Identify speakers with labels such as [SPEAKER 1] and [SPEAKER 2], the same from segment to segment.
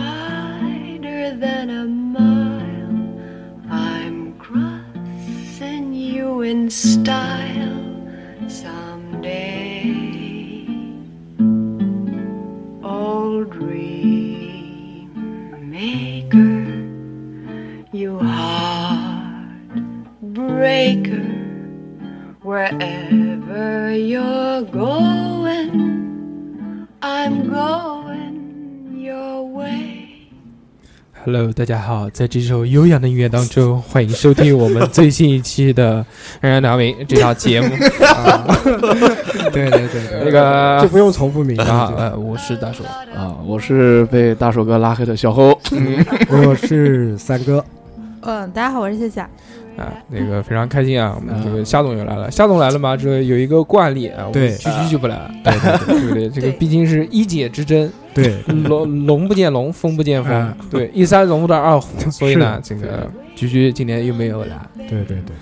[SPEAKER 1] wider than a mile. I'm crossing you in style someday. Old dream maker, you heart breaker, wherever you're going, I'm going your way.
[SPEAKER 2] Hello，大家好，在这首悠扬的音乐当中，欢迎收听我们最新一 期的《人人达明》这档节目。
[SPEAKER 3] 对对对，
[SPEAKER 2] 那个
[SPEAKER 4] 就不用重复 名字
[SPEAKER 2] 啊，呃，我是大叔，
[SPEAKER 5] 啊，我是被大手哥拉黑的小侯，
[SPEAKER 4] 我是三哥，
[SPEAKER 6] 嗯，大家好，我是夏夏，
[SPEAKER 2] 啊，那个非常开心啊，我们这个夏总又来了。夏总来了嘛，这有一个惯例啊，我们
[SPEAKER 3] 嗯对
[SPEAKER 2] 居居就不来了，对不对？这个
[SPEAKER 6] 对
[SPEAKER 2] 毕竟是一姐之争，
[SPEAKER 3] 对
[SPEAKER 2] 龙龙不见龙，凤不见凤
[SPEAKER 3] 啊，
[SPEAKER 2] 对，一山容不得二虎，所以呢，这
[SPEAKER 3] 是的
[SPEAKER 2] 个居居今天又没有来。
[SPEAKER 3] 对对对，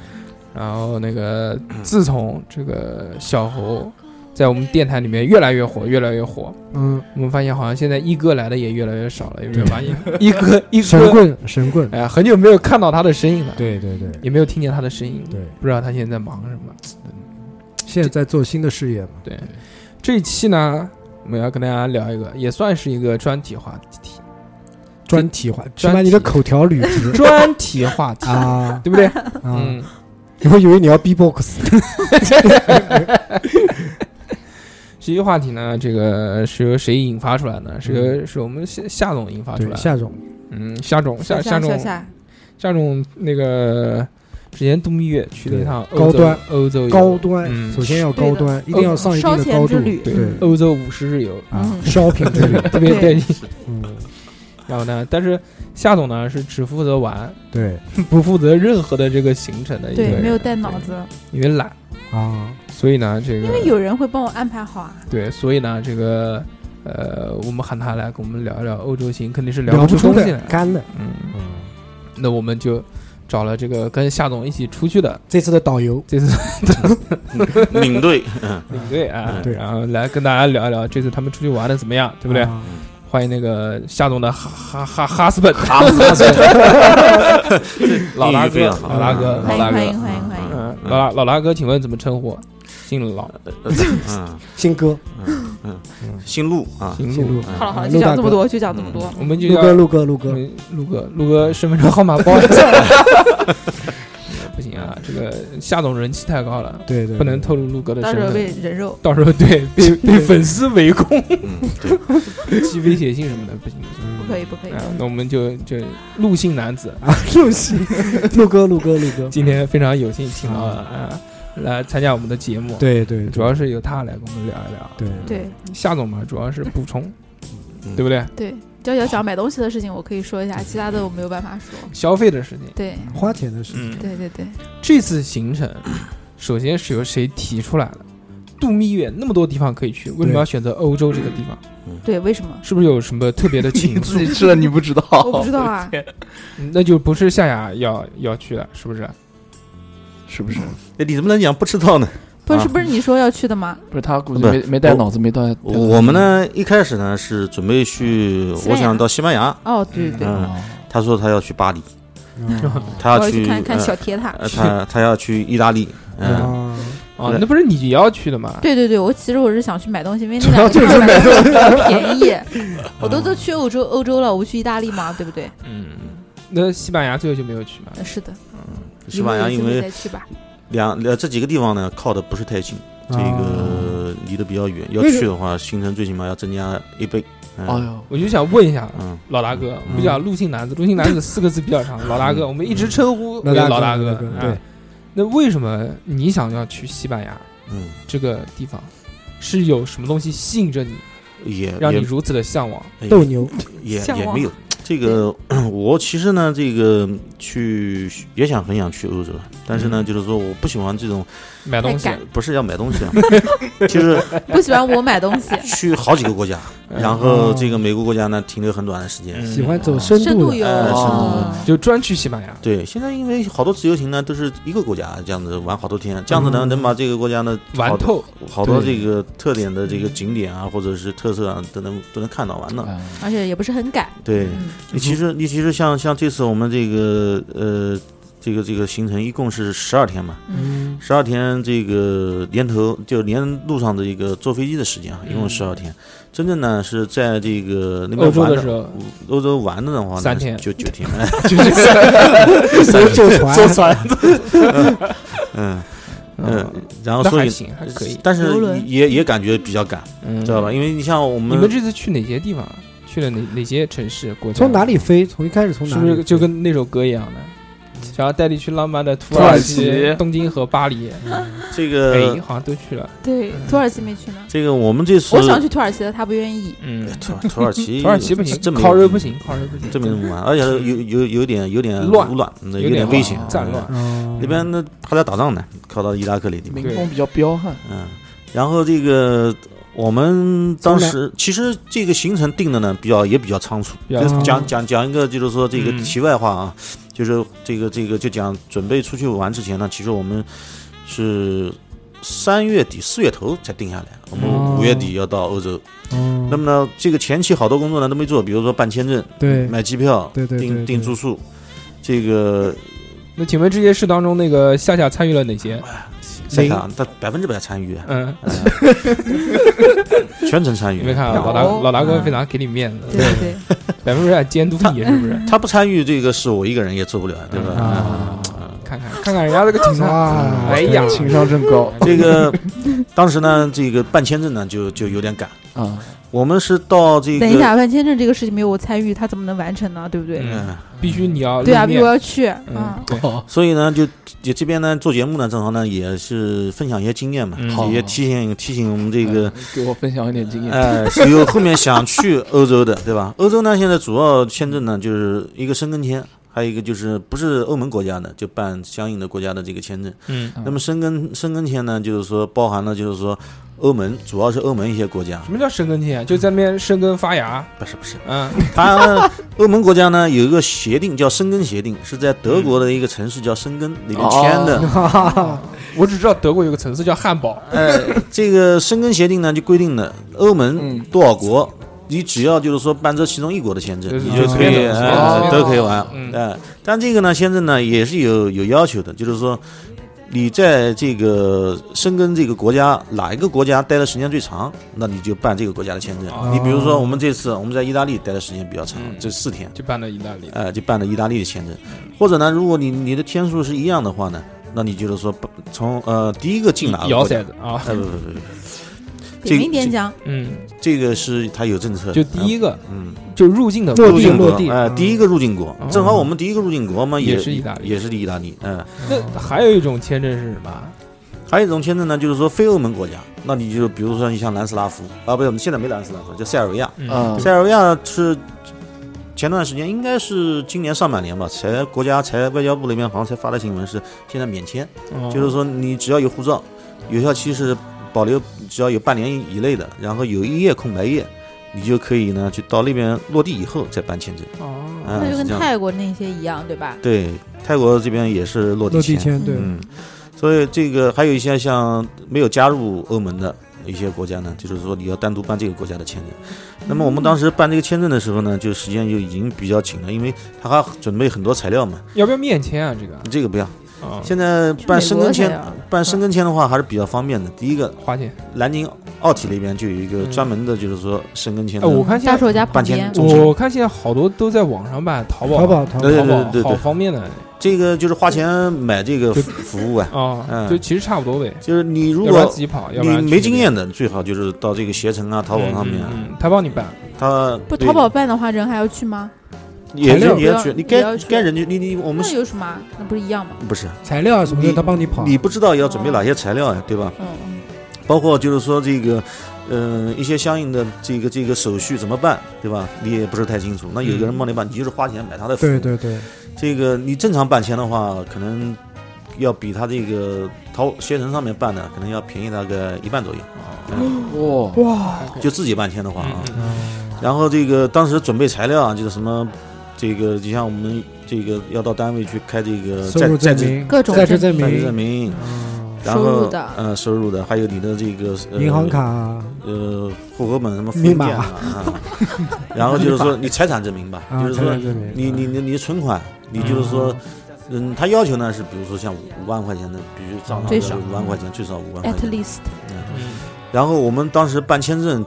[SPEAKER 2] 然后那个，自从这个小侯在我们电台里面越来越火，越来越火，
[SPEAKER 3] 嗯，
[SPEAKER 2] 我们发现好像现在一哥来的也越来越少了，有没有
[SPEAKER 3] 对
[SPEAKER 2] 发现？一哥一
[SPEAKER 3] 神
[SPEAKER 2] 哥，
[SPEAKER 3] 棍神棍，
[SPEAKER 2] 哎呀，很久没有看到他的身影了，
[SPEAKER 3] 对对对
[SPEAKER 2] 也没有听见他的声音，
[SPEAKER 3] 对，
[SPEAKER 2] 不知道他现在在忙什么。
[SPEAKER 3] 现在在做新的事业嘛，
[SPEAKER 2] 对，这一期呢，我们要跟大家聊一个，也算是一个专题话题，
[SPEAKER 3] 专题化，起
[SPEAKER 2] 专
[SPEAKER 3] 码你的
[SPEAKER 2] 题
[SPEAKER 3] 口条捋直
[SPEAKER 2] 专题话题，
[SPEAKER 3] 啊
[SPEAKER 2] 对不对？
[SPEAKER 3] 啊，
[SPEAKER 2] 嗯，
[SPEAKER 3] 我以为你要 B box，
[SPEAKER 2] 这些话题呢，这个是由谁引发出来的？是由是我们夏夏总引发出
[SPEAKER 3] 对，
[SPEAKER 2] 来的。
[SPEAKER 3] 夏总，
[SPEAKER 2] 嗯，夏总，夏夏总
[SPEAKER 6] 夏，夏，
[SPEAKER 2] 夏总那个呃之前度蜜月去了一趟
[SPEAKER 3] 高
[SPEAKER 2] 欧洲
[SPEAKER 3] 端
[SPEAKER 2] 欧洲游
[SPEAKER 3] 高端
[SPEAKER 2] 嗯，
[SPEAKER 3] 首先要
[SPEAKER 6] 对
[SPEAKER 3] 高
[SPEAKER 6] 的
[SPEAKER 3] 端，一定要上一定
[SPEAKER 6] 烧
[SPEAKER 3] 的
[SPEAKER 6] 钱
[SPEAKER 3] 高
[SPEAKER 6] 之
[SPEAKER 3] 度，
[SPEAKER 6] 旅
[SPEAKER 3] 对
[SPEAKER 2] 对欧洲五十日游，
[SPEAKER 3] 啊
[SPEAKER 6] 嗯
[SPEAKER 3] ，shopping 之旅，
[SPEAKER 2] 特别带
[SPEAKER 6] 对
[SPEAKER 2] 劲。
[SPEAKER 3] 嗯，
[SPEAKER 2] 然后呢，但是夏总呢是只负责玩，
[SPEAKER 3] 对
[SPEAKER 2] 不负责任何的这个行程的一个人，
[SPEAKER 6] 对，没有带脑子，
[SPEAKER 2] 因为懒，
[SPEAKER 3] 啊，
[SPEAKER 2] 所以呢这个
[SPEAKER 6] 因为有人会帮我安排好啊，
[SPEAKER 2] 对，所以呢这个呃，我们喊他来跟我们聊一聊欧洲行，肯定是
[SPEAKER 3] 聊
[SPEAKER 2] 不出
[SPEAKER 3] 出
[SPEAKER 2] 东西
[SPEAKER 3] 的
[SPEAKER 2] 来。
[SPEAKER 3] 干的，
[SPEAKER 2] 嗯，
[SPEAKER 3] 嗯，
[SPEAKER 2] 那我们就找了这个跟夏总一起出去的
[SPEAKER 3] 这次的导游，
[SPEAKER 2] 这次
[SPEAKER 7] 领 队，
[SPEAKER 2] 领队啊，
[SPEAKER 3] 嗯对
[SPEAKER 2] 然后来跟大家聊一聊这次他们出去玩的怎么样，对不对？
[SPEAKER 3] 啊
[SPEAKER 2] 欢迎那个夏总的哈哈哈哈斯本，
[SPEAKER 7] 哈哈
[SPEAKER 2] 老
[SPEAKER 7] 英
[SPEAKER 2] 大哥，
[SPEAKER 7] 语非常好
[SPEAKER 2] 老大哥，
[SPEAKER 6] 欢
[SPEAKER 2] 老
[SPEAKER 6] 迎欢
[SPEAKER 2] 大哥，
[SPEAKER 6] 迎欢迎欢迎，
[SPEAKER 2] 嗯，老大老大哥，请问怎么称呼？姓老，
[SPEAKER 7] 嗯
[SPEAKER 3] 新哥，
[SPEAKER 7] 嗯嗯嗯，姓陆啊，
[SPEAKER 2] 姓
[SPEAKER 3] 新
[SPEAKER 2] 陆嗯
[SPEAKER 3] 路，，
[SPEAKER 6] 好了好了，
[SPEAKER 3] 嗯
[SPEAKER 6] 就
[SPEAKER 3] 陆大
[SPEAKER 6] 讲这么
[SPEAKER 3] 哥
[SPEAKER 6] 多，就讲这么多，
[SPEAKER 2] 我们就
[SPEAKER 3] 陆
[SPEAKER 2] 叫
[SPEAKER 3] 哥，陆哥，陆哥，
[SPEAKER 2] 嗯陆哥，陆哥身份证号码报一 下。不行啊，这个夏总人气太高了，
[SPEAKER 3] 对对，
[SPEAKER 2] 不能透露陆哥的
[SPEAKER 6] 到时候
[SPEAKER 2] 身份。
[SPEAKER 6] 被人肉，
[SPEAKER 2] 到时候对被 被粉丝围攻、
[SPEAKER 7] 嗯，对，
[SPEAKER 2] 寄威胁信什么的，不行。不行
[SPEAKER 6] 不可以不可以，
[SPEAKER 2] 啊，那我们就就陆姓男子，
[SPEAKER 3] 啊，陆西，陆哥，陆哥，陆哥，
[SPEAKER 2] 今天非常有幸请到了啊，来参加我们的节目。，
[SPEAKER 3] 对对，
[SPEAKER 2] 主要是由他来跟我们聊一聊。
[SPEAKER 3] 对
[SPEAKER 6] 对
[SPEAKER 2] 夏总嘛，主要是补充，
[SPEAKER 7] 嗯
[SPEAKER 2] 对不对？
[SPEAKER 6] 对，娇娇讲买东西的事情我可以说一下，其他的我没有办法说，
[SPEAKER 2] 消费的事情。
[SPEAKER 6] 对
[SPEAKER 3] 花钱的事情，
[SPEAKER 2] 嗯，
[SPEAKER 6] 对对对，
[SPEAKER 2] 这次行程首先是由谁提出来的？度蜜月那么多地方可以去，为什么要选择欧洲这个地方？
[SPEAKER 6] 对，为什么？
[SPEAKER 2] 是不是有什么特别的情
[SPEAKER 5] 你
[SPEAKER 2] 愫
[SPEAKER 5] 自？己吃了你不知道，
[SPEAKER 6] 我不知道啊，
[SPEAKER 2] 那就不是夏雅要要去的，是不是？
[SPEAKER 5] 是不是？
[SPEAKER 7] 那你怎么能讲不知道呢？
[SPEAKER 6] 不是不是你说要去的吗？
[SPEAKER 5] 不是他估
[SPEAKER 7] 计
[SPEAKER 5] 计
[SPEAKER 7] 没
[SPEAKER 5] 没没
[SPEAKER 7] 带
[SPEAKER 5] 带
[SPEAKER 7] 脑
[SPEAKER 5] 脑子，没带。
[SPEAKER 7] 我我们？呢，一开始呢是准备去，
[SPEAKER 6] 西班牙
[SPEAKER 7] 我想到西班牙，
[SPEAKER 6] 哦，对对对，
[SPEAKER 7] 嗯，他说他要去巴黎，嗯
[SPEAKER 3] 啊
[SPEAKER 7] 他
[SPEAKER 6] 我
[SPEAKER 7] 要
[SPEAKER 6] 要去
[SPEAKER 7] 去，
[SPEAKER 6] 看看
[SPEAKER 7] 呃
[SPEAKER 6] 小铁塔，
[SPEAKER 7] 呃他他要去意大利，嗯，
[SPEAKER 3] 啊，
[SPEAKER 2] 哦，
[SPEAKER 7] 对
[SPEAKER 2] 那不是你要去的吗？
[SPEAKER 6] 对对对，我其实我是想去买东西，因为那两个地方买东西比较 便宜。我都都去欧洲欧洲了，我不去意大利嘛，对不对？
[SPEAKER 2] 嗯，那西班牙最后就没有去嘛？
[SPEAKER 6] 呃是的，
[SPEAKER 7] 西班牙
[SPEAKER 6] 以
[SPEAKER 7] 因
[SPEAKER 6] 后有机会
[SPEAKER 7] 为
[SPEAKER 6] 再去吧。
[SPEAKER 7] 两呃这几个地方呢靠的不是太近，这
[SPEAKER 3] 啊
[SPEAKER 7] 个离得比较远，要
[SPEAKER 3] 为什
[SPEAKER 7] 去的话行程最起码要增加一倍，
[SPEAKER 5] 哎
[SPEAKER 7] 嗯
[SPEAKER 5] 呦，
[SPEAKER 2] 我就想问一下
[SPEAKER 7] 嗯，
[SPEAKER 2] 老大哥，我
[SPEAKER 7] 嗯
[SPEAKER 2] 们讲陆姓男子，陆姓男子四个字比较长，老大哥，我们一直称呼为老大哥。
[SPEAKER 3] 对
[SPEAKER 2] 啊，那为什么你想要去西班牙
[SPEAKER 7] 嗯。
[SPEAKER 2] 这个地方？是有什么东西吸引着你？
[SPEAKER 7] 也
[SPEAKER 2] 让你
[SPEAKER 7] 也
[SPEAKER 2] 如此的向往？
[SPEAKER 7] 也
[SPEAKER 3] 斗牛，
[SPEAKER 7] 也
[SPEAKER 6] 向
[SPEAKER 7] 也
[SPEAKER 6] 往
[SPEAKER 7] 没有。这个 我其实呢，这个去也想很想去欧洲，但是呢，就是说我不喜欢这种，
[SPEAKER 2] 买东西
[SPEAKER 6] 太，赶
[SPEAKER 7] 不是要买东西啊， 就是
[SPEAKER 6] 不喜欢我买东西，
[SPEAKER 7] 去好几个国家，
[SPEAKER 2] 嗯
[SPEAKER 7] 然后这个每个国家呢停留很短的时间。
[SPEAKER 2] 嗯
[SPEAKER 4] 喜欢走
[SPEAKER 7] 啊
[SPEAKER 4] 深
[SPEAKER 6] 深
[SPEAKER 4] 度
[SPEAKER 6] 度
[SPEAKER 4] 的，
[SPEAKER 6] 游，
[SPEAKER 7] 哎深
[SPEAKER 5] 度
[SPEAKER 6] 嗯
[SPEAKER 2] 就专去啊西班牙。
[SPEAKER 7] 对，现在因为好多自由行呢都是一个国家这样子玩好多天，这样子呢
[SPEAKER 4] 嗯
[SPEAKER 7] 能把这个国家呢
[SPEAKER 2] 玩
[SPEAKER 7] 好多
[SPEAKER 2] 透，
[SPEAKER 7] 好多
[SPEAKER 4] 对
[SPEAKER 7] 这个特点的这个景点啊，或者是特色啊，都能都能看到完的。
[SPEAKER 5] 嗯
[SPEAKER 6] 而且也不是很赶。
[SPEAKER 7] 对，
[SPEAKER 6] 嗯，
[SPEAKER 7] 你其实你其实像像这次我们这个呃这个这个行程一共是十二天嘛，
[SPEAKER 2] 嗯，
[SPEAKER 7] 十二天这个连头就连路上的一个坐飞机的时间啊，
[SPEAKER 2] 嗯
[SPEAKER 7] 一共十二天。真正呢是在这个那
[SPEAKER 2] 欧
[SPEAKER 7] 边
[SPEAKER 2] 洲
[SPEAKER 7] 玩
[SPEAKER 2] 的时，候，
[SPEAKER 7] 欧洲玩的的话呢
[SPEAKER 2] 三天
[SPEAKER 7] 就九 天，
[SPEAKER 3] 有九船，
[SPEAKER 5] 坐船
[SPEAKER 7] 嗯嗯，然后
[SPEAKER 2] 那
[SPEAKER 7] 所
[SPEAKER 2] 还
[SPEAKER 7] 以
[SPEAKER 2] 行，还可以，
[SPEAKER 7] 但是
[SPEAKER 6] 游轮
[SPEAKER 7] 也也感觉比较赶，
[SPEAKER 2] 嗯，
[SPEAKER 7] 知道吧？？因为你像我
[SPEAKER 2] 你
[SPEAKER 7] 们
[SPEAKER 2] 们这次去哪些地方？啊去了哪哪些城市、国家？
[SPEAKER 3] 从哪？里飞？从一开始从哪
[SPEAKER 2] 是
[SPEAKER 3] 里嗯飞？
[SPEAKER 2] 不是就跟那首歌一样的？想要带你去浪漫的土
[SPEAKER 5] 土耳
[SPEAKER 2] 其、
[SPEAKER 5] 其
[SPEAKER 2] 东京和巴黎，
[SPEAKER 7] 呃这
[SPEAKER 2] 哎，
[SPEAKER 7] 个
[SPEAKER 2] 好像都去了。
[SPEAKER 6] 对，土耳其没去呢。
[SPEAKER 7] 这个我们这次
[SPEAKER 6] 我想去土耳其的，他不愿意。
[SPEAKER 2] 嗯
[SPEAKER 7] 哎土土耳其
[SPEAKER 2] 土耳其不行，
[SPEAKER 7] 这么
[SPEAKER 2] 烤肉不行，烤肉不行，
[SPEAKER 7] 这没那么玩，而且有有有点有点
[SPEAKER 2] 乱
[SPEAKER 7] 乱，嗯有
[SPEAKER 2] 有
[SPEAKER 7] 点危险，
[SPEAKER 2] 战乱。
[SPEAKER 3] 哦
[SPEAKER 7] 那边呢还在打仗呢，靠到伊拉克那地方。
[SPEAKER 5] 民风比较彪悍，
[SPEAKER 7] 嗯，然后这个我们当时其实这个行程定的呢比较也比较仓促，
[SPEAKER 2] 比较
[SPEAKER 7] 就
[SPEAKER 2] 仓
[SPEAKER 7] 讲讲讲一个就是说这个
[SPEAKER 2] 嗯
[SPEAKER 7] 题外话啊，就是这个这个就讲准备出去玩之前呢，其实我们是。三月底、四月头才定下来，我
[SPEAKER 2] 哦
[SPEAKER 7] 们五月底要到欧洲。
[SPEAKER 3] 哦
[SPEAKER 7] 那么呢，这个前期好多工作呢都没做，比如说办签证、
[SPEAKER 3] 对
[SPEAKER 7] 买机票、
[SPEAKER 3] 对对对
[SPEAKER 7] 订
[SPEAKER 3] 对
[SPEAKER 7] 订住宿，这个
[SPEAKER 2] 那请问这些事当中，那个夏夏参与了哪些？
[SPEAKER 7] 夏
[SPEAKER 2] 零
[SPEAKER 7] 夏他百分之百参与，
[SPEAKER 2] 嗯，
[SPEAKER 7] 嗯全程参与。
[SPEAKER 2] 你没看啊
[SPEAKER 6] 有
[SPEAKER 2] 老大老大哥非常给你面子，
[SPEAKER 6] 对 对对，
[SPEAKER 2] 百分之百监督你，是不是？
[SPEAKER 7] 他不参与这个事，我一个人也做不了，对吧？
[SPEAKER 2] 啊
[SPEAKER 7] 嗯
[SPEAKER 2] 看看看看人家这个哎情 商，
[SPEAKER 3] 啊，
[SPEAKER 2] 哎呀，
[SPEAKER 5] 情商真高
[SPEAKER 7] 这个 当时呢，这个办签证呢就就有点赶。
[SPEAKER 5] 啊！
[SPEAKER 7] 我们是到这个
[SPEAKER 6] 等一，下，办签证这个事情没有我参与，他怎么能完成呢？对不对？
[SPEAKER 2] 嗯
[SPEAKER 7] 嗯，
[SPEAKER 2] 必须你要
[SPEAKER 6] 对啊，
[SPEAKER 2] 露
[SPEAKER 6] 比
[SPEAKER 2] 面
[SPEAKER 6] 如我要去，
[SPEAKER 2] 嗯
[SPEAKER 6] 嗯，，
[SPEAKER 2] 对，
[SPEAKER 7] 所以呢，就也这边呢做节目呢，正好呢也是分享一些经验嘛，
[SPEAKER 2] 嗯
[SPEAKER 7] 也提醒提醒我们这个。
[SPEAKER 5] 给我分享一点经验，
[SPEAKER 7] 哎，有后面想去欧洲的，对吧？欧洲呢，现在主要签证呢，就是一个申根签，还有一个就是不是欧盟国家的，就办相应的国家的这个签证。
[SPEAKER 2] 嗯，
[SPEAKER 5] 嗯
[SPEAKER 7] 那么申根申根签呢，就是说包含了就是说欧盟，主要是欧盟一些国家
[SPEAKER 2] 什，么叫生根签？就在那边生根发芽，
[SPEAKER 7] 不是不是，
[SPEAKER 2] 嗯，
[SPEAKER 7] 它欧盟国家呢有一个协定叫申根协定，是在德国的一个城市叫申根里面签
[SPEAKER 2] 哦
[SPEAKER 7] 的。
[SPEAKER 2] 我只知道德国有个城市叫汉堡，
[SPEAKER 7] 哎，这个申根协定呢就规定了欧盟
[SPEAKER 5] 嗯
[SPEAKER 7] 多少国，你只要就是说办这其中一国的签证
[SPEAKER 2] 就，是
[SPEAKER 7] 你就
[SPEAKER 2] 随
[SPEAKER 7] 可
[SPEAKER 2] 便
[SPEAKER 7] 以
[SPEAKER 2] 走随
[SPEAKER 5] 便走
[SPEAKER 7] 哎
[SPEAKER 5] 随便
[SPEAKER 7] 都
[SPEAKER 5] 走
[SPEAKER 7] 可以玩。
[SPEAKER 2] 嗯
[SPEAKER 7] 哎，但这个呢签证呢也是有有要求的，就是说。你在这个申根这个国家哪一个国家待的时间最长，那你就办这个国家的签证。
[SPEAKER 2] 哦
[SPEAKER 7] 你比如说，我们这次我们在意大利待的时间比较长
[SPEAKER 2] 嗯，
[SPEAKER 7] 这四天，
[SPEAKER 2] 就搬到意大利。
[SPEAKER 7] 呃，就办了意大利的签证，或者呢，如果你你的天数是一样的话呢，那你就是说不从呃第一个进哪个
[SPEAKER 2] 摇
[SPEAKER 7] 国家
[SPEAKER 2] 骰？子啊，
[SPEAKER 7] 呃，不不不，不这
[SPEAKER 6] 点名点讲，
[SPEAKER 2] 嗯，
[SPEAKER 7] 这个是它有政策的，
[SPEAKER 2] 就第一个
[SPEAKER 7] 嗯，
[SPEAKER 2] 就入境的
[SPEAKER 3] 落
[SPEAKER 7] 入
[SPEAKER 3] 地
[SPEAKER 7] 境
[SPEAKER 2] 国
[SPEAKER 7] 国
[SPEAKER 3] 落地
[SPEAKER 7] 哎，
[SPEAKER 3] 嗯
[SPEAKER 7] 第一个入境国
[SPEAKER 2] 哦，
[SPEAKER 7] 正好我们第一个入境国嘛，
[SPEAKER 2] 也
[SPEAKER 7] 也
[SPEAKER 2] 是意大利
[SPEAKER 7] 也是意大利，嗯，
[SPEAKER 2] 那还有一种签证是什么？
[SPEAKER 7] 还有一种签证呢，就是说非欧盟国家，那你就比如说你像南斯拉夫啊，不是，我们现在没南斯拉夫，就塞尔维亚，
[SPEAKER 2] 嗯，
[SPEAKER 5] 啊
[SPEAKER 7] 塞尔维亚是前段时间应该是今年上半年吧，才国家才外交部那边好像才发的新闻是现在免签。
[SPEAKER 6] 哦
[SPEAKER 2] 哦
[SPEAKER 7] 就是说你只要有护照，有效期是保留，只要有半年以内的，然后有一页空白页，你就可以呢去到那边落地以后再办签证。
[SPEAKER 2] 哦，
[SPEAKER 7] 啊、
[SPEAKER 6] 那
[SPEAKER 7] 是
[SPEAKER 6] 就跟
[SPEAKER 7] 这样。
[SPEAKER 6] 泰国那些一样，对吧？
[SPEAKER 7] 对泰国这边也是落地
[SPEAKER 3] 落地
[SPEAKER 7] 签，
[SPEAKER 3] 签对，
[SPEAKER 7] 嗯，所以这个还有一些像没有加入欧盟的。一些国家呢，就是说你要单独办这个国家的签证。
[SPEAKER 6] 嗯
[SPEAKER 7] 那么我们当时办这个签证的时候呢，就时间就已经比较紧了，因为他还准备很多材料嘛。
[SPEAKER 2] 要不要面签啊？这个
[SPEAKER 7] 这个不要，
[SPEAKER 2] 啊，
[SPEAKER 7] 现在
[SPEAKER 6] 去
[SPEAKER 7] 办
[SPEAKER 6] 嗯美
[SPEAKER 7] 申
[SPEAKER 6] 国
[SPEAKER 7] 根
[SPEAKER 6] 才
[SPEAKER 7] 签
[SPEAKER 6] 要，
[SPEAKER 7] 办申根签的话还是比较方便的。第一个，
[SPEAKER 2] 花钱。
[SPEAKER 7] 南京奥体那边就有一个专门的，就是说申根签
[SPEAKER 2] 哎，我
[SPEAKER 7] 的，
[SPEAKER 2] 看现
[SPEAKER 6] 大
[SPEAKER 2] 在
[SPEAKER 6] 手家旁
[SPEAKER 7] 办签
[SPEAKER 6] 边，
[SPEAKER 7] 中心
[SPEAKER 2] 我看现在好多都在网上办，淘宝、
[SPEAKER 3] 淘宝淘宝
[SPEAKER 7] 对
[SPEAKER 2] 淘
[SPEAKER 7] 对
[SPEAKER 2] 宝
[SPEAKER 7] 对对
[SPEAKER 2] 好
[SPEAKER 7] 对，
[SPEAKER 2] 方便的
[SPEAKER 7] 这个就是花钱买这个服服务啊，
[SPEAKER 2] 啊，
[SPEAKER 7] 嗯
[SPEAKER 2] 就其实差不多呗。
[SPEAKER 7] 就是你如
[SPEAKER 2] 要不然
[SPEAKER 7] 果
[SPEAKER 2] 自己跑，要不
[SPEAKER 7] 你
[SPEAKER 2] 然去
[SPEAKER 7] 没经验的，最好就是到这个携程啊、
[SPEAKER 2] 那
[SPEAKER 7] 淘
[SPEAKER 2] 边
[SPEAKER 7] 宝上面啊，
[SPEAKER 2] 嗯，嗯嗯他帮你办。
[SPEAKER 7] 他
[SPEAKER 6] 不淘宝办的话，人还要去吗？
[SPEAKER 7] 也
[SPEAKER 3] 材料
[SPEAKER 7] 人也要
[SPEAKER 6] 不
[SPEAKER 7] 去
[SPEAKER 6] 要，
[SPEAKER 7] 你
[SPEAKER 6] 也
[SPEAKER 7] 该
[SPEAKER 6] 要去
[SPEAKER 7] 该人就你你我们
[SPEAKER 6] 那
[SPEAKER 7] 是
[SPEAKER 6] 有什么啊？那不是一样吗？
[SPEAKER 7] 不是
[SPEAKER 3] 材料啊什么的，他帮你跑。
[SPEAKER 6] 嗯
[SPEAKER 7] 你不知道要准备哪些材料呀，对吧？
[SPEAKER 6] 嗯，嗯
[SPEAKER 7] 包括就是说这个嗯、一些相应的这个这个手续怎么办，对吧？你也不是太清楚。那有
[SPEAKER 2] 嗯
[SPEAKER 7] 一个人帮你办，你就是花钱买他的服务。
[SPEAKER 4] 对对对，
[SPEAKER 7] 这个你正常办签的话，可能要比他这个淘携程上面办的，可能要便宜大概一半左右。嗯，
[SPEAKER 5] 哇，
[SPEAKER 7] 就自己办签的话啊
[SPEAKER 2] 哦嗯，
[SPEAKER 7] 然后这个当时准备材料啊，就是什么，这个就像我们这个要到单位去开这个
[SPEAKER 4] 收
[SPEAKER 7] 在
[SPEAKER 4] 入
[SPEAKER 7] 在
[SPEAKER 4] 证
[SPEAKER 7] 职
[SPEAKER 4] 明、
[SPEAKER 6] 各种
[SPEAKER 4] 在职
[SPEAKER 6] 证
[SPEAKER 4] 证
[SPEAKER 7] 在职
[SPEAKER 4] 明
[SPEAKER 7] 证、明，然
[SPEAKER 6] 收入
[SPEAKER 7] 后
[SPEAKER 6] 的
[SPEAKER 7] 呃收入的，还有你的这个呃
[SPEAKER 4] 银行卡、啊
[SPEAKER 7] 呃户口本什么
[SPEAKER 4] 密码
[SPEAKER 7] 封建啊，啊然后就是说你财产证明吧， 呃
[SPEAKER 4] 啊
[SPEAKER 7] 就，是
[SPEAKER 4] 财
[SPEAKER 7] 说
[SPEAKER 4] 产证明，
[SPEAKER 7] 你你你你的存款，你就是说。嗯，他要求呢是，比如说像五五万块钱的，比如账上
[SPEAKER 6] 最少
[SPEAKER 7] 五万块钱，最少五万块
[SPEAKER 6] at
[SPEAKER 7] 钱。
[SPEAKER 6] least
[SPEAKER 7] 然后我们当时办签证，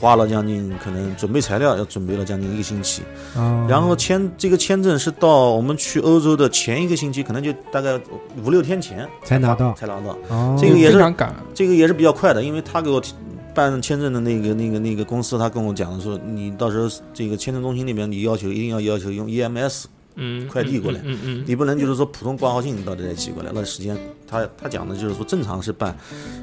[SPEAKER 7] 花了将近可能准备材料要准备了将近一个星期。
[SPEAKER 4] 啊
[SPEAKER 7] 然后签这个签证是到我们去欧洲的前一个星期，可能就大概五六天前
[SPEAKER 4] 才拿到，
[SPEAKER 7] 才拿到。
[SPEAKER 4] 哦，
[SPEAKER 7] 这个也是
[SPEAKER 2] 非常赶，
[SPEAKER 7] 这个也是比较快的，因为他给我提办签证的那个那个那个公司，他跟我讲的说，你到时候这个签证中心那边，你要求一定要要求用 E EMS，
[SPEAKER 2] 嗯，
[SPEAKER 7] 快递过来
[SPEAKER 2] 嗯嗯，嗯
[SPEAKER 7] 你不能就是说普通挂号信到这里寄过来，那时间他他讲的就是说正常是办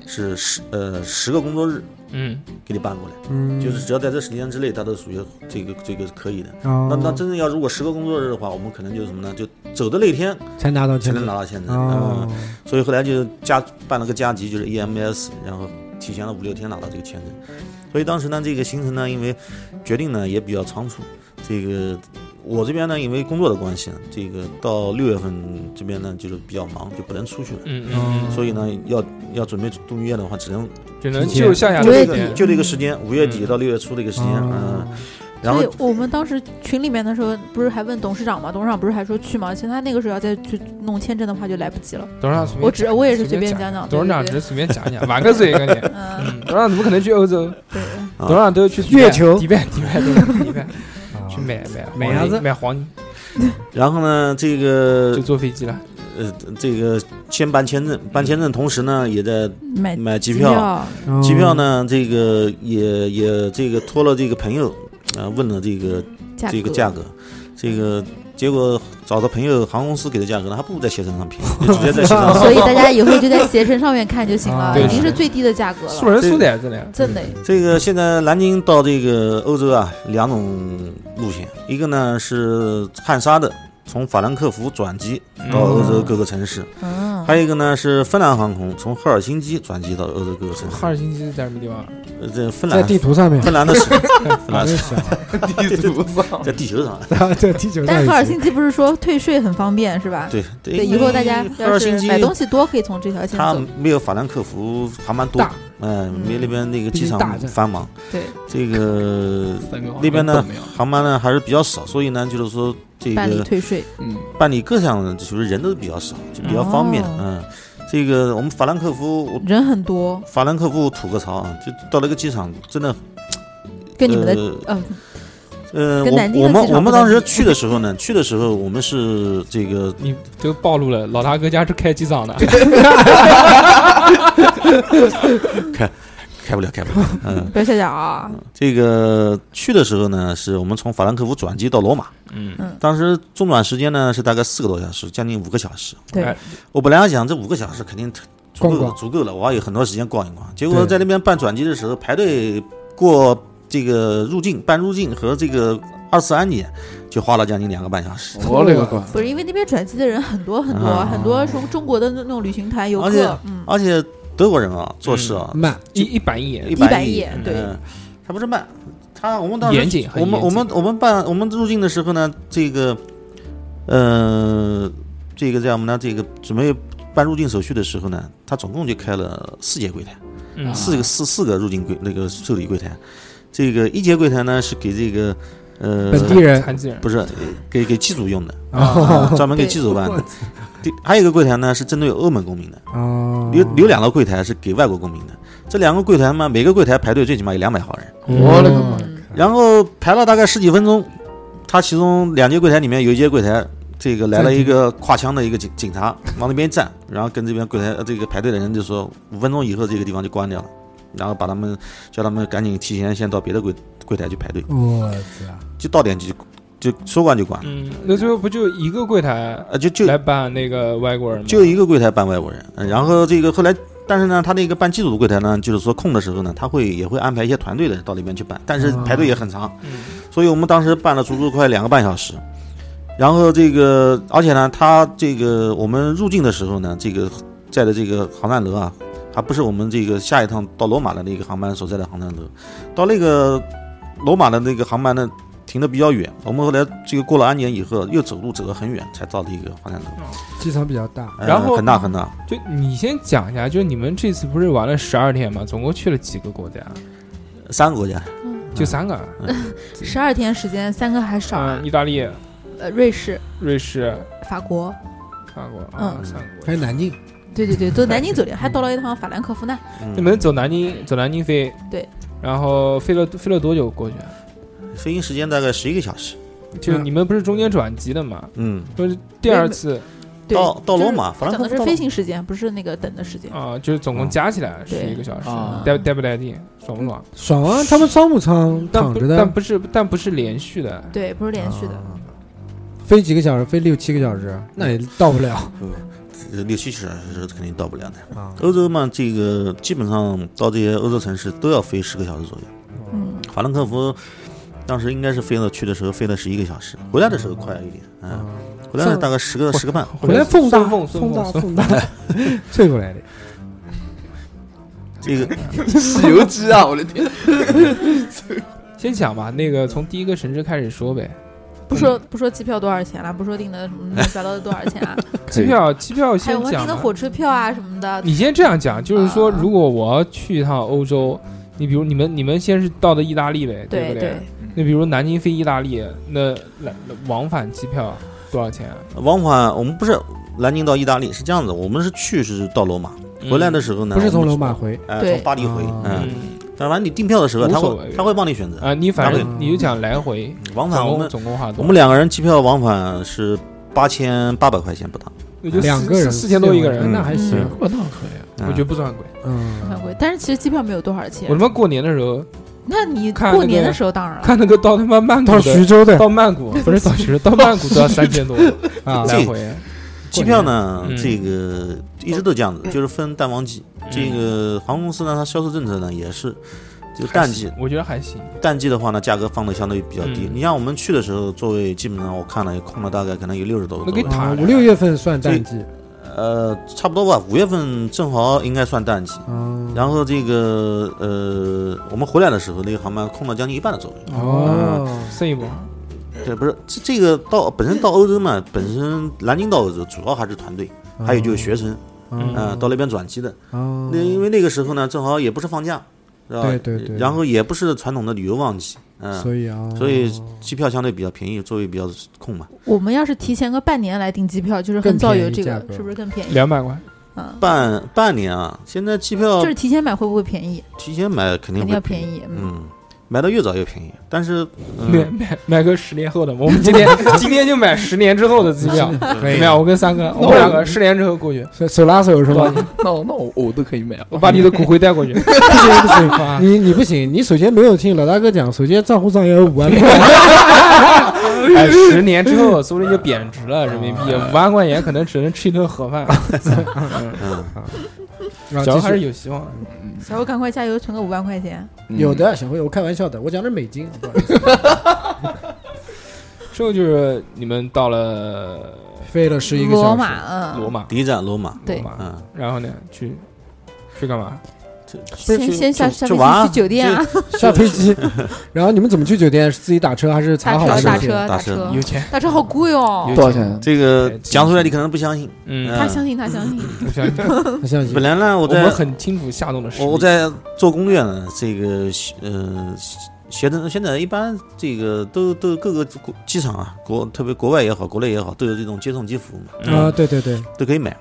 [SPEAKER 7] 是十呃十个工作日
[SPEAKER 2] 嗯，
[SPEAKER 7] 给你办过来，
[SPEAKER 4] 嗯
[SPEAKER 7] 就是只要在这时间之内，他都属于这个这个是可以的。
[SPEAKER 4] 哦
[SPEAKER 7] 那那真正要如果十个工作日的话，我们可能就是什么呢？就走的那天
[SPEAKER 4] 才拿到
[SPEAKER 7] 才
[SPEAKER 4] 签
[SPEAKER 7] 能
[SPEAKER 4] 证
[SPEAKER 7] 拿到签证。
[SPEAKER 4] 哦
[SPEAKER 7] 嗯，，所以后来就加办了个加急，就是 EMS，然后提前了五六天拿到这个签证。所以当时呢，这个行程呢，因为决定呢也比较仓促，这个我这边呢，因为工作的关系，啊这个到六月份这边呢就是比较忙，就不能出去了。
[SPEAKER 2] 嗯嗯嗯，
[SPEAKER 7] 所以呢，要要准备度蜜月的话，只能
[SPEAKER 2] 只能
[SPEAKER 4] 提前
[SPEAKER 2] 就下下
[SPEAKER 6] 五
[SPEAKER 7] 就这
[SPEAKER 6] 月
[SPEAKER 2] 这
[SPEAKER 6] 底
[SPEAKER 7] 个
[SPEAKER 2] 个，
[SPEAKER 7] 就这个时间，五月底
[SPEAKER 2] 嗯
[SPEAKER 7] 到六月初这个时间，嗯，
[SPEAKER 4] 哦
[SPEAKER 7] 然后
[SPEAKER 6] 所以我们当时群里面的时候，不是还问董事长嘛？董事长不是还说去吗？其实他那个时候要再去弄签证的话，就来不及 了。
[SPEAKER 2] 董事长随便
[SPEAKER 6] 我只我也是随便
[SPEAKER 2] 讲
[SPEAKER 6] 讲讲
[SPEAKER 2] 董事长
[SPEAKER 6] 对
[SPEAKER 2] 只
[SPEAKER 6] 对
[SPEAKER 2] 是随便讲讲， 玩个嘴跟你。
[SPEAKER 6] 嗯，
[SPEAKER 2] 嗯，董事长怎么可能去欧洲？
[SPEAKER 6] 对，
[SPEAKER 7] 啊
[SPEAKER 2] 董事长都是去迪
[SPEAKER 4] 月
[SPEAKER 2] 拜
[SPEAKER 4] 球
[SPEAKER 2] 迪拜、 迪拜、迪拜、迪拜
[SPEAKER 4] 啊
[SPEAKER 2] 去买买
[SPEAKER 4] 买
[SPEAKER 2] 黄
[SPEAKER 4] 啥
[SPEAKER 2] 金
[SPEAKER 4] 子
[SPEAKER 2] 买黄金，
[SPEAKER 7] 然后呢，这个
[SPEAKER 2] 就坐飞机了。
[SPEAKER 7] 呃，这个先办签证，办签证同时呢，也在
[SPEAKER 6] 买
[SPEAKER 7] 买机
[SPEAKER 6] 机
[SPEAKER 7] 票，
[SPEAKER 6] 票，
[SPEAKER 4] 哦
[SPEAKER 7] 机票呢，这个也也这个托了这个朋友，啊、问了这个
[SPEAKER 6] 价
[SPEAKER 7] 这个
[SPEAKER 6] 格
[SPEAKER 7] 价格，这个结果找到朋友航空公司给的价格呢，还不如在携程上便 宜，就直接在携程上
[SPEAKER 6] 所以大家以后就在携程上面看就行了，
[SPEAKER 4] 啊
[SPEAKER 6] 已经是最低的价格
[SPEAKER 2] 素
[SPEAKER 6] 了，
[SPEAKER 2] 人素的真的，
[SPEAKER 6] 真的。
[SPEAKER 7] 这个现在南京到这个欧洲啊，两种路线，一个呢是汉莎的，从法兰克福转机到欧洲各个城市；
[SPEAKER 6] 嗯，
[SPEAKER 7] 还有一个呢是芬兰航空，从赫尔辛基转机到欧洲各个城市。
[SPEAKER 2] 哈尔辛基是在什么地方？啊
[SPEAKER 7] 呃这芬
[SPEAKER 4] 在
[SPEAKER 7] 兰
[SPEAKER 4] 地图上 面，
[SPEAKER 7] 芬兰 的首，芬
[SPEAKER 4] 啊
[SPEAKER 7] 兰的
[SPEAKER 4] 这小
[SPEAKER 5] 地图上
[SPEAKER 7] 在地球上。啊
[SPEAKER 4] 在地球上
[SPEAKER 6] 但
[SPEAKER 4] 也
[SPEAKER 6] 赫尔
[SPEAKER 4] 行
[SPEAKER 6] 辛基不是说退税很方便是吧？
[SPEAKER 7] 对
[SPEAKER 6] 对，
[SPEAKER 7] 对
[SPEAKER 6] 以后大家
[SPEAKER 7] 赫
[SPEAKER 6] 要
[SPEAKER 7] 尔
[SPEAKER 6] 是
[SPEAKER 7] 辛基
[SPEAKER 6] 买东西多，可以从这条线
[SPEAKER 7] 它
[SPEAKER 6] 走。
[SPEAKER 7] 没有法兰克福还蛮多
[SPEAKER 2] 大，
[SPEAKER 7] 嗯，没
[SPEAKER 6] 嗯
[SPEAKER 7] 那边那个
[SPEAKER 4] 毕
[SPEAKER 7] 机
[SPEAKER 4] 竟
[SPEAKER 7] 场
[SPEAKER 4] 大着
[SPEAKER 7] 繁忙，
[SPEAKER 6] 对，
[SPEAKER 7] 这个
[SPEAKER 5] 三个
[SPEAKER 7] 那边呢
[SPEAKER 5] 没有，
[SPEAKER 7] 航班呢还是比较少，所以呢就是说这
[SPEAKER 6] 办理
[SPEAKER 7] 个
[SPEAKER 6] 退税，
[SPEAKER 5] 嗯，
[SPEAKER 7] 办理各项的就是人都比较少，就比较方便，
[SPEAKER 6] 哦
[SPEAKER 7] 嗯，这个我们法兰克福，我
[SPEAKER 6] 人很多，
[SPEAKER 7] 法兰克福吐个槽啊，就到了一个机场真的，
[SPEAKER 6] 跟你们的
[SPEAKER 7] 呃
[SPEAKER 6] 嗯
[SPEAKER 7] 呃，
[SPEAKER 6] 跟
[SPEAKER 7] 我
[SPEAKER 6] 南京的
[SPEAKER 7] 我们
[SPEAKER 6] 机场
[SPEAKER 7] 我们
[SPEAKER 6] 不能
[SPEAKER 7] 当时
[SPEAKER 6] 比
[SPEAKER 7] 去的时候呢， 去的时候我们是这个
[SPEAKER 2] 你都暴露了，老大哥家是开机场的，
[SPEAKER 7] 开不了开不了， 嗯。
[SPEAKER 6] 不要下讲啊，
[SPEAKER 7] 这个去的时候呢，是我们从法兰克福转机到罗马，
[SPEAKER 2] 嗯，
[SPEAKER 7] 当时中转时间呢是大概四个多小时，将近五个小时。
[SPEAKER 6] 对
[SPEAKER 2] 哎
[SPEAKER 7] 我本来想这五个小时肯定足够
[SPEAKER 4] 逛
[SPEAKER 7] 了，
[SPEAKER 4] 逛
[SPEAKER 7] 足够了，我还有很多时间逛一逛。结果在那边办转机的时候排队过这个入境、办入境和这个二次安检，就花了将近两个半小时。
[SPEAKER 5] 我勒个乖，
[SPEAKER 6] 不是因为那边转机的人很多很多
[SPEAKER 7] 啊
[SPEAKER 6] 很多，从中国的那种旅行团游
[SPEAKER 7] 而且
[SPEAKER 6] 客，嗯，
[SPEAKER 7] 而且德国人啊，做事啊，
[SPEAKER 4] 慢，
[SPEAKER 2] 一一板一眼，
[SPEAKER 7] 一
[SPEAKER 6] 一板
[SPEAKER 7] 板
[SPEAKER 6] 一
[SPEAKER 7] 一
[SPEAKER 6] 眼对
[SPEAKER 7] 嗯他不是慢，他我们当时
[SPEAKER 2] 严谨很
[SPEAKER 7] 我们
[SPEAKER 2] 严谨
[SPEAKER 7] 我们我们办我们入境的时候呢，这个呃，这个叫什么呢？这个准备办入境手续的时候呢，他总共就开了四节柜台，
[SPEAKER 2] 嗯，
[SPEAKER 7] 四个四四个入境柜那个受理柜台，这个一节柜台呢是给这个呃
[SPEAKER 4] 本地人
[SPEAKER 2] 残疾人
[SPEAKER 7] 不是给给机组用的，
[SPEAKER 4] 啊
[SPEAKER 7] 专门给
[SPEAKER 6] 对
[SPEAKER 7] 机组办的。第还有一个柜台呢是针对欧盟公民的。
[SPEAKER 4] 啊，
[SPEAKER 7] 有有两个柜台是给外国公民的，这两个柜台嘛，每个柜台排队最起码有两百号人，
[SPEAKER 5] 我勒个乖，
[SPEAKER 6] 嗯
[SPEAKER 7] 然后排了大概十几分钟，他其中两节柜台里面有一节柜台，这个来了一个挎枪的一个警警察，往那边一站，然后跟这边柜台呃这个排队的人就说，五分钟以后这个地方就关掉了，然后把他们叫他们赶紧提前先到别的柜柜台去排队，
[SPEAKER 6] 嗯
[SPEAKER 4] 我操，
[SPEAKER 7] 就到点就就说关就关，
[SPEAKER 2] 嗯，那最后不就一个柜台
[SPEAKER 7] 呃就就
[SPEAKER 2] 来办那个外国人吗？
[SPEAKER 7] 就一个柜台办外国人，然后这个后来。但是呢，他那个办机组的柜台呢，就是说空的时候呢，他会也会安排一些团队的到里面去办，但是
[SPEAKER 4] 哦
[SPEAKER 7] 排队也很长，
[SPEAKER 2] 嗯
[SPEAKER 7] 所以我们当时办了足足快两个半小时。然后这个，而且呢，他这个我们入境的时候呢，这个在的这个航站楼啊，还不是我们这个下一趟到罗马的那个航班所在的航站楼，到那个罗马的那个航班呢，停的比较远。我们后来这个过了安检以后，又走路走得很远，才到了一个航站楼，
[SPEAKER 4] 机场比较大，
[SPEAKER 7] 呃
[SPEAKER 2] 然后
[SPEAKER 7] 很大很大。
[SPEAKER 2] 就你先讲一下，就是你们这次不是玩了十二天嘛，总共去了几个国家？
[SPEAKER 7] 嗯三个国家，
[SPEAKER 2] 就三个，
[SPEAKER 6] 十二天时间，三个还少啊
[SPEAKER 2] 嗯，，意大利、
[SPEAKER 6] 呃，瑞士、
[SPEAKER 2] 瑞士、
[SPEAKER 6] 法国，
[SPEAKER 2] 法国，
[SPEAKER 7] 嗯
[SPEAKER 2] 啊，三个
[SPEAKER 4] 还
[SPEAKER 2] 国家。
[SPEAKER 4] 有南京，
[SPEAKER 6] 对对 对，都南京走的，还到了一趟法兰克福呢。
[SPEAKER 7] 嗯
[SPEAKER 2] 你们走南京，走南京飞，
[SPEAKER 6] 对，
[SPEAKER 2] 然后飞了飞了多久过去啊？
[SPEAKER 7] 嗯飞行时间大概十一个小时。
[SPEAKER 2] 就
[SPEAKER 4] 嗯
[SPEAKER 2] 你们不是中间转机的嘛？
[SPEAKER 7] 嗯，
[SPEAKER 2] 就是第二次
[SPEAKER 6] 对
[SPEAKER 7] 到到
[SPEAKER 6] 就是
[SPEAKER 7] 罗马法兰
[SPEAKER 6] 讲
[SPEAKER 7] 克
[SPEAKER 6] 的
[SPEAKER 7] 福
[SPEAKER 6] 是
[SPEAKER 7] 到
[SPEAKER 6] 飞行时间，不是那个等的时间。
[SPEAKER 2] 啊，就是
[SPEAKER 7] 嗯
[SPEAKER 2] 总共加起来十
[SPEAKER 6] 对
[SPEAKER 2] 一个小时
[SPEAKER 5] 啊，
[SPEAKER 2] 带带不带劲，爽不爽？
[SPEAKER 4] 爽啊！他们商务舱
[SPEAKER 2] 但
[SPEAKER 4] 躺
[SPEAKER 2] 不
[SPEAKER 4] 着
[SPEAKER 2] 但
[SPEAKER 4] 的，
[SPEAKER 2] 不是但不是连续的，
[SPEAKER 6] 对，不是连续的。
[SPEAKER 2] 哦
[SPEAKER 4] 啊飞几个小时，飞六七个小时，那也到不了
[SPEAKER 7] 呃六七个小时是肯定到不了的。
[SPEAKER 4] 啊。
[SPEAKER 7] 欧洲嘛，这个基本上到这些欧洲城市都要飞十个小时左右。
[SPEAKER 6] 嗯，
[SPEAKER 7] 法兰克福当时应该是飞了，去的时候飞了十一个小时，回来的时候快一点，嗯，回来大概十个十个半。
[SPEAKER 4] 啊回来风大，
[SPEAKER 2] 风
[SPEAKER 4] 风大，
[SPEAKER 2] 风
[SPEAKER 4] 风大，吹过来的。
[SPEAKER 7] 这个
[SPEAKER 5] 洗油机啊！我的天，
[SPEAKER 2] 先讲吧，那个从第一个城市开始说呗。
[SPEAKER 6] 不说不说机票多少钱了，不说订的什么乱七八糟的多少 钱啊，
[SPEAKER 2] 机票，机票
[SPEAKER 6] 还有
[SPEAKER 2] 先
[SPEAKER 6] 哎我们订
[SPEAKER 2] 讲
[SPEAKER 6] 的
[SPEAKER 2] 吧。
[SPEAKER 6] 火车票啊什么的。
[SPEAKER 2] 你先这样讲，就是说，
[SPEAKER 6] 啊
[SPEAKER 2] 如果我要去一趟欧洲，你比如你们你们先是到的意大利呗，
[SPEAKER 6] 对
[SPEAKER 2] 不对？啊那比如南京飞意大利，那来往返机票多少钱啊？
[SPEAKER 7] 往返我们不是南京到意大利是这样子，我们是去是到罗马，回来的时候呢，
[SPEAKER 4] 不是从
[SPEAKER 7] 我们
[SPEAKER 4] 罗马，回，
[SPEAKER 7] 呃，
[SPEAKER 6] 对
[SPEAKER 7] 从巴黎回，
[SPEAKER 4] 啊
[SPEAKER 7] 嗯，
[SPEAKER 2] 嗯
[SPEAKER 7] 但反正你订票的时候，
[SPEAKER 2] 无
[SPEAKER 7] 他
[SPEAKER 2] 所谓
[SPEAKER 7] 会他会帮你选择。
[SPEAKER 4] 哎
[SPEAKER 2] 啊，你反
[SPEAKER 7] 那
[SPEAKER 2] 正
[SPEAKER 4] 不
[SPEAKER 2] 你就讲来回，
[SPEAKER 7] 往
[SPEAKER 2] 总
[SPEAKER 7] 返我
[SPEAKER 2] 共
[SPEAKER 7] 们
[SPEAKER 2] 总共花多少？
[SPEAKER 7] 我们两个人机票往返是八千八百块钱不到，
[SPEAKER 2] 也就四
[SPEAKER 4] 两个人
[SPEAKER 2] 四四千多一个人，
[SPEAKER 7] 嗯
[SPEAKER 4] 那还行。
[SPEAKER 5] 我倒可以啊。
[SPEAKER 7] 嗯
[SPEAKER 2] 我觉得不算贵。
[SPEAKER 4] 嗯
[SPEAKER 6] 很，贵，但是其实机票没有多少钱
[SPEAKER 2] 我他。妈过年的时候
[SPEAKER 6] 那你
[SPEAKER 2] 看那
[SPEAKER 6] 过年
[SPEAKER 2] 个
[SPEAKER 6] 的时候当然了
[SPEAKER 2] 看那个到他妈曼谷
[SPEAKER 4] 到
[SPEAKER 2] 的
[SPEAKER 4] 徐州 的
[SPEAKER 2] 到曼谷不是到徐州，到曼谷都要三 千多
[SPEAKER 4] 啊，
[SPEAKER 2] 来回。
[SPEAKER 7] 机票呢
[SPEAKER 2] 嗯，
[SPEAKER 7] 这个一直都这样子，就是分淡旺季。这个航空公司呢，它销售政策呢也是，就
[SPEAKER 2] 还
[SPEAKER 7] 淡
[SPEAKER 2] 行
[SPEAKER 7] 季，
[SPEAKER 2] 我觉得还行。
[SPEAKER 7] 淡季的话呢，价格放的相对比较低。
[SPEAKER 2] 嗯
[SPEAKER 7] 你像我们去的时候，座位基本上我看了也空了大概可能有六十多个
[SPEAKER 2] 那给
[SPEAKER 7] 座
[SPEAKER 2] 你
[SPEAKER 7] 位，
[SPEAKER 4] 啊五六月份算淡季，
[SPEAKER 7] 呃，差不多吧。五月份正好应该算淡季。
[SPEAKER 4] 嗯，
[SPEAKER 7] 然后这个呃，我们回来的时候，那个航班空了将近一半的座位。
[SPEAKER 4] 哦，
[SPEAKER 2] 剩一波，嗯
[SPEAKER 7] 对，不是这这个到本身到欧洲嘛，本身南京到欧洲主要还是团队，啊还有就是学生，
[SPEAKER 4] 嗯，
[SPEAKER 7] 嗯，到那边转机的。
[SPEAKER 4] 哦，
[SPEAKER 7] 那因为那个时候呢，正好也不是放假，是吧？
[SPEAKER 4] 对对对
[SPEAKER 7] 然后也不是传统的旅游旺季，嗯，
[SPEAKER 4] 所以啊，
[SPEAKER 7] 所以机票相对比较便宜，座位比较空嘛。
[SPEAKER 6] 我们要是提前个半年来订机票，就是
[SPEAKER 4] 更
[SPEAKER 6] 很早
[SPEAKER 4] 便
[SPEAKER 6] 有
[SPEAKER 4] 宜
[SPEAKER 6] 这
[SPEAKER 4] 价
[SPEAKER 6] 个
[SPEAKER 4] 格，
[SPEAKER 6] 是不是更便宜？
[SPEAKER 2] 两百块。
[SPEAKER 6] 嗯，
[SPEAKER 7] 半半年啊，现在机票
[SPEAKER 6] 就是提前买会不会便宜？
[SPEAKER 7] 提前买肯定
[SPEAKER 6] 肯定
[SPEAKER 7] 会
[SPEAKER 6] 要便，宜。嗯，
[SPEAKER 7] 嗯，买的越早越便宜。但是，
[SPEAKER 2] 买
[SPEAKER 7] 嗯，
[SPEAKER 2] 买买个十年后的，我们 今天今天就买十年之后的机票，
[SPEAKER 4] 可
[SPEAKER 2] 怎
[SPEAKER 4] 以
[SPEAKER 2] 么样？我跟三哥，我们两个十年之后过去，
[SPEAKER 4] 手手拉手是吧？
[SPEAKER 5] 那我那我我都可以买啊。
[SPEAKER 2] 我把你的骨灰带 过去。
[SPEAKER 4] 不行不行，
[SPEAKER 2] 啊
[SPEAKER 4] 你你不行，你首先没有听老大哥讲，首先账户上要有五万块，啊
[SPEAKER 2] 哎，十年之后，说不定就贬值了人民币，五万块钱可能只能吃一顿盒饭。
[SPEAKER 7] 嗯，
[SPEAKER 4] 然后
[SPEAKER 2] 啊主要还
[SPEAKER 4] 继
[SPEAKER 2] 是
[SPEAKER 4] 续
[SPEAKER 2] 有希望的。
[SPEAKER 6] 小欧赶快加油，存个五万块钱。
[SPEAKER 5] 嗯
[SPEAKER 4] 有的小朋友，我开玩笑的，我讲的美金，不好意 思
[SPEAKER 2] 之后就是你们到了
[SPEAKER 4] 飞了十一个
[SPEAKER 6] 罗
[SPEAKER 4] 小 时，
[SPEAKER 6] 马，嗯，
[SPEAKER 2] 罗马，
[SPEAKER 7] 第一站罗马，
[SPEAKER 6] 对
[SPEAKER 2] 罗马，
[SPEAKER 7] 嗯，
[SPEAKER 2] 然后呢，去去干嘛？
[SPEAKER 7] 不是
[SPEAKER 6] 先
[SPEAKER 7] 去
[SPEAKER 6] 先下
[SPEAKER 7] 去
[SPEAKER 6] 下
[SPEAKER 7] 去
[SPEAKER 6] 飞
[SPEAKER 7] 玩
[SPEAKER 6] 机
[SPEAKER 7] 啊
[SPEAKER 6] 去酒店啊，
[SPEAKER 4] 下 飞机，然后你们怎么去酒店？是自己打车还是查
[SPEAKER 6] 打
[SPEAKER 4] 好
[SPEAKER 6] 车
[SPEAKER 4] 时
[SPEAKER 6] 打
[SPEAKER 4] 间？
[SPEAKER 6] 车
[SPEAKER 7] 打车
[SPEAKER 6] 车
[SPEAKER 2] 有钱，
[SPEAKER 6] 打车好贵哦
[SPEAKER 2] 有。
[SPEAKER 5] 多少钱？
[SPEAKER 7] 这个讲出来你可能不相信。
[SPEAKER 2] 嗯，
[SPEAKER 6] 他相信他相信，
[SPEAKER 2] 我相信
[SPEAKER 4] 我相信
[SPEAKER 7] 本来呢，我
[SPEAKER 2] 我
[SPEAKER 7] 在
[SPEAKER 2] 们很清楚夏冬的实力。
[SPEAKER 7] 我我在做攻略呢，这个呃，携程现在一般这个都都各个国机场啊，国特别国外也好，国内也好，都有这种接送机服务嘛，
[SPEAKER 4] 啊，
[SPEAKER 2] 嗯
[SPEAKER 4] 对对对，
[SPEAKER 7] 都可以买，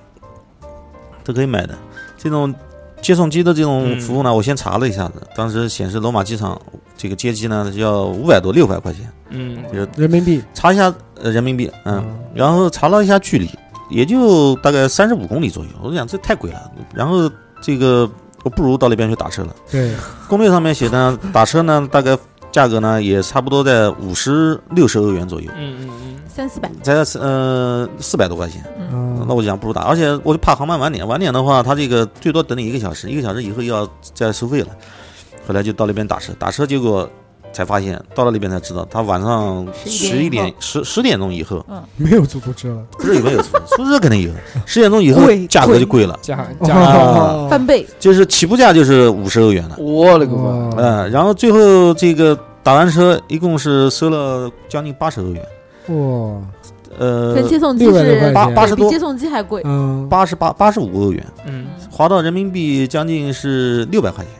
[SPEAKER 7] 都可以买的。这种接送机的这种服务呢，我先查了一下子，当时显示罗马机场这个接机呢要五百多六百块钱，
[SPEAKER 2] 嗯，
[SPEAKER 4] 人民币，
[SPEAKER 7] 查一下呃人民币，嗯，然后查了一下距离，也就大概三十五公里左右。我想这太贵了，然后这个我不如到那边去打车了。
[SPEAKER 4] 对，
[SPEAKER 7] 攻略上面写的打车呢，大概价格呢也差不多在五十六十欧元左右，
[SPEAKER 2] 嗯嗯
[SPEAKER 6] 三四百，
[SPEAKER 7] 才呃四百多块钱。
[SPEAKER 3] 嗯
[SPEAKER 7] 那我就想不如打，而且我就怕航班晚点，晚点的话，他这个最多等你一个小时，一个小时以后又要再收费了。后来就到那边打车，打车结果才发现，到了那边才知道，他晚上十一
[SPEAKER 6] 11点以
[SPEAKER 7] 点
[SPEAKER 6] 后
[SPEAKER 7] 十十点钟以后，
[SPEAKER 3] 没有出租车了，
[SPEAKER 7] 不是有没有出租车，出租车肯定有，十点钟以后
[SPEAKER 3] 贵
[SPEAKER 7] 价格就贵了，
[SPEAKER 2] 加
[SPEAKER 7] 啊
[SPEAKER 3] 哦
[SPEAKER 2] 加
[SPEAKER 6] 翻倍，
[SPEAKER 7] 就是起步价就是五十欧元了。
[SPEAKER 5] 我勒个妈！
[SPEAKER 3] 哇
[SPEAKER 7] 嗯，然后最后这个打完车，一共是收了将近八十欧元，
[SPEAKER 3] 哇，
[SPEAKER 7] 呃，
[SPEAKER 6] 跟接送机
[SPEAKER 3] 六百多块钱，
[SPEAKER 6] 是
[SPEAKER 7] 八八十
[SPEAKER 6] 比
[SPEAKER 7] 多
[SPEAKER 6] 接，送机还
[SPEAKER 4] 哦
[SPEAKER 6] 贵。
[SPEAKER 3] 嗯，
[SPEAKER 7] 八十八八十五欧元，
[SPEAKER 2] 嗯，
[SPEAKER 7] 划到人民币将近是六百块钱，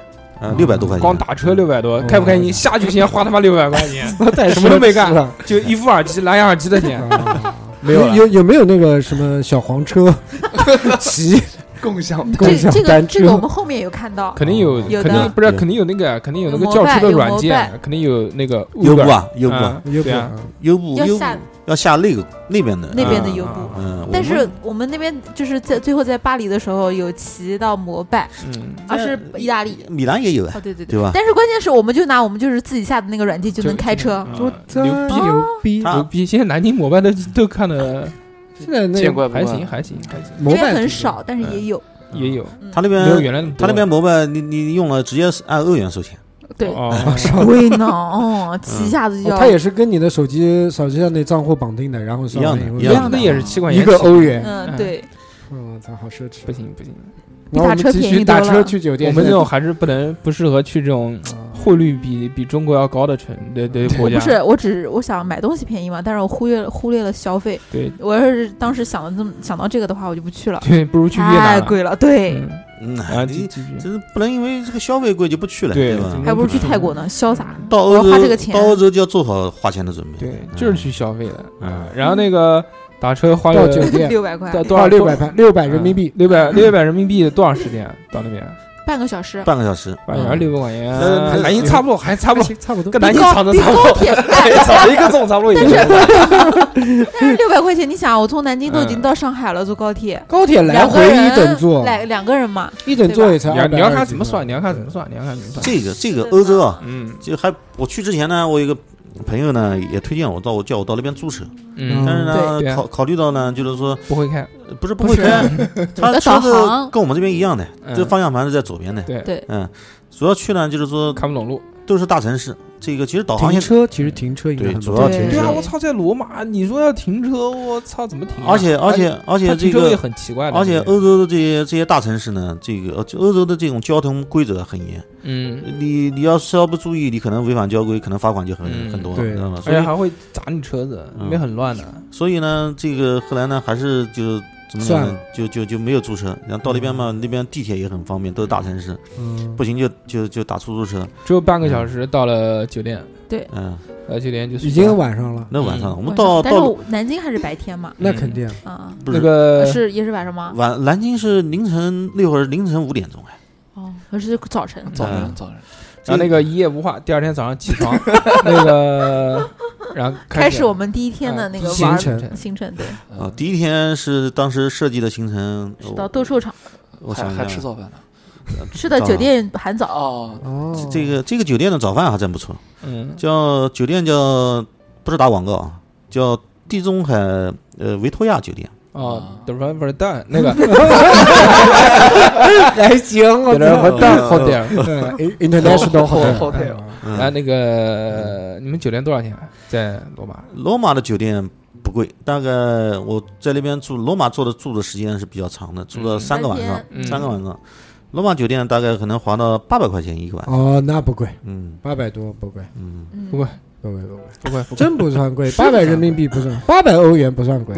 [SPEAKER 6] 嗯
[SPEAKER 7] 呃，六百多块钱，
[SPEAKER 2] 光打车六百多，开不开心？下去前花他妈六百块钱，
[SPEAKER 3] 太
[SPEAKER 2] 什么都没
[SPEAKER 3] 奢侈
[SPEAKER 2] 干
[SPEAKER 3] 了
[SPEAKER 2] 就一副耳机、蓝牙耳机的钱，
[SPEAKER 3] 啊
[SPEAKER 2] 没有了
[SPEAKER 3] 有有没有那个什么小黄车 骑
[SPEAKER 5] 共享
[SPEAKER 3] 共
[SPEAKER 6] 这
[SPEAKER 3] 享
[SPEAKER 6] 这个
[SPEAKER 3] 单
[SPEAKER 6] 这个我
[SPEAKER 3] 车？
[SPEAKER 6] 们后面有看到，
[SPEAKER 2] 肯定有，
[SPEAKER 6] 有的
[SPEAKER 2] 肯定不是，
[SPEAKER 7] 有
[SPEAKER 2] 肯定有那个，肯定有那个
[SPEAKER 6] 有
[SPEAKER 2] 叫
[SPEAKER 6] 摩拜
[SPEAKER 2] 车的
[SPEAKER 6] 有
[SPEAKER 2] 软
[SPEAKER 6] 摩
[SPEAKER 2] 件
[SPEAKER 6] 拜，
[SPEAKER 2] 肯定有那个
[SPEAKER 7] 优步
[SPEAKER 2] Uber
[SPEAKER 7] 啊，优步啊，
[SPEAKER 2] 啊，对啊，
[SPEAKER 7] 优步
[SPEAKER 6] 要
[SPEAKER 7] 优步
[SPEAKER 6] 下
[SPEAKER 7] 要下那个那边的
[SPEAKER 6] 那边的
[SPEAKER 7] 嗯
[SPEAKER 6] 优步
[SPEAKER 2] 啊
[SPEAKER 7] 嗯，
[SPEAKER 6] 但
[SPEAKER 7] 我
[SPEAKER 6] 是
[SPEAKER 7] 们
[SPEAKER 6] 我们那边就是在最后在巴黎的时候有骑到摩拜，
[SPEAKER 2] 嗯，
[SPEAKER 6] 而是意大利。
[SPEAKER 7] 米兰也有啊
[SPEAKER 6] 哦，，对对对。
[SPEAKER 7] 对吧？
[SPEAKER 6] 但是关键是，我们就拿我们就是自己下的那个软件就能开车，
[SPEAKER 2] 就
[SPEAKER 3] 真
[SPEAKER 2] 牛逼
[SPEAKER 3] 牛逼！
[SPEAKER 7] 他
[SPEAKER 2] 牛逼！现在南京摩拜都都看的
[SPEAKER 3] 现在那
[SPEAKER 5] 见
[SPEAKER 3] 个
[SPEAKER 5] 怪不怪？
[SPEAKER 2] 还行，还行还行，
[SPEAKER 3] 摩
[SPEAKER 6] 虽然
[SPEAKER 3] 拜挺
[SPEAKER 6] 很
[SPEAKER 3] 多
[SPEAKER 6] 少，但是也有。
[SPEAKER 2] 也有，
[SPEAKER 6] 嗯
[SPEAKER 7] 他那
[SPEAKER 2] 没有
[SPEAKER 7] 边
[SPEAKER 2] 原来那么
[SPEAKER 7] 他
[SPEAKER 2] 多
[SPEAKER 7] 那边摩拜，你你用了直接是按欧元收钱，
[SPEAKER 6] 对，
[SPEAKER 2] 哦，
[SPEAKER 6] 贵呢，哦，骑一下子就
[SPEAKER 3] 哦
[SPEAKER 6] 要。
[SPEAKER 3] 它也是跟你的手机手机上那账户绑定的，然后上
[SPEAKER 7] 一样
[SPEAKER 3] 面
[SPEAKER 7] 的
[SPEAKER 3] 会
[SPEAKER 7] 一
[SPEAKER 2] 一
[SPEAKER 7] 样
[SPEAKER 2] 样
[SPEAKER 7] 的
[SPEAKER 2] 的也是七块钱
[SPEAKER 3] 一个欧元。
[SPEAKER 6] 嗯，对，
[SPEAKER 3] 嗯，操，好奢侈
[SPEAKER 2] 不。行不行，
[SPEAKER 6] 比
[SPEAKER 3] 然后我
[SPEAKER 6] 打
[SPEAKER 3] 们
[SPEAKER 6] 车
[SPEAKER 3] 继
[SPEAKER 6] 便
[SPEAKER 3] 续
[SPEAKER 6] 宜
[SPEAKER 3] 打
[SPEAKER 6] 多
[SPEAKER 3] 车
[SPEAKER 6] 了。
[SPEAKER 3] 去酒店。
[SPEAKER 2] 我们
[SPEAKER 3] 现
[SPEAKER 2] 这
[SPEAKER 3] 在
[SPEAKER 2] 种还是不能不适合去这种汇率比比中国要高的城的的国家，
[SPEAKER 6] 不是，我只是我想买东西便宜嘛，但是我忽略了忽略了消费。
[SPEAKER 2] 对
[SPEAKER 6] 我要是当时想的这么想到这个的话，我就不去了，
[SPEAKER 2] 对，不如去越南
[SPEAKER 7] 哎
[SPEAKER 6] 太
[SPEAKER 2] 了
[SPEAKER 6] 贵了。对，
[SPEAKER 2] 嗯
[SPEAKER 7] 嗯，
[SPEAKER 2] 啊，
[SPEAKER 7] 你
[SPEAKER 2] 继继续
[SPEAKER 7] 真是不能因为这个消费贵就不去了，
[SPEAKER 2] 对
[SPEAKER 7] 吧？
[SPEAKER 6] 还不如去泰国呢，潇洒。
[SPEAKER 7] 到欧
[SPEAKER 6] 我
[SPEAKER 7] 洲
[SPEAKER 6] 要花这个钱
[SPEAKER 7] 到欧洲就要做好花钱的准备，
[SPEAKER 2] 对，
[SPEAKER 7] 嗯
[SPEAKER 2] 就是去消费的。
[SPEAKER 7] 嗯
[SPEAKER 2] 然后那个打车花
[SPEAKER 3] 到
[SPEAKER 2] 了
[SPEAKER 3] 酒店
[SPEAKER 6] 六百块，
[SPEAKER 2] 到多
[SPEAKER 3] 花啊
[SPEAKER 2] 少
[SPEAKER 3] 六百块，六百人民币，
[SPEAKER 2] 六百六百人民币多长时间啊到那边？
[SPEAKER 6] 半个小时，
[SPEAKER 7] 半个小时，
[SPEAKER 2] 反正六百块钱
[SPEAKER 7] 那，那
[SPEAKER 2] 南京呃哎差不多，还差不多，
[SPEAKER 3] 差不多。
[SPEAKER 2] 跟南京
[SPEAKER 6] 高
[SPEAKER 2] 长的
[SPEAKER 6] 比
[SPEAKER 2] 差不
[SPEAKER 6] 高
[SPEAKER 2] 多，
[SPEAKER 6] 铁
[SPEAKER 2] 少一个钟差不多也
[SPEAKER 6] 但
[SPEAKER 2] 就。
[SPEAKER 6] 是但是六百块钱，你想，我从南京都已经到上海了，坐高铁，
[SPEAKER 3] 高铁来
[SPEAKER 6] 两个
[SPEAKER 3] 回一等
[SPEAKER 6] 人
[SPEAKER 3] 座，
[SPEAKER 6] 来两个人嘛，
[SPEAKER 3] 一等座也才
[SPEAKER 2] 你要
[SPEAKER 3] 220
[SPEAKER 2] 你要看怎么算，你要看怎么算，你要看怎么算。
[SPEAKER 7] 这个这个欧洲啊，
[SPEAKER 2] 嗯
[SPEAKER 7] 就还我去之前呢，我有一个朋友呢也推荐我到我叫我到那边租车，但
[SPEAKER 2] 嗯，
[SPEAKER 7] 是呢
[SPEAKER 2] 对对啊
[SPEAKER 7] 考考虑到呢，就是说
[SPEAKER 2] 不会看，
[SPEAKER 7] 呃不是不会开，他
[SPEAKER 6] 要
[SPEAKER 7] 车
[SPEAKER 6] 导
[SPEAKER 7] 子
[SPEAKER 6] 航
[SPEAKER 7] 跟我们这边一样的，
[SPEAKER 2] 嗯
[SPEAKER 7] 这方向盘是在左边的，
[SPEAKER 2] 对
[SPEAKER 6] 对
[SPEAKER 7] 嗯，主要去呢就是说
[SPEAKER 2] 看不懂路。
[SPEAKER 7] 都是大城市，这个其实导航
[SPEAKER 3] 停
[SPEAKER 7] 现在
[SPEAKER 3] 车，其实停车应该
[SPEAKER 7] 对
[SPEAKER 3] 很
[SPEAKER 7] 主
[SPEAKER 3] 多
[SPEAKER 7] 要
[SPEAKER 6] 对
[SPEAKER 7] 停
[SPEAKER 2] 对
[SPEAKER 7] 车
[SPEAKER 2] 啊，，我操，在罗马，你说要停车，我操，怎么停啊？
[SPEAKER 7] 嗯而且而且而
[SPEAKER 2] 它
[SPEAKER 7] 且这
[SPEAKER 2] 停车位
[SPEAKER 7] 个。
[SPEAKER 2] 很奇怪的，
[SPEAKER 7] 而且
[SPEAKER 2] 对不对
[SPEAKER 7] 欧洲的这些这些大城市呢，这个呃就欧洲的这种交通规则很严，
[SPEAKER 2] 嗯，
[SPEAKER 3] 呃
[SPEAKER 7] 你你要是要不注意，你可能违反交规，可能罚款就很、
[SPEAKER 2] 嗯
[SPEAKER 7] 很多，
[SPEAKER 3] 对
[SPEAKER 7] 你知道吗？
[SPEAKER 2] 而
[SPEAKER 7] 所
[SPEAKER 2] 且
[SPEAKER 7] 以
[SPEAKER 2] 还会砸你车子，
[SPEAKER 7] 嗯
[SPEAKER 2] 那很乱的。
[SPEAKER 7] 所以呢，这个后来呢，还是就怎么讲
[SPEAKER 3] 算
[SPEAKER 7] 呢
[SPEAKER 3] 了？
[SPEAKER 7] 就就就没有租车，然后到那边嘛，那边地铁也很方便，都是大城市，
[SPEAKER 3] 嗯
[SPEAKER 7] 不行就就就打出租车，
[SPEAKER 2] 只有半个小时到了酒店，
[SPEAKER 7] 嗯，
[SPEAKER 2] 到酒店就
[SPEAKER 3] 已
[SPEAKER 2] 睡觉
[SPEAKER 3] 经晚上了，
[SPEAKER 7] 那晚上、
[SPEAKER 2] 嗯
[SPEAKER 7] 我们到
[SPEAKER 6] 但是
[SPEAKER 7] 到
[SPEAKER 6] 我南京还是白天嘛，
[SPEAKER 3] 那肯定
[SPEAKER 6] 啊，
[SPEAKER 7] 不
[SPEAKER 2] 那
[SPEAKER 7] 是
[SPEAKER 2] 个
[SPEAKER 6] 是也是晚上吗？
[SPEAKER 7] 晚南京是凌晨那会儿凌晨五点钟哎，
[SPEAKER 6] 哦，可是早晨，
[SPEAKER 5] 早
[SPEAKER 7] 嗯
[SPEAKER 5] 上早上，
[SPEAKER 2] 然后啊那个一夜无话，第二天早上起 床，那个，然后哎
[SPEAKER 6] 开始我
[SPEAKER 2] 们
[SPEAKER 6] 们第一天的那个
[SPEAKER 2] 呃
[SPEAKER 3] 行
[SPEAKER 6] 玩
[SPEAKER 3] 程
[SPEAKER 6] 儿行程，对，
[SPEAKER 7] 啊、第一天是当时设计的行程，
[SPEAKER 6] 是到
[SPEAKER 7] 我
[SPEAKER 6] 斗兽场，
[SPEAKER 7] 我
[SPEAKER 5] 还
[SPEAKER 7] 想一
[SPEAKER 5] 还吃
[SPEAKER 7] 下，
[SPEAKER 5] 早饭呢？
[SPEAKER 6] 吃的
[SPEAKER 7] 早
[SPEAKER 6] 酒店含早，
[SPEAKER 5] 哦，
[SPEAKER 3] 哦。
[SPEAKER 7] 这个这个酒店的早饭还真不错，
[SPEAKER 2] 嗯
[SPEAKER 7] 叫酒店叫不是打广告啊，叫地中海呃维多亚酒店。
[SPEAKER 2] 哦，the
[SPEAKER 3] 啊
[SPEAKER 2] r i v e r down 那个
[SPEAKER 3] 还行，我觉
[SPEAKER 2] the
[SPEAKER 3] 得
[SPEAKER 2] river down 好点儿，
[SPEAKER 3] 嗯 international 好点
[SPEAKER 5] 后台
[SPEAKER 7] 嗯
[SPEAKER 2] 然后那个你们酒店多少钱啊？在罗马
[SPEAKER 7] 罗马的酒店不贵，大概我在那边住，罗马做的住的时间是比较长的，住了三个晚上，
[SPEAKER 2] 嗯
[SPEAKER 7] 三个晚上。罗马酒店大概可能花到八百块钱一个晚，
[SPEAKER 3] 哦，那不贵，
[SPEAKER 7] 嗯
[SPEAKER 3] 八百多不贵，
[SPEAKER 7] 嗯，
[SPEAKER 6] 嗯
[SPEAKER 2] 不过
[SPEAKER 3] 不贵不贵，
[SPEAKER 2] 不贵不贵，
[SPEAKER 3] 真不算贵，八百人民币不算，八百欧元不 算贵，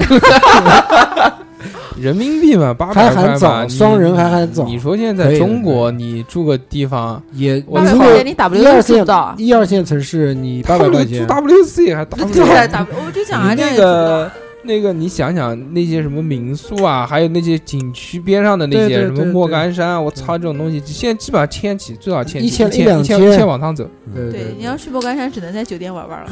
[SPEAKER 2] 人民币嘛，八
[SPEAKER 3] 还
[SPEAKER 2] 百块
[SPEAKER 3] 含
[SPEAKER 2] 嘛，
[SPEAKER 3] 早，
[SPEAKER 2] 你
[SPEAKER 3] 双人还含早，
[SPEAKER 2] 你说现在
[SPEAKER 3] 可以
[SPEAKER 2] 在
[SPEAKER 3] 的
[SPEAKER 2] 中国，
[SPEAKER 3] 可
[SPEAKER 2] 你住个地方，
[SPEAKER 3] 也
[SPEAKER 2] 我
[SPEAKER 3] 你
[SPEAKER 6] 八百
[SPEAKER 3] 如
[SPEAKER 6] 块
[SPEAKER 3] 果
[SPEAKER 6] 钱你 W
[SPEAKER 3] 一二
[SPEAKER 6] 都吃不
[SPEAKER 3] 线
[SPEAKER 6] 到啊，
[SPEAKER 3] 一二线城市，你八百块钱
[SPEAKER 2] 住，WC 还 W
[SPEAKER 6] 对，W 我就讲啊，
[SPEAKER 2] 你那
[SPEAKER 6] 这个
[SPEAKER 2] 个那个，你想想那些什么民宿啊，还有那些景区边上的那
[SPEAKER 3] 对
[SPEAKER 2] 些
[SPEAKER 3] 对
[SPEAKER 2] 什么
[SPEAKER 3] 对
[SPEAKER 2] 莫干山啊，我操，这种东西现在基本上千起，最少千起
[SPEAKER 3] 一千
[SPEAKER 2] 一千
[SPEAKER 3] 一两
[SPEAKER 2] 一千
[SPEAKER 3] 千
[SPEAKER 2] 一千往上走。
[SPEAKER 3] 对
[SPEAKER 6] 对，你要去莫干山只能在酒店玩玩了，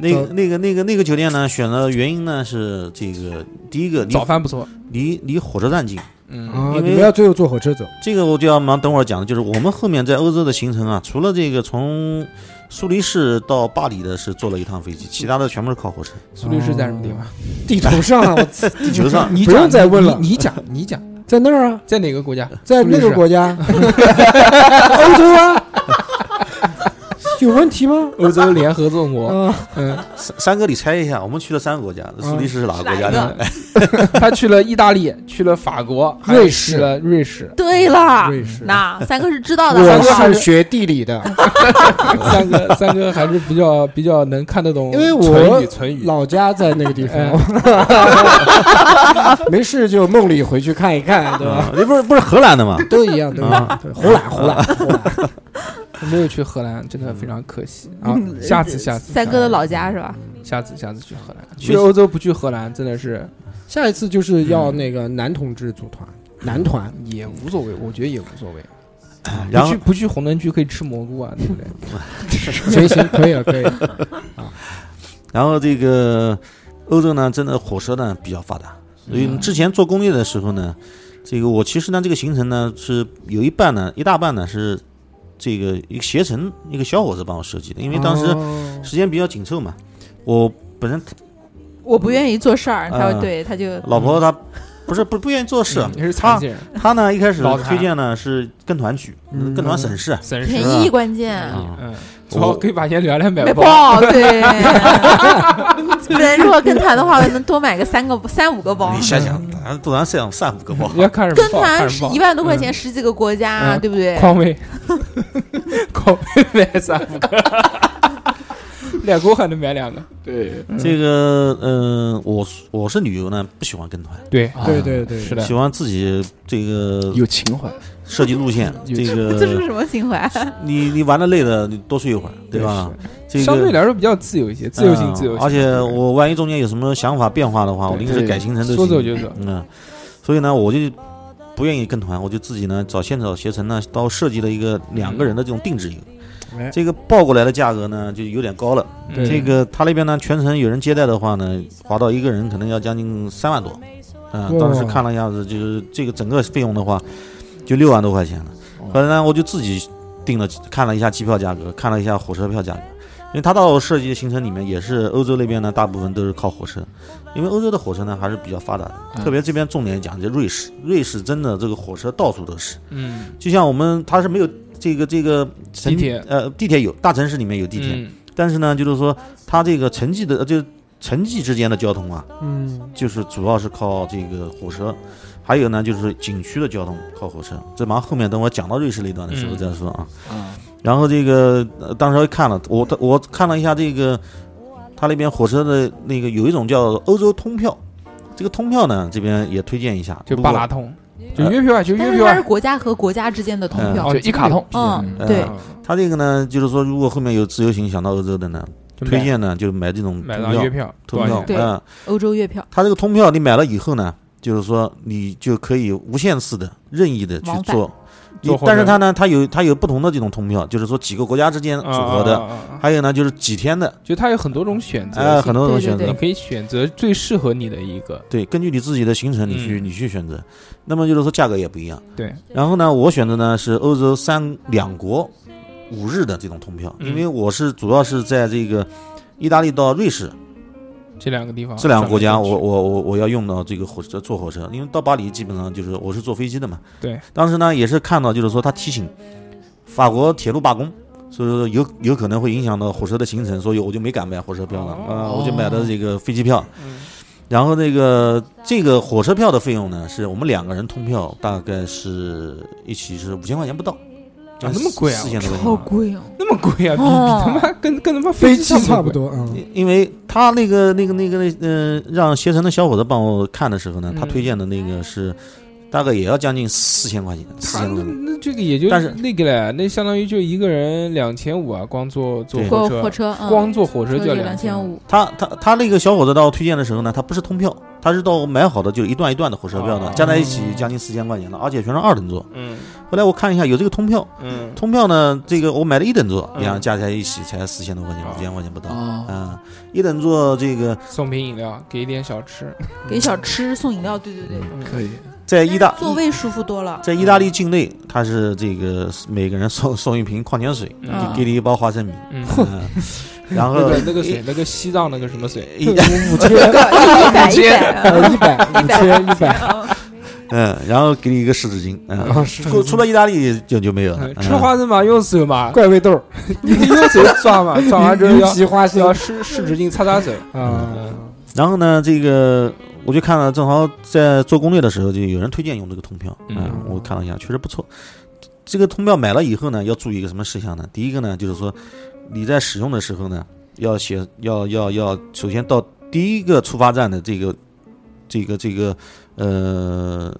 [SPEAKER 7] 那个
[SPEAKER 3] 早
[SPEAKER 7] 那个那个那个酒店呢，选的原因呢是这个第一个离
[SPEAKER 2] 早饭不错，
[SPEAKER 7] 离离火车站近，
[SPEAKER 2] 嗯，
[SPEAKER 3] 啊，
[SPEAKER 7] 因为
[SPEAKER 3] 你们要最后坐火车走，
[SPEAKER 7] 这个我就要忙等会儿讲的，就是我们后面在欧洲的行程啊，除了这个从苏黎世到巴黎的是坐了一趟飞机，其他的全部是靠火车。
[SPEAKER 2] 苏黎世在什么地方？
[SPEAKER 3] 地头上啊，我操
[SPEAKER 7] 地球上
[SPEAKER 2] 你
[SPEAKER 3] 不用
[SPEAKER 2] 讲
[SPEAKER 3] 再问了
[SPEAKER 2] 你你讲，你讲，
[SPEAKER 3] 在那儿啊，
[SPEAKER 2] 在哪个 国家？
[SPEAKER 3] 在那
[SPEAKER 2] 苏黎
[SPEAKER 3] 个
[SPEAKER 2] 世
[SPEAKER 3] 国家，欧洲啊，有问题吗？
[SPEAKER 2] 欧洲联合众国。
[SPEAKER 3] 啊，
[SPEAKER 2] 嗯，
[SPEAKER 7] 三三哥，你猜一下，我们去了三个国家，苏黎世是哪个国家
[SPEAKER 3] 嗯
[SPEAKER 6] 是哪
[SPEAKER 7] 呢
[SPEAKER 6] 一？
[SPEAKER 2] 嗯他去了意大利，去了法国，还
[SPEAKER 3] 瑞士
[SPEAKER 2] 去了瑞士。
[SPEAKER 6] 对了
[SPEAKER 3] 瑞士，
[SPEAKER 6] 那三哥是 知道的，好不好
[SPEAKER 3] 我是学地理的，
[SPEAKER 2] 三哥，三哥还是比较比较能看得懂
[SPEAKER 3] 因为
[SPEAKER 2] 唇
[SPEAKER 3] 我
[SPEAKER 2] 语唇语。
[SPEAKER 3] 老家在那个地
[SPEAKER 2] 哎
[SPEAKER 3] 方，没事就梦里回去看一看，对吧？
[SPEAKER 7] 啊，那不是不是荷兰的吗？
[SPEAKER 3] 都一样，对吧？
[SPEAKER 7] 啊，
[SPEAKER 3] 胡来胡来胡来，
[SPEAKER 2] 我没有去荷兰，真的非常可惜啊！下次下次，
[SPEAKER 6] 三哥的老家是吧？
[SPEAKER 2] 下次下次去荷兰，去欧洲不去荷兰真的是
[SPEAKER 3] 下一次就是要那个男同志组团，男团
[SPEAKER 2] 也无所谓，我觉得也无所谓。
[SPEAKER 7] 然
[SPEAKER 2] 不
[SPEAKER 7] 后
[SPEAKER 2] 去不去红灯区可以吃蘑菇啊，对不对？
[SPEAKER 3] 行行可以了可以了，
[SPEAKER 7] 然后这个欧洲呢，真的火车呢比较发达，所以之前做攻略的时候呢，这个我其实呢这个行程呢是有一半呢一大半呢是这个一个携程一个小伙子帮我设计的，因为当时
[SPEAKER 3] 哦
[SPEAKER 7] 时间比较紧凑嘛，我本身
[SPEAKER 6] 我不愿意做事儿，他
[SPEAKER 7] 嗯
[SPEAKER 6] 说对，他就
[SPEAKER 7] 老婆她不是不不愿意做事，
[SPEAKER 2] 你 嗯是啊残
[SPEAKER 7] 她
[SPEAKER 2] 疾人，
[SPEAKER 7] 她呢一开始
[SPEAKER 2] 老谭
[SPEAKER 7] 推荐呢是跟团去，
[SPEAKER 2] 嗯
[SPEAKER 7] 跟团省事。
[SPEAKER 2] 省
[SPEAKER 6] 便
[SPEAKER 2] 事。
[SPEAKER 6] 宜，关键
[SPEAKER 7] 啊
[SPEAKER 2] 嗯，主要可以把钱聊来买
[SPEAKER 6] 买
[SPEAKER 2] 包。
[SPEAKER 6] 包，对， 对，如果跟团的话，我能多买个三个三五个包
[SPEAKER 7] 你。想想，咱都咱上上五个包，
[SPEAKER 2] 要看什
[SPEAKER 6] 跟
[SPEAKER 2] 么报？
[SPEAKER 6] 团
[SPEAKER 2] 看什么报
[SPEAKER 6] 一万多块钱，十几个国家，
[SPEAKER 2] 嗯
[SPEAKER 6] 对不对？
[SPEAKER 2] 匡威， 匡威买三 五个，两个还能买两个。
[SPEAKER 5] 对，
[SPEAKER 7] 这个嗯、呃我我是旅游呢不喜欢跟团，
[SPEAKER 2] 对，
[SPEAKER 3] 对
[SPEAKER 5] 啊
[SPEAKER 3] 对对，
[SPEAKER 2] 是的
[SPEAKER 7] 喜，欢自己这个
[SPEAKER 5] 有情怀，
[SPEAKER 7] 设计路线，
[SPEAKER 5] 有
[SPEAKER 7] 这
[SPEAKER 6] 这是
[SPEAKER 7] 个
[SPEAKER 6] 什么情怀？
[SPEAKER 7] 你你玩的累了，你多睡一会儿，对吧？这个
[SPEAKER 2] 相对来说比较自由一些，自由性，
[SPEAKER 7] 嗯
[SPEAKER 2] 自由性。
[SPEAKER 7] 而且我万一中间有什么想法变化的话，我临时
[SPEAKER 5] 对
[SPEAKER 7] 改行程都
[SPEAKER 2] 说
[SPEAKER 7] 行
[SPEAKER 2] 走就走。
[SPEAKER 7] 嗯，所以呢，我就不愿意跟团，我就自己呢找现找携程呢，到设计了一个两个人的这种定制游。
[SPEAKER 3] 哎
[SPEAKER 7] 这个报过来的价格呢，就有点高了。
[SPEAKER 2] 嗯
[SPEAKER 7] 这个他那边呢，全程有人接待的话呢，划到一个人可能要将近三万多，啊、
[SPEAKER 3] 哇
[SPEAKER 7] 当时看了一下子，就是这个整个费用的话，就六万多块钱了。后来呢，我就自己定了，看了一下机票价格，看了一下火车票价格，因为他到设计的行程里面也是欧洲那边呢，大部分都是靠火车，因为欧洲的火车呢还是比较发达的，
[SPEAKER 5] 嗯
[SPEAKER 7] 特别这边重点讲就瑞士，瑞士真的这个火车到处都是，
[SPEAKER 2] 嗯，
[SPEAKER 7] 就像我们它是没有这个这个城
[SPEAKER 2] 地铁
[SPEAKER 7] 呃地铁有大城市里面有地铁，
[SPEAKER 2] 嗯
[SPEAKER 7] 但是呢，就是说它这个城际的呃就是城际之间的交通啊，
[SPEAKER 3] 嗯，
[SPEAKER 7] 就是主要是靠这个火车，还有呢就是景区的交通靠火车。这忙后面等我讲到瑞士那段的时候
[SPEAKER 2] 嗯
[SPEAKER 7] 再说啊。
[SPEAKER 5] 啊，
[SPEAKER 7] 然后这个、呃当时看了我我看了一下这个，它那边火车的那个有一种叫欧洲通票，这个通票呢这边也推荐一下，
[SPEAKER 2] 就
[SPEAKER 7] 如
[SPEAKER 2] 巴
[SPEAKER 7] 果
[SPEAKER 2] 拉通，
[SPEAKER 6] 嗯
[SPEAKER 2] 就月票啊，就
[SPEAKER 6] 但
[SPEAKER 2] 月
[SPEAKER 6] 是
[SPEAKER 2] 票
[SPEAKER 6] 它是
[SPEAKER 2] 啊。
[SPEAKER 6] 国家和国家之间的通票
[SPEAKER 2] 哦，
[SPEAKER 5] 就一卡通，
[SPEAKER 6] 嗯，
[SPEAKER 7] 嗯
[SPEAKER 2] 啊
[SPEAKER 6] 对，
[SPEAKER 7] 它这个呢就是说如果后面有自由行想到欧洲的呢，
[SPEAKER 2] 就买
[SPEAKER 7] 推荐呢就是买这种
[SPEAKER 2] 买
[SPEAKER 7] 通
[SPEAKER 2] 张
[SPEAKER 7] 票
[SPEAKER 2] 月票，多
[SPEAKER 7] 通
[SPEAKER 2] 少
[SPEAKER 7] 票
[SPEAKER 2] 钱？
[SPEAKER 6] 对
[SPEAKER 7] 嗯。
[SPEAKER 6] 欧洲月票，
[SPEAKER 7] 它这个通票你买了以后呢，就是说你就可以无限次的、任意的去
[SPEAKER 6] 往返
[SPEAKER 7] 做。你
[SPEAKER 2] 做货
[SPEAKER 7] 但是
[SPEAKER 2] 车
[SPEAKER 7] 它呢，它有它有不同的这种通票，就是说几个国家之间组合的，
[SPEAKER 2] 啊，啊啊啊
[SPEAKER 7] 还有呢就是几天的，
[SPEAKER 2] 就它有很多种选择
[SPEAKER 7] 哎，
[SPEAKER 2] 性
[SPEAKER 7] 很多种
[SPEAKER 6] 对对
[SPEAKER 7] 选择。
[SPEAKER 2] 你可以选择最适合你的一个。
[SPEAKER 7] 对，根据你自己的行程，你去、
[SPEAKER 2] 嗯
[SPEAKER 7] 你去选择。那么就是说价格也不一样。
[SPEAKER 2] 对，
[SPEAKER 7] 然后呢，我选的呢是欧洲三两国五日的这种通票，
[SPEAKER 2] 嗯
[SPEAKER 7] 因为我是主要是在这个意大利到瑞士
[SPEAKER 2] 这两个地方，
[SPEAKER 7] 这两个国家
[SPEAKER 2] 专门
[SPEAKER 7] 我，
[SPEAKER 2] 去
[SPEAKER 7] 我我我要用到这个火车坐火车，因为到巴黎基本上就是我是坐飞机的嘛。
[SPEAKER 2] 对，
[SPEAKER 7] 当时呢也是看到就是说他提醒法国铁路罢工，所以说有有可能会影响到火车的行程，所以我就没敢买火车票了，啊、
[SPEAKER 2] 哦
[SPEAKER 7] 我就买的这个飞机票。
[SPEAKER 2] 嗯
[SPEAKER 7] 然后那个这个火车票的费用呢，是我们两个人通票大概是一起是五千块钱不到，
[SPEAKER 2] 啊那么贵啊
[SPEAKER 7] 四千多块钱
[SPEAKER 6] 好贵哦！
[SPEAKER 2] 那么贵啊，比
[SPEAKER 6] 哦
[SPEAKER 2] 比他妈跟跟他妈
[SPEAKER 3] 飞
[SPEAKER 2] 机
[SPEAKER 3] 机差不
[SPEAKER 2] 贵。
[SPEAKER 3] 多，嗯，
[SPEAKER 7] 因因为他那个那个那个那呃，让携程的小伙子帮我看的时候呢，他
[SPEAKER 2] 嗯
[SPEAKER 7] 推荐的那个是大概也要将近四千块钱，四
[SPEAKER 2] 他
[SPEAKER 7] 千多
[SPEAKER 2] 那
[SPEAKER 7] 块钱。
[SPEAKER 2] 啊那这个也就
[SPEAKER 7] 但是
[SPEAKER 2] 那个嘞，那相当于就一个人两千五啊，光坐坐
[SPEAKER 7] 对
[SPEAKER 6] 坐
[SPEAKER 2] 火
[SPEAKER 6] 火
[SPEAKER 2] 车，
[SPEAKER 6] 车，嗯
[SPEAKER 2] 光坐火车就
[SPEAKER 6] 就
[SPEAKER 2] 要
[SPEAKER 6] 两
[SPEAKER 2] 千
[SPEAKER 6] 千。五，
[SPEAKER 7] 他他他那个小伙子到推荐的时候呢，他不是通票，他是到买好的就一段一段的火车票的，
[SPEAKER 2] 哦
[SPEAKER 7] 加在一起将近四千块钱了，而且全是二等座。
[SPEAKER 2] 嗯
[SPEAKER 7] 后来我看一下有这个通票，
[SPEAKER 2] 嗯，
[SPEAKER 7] 通票呢，这个我买了一等座，
[SPEAKER 2] 嗯哦
[SPEAKER 7] 两个加在一起才四千多块钱，五千块钱不到。
[SPEAKER 5] 啊，
[SPEAKER 7] 啊，一等座这个
[SPEAKER 2] 送瓶饮料，给一点小吃。
[SPEAKER 6] 给小吃送饮料，对对对，
[SPEAKER 5] 可以，
[SPEAKER 7] 在意嗯大
[SPEAKER 6] 座位舒服多了。
[SPEAKER 7] 在意大利境内，它是这个每个人送送一瓶矿泉水，
[SPEAKER 2] 啊
[SPEAKER 6] 嗯
[SPEAKER 7] 给你一包花生米，
[SPEAKER 2] 嗯，
[SPEAKER 7] 嗯， 然
[SPEAKER 2] 那
[SPEAKER 7] 后
[SPEAKER 2] 个那个水，那个西藏那个什么水，
[SPEAKER 7] 一一
[SPEAKER 4] 五千，
[SPEAKER 6] 一百一
[SPEAKER 4] 呃，
[SPEAKER 6] 百
[SPEAKER 4] 一 百，五千，一 百，
[SPEAKER 7] 嗯，然后给你一个湿纸巾，嗯，
[SPEAKER 2] 啊，是
[SPEAKER 7] 除除了意大利就就没有了
[SPEAKER 2] 嗯。吃花生嘛，用手 嘛，
[SPEAKER 4] 怪味豆儿，
[SPEAKER 2] 你用手抓嘛，抓完之后
[SPEAKER 4] 驴
[SPEAKER 2] 要
[SPEAKER 4] 皮花生
[SPEAKER 2] 要湿湿纸巾擦擦手。
[SPEAKER 4] 啊，
[SPEAKER 7] 然后呢，这个我就看了，正好在做攻略的时候，就有人推荐用这个通票，
[SPEAKER 2] 嗯
[SPEAKER 7] 嗯，我看了一下，确实不错。这个通票买了以后呢，要注意一个什么事项呢？第一个呢，就是说你在使用的时候呢，要写要要要，首先到第一个出发站的这个这个这个呃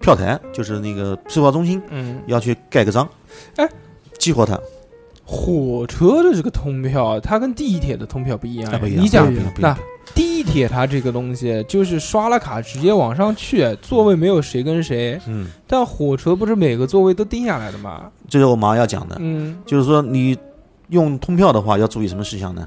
[SPEAKER 7] 票台，就是那个售票中心，
[SPEAKER 2] 嗯，
[SPEAKER 7] 要去盖个章，
[SPEAKER 2] 哎，
[SPEAKER 7] 激活它，
[SPEAKER 2] 火车的这个通票，它跟地铁的通票不一样
[SPEAKER 7] 啊那。不一样，
[SPEAKER 2] 哎你
[SPEAKER 7] 不
[SPEAKER 2] 想
[SPEAKER 7] 一，样不一
[SPEAKER 2] 那
[SPEAKER 7] 样
[SPEAKER 2] 地铁它这个东西就是刷了卡直接往上去，座位没有谁跟谁。
[SPEAKER 7] 嗯，
[SPEAKER 2] 但火车不是每个座位都定下来的嘛？
[SPEAKER 7] 这是我马上要讲的，
[SPEAKER 2] 嗯，
[SPEAKER 7] 就是说你用通票的话，要注意什么事项呢？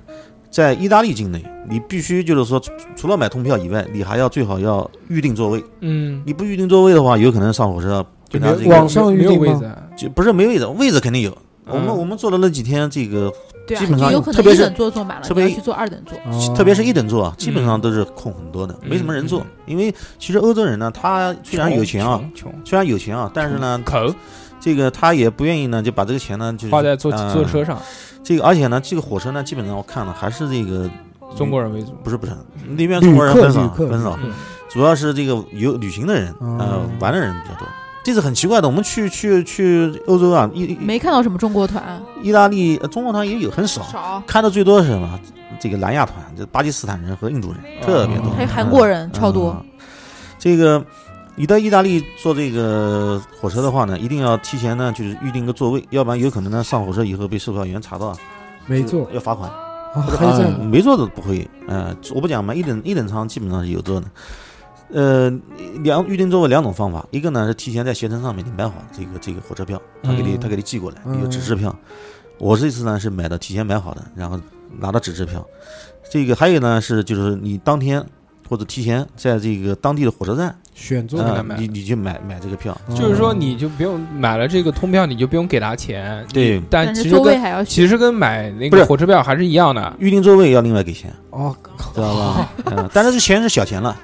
[SPEAKER 7] 在意大利境内，你必须就是说，除除了买通票以外，你还要最好要预定座位。
[SPEAKER 2] 嗯，
[SPEAKER 7] 你不预定座位的话，有可能上火车被他这
[SPEAKER 4] 没有
[SPEAKER 7] 个
[SPEAKER 4] 网上
[SPEAKER 2] 没有
[SPEAKER 4] 预定
[SPEAKER 2] 位
[SPEAKER 4] 吗
[SPEAKER 2] 置啊，
[SPEAKER 7] 就不是没位置，位置肯定有。
[SPEAKER 2] 嗯
[SPEAKER 7] 我们我们坐的那几天，这个
[SPEAKER 6] 对啊，
[SPEAKER 7] 基本上
[SPEAKER 6] 就有可
[SPEAKER 7] 特
[SPEAKER 6] 能
[SPEAKER 7] 别
[SPEAKER 6] 一
[SPEAKER 7] 是
[SPEAKER 6] 等座坐满了，
[SPEAKER 7] 特
[SPEAKER 6] 你
[SPEAKER 7] 别
[SPEAKER 6] 要去坐二等座。
[SPEAKER 4] 哦
[SPEAKER 7] 特别是一等座啊，基本上
[SPEAKER 2] 嗯
[SPEAKER 7] 都是空很多的，没什么人坐
[SPEAKER 2] 嗯。
[SPEAKER 7] 因为其实欧洲人呢，他虽然有钱啊，
[SPEAKER 2] 穷，穷
[SPEAKER 7] 虽然有钱啊，但是呢，
[SPEAKER 2] 口
[SPEAKER 7] 这个他也不愿意呢，就把这个钱呢，就是
[SPEAKER 2] 花在坐
[SPEAKER 7] 嗯
[SPEAKER 2] 坐车上，
[SPEAKER 7] 这个，而且呢，这个火车呢，基本上我看了还是这个
[SPEAKER 2] 中国人为主。
[SPEAKER 7] 不是不是，那边中国人很少
[SPEAKER 4] 旅客
[SPEAKER 7] 很少，
[SPEAKER 2] 嗯
[SPEAKER 7] 主要是这个有旅行的人，
[SPEAKER 4] 哦
[SPEAKER 7] 呃，玩的人比较多。这次很奇怪的，我们去去去欧洲啊，意
[SPEAKER 6] 没看到什么中国团，
[SPEAKER 7] 意大利、呃中国团也有，很少，
[SPEAKER 6] 少，
[SPEAKER 7] 看的最多是什么？这个南亚团，就巴基斯坦人和印度人特别多，
[SPEAKER 2] 哦
[SPEAKER 6] 还有韩国人
[SPEAKER 7] 嗯
[SPEAKER 6] 超多。
[SPEAKER 7] 嗯这个你到意大利坐这个火车的话呢，一定要提前呢就是预定个座位，要不然有可能呢上火车以后被售票员查到啊，
[SPEAKER 4] 没做，
[SPEAKER 7] 要罚款。
[SPEAKER 4] 啊还有这样的，
[SPEAKER 7] 没坐的不会，呃，我不讲嘛，一等一等舱基本上是有座的。呃，两预定座位两种方法，一个呢是提前在携程上面你买好这个这个火车票，他给你、
[SPEAKER 2] 嗯
[SPEAKER 7] 他给你寄过来，
[SPEAKER 4] 嗯
[SPEAKER 7] 有纸质票。我这次呢是买的提前买好的，然后拿到纸质票。这个还有呢是就是你当天或者提前在这个当地的火车站，
[SPEAKER 4] 选座啊
[SPEAKER 2] 给他
[SPEAKER 7] 呃
[SPEAKER 2] 买
[SPEAKER 7] 你你去买买这个票，
[SPEAKER 2] 就是说，你就不用买了这个通票，你就不用给他钱。
[SPEAKER 7] 对
[SPEAKER 2] 你但
[SPEAKER 6] 但
[SPEAKER 2] 其
[SPEAKER 6] 是
[SPEAKER 2] 实
[SPEAKER 6] 座位
[SPEAKER 2] 跟
[SPEAKER 6] 还要
[SPEAKER 2] 其实跟买那
[SPEAKER 7] 不是
[SPEAKER 2] 个火车票还是一样的。
[SPEAKER 7] 预定座位要另外给钱，
[SPEAKER 4] 哦，
[SPEAKER 7] 知道 吧？嗯，但是这钱是小钱了。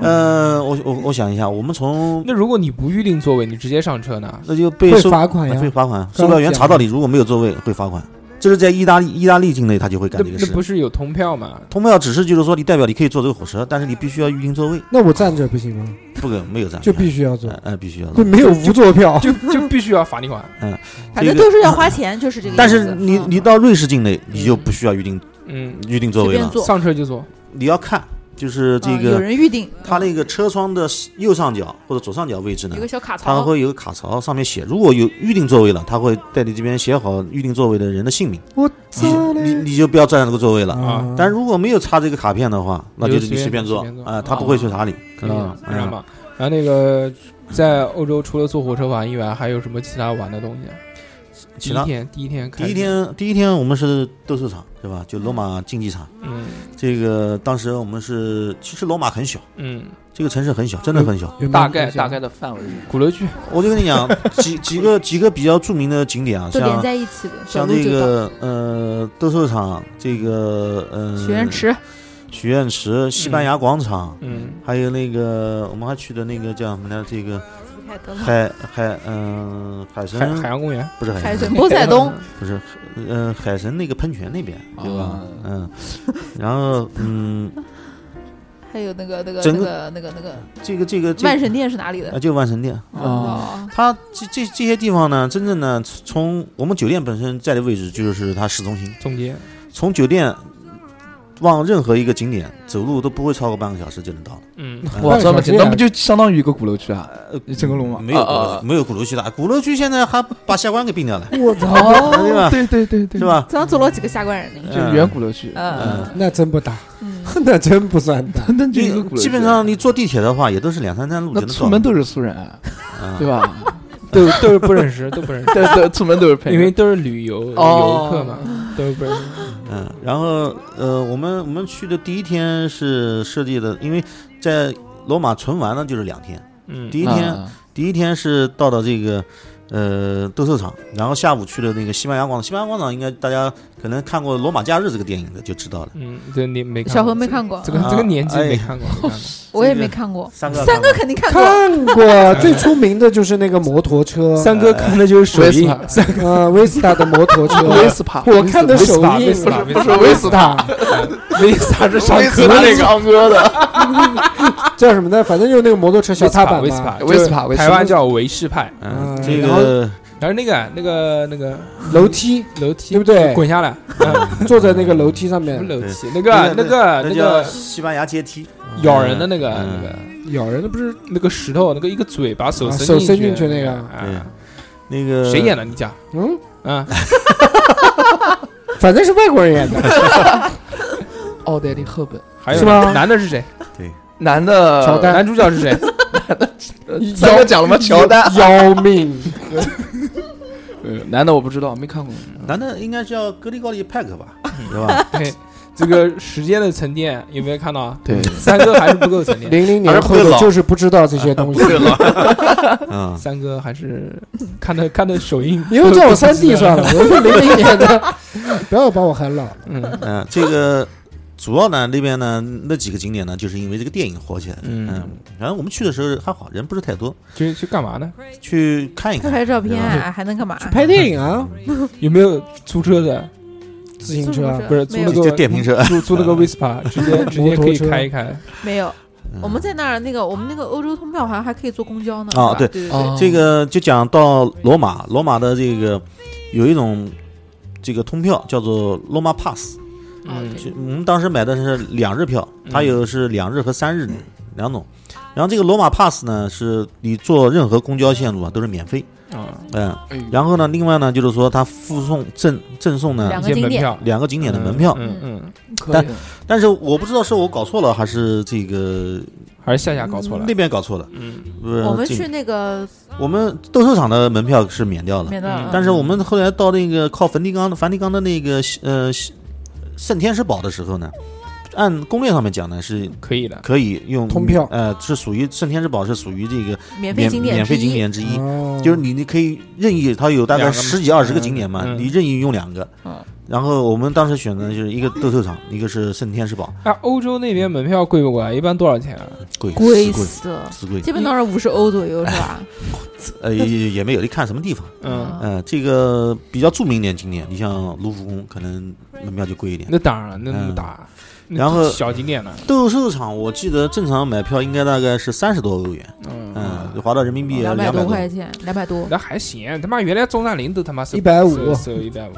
[SPEAKER 7] 呃，我我我想一下，我们从
[SPEAKER 2] 哦那如果你不预定座位，你直接上车呢？
[SPEAKER 7] 那就被
[SPEAKER 4] 会
[SPEAKER 7] 收
[SPEAKER 4] 罚款
[SPEAKER 7] 那会
[SPEAKER 4] 哎呀，
[SPEAKER 7] 罚款，售
[SPEAKER 4] 刚
[SPEAKER 7] 票员
[SPEAKER 4] 讲
[SPEAKER 7] 查到你如果没有座位会罚款。这是在意大利，意大利境内他就会
[SPEAKER 2] 那
[SPEAKER 7] 干这个
[SPEAKER 2] 那
[SPEAKER 7] 事
[SPEAKER 2] 不。是有通票吗？
[SPEAKER 7] 通票只是就是说，你代表你可以坐这个火车，但是你必须要预定座位，
[SPEAKER 4] 那我站着不行吗？
[SPEAKER 7] 不可没有这样。
[SPEAKER 4] 就必须要坐
[SPEAKER 7] 哎，、哎必须要坐
[SPEAKER 4] 就。没有无座票，
[SPEAKER 2] 就就必须要罚你款。
[SPEAKER 6] 反正
[SPEAKER 7] 这个
[SPEAKER 6] 都是要花钱，就是这个意思。
[SPEAKER 7] 但是你
[SPEAKER 6] 嗯
[SPEAKER 7] 你到瑞士境内，你就不需要预定
[SPEAKER 2] 嗯，
[SPEAKER 7] 预定座位
[SPEAKER 6] 随便
[SPEAKER 7] 了。
[SPEAKER 6] 坐
[SPEAKER 2] 上车就坐。
[SPEAKER 7] 你要看，就是这
[SPEAKER 6] 嗯有
[SPEAKER 7] 个
[SPEAKER 6] 人预定，
[SPEAKER 7] 它那
[SPEAKER 6] 个
[SPEAKER 7] 个车窗的右上角或者左上角位置呢
[SPEAKER 6] 有，个小卡
[SPEAKER 7] 它
[SPEAKER 6] 槽，
[SPEAKER 7] 嗯会有个卡槽，上面写如果有预定座位了，它会在你这边写好预定座位的人的姓名，
[SPEAKER 4] 我
[SPEAKER 7] 你
[SPEAKER 4] 操
[SPEAKER 7] 你你就不要占这个座位了。
[SPEAKER 2] 啊
[SPEAKER 7] 但如果没有插这个卡片的话，那就是嗯你随便坐
[SPEAKER 2] 你就随便坐
[SPEAKER 7] 啊，他不会去查你，
[SPEAKER 2] 可
[SPEAKER 7] 知
[SPEAKER 2] 以
[SPEAKER 7] 道
[SPEAKER 2] 的
[SPEAKER 7] 吧，？
[SPEAKER 2] 知道
[SPEAKER 7] 嗯
[SPEAKER 2] 吗？然后那个在欧洲除了坐火车玩以外，还有什么其他玩的东西？啊第
[SPEAKER 7] 嗯其
[SPEAKER 2] 一
[SPEAKER 7] 他
[SPEAKER 2] 天，第一天开
[SPEAKER 7] 第
[SPEAKER 2] 始，
[SPEAKER 7] 一天，第一天我们是斗兽场，对吧？就罗马竞技场。
[SPEAKER 2] 嗯
[SPEAKER 7] 这个当时我们是，其实罗马很小，
[SPEAKER 2] 嗯，
[SPEAKER 7] 这个城市很小，真的很小。
[SPEAKER 4] 有没有
[SPEAKER 5] 大概
[SPEAKER 4] 印象
[SPEAKER 5] 大 概的范围是什么
[SPEAKER 2] 鼓楼区，
[SPEAKER 7] 我就跟你 讲，几几个几个比较著名的景点啊，
[SPEAKER 6] 都连
[SPEAKER 7] 像
[SPEAKER 6] 在一起的，小
[SPEAKER 7] 像
[SPEAKER 6] 路
[SPEAKER 7] 这
[SPEAKER 6] 就到。
[SPEAKER 7] 个呃斗兽场，这个呃
[SPEAKER 6] 许愿、池，嗯
[SPEAKER 7] 许愿池、西班牙广场，
[SPEAKER 2] 嗯，
[SPEAKER 7] 还有那个我们还去的那个叫什么来着？这个海海嗯、海
[SPEAKER 2] 海
[SPEAKER 7] 参
[SPEAKER 2] 海洋公园，
[SPEAKER 7] 不是海
[SPEAKER 6] 海
[SPEAKER 7] 参
[SPEAKER 6] 豚、波塞冬，
[SPEAKER 7] 不是，呃，海神那个喷泉那边，对吧
[SPEAKER 5] 啊？
[SPEAKER 7] 嗯，然后嗯，
[SPEAKER 6] 还有那个那个呃
[SPEAKER 7] 整
[SPEAKER 6] 那个那个那个
[SPEAKER 7] 这个这个这
[SPEAKER 6] 万
[SPEAKER 7] 个
[SPEAKER 6] 神殿是哪里的
[SPEAKER 7] 啊，？就万神殿，
[SPEAKER 6] 哦，
[SPEAKER 7] 它这这这些地方呢，真正呢，从我们酒店本身在的位置就是它市中心，
[SPEAKER 2] 总结，
[SPEAKER 7] 从酒店往任何一个景点走路都不会超过半个小时就能到了。
[SPEAKER 2] 嗯，
[SPEAKER 7] 嗯
[SPEAKER 5] 哇，这么近，
[SPEAKER 4] 半个小时啊
[SPEAKER 5] 那不就相当于一个鼓楼区啊？整个龙马
[SPEAKER 7] 没有鼓
[SPEAKER 5] 啊
[SPEAKER 7] 楼
[SPEAKER 5] 啊
[SPEAKER 7] 区没有鼓楼区大，鼓楼区现在还把下关给并掉
[SPEAKER 5] 哎
[SPEAKER 7] 了，
[SPEAKER 4] 我操，
[SPEAKER 7] 对吧
[SPEAKER 5] 哦，对对对对，
[SPEAKER 7] 是？吧？
[SPEAKER 6] 刚刚走了几个下关人呢？
[SPEAKER 5] 就
[SPEAKER 7] 嗯
[SPEAKER 5] 原鼓楼区，
[SPEAKER 6] 嗯
[SPEAKER 4] 那真不大，
[SPEAKER 6] 嗯，
[SPEAKER 4] 那真不算 大。
[SPEAKER 5] 那就一个
[SPEAKER 7] 你
[SPEAKER 5] 鼓楼区啊
[SPEAKER 7] 基本上你坐地铁的话，也都是两三站路就
[SPEAKER 5] 那
[SPEAKER 7] 能到。
[SPEAKER 5] 出门都是素人啊，
[SPEAKER 7] 嗯
[SPEAKER 5] 对吧？
[SPEAKER 2] 都都是不认识，都不认识，
[SPEAKER 5] 对对，出门都是啊陪，
[SPEAKER 2] 因为都是旅游游
[SPEAKER 5] 哦
[SPEAKER 2] 客嘛，都是不认识。
[SPEAKER 7] 嗯，然后呃，我们我们去的第一天是设计的，因为在罗马纯玩呢就是两天，
[SPEAKER 2] 嗯
[SPEAKER 7] 第一天第一天是到的这个呃斗兽场，然后下午去了那个西班牙广场。西班牙广场应该大家可能看过《罗马假日》这个电影的就知道了。
[SPEAKER 2] 嗯，这你没看
[SPEAKER 6] 小何
[SPEAKER 2] 过
[SPEAKER 6] 没看过，
[SPEAKER 2] 这个
[SPEAKER 7] 啊
[SPEAKER 2] 这个年纪
[SPEAKER 7] 哎
[SPEAKER 2] 没看过，没看过
[SPEAKER 6] 我也没看过，
[SPEAKER 7] 三个
[SPEAKER 6] 三哥肯定看过。
[SPEAKER 4] 看过最出名的就是那个摩托 车，
[SPEAKER 2] 三哥 看的就是手印，
[SPEAKER 5] Vespa，
[SPEAKER 2] 三
[SPEAKER 4] 呃维斯塔的摩托 车
[SPEAKER 5] 维斯帕，
[SPEAKER 4] 我看的首
[SPEAKER 2] 维
[SPEAKER 4] 映
[SPEAKER 2] 斯塔维斯塔
[SPEAKER 4] 不 是维斯塔，
[SPEAKER 2] 维萨是上课
[SPEAKER 5] 他那个昂哥的，
[SPEAKER 4] 叫什么呢？反正就是那个摩托车小踏板
[SPEAKER 2] 维斯
[SPEAKER 4] 嘛
[SPEAKER 2] 帕，
[SPEAKER 5] 维斯帕
[SPEAKER 2] 就是台湾叫维士派，
[SPEAKER 7] 嗯，
[SPEAKER 4] 嗯
[SPEAKER 7] 这
[SPEAKER 4] 然后
[SPEAKER 7] 个
[SPEAKER 2] 然后那个那个那个
[SPEAKER 4] 楼梯
[SPEAKER 2] 楼梯
[SPEAKER 4] 对不对
[SPEAKER 2] 滚下来，啊
[SPEAKER 4] 坐在那个楼梯上
[SPEAKER 2] 什么
[SPEAKER 4] 面
[SPEAKER 2] 楼梯？那个
[SPEAKER 7] 那
[SPEAKER 2] 个啊那
[SPEAKER 7] 叫
[SPEAKER 2] 个
[SPEAKER 7] 西班牙阶梯，
[SPEAKER 2] 咬人的那个
[SPEAKER 7] 嗯
[SPEAKER 2] 那个
[SPEAKER 4] 咬人的不是
[SPEAKER 2] 那个石头，那个一个嘴把手
[SPEAKER 4] 啊
[SPEAKER 2] 伸
[SPEAKER 4] 手
[SPEAKER 2] 进
[SPEAKER 4] 伸
[SPEAKER 2] 去
[SPEAKER 4] 进去那个
[SPEAKER 2] 啊
[SPEAKER 7] 那个
[SPEAKER 2] 谁演的？你讲
[SPEAKER 4] 嗯，
[SPEAKER 2] 啊？
[SPEAKER 4] 反正是外国人演 的，
[SPEAKER 5] 奥黛丽·赫本，
[SPEAKER 2] 还有
[SPEAKER 4] 是吗
[SPEAKER 2] 男的是谁？
[SPEAKER 5] 男的，哎
[SPEAKER 4] 乔丹
[SPEAKER 2] 男主角是谁？
[SPEAKER 5] 三哥讲了吗？乔丹，
[SPEAKER 4] 要命！
[SPEAKER 5] 呃男的我不知道，没看过。
[SPEAKER 7] 男的应该叫格里高利·派克吧，对吧？
[SPEAKER 2] 对，这个时间的沉淀有没有看到啊？
[SPEAKER 5] 对，
[SPEAKER 2] 三哥还是不够 沉淀，
[SPEAKER 4] 零零年后的就是不知道这些东西，
[SPEAKER 7] 嗯，
[SPEAKER 2] 三哥还是看的看的首 映，
[SPEAKER 4] 以后叫我三弟算了，我是零零年的， 不要把我喊老。
[SPEAKER 2] 嗯
[SPEAKER 7] 嗯，这个主要呢，那边呢那几个景点呢，就是因为这个电影火起来的。
[SPEAKER 2] 嗯
[SPEAKER 7] 嗯，然后我们去的时候还好，人不是太多，
[SPEAKER 2] 去去干嘛呢？
[SPEAKER 6] 嗯
[SPEAKER 7] 去看一嗯
[SPEAKER 6] 拍
[SPEAKER 7] 看。
[SPEAKER 6] 拍照片
[SPEAKER 7] 对
[SPEAKER 6] 啊，还能干嘛？
[SPEAKER 4] 拍电影啊，
[SPEAKER 2] 有没有租车的？
[SPEAKER 4] 自行车啊
[SPEAKER 6] 租车
[SPEAKER 2] 不是租
[SPEAKER 6] 没
[SPEAKER 2] 那
[SPEAKER 6] 有
[SPEAKER 2] 个
[SPEAKER 7] 就电瓶车
[SPEAKER 2] 租租 那个 Vespa，直接直接可以开一开。
[SPEAKER 6] 没有。
[SPEAKER 7] 嗯
[SPEAKER 6] 我们在那儿那个我们那个欧洲通票好像还可以坐公交呢。
[SPEAKER 7] 啊
[SPEAKER 6] 是吧
[SPEAKER 7] 对
[SPEAKER 6] 对对，
[SPEAKER 5] 哦
[SPEAKER 7] 这个就讲到罗马，罗马的这个有一种这个通票叫做罗马 pass，
[SPEAKER 2] 嗯
[SPEAKER 7] 就我们当时买的是两日票，它有是两日和三日的两种。然后这个罗马 pass 呢，是你坐任何公交线路啊都是免费，
[SPEAKER 2] 啊，
[SPEAKER 7] 嗯。
[SPEAKER 5] 哎呦
[SPEAKER 7] 然后呢，另外呢就是说它附送赠赠送呢
[SPEAKER 6] 两
[SPEAKER 2] 一
[SPEAKER 6] 个
[SPEAKER 2] 些
[SPEAKER 6] 景
[SPEAKER 2] 门
[SPEAKER 6] 点
[SPEAKER 2] 票，
[SPEAKER 7] 两个景点的门票，
[SPEAKER 2] 嗯嗯，
[SPEAKER 5] 哦可
[SPEAKER 7] 但
[SPEAKER 5] 以的
[SPEAKER 7] 但是我不知道是我搞错了还是这个
[SPEAKER 2] 还是夏夏搞错了
[SPEAKER 7] 那。边搞错了。
[SPEAKER 2] 嗯，
[SPEAKER 7] 呃
[SPEAKER 6] 我们
[SPEAKER 7] 这
[SPEAKER 6] 去那个
[SPEAKER 7] 我们斗兽场的门票是免掉了，
[SPEAKER 6] 免得
[SPEAKER 2] 嗯
[SPEAKER 6] 嗯
[SPEAKER 7] 但是我们后来到那个靠梵蒂冈的梵蒂冈的那个西呃西圣天使堡的时候呢，按攻略上面讲呢是
[SPEAKER 2] 可以的。
[SPEAKER 7] 可以用
[SPEAKER 4] 通票
[SPEAKER 7] 呃，是属于圣天使堡是属于这个
[SPEAKER 6] 免费
[SPEAKER 7] 免
[SPEAKER 6] 景点
[SPEAKER 7] 免费
[SPEAKER 6] 之
[SPEAKER 7] 景
[SPEAKER 6] 一，
[SPEAKER 7] 点之一，
[SPEAKER 4] 哦
[SPEAKER 7] 就是你你可以任意，它有大概
[SPEAKER 2] 嗯两个嘛
[SPEAKER 7] 十几二十个景点嘛，
[SPEAKER 2] 嗯嗯
[SPEAKER 7] 你任意用两个。
[SPEAKER 6] 嗯
[SPEAKER 7] 然后我们当时选的就是一个斗兽场，一个是圣天使堡，
[SPEAKER 2] 那欧洲那边门票贵不贵啊？一般多少钱啊？
[SPEAKER 7] 贵
[SPEAKER 6] 贵
[SPEAKER 7] 死贵
[SPEAKER 6] 死了，
[SPEAKER 7] 死贵，
[SPEAKER 6] 基本都是五十欧左右是吧？
[SPEAKER 7] 呃也也也没有，你看什么地方。
[SPEAKER 2] 嗯，
[SPEAKER 6] 嗯，
[SPEAKER 7] 呃，这个比较著名一点景点，你像卢浮宫，可能门票就贵一点。
[SPEAKER 2] 那当然了，那那么大，那
[SPEAKER 7] 嗯然后
[SPEAKER 2] 小景点呢？
[SPEAKER 7] 斗兽场，我记得正常买票应该大概是三十多欧元，嗯，
[SPEAKER 2] 嗯，
[SPEAKER 7] 就划到人民币
[SPEAKER 6] 两
[SPEAKER 7] 两百
[SPEAKER 6] 百多
[SPEAKER 7] 多
[SPEAKER 6] 块钱，两百多。
[SPEAKER 2] 那还行。他妈原来中山陵都他妈收
[SPEAKER 4] 150
[SPEAKER 2] 收一百五。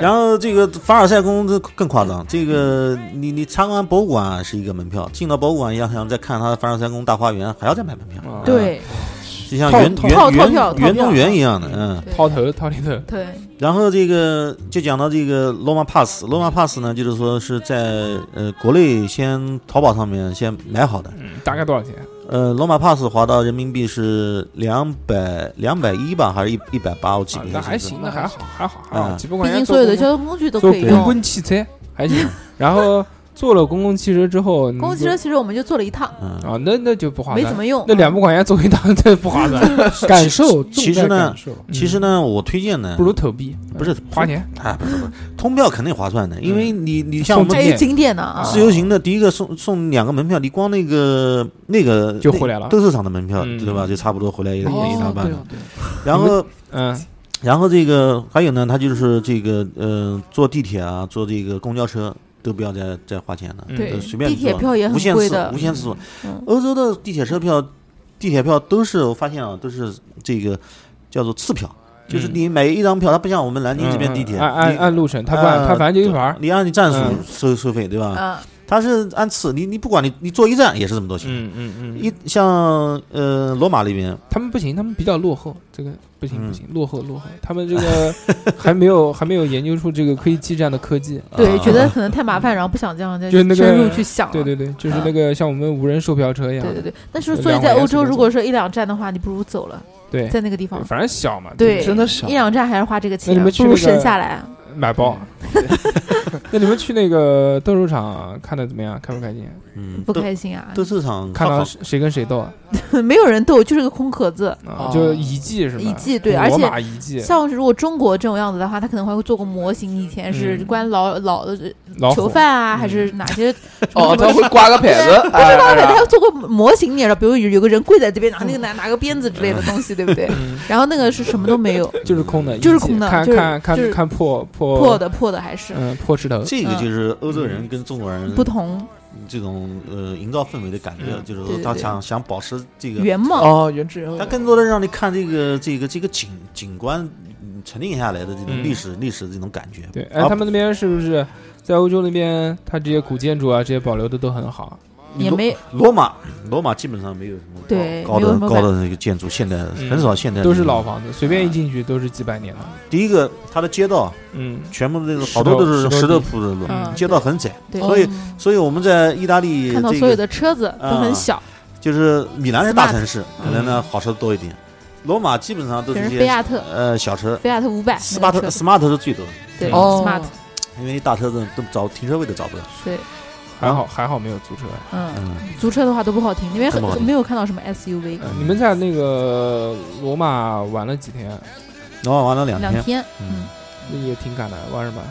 [SPEAKER 7] 然后这个凡尔赛宫这更夸张，这个你你参观博物馆是一个门票，进到博物馆要想再看它的凡尔赛宫大花园，还要再买门票，
[SPEAKER 2] 啊，
[SPEAKER 6] 对
[SPEAKER 7] 就像
[SPEAKER 4] 套
[SPEAKER 7] 园
[SPEAKER 4] 套
[SPEAKER 6] 套
[SPEAKER 7] 园
[SPEAKER 6] 套票
[SPEAKER 7] 园
[SPEAKER 6] 套
[SPEAKER 7] 园
[SPEAKER 6] 票
[SPEAKER 7] 动园一样的，嗯。
[SPEAKER 6] 对
[SPEAKER 2] 掏头掏里头。
[SPEAKER 6] 对，
[SPEAKER 7] 然后这个就讲到这个罗马 pass，罗马 pass 呢，就是说是在呃国内先淘宝上面先买好的，
[SPEAKER 2] 嗯，大概多少钱？
[SPEAKER 7] 呃，罗马 pass 划到人民币是两百两百一吧，还是一一百八？我记
[SPEAKER 2] 啊
[SPEAKER 7] 不，
[SPEAKER 2] 那
[SPEAKER 7] 清
[SPEAKER 2] 还
[SPEAKER 7] 楚。
[SPEAKER 2] 行，那还好，还好，还好，
[SPEAKER 7] 嗯
[SPEAKER 2] 几百块
[SPEAKER 6] 毕
[SPEAKER 2] 钱。
[SPEAKER 6] 竟所有的交通工具都
[SPEAKER 2] 坐
[SPEAKER 6] 可以
[SPEAKER 2] 公
[SPEAKER 6] 用。
[SPEAKER 2] 共汽车还行。然后坐了公共汽车之后，
[SPEAKER 6] 公共汽车其实我们就坐了一趟，
[SPEAKER 7] 嗯，
[SPEAKER 2] 啊，那那就不划
[SPEAKER 6] 没
[SPEAKER 2] 算，
[SPEAKER 6] 怎么用。啊
[SPEAKER 2] 那两百块钱坐一趟，这不划算，
[SPEAKER 4] 感受，
[SPEAKER 7] 其实
[SPEAKER 4] 重在
[SPEAKER 7] 呢
[SPEAKER 4] 感受
[SPEAKER 7] 其实呢，我推荐呢，
[SPEAKER 2] 嗯不如投币，
[SPEAKER 7] 不是
[SPEAKER 2] 花钱。嗯
[SPEAKER 7] 啊，不是不是，通票肯定划算的，因为你你像我
[SPEAKER 2] 送
[SPEAKER 7] 们
[SPEAKER 6] 还
[SPEAKER 2] 景
[SPEAKER 6] 有
[SPEAKER 2] 点
[SPEAKER 6] 景点呢啊，
[SPEAKER 7] 自由行的，第一个送送两个门票，你光那个那个
[SPEAKER 2] 就回来了
[SPEAKER 7] 斗兽场的门票
[SPEAKER 2] 嗯
[SPEAKER 7] 对吧？就差不多回来也得
[SPEAKER 5] 哦
[SPEAKER 7] 一大半
[SPEAKER 5] 对
[SPEAKER 7] 了。
[SPEAKER 5] 对，
[SPEAKER 7] 然后
[SPEAKER 2] 嗯
[SPEAKER 7] 然后这个还有呢，他就是这个呃，坐地铁啊，坐这个公交车都不要再再花钱了，
[SPEAKER 2] 嗯
[SPEAKER 6] 对
[SPEAKER 7] 呃随便
[SPEAKER 6] 地铁
[SPEAKER 7] 坐
[SPEAKER 6] 票也很
[SPEAKER 7] 无限
[SPEAKER 6] 贵
[SPEAKER 7] 次
[SPEAKER 6] 的
[SPEAKER 7] 无限次坐。
[SPEAKER 6] 嗯
[SPEAKER 7] 欧洲的地铁车票、地铁票都是我发现啊，都是这个叫做次票，就是
[SPEAKER 2] 嗯
[SPEAKER 7] 你每一张票，它不像我们南京这边地铁，
[SPEAKER 6] 啊
[SPEAKER 2] 嗯按按
[SPEAKER 7] 你
[SPEAKER 2] 按路程，他不按，
[SPEAKER 7] 呃
[SPEAKER 2] 他反正就一盘儿。
[SPEAKER 7] 你按你站数
[SPEAKER 2] 嗯
[SPEAKER 7] 收收费对吧？
[SPEAKER 6] 嗯，
[SPEAKER 7] 它是按次，你你不管你你坐一站也是这么多钱。
[SPEAKER 2] 嗯嗯嗯，
[SPEAKER 7] 一像呃罗马那边，
[SPEAKER 2] 他们不行，他们比较落后，这个不行
[SPEAKER 7] 嗯
[SPEAKER 2] 不行，落后落后，他们这个 还没有还没有研究出这个可以基站的科技。
[SPEAKER 6] 对，
[SPEAKER 7] 啊
[SPEAKER 6] 觉得可能太麻烦，然后不想这样再
[SPEAKER 2] 就是那个
[SPEAKER 6] 深入去想了。
[SPEAKER 2] 对对
[SPEAKER 7] 啊
[SPEAKER 2] 对，就是那个像我们无人售票车一样
[SPEAKER 6] 对对
[SPEAKER 2] 的，
[SPEAKER 6] 对，但是
[SPEAKER 2] 就
[SPEAKER 6] 所以
[SPEAKER 2] 两
[SPEAKER 6] 在
[SPEAKER 2] 块钱
[SPEAKER 6] 欧
[SPEAKER 2] 随
[SPEAKER 6] 洲，
[SPEAKER 2] 便
[SPEAKER 6] 如
[SPEAKER 2] 走
[SPEAKER 6] 果是一两站的话，你不如走了，
[SPEAKER 2] 对
[SPEAKER 6] 在那个地方，
[SPEAKER 2] 反正小嘛，
[SPEAKER 6] 对
[SPEAKER 5] 真的小
[SPEAKER 6] 一，两站还是花这个
[SPEAKER 2] 那
[SPEAKER 6] 钱
[SPEAKER 2] 你，们去
[SPEAKER 6] 不如
[SPEAKER 2] 那个
[SPEAKER 6] 省下来。
[SPEAKER 2] 买包， 那你们去那个斗兽场看的怎么样？开不开心？
[SPEAKER 7] 嗯，
[SPEAKER 6] 不
[SPEAKER 7] 斗
[SPEAKER 6] 开心啊，
[SPEAKER 7] 斗兽场
[SPEAKER 2] 看
[SPEAKER 7] 好
[SPEAKER 2] 到谁跟谁斗啊？
[SPEAKER 6] 没有人斗，就是个空壳子。
[SPEAKER 2] 啊
[SPEAKER 5] 哦
[SPEAKER 2] 就遗迹是吧？
[SPEAKER 6] 遗迹对而且
[SPEAKER 2] 罗马遗迹，
[SPEAKER 6] 像是如果中国这种样子的话，他可能还会做个模型，以前是
[SPEAKER 2] 嗯
[SPEAKER 6] 关老老
[SPEAKER 2] 老
[SPEAKER 6] 囚
[SPEAKER 2] 虎
[SPEAKER 6] 犯啊，
[SPEAKER 2] 嗯
[SPEAKER 6] 还是哪些
[SPEAKER 5] 哦，他会挂个牌 子，哎，
[SPEAKER 6] 当然，
[SPEAKER 5] 然
[SPEAKER 6] 他
[SPEAKER 5] 后
[SPEAKER 6] 要做过模型，你也知道，比如有有个人跪在这边，拿那个拿拿个鞭子之类的东西，对不对？
[SPEAKER 2] 嗯
[SPEAKER 6] 然后那个是什么都没有，
[SPEAKER 2] 就是空的，
[SPEAKER 6] 就是
[SPEAKER 2] 遗迹
[SPEAKER 6] 空的
[SPEAKER 2] 看
[SPEAKER 6] 就是
[SPEAKER 2] 看
[SPEAKER 6] 就
[SPEAKER 2] 看
[SPEAKER 6] 是
[SPEAKER 2] 看破破
[SPEAKER 6] 破，的破的还是
[SPEAKER 2] 嗯，破石头，
[SPEAKER 7] 这个
[SPEAKER 2] 嗯
[SPEAKER 7] 就是欧洲人跟中国人
[SPEAKER 6] 不同
[SPEAKER 7] 这种呃营造氛围的感觉，
[SPEAKER 2] 嗯
[SPEAKER 7] 就是
[SPEAKER 6] 对
[SPEAKER 7] 说
[SPEAKER 6] 对
[SPEAKER 7] 他
[SPEAKER 6] 对
[SPEAKER 7] 想想保持这个，
[SPEAKER 6] 原貌。
[SPEAKER 5] 哦，原汁原味
[SPEAKER 7] 他。更多的让你看这个这个这个景景观嗯沉淀下来的这种
[SPEAKER 2] 嗯
[SPEAKER 7] 历史历史的这种感觉。啊
[SPEAKER 2] 对，哎，
[SPEAKER 7] 而
[SPEAKER 2] 他们那边是不是在欧洲那边，他这些古建筑啊，这些保留的都很好？
[SPEAKER 6] 也
[SPEAKER 7] 罗
[SPEAKER 6] 没
[SPEAKER 7] 罗马，罗马基本上没有什么高
[SPEAKER 6] 对
[SPEAKER 7] 高
[SPEAKER 6] 没有
[SPEAKER 7] 的
[SPEAKER 6] 什么
[SPEAKER 7] 高
[SPEAKER 6] 版
[SPEAKER 7] 的那个建筑，现代的
[SPEAKER 2] 嗯
[SPEAKER 7] 很少现代的
[SPEAKER 2] 都是
[SPEAKER 7] 那啊种
[SPEAKER 2] 老。房子，随便一进去都是几百年的。
[SPEAKER 7] 第一个，它的街道
[SPEAKER 2] 嗯，
[SPEAKER 7] 全部都是
[SPEAKER 2] 石
[SPEAKER 7] 好多
[SPEAKER 2] 头
[SPEAKER 7] 都是
[SPEAKER 2] 石头
[SPEAKER 7] 石
[SPEAKER 2] 地
[SPEAKER 7] 头铺的路
[SPEAKER 6] 嗯，
[SPEAKER 7] 街道很窄，
[SPEAKER 6] 对，嗯
[SPEAKER 7] 所以所以我们在意大利
[SPEAKER 6] 看到
[SPEAKER 7] 这
[SPEAKER 6] 所有
[SPEAKER 7] 个
[SPEAKER 6] 的车子都很
[SPEAKER 7] 啊
[SPEAKER 6] 小，
[SPEAKER 7] 就是米兰是大城市，
[SPEAKER 2] Smart
[SPEAKER 7] 可能呢好车多一点，罗马基本上都
[SPEAKER 6] 全
[SPEAKER 7] 是
[SPEAKER 6] 嗯是
[SPEAKER 7] 一
[SPEAKER 6] 菲
[SPEAKER 7] 些
[SPEAKER 6] 亚特，
[SPEAKER 7] 呃小车
[SPEAKER 6] 菲亚特五百那
[SPEAKER 7] ，smart
[SPEAKER 6] 个车子，
[SPEAKER 7] smart 是最多的，
[SPEAKER 6] 对
[SPEAKER 5] 哦
[SPEAKER 6] ，smart，
[SPEAKER 7] 因为你大车子都找停车位都找不到。
[SPEAKER 6] 对，
[SPEAKER 2] 还好还好没有租车。
[SPEAKER 6] 嗯，
[SPEAKER 7] 嗯，
[SPEAKER 6] 租车的话都不好停，那边
[SPEAKER 7] 不好
[SPEAKER 6] 很
[SPEAKER 7] 停
[SPEAKER 6] 没有看到什么 SUV，
[SPEAKER 7] 嗯
[SPEAKER 2] 呃你们在那个罗马玩了几天？
[SPEAKER 7] 然后玩了两
[SPEAKER 6] 两
[SPEAKER 7] 天，
[SPEAKER 6] 天，
[SPEAKER 7] 嗯，
[SPEAKER 2] 那也挺赶的，玩什么？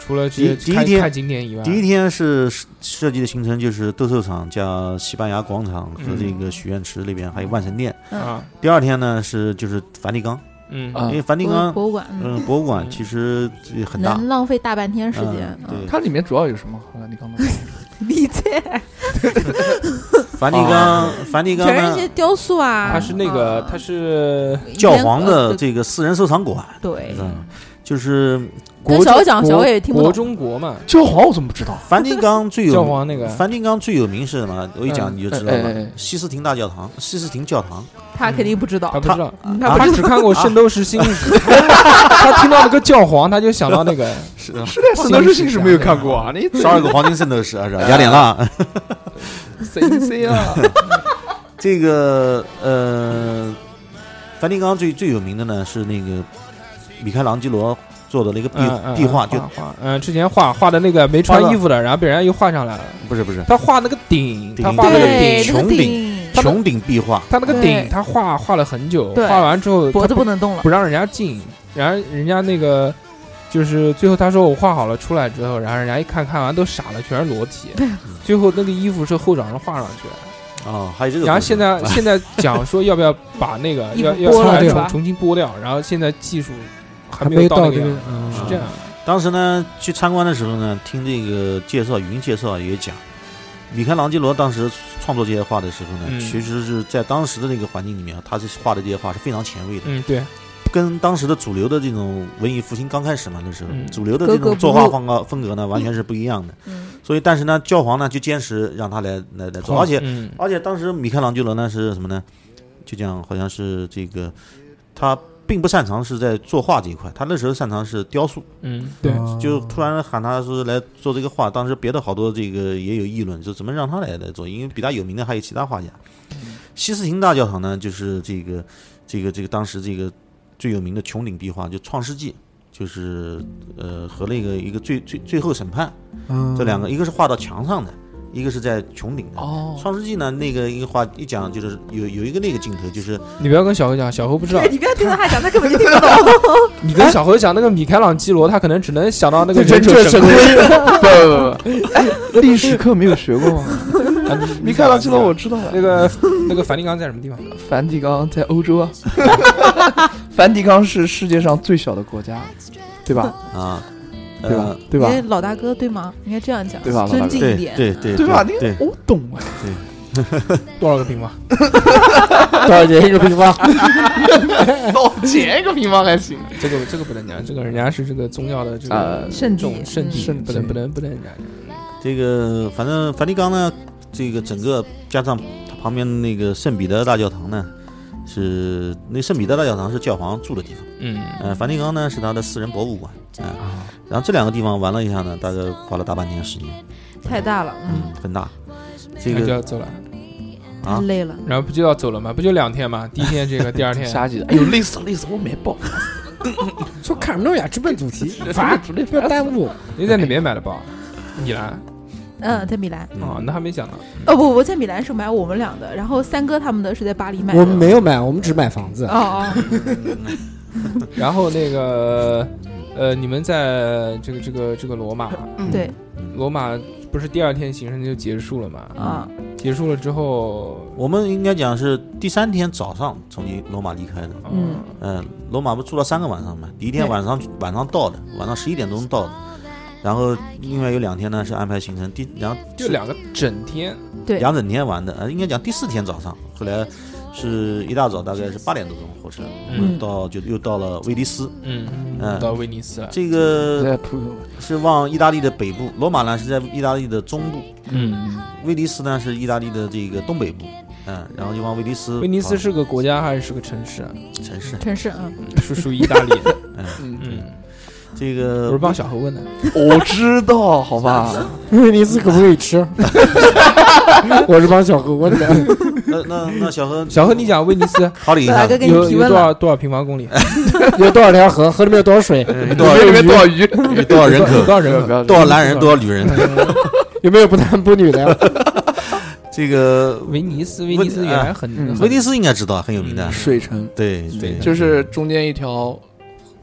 [SPEAKER 2] 除了
[SPEAKER 7] 第
[SPEAKER 2] 这
[SPEAKER 7] 第一
[SPEAKER 2] 看
[SPEAKER 7] 天
[SPEAKER 2] 看景
[SPEAKER 6] 嗯
[SPEAKER 2] 点以外，
[SPEAKER 7] 第一天是设设计的行程就是斗兽场加西班牙广场和
[SPEAKER 2] 嗯
[SPEAKER 7] 这个许愿池那边，还有万神殿。
[SPEAKER 6] 嗯
[SPEAKER 2] 啊，
[SPEAKER 7] 第二天呢是就是梵蒂冈，
[SPEAKER 2] 嗯
[SPEAKER 5] 啊
[SPEAKER 7] 因为梵蒂
[SPEAKER 6] 博
[SPEAKER 7] 冈
[SPEAKER 6] 博物馆，嗯
[SPEAKER 7] 嗯博物馆
[SPEAKER 2] 嗯
[SPEAKER 7] 其实这很大
[SPEAKER 6] 能，浪费大半天时间
[SPEAKER 7] 嗯，
[SPEAKER 6] 嗯，
[SPEAKER 7] 对，
[SPEAKER 5] 它里面主要有什么？好了，你刚刚
[SPEAKER 6] 理解，
[SPEAKER 7] 梵蒂冈梵蒂冈
[SPEAKER 6] 哦全是一
[SPEAKER 7] 呢
[SPEAKER 6] 些雕塑啊，
[SPEAKER 2] 它是那个
[SPEAKER 6] 啊
[SPEAKER 2] 它是
[SPEAKER 7] 教皇的
[SPEAKER 6] 呃
[SPEAKER 7] 这个私人收藏馆，
[SPEAKER 6] 对，
[SPEAKER 7] 嗯，就是
[SPEAKER 6] 跟
[SPEAKER 2] 国
[SPEAKER 6] 小
[SPEAKER 2] 中
[SPEAKER 6] 讲
[SPEAKER 2] 国
[SPEAKER 6] 小我也听不
[SPEAKER 2] 国
[SPEAKER 6] 懂，
[SPEAKER 2] 中国嘛，
[SPEAKER 5] 教皇我怎么不知道？
[SPEAKER 7] 梵蒂冈最有
[SPEAKER 2] 教
[SPEAKER 7] 名
[SPEAKER 2] 皇那个
[SPEAKER 7] 梵蒂冈最有名是什么？我一讲
[SPEAKER 2] 嗯
[SPEAKER 7] 你就知道
[SPEAKER 5] 哎哎哎
[SPEAKER 7] 了。西斯廷大教堂，西斯廷教 堂，
[SPEAKER 6] 他肯定不知道
[SPEAKER 2] 他，不知道，
[SPEAKER 6] 嗯他
[SPEAKER 2] 他
[SPEAKER 6] 不知
[SPEAKER 2] 只看过《圣斗士星矢》， 他听到那个教皇，他就想到那个
[SPEAKER 7] 是
[SPEAKER 5] 是的，圣斗士星矢没有看过啊？你
[SPEAKER 7] 十二个黄金圣斗士啊，是吧？
[SPEAKER 2] 哎
[SPEAKER 7] 雅典娜，
[SPEAKER 5] 谁谁啊？
[SPEAKER 7] 这个呃，梵蒂冈最最有名的呢是那个米开朗基罗做的那个壁
[SPEAKER 2] 嗯嗯
[SPEAKER 7] 壁画，就
[SPEAKER 2] 嗯画嗯，之前画画的那个没穿
[SPEAKER 7] 画的
[SPEAKER 2] 衣服的，然后被人家又画上来了。
[SPEAKER 7] 不是不是
[SPEAKER 2] 他画那个顶，
[SPEAKER 7] 顶
[SPEAKER 2] 他
[SPEAKER 7] 画
[SPEAKER 2] 画那个
[SPEAKER 6] 对
[SPEAKER 2] 顶，
[SPEAKER 6] 那个
[SPEAKER 7] 穹顶
[SPEAKER 6] 顶，
[SPEAKER 7] 穹顶壁画，
[SPEAKER 2] 他那个
[SPEAKER 6] 对
[SPEAKER 2] 顶，他画画了很久，
[SPEAKER 6] 对
[SPEAKER 2] 画完之后
[SPEAKER 6] 脖子
[SPEAKER 2] 他
[SPEAKER 6] 不能动了
[SPEAKER 2] 不，让人家进，然后人家那个就是最后他说我画好了出来之后，然后人家一看看完都傻了，全是裸体。最后那个衣服是后掌上画上去的，
[SPEAKER 7] 啊，还有这个东西。
[SPEAKER 2] 然后现在现在讲说要不要把那个
[SPEAKER 6] 衣服
[SPEAKER 2] 要要
[SPEAKER 6] 剥
[SPEAKER 4] 了
[SPEAKER 2] 把它
[SPEAKER 4] 是
[SPEAKER 2] 重
[SPEAKER 6] 吧
[SPEAKER 2] 重新剥掉，然后现在技术还
[SPEAKER 4] 还
[SPEAKER 2] 没
[SPEAKER 4] 没
[SPEAKER 2] 有到
[SPEAKER 4] 到
[SPEAKER 2] 那
[SPEAKER 4] 这
[SPEAKER 2] 个
[SPEAKER 4] 个
[SPEAKER 2] 样，，
[SPEAKER 4] 嗯
[SPEAKER 2] 是
[SPEAKER 7] 啊
[SPEAKER 2] 这样。
[SPEAKER 7] 当时呢，去参观的时候呢，听这个介绍，语音介绍也讲，米开朗基罗当时创作这些画的时候呢，
[SPEAKER 2] 嗯
[SPEAKER 7] 其实是在当时的那个环境里面，他是画的这些画是非常前卫的，
[SPEAKER 2] 嗯，对，
[SPEAKER 7] 跟当时的主流的这种文艺复兴刚开始嘛，那时候、
[SPEAKER 2] 嗯
[SPEAKER 7] 主流的
[SPEAKER 6] 格
[SPEAKER 7] 这
[SPEAKER 6] 格
[SPEAKER 7] 种
[SPEAKER 6] 不
[SPEAKER 7] 作画
[SPEAKER 6] 入
[SPEAKER 7] 风格风格呢，完全是不一样的。
[SPEAKER 6] 嗯，
[SPEAKER 7] 所以，但是呢，教皇呢就坚持让他来来来做，而且、
[SPEAKER 2] 嗯
[SPEAKER 7] 而且当时米开朗基罗呢是什么呢？就讲好像是这个他。并不擅长是在作画这一块，他那时候擅长是雕塑，
[SPEAKER 2] 嗯，对，
[SPEAKER 7] 就突然喊他说来做这个画，当时别的好多这个也有议论，就怎么让他来来做，因为比他有名的还有其他画家。西斯廷大教堂呢，就是这个这个这个当时这个最有名的穹顶壁画，就《创世纪》，就是呃和那个一个最最最后审判
[SPEAKER 4] 嗯
[SPEAKER 7] 这两个，一个是画到墙上的，一个是在穹顶的。
[SPEAKER 5] 哦，
[SPEAKER 7] 创世纪呢，那个一个画一讲就是有有一个那个镜头，就是
[SPEAKER 2] 你不要跟小何讲，小何不知道
[SPEAKER 6] 对，你不要听他讲，他根本就听不懂。
[SPEAKER 2] 你跟小何讲那个米开朗基罗，他可能只能想到那个
[SPEAKER 5] 忍
[SPEAKER 2] 忍者神龟。
[SPEAKER 5] 龟， 不不不，哎，历史课没有学过吗？米开朗基罗我知道了，
[SPEAKER 2] 那个那个梵蒂冈在什么地方？
[SPEAKER 5] 梵蒂冈在欧 洲啊，梵蒂冈是世界上最小的国家，对吧？
[SPEAKER 7] 啊，呃
[SPEAKER 5] 对吧？？对
[SPEAKER 6] 因
[SPEAKER 5] 吧？
[SPEAKER 6] 为老大哥对吗？应该这样讲，
[SPEAKER 5] 对吧老大哥
[SPEAKER 6] 尊敬
[SPEAKER 7] 对
[SPEAKER 6] 一点，
[SPEAKER 7] 对对
[SPEAKER 5] 对吧？那
[SPEAKER 7] 对
[SPEAKER 5] 个，我懂啊，
[SPEAKER 2] 多少个啊平方？
[SPEAKER 4] 多少钱一个平方？
[SPEAKER 5] 老钱一个平方还 行。
[SPEAKER 2] 这个这个不能讲，这个人家是这个宗教的这个
[SPEAKER 5] 呃
[SPEAKER 6] 圣地
[SPEAKER 2] 种圣地，
[SPEAKER 5] 嗯
[SPEAKER 2] 不能不能不能讲。
[SPEAKER 7] 这个反正梵蒂冈呢，这个整个加上它旁边那个圣彼得大教堂呢，是那圣彼得大教堂是教皇住的地方，
[SPEAKER 2] 嗯，
[SPEAKER 7] 呃，梵蒂冈呢是他的私人博物馆，啊、然后这两个地方玩了一下呢，大概花了大半天时间，
[SPEAKER 6] 太大了，嗯，嗯
[SPEAKER 7] 嗯，很大，这
[SPEAKER 2] 那就
[SPEAKER 7] 个
[SPEAKER 2] 要走了，
[SPEAKER 7] 啊
[SPEAKER 6] 太累了。
[SPEAKER 2] 然后不就要走了吗？不就两天吗？第一天这个，第二天
[SPEAKER 5] 下集，哎呦，累死了，累死了，我没报。
[SPEAKER 4] 说卡梅隆雅直奔啊主 题，烦，不要耽误。
[SPEAKER 2] 你在哪边买的包？米兰
[SPEAKER 6] 嗯，在米兰。
[SPEAKER 2] 啊，那还没想到，
[SPEAKER 6] 哦不，我在米兰是买我们俩的，然后三哥他们的是在巴黎买的。
[SPEAKER 4] 我们没有买，我们只买房子。
[SPEAKER 6] 哦哦，
[SPEAKER 2] 然后那个，呃，你们在这个这个这个罗马，啊
[SPEAKER 6] 嗯对
[SPEAKER 2] 罗马不是第二天行程就结束了嘛？
[SPEAKER 6] 啊，
[SPEAKER 2] 结束了之后，
[SPEAKER 7] 我们应该讲是第三天早上从罗马离开的。
[SPEAKER 2] 呃
[SPEAKER 6] 嗯，
[SPEAKER 7] 嗯，罗马不住了三个晚上嘛？第一天
[SPEAKER 6] 对
[SPEAKER 7] 晚上晚上到的，晚上十一点钟到的。然后另外有两天呢是安排行程，第然后
[SPEAKER 2] 就两个整天，
[SPEAKER 6] 对，
[SPEAKER 7] 两整天玩的，呃，应该讲第四天早上，后来是一大早大概是八点多钟火车，我们到就又到了威尼斯，
[SPEAKER 2] 嗯
[SPEAKER 7] 嗯
[SPEAKER 2] 到威尼斯了，
[SPEAKER 7] 这个
[SPEAKER 5] 在普
[SPEAKER 7] 是往意大利的北部，罗马呢是在意大利的中部，
[SPEAKER 2] 嗯，
[SPEAKER 7] 威尼斯呢是意大利的这个东北部，嗯，然后就往威尼斯跑。
[SPEAKER 2] 威尼斯是个国家还是个城市啊？
[SPEAKER 7] 城市，
[SPEAKER 6] 城市，嗯，
[SPEAKER 2] 是属于意大利的，
[SPEAKER 5] 嗯，
[SPEAKER 2] 嗯，
[SPEAKER 7] 这
[SPEAKER 2] 我
[SPEAKER 7] 个
[SPEAKER 2] 是帮小何问的，
[SPEAKER 5] 我知道，好吧，
[SPEAKER 4] 威尼斯可不可以 吃？ 我是帮小何问的，
[SPEAKER 7] 那那那小何，
[SPEAKER 2] 小何你讲威尼斯
[SPEAKER 7] 考你一
[SPEAKER 6] 大
[SPEAKER 7] 下
[SPEAKER 6] 哥，给你
[SPEAKER 2] 有
[SPEAKER 6] 提
[SPEAKER 2] 有
[SPEAKER 6] 问
[SPEAKER 2] 多
[SPEAKER 6] 了，
[SPEAKER 2] 少多少平方公里？
[SPEAKER 4] 有多少条河，河里面有多少水，
[SPEAKER 7] 呃多
[SPEAKER 5] 里面
[SPEAKER 7] 少
[SPEAKER 5] 有多少鱼？
[SPEAKER 7] 多少人
[SPEAKER 2] 多
[SPEAKER 7] 口，
[SPEAKER 2] 少
[SPEAKER 5] 不要
[SPEAKER 2] 人
[SPEAKER 5] 不
[SPEAKER 2] 口？
[SPEAKER 5] 要
[SPEAKER 7] 多少男人，多少女 人？
[SPEAKER 4] 有没有不男不女的？
[SPEAKER 7] 这个
[SPEAKER 2] 威尼斯，威尼斯原来很
[SPEAKER 5] 嗯
[SPEAKER 7] 威尼斯应该知道，很有名
[SPEAKER 2] 嗯
[SPEAKER 7] 的。
[SPEAKER 5] 水城，
[SPEAKER 7] 对对，
[SPEAKER 5] 就是中间一条，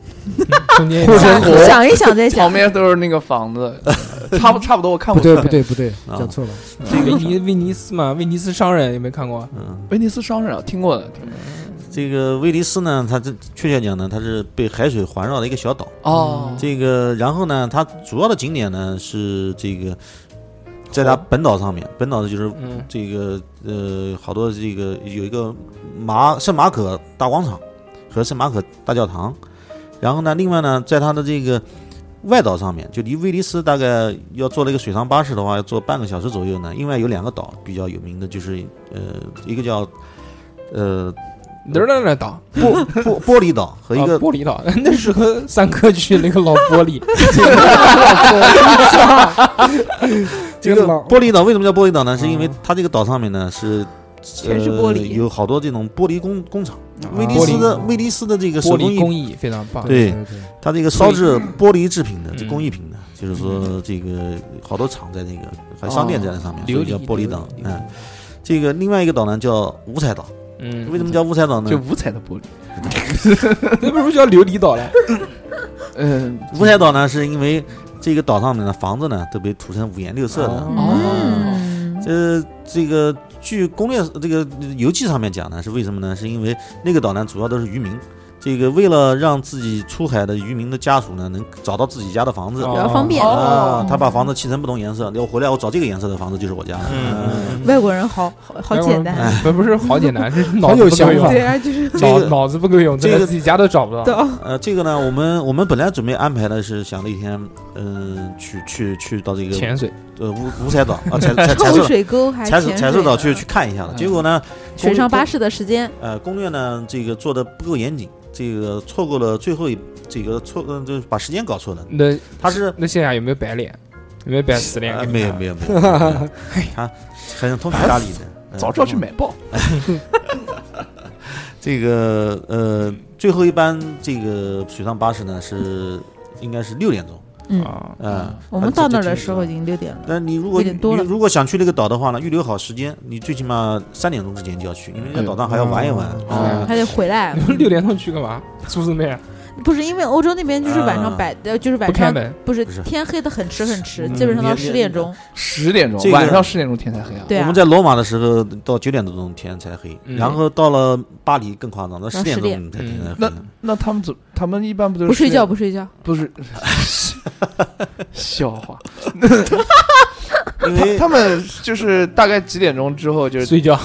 [SPEAKER 2] 中 间嗯
[SPEAKER 4] 不
[SPEAKER 6] 想
[SPEAKER 4] 生活
[SPEAKER 6] 想一想再
[SPEAKER 5] 旁
[SPEAKER 6] 想，
[SPEAKER 5] 边都是那个房子，差不差不多，我看
[SPEAKER 4] 不
[SPEAKER 5] 过。
[SPEAKER 4] 对不，对不对，
[SPEAKER 7] 啊
[SPEAKER 4] 讲错了。
[SPEAKER 2] 威尼威尼斯嘛，威尼斯商人有没有看过？
[SPEAKER 7] 嗯，
[SPEAKER 5] 威尼斯商人啊，听过的，听过的
[SPEAKER 7] 这个威尼斯呢，它这确切讲呢，它是被海水环绕的一个小岛。
[SPEAKER 5] 哦，
[SPEAKER 7] 这个，然后呢，它主要的景点呢是这个，在它本岛上面，本岛的就是
[SPEAKER 2] 嗯，
[SPEAKER 7] 这个呃，好多这个有一个马圣马可大广场和圣马可大教堂，然后呢，另外呢，在它的这个外岛上面，就离威尼斯大概要坐那个水上巴士的话，要坐半个小时左右呢。另外有两个岛比较有名的，就是呃，一个叫呃
[SPEAKER 2] 哪儿哪儿哪儿岛？
[SPEAKER 7] 玻玻玻璃岛和一
[SPEAKER 2] 啊
[SPEAKER 7] 个
[SPEAKER 2] 玻璃岛， 那时候三哥去那个老玻璃，
[SPEAKER 7] 这
[SPEAKER 4] 这
[SPEAKER 7] 个
[SPEAKER 4] 个老
[SPEAKER 7] 玻璃岛为什么叫玻璃
[SPEAKER 2] 啊
[SPEAKER 7] 岛呢？是因为它这个岛上面呢是
[SPEAKER 6] 全是玻璃
[SPEAKER 7] 呃有好多这种玻璃工工厂。威尼
[SPEAKER 2] 啊玻
[SPEAKER 7] 斯
[SPEAKER 2] 璃
[SPEAKER 7] 的威尼斯的这个手
[SPEAKER 2] 玻
[SPEAKER 7] 工
[SPEAKER 2] 璃
[SPEAKER 7] 艺
[SPEAKER 2] 工艺非常棒。
[SPEAKER 7] 对
[SPEAKER 4] 对对
[SPEAKER 7] 它这个烧制玻璃制品的，
[SPEAKER 2] 嗯
[SPEAKER 7] 这工艺品的，就是说这个好多厂在这个，还有商店在那上面，所
[SPEAKER 2] 啊琉
[SPEAKER 7] 以叫
[SPEAKER 2] 璃
[SPEAKER 7] 玻璃岛。
[SPEAKER 2] 琉璃
[SPEAKER 7] 嗯，这个另外一个岛呢叫五彩岛，
[SPEAKER 2] 嗯，
[SPEAKER 7] 为什么叫五彩岛呢
[SPEAKER 5] 就？五彩的玻璃，
[SPEAKER 2] 那不如叫琉璃岛了？
[SPEAKER 5] 嗯，
[SPEAKER 7] 五彩岛呢是因为这个岛上面的房子呢都被涂成五颜六色
[SPEAKER 2] 啊
[SPEAKER 7] 的。
[SPEAKER 5] 哦，
[SPEAKER 6] 嗯，
[SPEAKER 7] 这呃这个据攻略这个游记上面讲呢，是为什么呢？是因为那个岛呢主要都是渔民。这个为了让自己出海的渔民的家属呢，能找到自己家的房子
[SPEAKER 2] 哦
[SPEAKER 6] 比较方便，
[SPEAKER 7] 啊，他把房子漆成不同颜色，要回来我找这个颜色的房子就是我家的。嗯
[SPEAKER 2] 嗯，
[SPEAKER 6] 外国人好好好简单，
[SPEAKER 2] 哎不不是好哦简单， 是脑
[SPEAKER 4] 好有
[SPEAKER 2] 子不
[SPEAKER 4] 想
[SPEAKER 2] 够
[SPEAKER 4] 法
[SPEAKER 2] 用，
[SPEAKER 6] 对啊，就是
[SPEAKER 2] 脑
[SPEAKER 7] 这个
[SPEAKER 2] 脑子不够用，
[SPEAKER 7] 这
[SPEAKER 2] 真的
[SPEAKER 7] 个
[SPEAKER 2] 自己家都找不到。
[SPEAKER 6] 到
[SPEAKER 7] 呃，这个呢，我们我们本来准备安排的是想那天，嗯、去去去到这个
[SPEAKER 2] 潜水，
[SPEAKER 7] 呃五五彩岛啊，彩彩彩
[SPEAKER 6] 臭
[SPEAKER 7] 色
[SPEAKER 6] 水沟还
[SPEAKER 7] 彩
[SPEAKER 6] 潜
[SPEAKER 7] 色
[SPEAKER 6] 水嗯
[SPEAKER 7] 彩色岛去去看一下的。结果呢，
[SPEAKER 6] 水上巴
[SPEAKER 7] 士
[SPEAKER 6] 士的时间，
[SPEAKER 7] 呃攻略呢这个做的不够严谨，这个错过了最后一这个错呃就是把时间搞错了。
[SPEAKER 2] 那
[SPEAKER 7] 他是
[SPEAKER 2] 那线下有没有白脸？有没有白死脸
[SPEAKER 7] 呃
[SPEAKER 2] 给你看？
[SPEAKER 7] 没有没有没 有，没有他很通情达理的。嗯
[SPEAKER 5] 哎早知道去买报，
[SPEAKER 7] 这个呃最后一班这个水上巴士呢是应该是六点钟。
[SPEAKER 6] 嗯，
[SPEAKER 2] 啊，
[SPEAKER 7] 嗯，
[SPEAKER 6] 我们
[SPEAKER 7] 它
[SPEAKER 6] 到
[SPEAKER 7] 这
[SPEAKER 6] 那儿
[SPEAKER 7] 这
[SPEAKER 6] 的
[SPEAKER 7] 挺
[SPEAKER 6] 时候已经六点了，
[SPEAKER 7] 但你如果
[SPEAKER 6] 有
[SPEAKER 7] 你
[SPEAKER 6] 点多了
[SPEAKER 7] 如果想去那个岛的话呢，预留好时间，你最起码三点钟之前就要去，因为在岛上还要玩一
[SPEAKER 5] 哦
[SPEAKER 7] 玩。
[SPEAKER 2] 哎呦
[SPEAKER 7] 啊
[SPEAKER 6] 还得回来
[SPEAKER 2] 你。们六点钟去干嘛？苏苏妹啊
[SPEAKER 6] 不是因为欧洲那边就是晚上
[SPEAKER 7] 啊
[SPEAKER 6] 摆，呃，就是
[SPEAKER 2] 不
[SPEAKER 6] 晚
[SPEAKER 2] 开
[SPEAKER 6] 上
[SPEAKER 2] 门，
[SPEAKER 6] 不是
[SPEAKER 7] 不是
[SPEAKER 6] 天黑的很迟很迟，
[SPEAKER 2] 嗯
[SPEAKER 6] 基本上到
[SPEAKER 7] 你
[SPEAKER 6] 十点钟。
[SPEAKER 5] 十点钟
[SPEAKER 7] 这，个
[SPEAKER 5] 晚上十点钟天才黑啊。
[SPEAKER 6] 对
[SPEAKER 7] 我
[SPEAKER 6] 啊
[SPEAKER 7] 们，在罗马的时候到九点多钟天才黑，
[SPEAKER 2] 嗯
[SPEAKER 7] 然后到了巴黎更夸张，到十点
[SPEAKER 6] 10
[SPEAKER 7] 钟才天才黑。
[SPEAKER 2] 嗯
[SPEAKER 5] 那他们怎他们一般不都是
[SPEAKER 6] 不睡
[SPEAKER 5] 10点
[SPEAKER 6] 觉不睡觉，
[SPEAKER 5] 不是笑话，
[SPEAKER 7] 因为
[SPEAKER 5] 他们就是大概几点钟之后就是
[SPEAKER 2] 睡觉。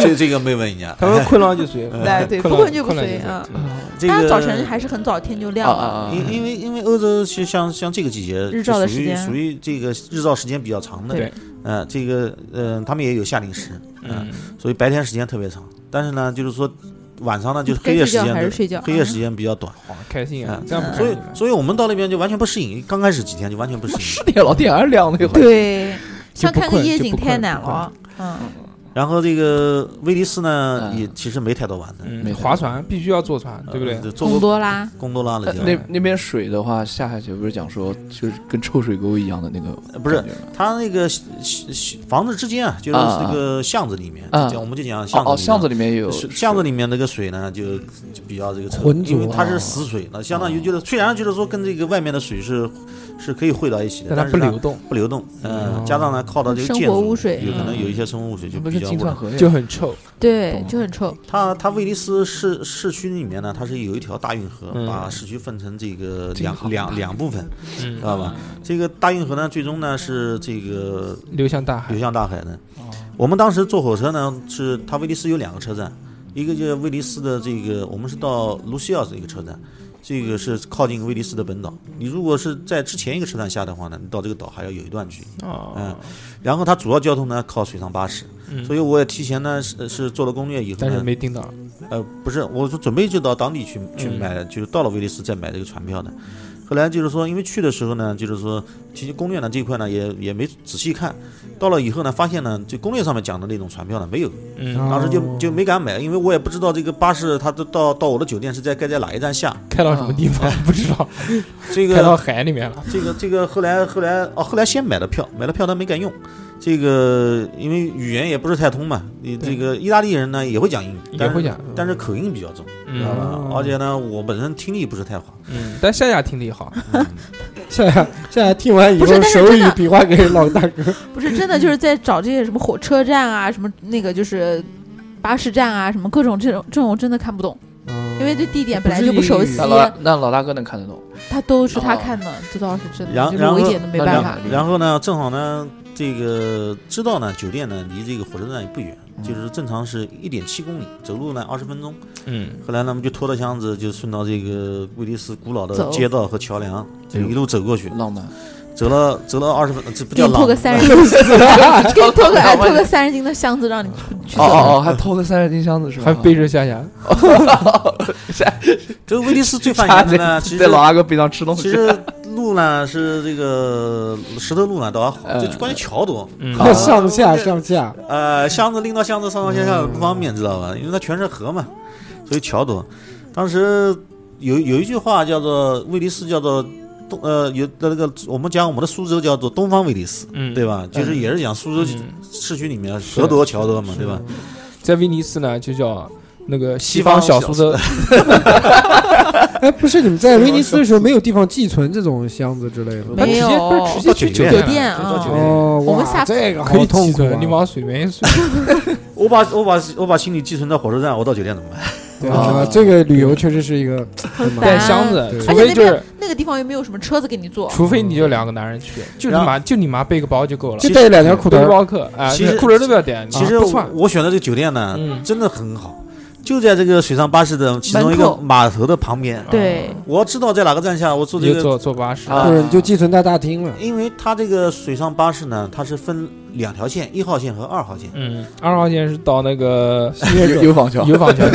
[SPEAKER 7] 这这个没问啊人家，
[SPEAKER 2] 他们困了就睡，
[SPEAKER 6] 哎对
[SPEAKER 2] 嗯困
[SPEAKER 6] 不
[SPEAKER 2] 了
[SPEAKER 6] 困就不
[SPEAKER 2] 困了
[SPEAKER 6] 睡
[SPEAKER 2] 睡
[SPEAKER 6] 啊
[SPEAKER 2] 嗯
[SPEAKER 7] 这
[SPEAKER 6] 大家
[SPEAKER 7] 个
[SPEAKER 6] 早晨还是很早，天就
[SPEAKER 5] 啊
[SPEAKER 6] 亮
[SPEAKER 5] 啊
[SPEAKER 6] 了。
[SPEAKER 5] 啊
[SPEAKER 7] 因因为因为欧洲是像像这个季节
[SPEAKER 6] 日照的
[SPEAKER 7] 是属于
[SPEAKER 6] 时间
[SPEAKER 7] 属于这个日照时间比较长的，
[SPEAKER 2] 对，
[SPEAKER 7] 呃，这个呃他们也有夏令时，嗯，
[SPEAKER 2] 嗯，
[SPEAKER 7] 所以白天时间特别长，但是呢就是说晚上呢就是黑
[SPEAKER 6] 该
[SPEAKER 7] 夜
[SPEAKER 6] 睡
[SPEAKER 7] 时
[SPEAKER 6] 觉
[SPEAKER 7] 间
[SPEAKER 6] 还是
[SPEAKER 7] 的
[SPEAKER 6] 睡觉。
[SPEAKER 7] 黑夜
[SPEAKER 6] 嗯
[SPEAKER 7] 时间比较短。
[SPEAKER 2] 好开心啊
[SPEAKER 7] 嗯！
[SPEAKER 2] 这样不
[SPEAKER 7] 所
[SPEAKER 2] 开
[SPEAKER 7] 以
[SPEAKER 2] 心，吗？
[SPEAKER 7] 所以我们到那边就完全不适应，刚开始几天就完 全不适应。
[SPEAKER 5] 十点老天还是亮那会儿，
[SPEAKER 6] 对，像
[SPEAKER 2] 不
[SPEAKER 6] 看个
[SPEAKER 2] 困
[SPEAKER 6] 夜
[SPEAKER 2] 就
[SPEAKER 6] 景
[SPEAKER 2] 不
[SPEAKER 6] 太
[SPEAKER 2] 困
[SPEAKER 6] 难
[SPEAKER 2] 不困
[SPEAKER 6] 了。嗯，
[SPEAKER 7] 然后这个威尼斯呢，
[SPEAKER 5] 嗯
[SPEAKER 7] 也其实没太多玩的，
[SPEAKER 2] 嗯
[SPEAKER 5] 没，
[SPEAKER 2] 划船必须要坐船，对不对？
[SPEAKER 7] 呃坐
[SPEAKER 6] 贡
[SPEAKER 7] 过
[SPEAKER 6] 多拉，
[SPEAKER 7] 贡多拉了就
[SPEAKER 5] 那那边水的话，下海姐不是讲说，就是跟臭水沟一样的那个感觉吗，
[SPEAKER 7] 不是它那个西西西房子之间啊，就是
[SPEAKER 5] 啊
[SPEAKER 7] 那个巷子里面，
[SPEAKER 5] 啊
[SPEAKER 7] 就我们就讲巷
[SPEAKER 5] 哦
[SPEAKER 7] 子
[SPEAKER 5] 哦，巷子
[SPEAKER 7] 里
[SPEAKER 5] 里面也有
[SPEAKER 7] 面是巷子里面那个水呢，就就比较这个
[SPEAKER 4] 浑浊
[SPEAKER 7] 因为它是
[SPEAKER 5] 啊
[SPEAKER 7] 死水，那相当于就是虽然就是说跟这个外面的水是是可以汇到一起的，
[SPEAKER 2] 但它
[SPEAKER 7] 但
[SPEAKER 2] 不
[SPEAKER 7] 是呢
[SPEAKER 2] 流动，
[SPEAKER 7] 不流动，嗯
[SPEAKER 2] 哦，
[SPEAKER 7] 加上呢靠到这个
[SPEAKER 6] 生
[SPEAKER 7] 建
[SPEAKER 6] 活
[SPEAKER 7] 筑
[SPEAKER 6] 污，水，
[SPEAKER 7] 有可能
[SPEAKER 6] 嗯
[SPEAKER 7] 有一些生活污水就
[SPEAKER 5] 不
[SPEAKER 7] 比
[SPEAKER 5] 是
[SPEAKER 7] 较
[SPEAKER 5] 金
[SPEAKER 7] 污
[SPEAKER 5] 算
[SPEAKER 7] 染。
[SPEAKER 5] 河呀
[SPEAKER 2] 就很臭。
[SPEAKER 6] 对，就很臭。
[SPEAKER 7] 它它威尼斯市市区里面呢，它是有一条大运河，
[SPEAKER 2] 嗯
[SPEAKER 7] 把市区分成这个
[SPEAKER 5] 这个好
[SPEAKER 7] 两两两部分，知
[SPEAKER 2] 嗯，
[SPEAKER 7] 道吧？这个大运河呢，最终呢是这个
[SPEAKER 2] 流向大海哦
[SPEAKER 7] 流。向大海的。我们当时坐火车呢，是它威尼斯有两个车站，一个就是威尼斯的这个，我们是到卢西奥这个车站，这个是靠近威尼斯的本岛。你如果是在之前一个车站下的话呢，你到这个岛还要有一段距离。
[SPEAKER 2] 哦
[SPEAKER 7] 嗯，然后它主要交通呢靠水上巴士，
[SPEAKER 2] 嗯
[SPEAKER 7] 所以我也提前呢是是做了攻略以后
[SPEAKER 2] 但是
[SPEAKER 7] 呢，
[SPEAKER 2] 没盯到。
[SPEAKER 7] 呃，不是，我是准备就到当地去去
[SPEAKER 2] 嗯
[SPEAKER 7] 买的，就是到了威尼斯再买这个船票的。后来就是说，因为去的时候呢，就是说，其实攻略呢这一块呢也也没仔细看，到了以后呢，发现呢，就攻略上面讲的那种船票呢没有，
[SPEAKER 2] 嗯，
[SPEAKER 4] 啊
[SPEAKER 7] 当时就
[SPEAKER 4] 哦
[SPEAKER 7] 就没敢买，因为我也不知道这个巴士它都到到我的酒店是在该在哪一站下，
[SPEAKER 2] 开到什么地方不知道，
[SPEAKER 7] 这
[SPEAKER 2] 开到
[SPEAKER 7] 个
[SPEAKER 2] 海里面了。
[SPEAKER 7] 这个这个后来后来哦，后来先买了票，买了票但没敢用，这个因为语言也不是太通嘛，你
[SPEAKER 2] 对
[SPEAKER 7] 这个意大利人呢也会讲英语，
[SPEAKER 2] 也
[SPEAKER 7] 但
[SPEAKER 2] 会
[SPEAKER 7] 是
[SPEAKER 2] 讲，
[SPEAKER 7] 但是口音比较重。知道
[SPEAKER 2] 嗯
[SPEAKER 7] 吧？
[SPEAKER 4] 哦
[SPEAKER 7] 而且呢，我本身听力不是太好，
[SPEAKER 2] 嗯，但夏夏听力好，
[SPEAKER 5] 嗯
[SPEAKER 4] 现在现在听完以
[SPEAKER 6] 不是
[SPEAKER 4] 后，
[SPEAKER 6] 但是
[SPEAKER 4] 手
[SPEAKER 6] 真
[SPEAKER 4] 语
[SPEAKER 6] 的
[SPEAKER 4] 比划给老大哥。
[SPEAKER 6] 不是真的，就是在找这些什么火车站啊，什么那个就是巴士站啊，什么各种这种这种真的看不懂，因 为这地点本来就不熟悉
[SPEAKER 2] 不
[SPEAKER 5] 那，老那老大哥能看得懂，
[SPEAKER 6] 他都是他看的，这倒是真
[SPEAKER 7] 然
[SPEAKER 6] 的，就是
[SPEAKER 7] 然
[SPEAKER 6] 我一
[SPEAKER 7] 后
[SPEAKER 6] 点都没办法
[SPEAKER 5] 然。
[SPEAKER 7] 然后呢，正好呢，这个知道呢，酒店呢离这个火车站也不远，
[SPEAKER 5] 嗯
[SPEAKER 7] 就是正常是一点七公里，走路呢二十分钟。
[SPEAKER 2] 嗯，
[SPEAKER 7] 后来呢，我们就拖着箱子就顺到这个威尼斯古老的
[SPEAKER 6] 走
[SPEAKER 7] 街道和桥梁，
[SPEAKER 5] 哎
[SPEAKER 7] 就一路走过去，
[SPEAKER 5] 浪漫。
[SPEAKER 7] 走了走了二十分，这不
[SPEAKER 6] 给
[SPEAKER 7] 叫
[SPEAKER 6] 你
[SPEAKER 7] 浪
[SPEAKER 6] 拖
[SPEAKER 7] 漫，
[SPEAKER 6] 个三十斤，给你拖个哎拖个三十斤的箱子让你去
[SPEAKER 5] 哦
[SPEAKER 6] 走，
[SPEAKER 5] 哦哦，还偷了三十斤箱子是吧？
[SPEAKER 2] 还背着夏夏，
[SPEAKER 7] 这个威尼斯最犯严的呢，其
[SPEAKER 5] 在
[SPEAKER 7] 实
[SPEAKER 5] 老大哥背上吃东
[SPEAKER 7] 其
[SPEAKER 5] 西。
[SPEAKER 7] 实路呢是这个石头路呢倒还好，就
[SPEAKER 5] 嗯
[SPEAKER 7] 关键桥多。
[SPEAKER 2] 嗯，
[SPEAKER 7] 啊
[SPEAKER 4] 上下上下，
[SPEAKER 7] 呃，箱子拎到箱子上上下下不方便，知道吧？因为它全是河嘛，所以桥多。当时有有一句话叫做威尼斯叫做东呃有那个我们讲我们的苏州叫做东方威尼斯，
[SPEAKER 2] 嗯
[SPEAKER 7] 对？吧？就是也是讲苏州
[SPEAKER 2] 嗯
[SPEAKER 7] 市区里面
[SPEAKER 2] 是
[SPEAKER 7] 河多桥多嘛，对吧？
[SPEAKER 2] 在威尼斯呢，就叫那个西
[SPEAKER 7] 西方
[SPEAKER 2] 小
[SPEAKER 7] 小
[SPEAKER 2] 苏州，
[SPEAKER 4] 哎，不是你们在威尼斯的时候没有地方寄存这种箱子之类的吗？
[SPEAKER 2] 他直
[SPEAKER 6] 没
[SPEAKER 2] 接
[SPEAKER 6] 有
[SPEAKER 2] 他直接去
[SPEAKER 7] 到酒店
[SPEAKER 6] 酒
[SPEAKER 2] 了
[SPEAKER 6] 店
[SPEAKER 7] 到酒
[SPEAKER 6] 啊
[SPEAKER 7] 店，
[SPEAKER 4] 哦，
[SPEAKER 6] 我
[SPEAKER 4] 哇
[SPEAKER 6] 们下
[SPEAKER 4] 这个
[SPEAKER 2] 可
[SPEAKER 4] 好
[SPEAKER 2] 以寄
[SPEAKER 4] 痛苦
[SPEAKER 2] 存，你
[SPEAKER 4] 啊！
[SPEAKER 2] 往水源 一水，
[SPEAKER 7] 我把我把我把行李寄存到火车站，我到酒店怎么办？
[SPEAKER 4] 对
[SPEAKER 5] 啊
[SPEAKER 4] 啊，这个旅游确实是一个
[SPEAKER 6] 很
[SPEAKER 4] 嗯
[SPEAKER 2] 带
[SPEAKER 6] 烦。
[SPEAKER 2] 箱子，
[SPEAKER 4] 对
[SPEAKER 2] 除非就是，
[SPEAKER 6] 那个地方又没有什么车子给你坐，
[SPEAKER 2] 除非你就两个男人去，就你
[SPEAKER 7] 然后
[SPEAKER 2] 妈就你妈背个包就够了，
[SPEAKER 4] 就带两条裤
[SPEAKER 2] 背
[SPEAKER 4] 头，
[SPEAKER 2] 包客啊，
[SPEAKER 7] 其实
[SPEAKER 2] 裤头都不要点，
[SPEAKER 7] 其
[SPEAKER 2] 啊
[SPEAKER 7] 实
[SPEAKER 2] 不算，
[SPEAKER 7] 我选的这个酒店呢
[SPEAKER 2] 嗯，
[SPEAKER 7] 真的很好，就在这个水上巴士的其中一
[SPEAKER 6] 门
[SPEAKER 7] 个
[SPEAKER 6] 口
[SPEAKER 7] 码头的旁
[SPEAKER 2] 啊
[SPEAKER 7] 边。
[SPEAKER 6] 对，
[SPEAKER 7] 我知道在哪个站下，我坐这
[SPEAKER 2] 你就
[SPEAKER 7] 个
[SPEAKER 2] 坐坐巴士，
[SPEAKER 5] 啊
[SPEAKER 4] 或者你就寄存在大厅了。
[SPEAKER 7] 因为它这个水上巴士呢，它是分两条线，一号线和二号线。
[SPEAKER 2] 嗯，二号线是到那个
[SPEAKER 5] 有有仿效，
[SPEAKER 2] 油坊桥，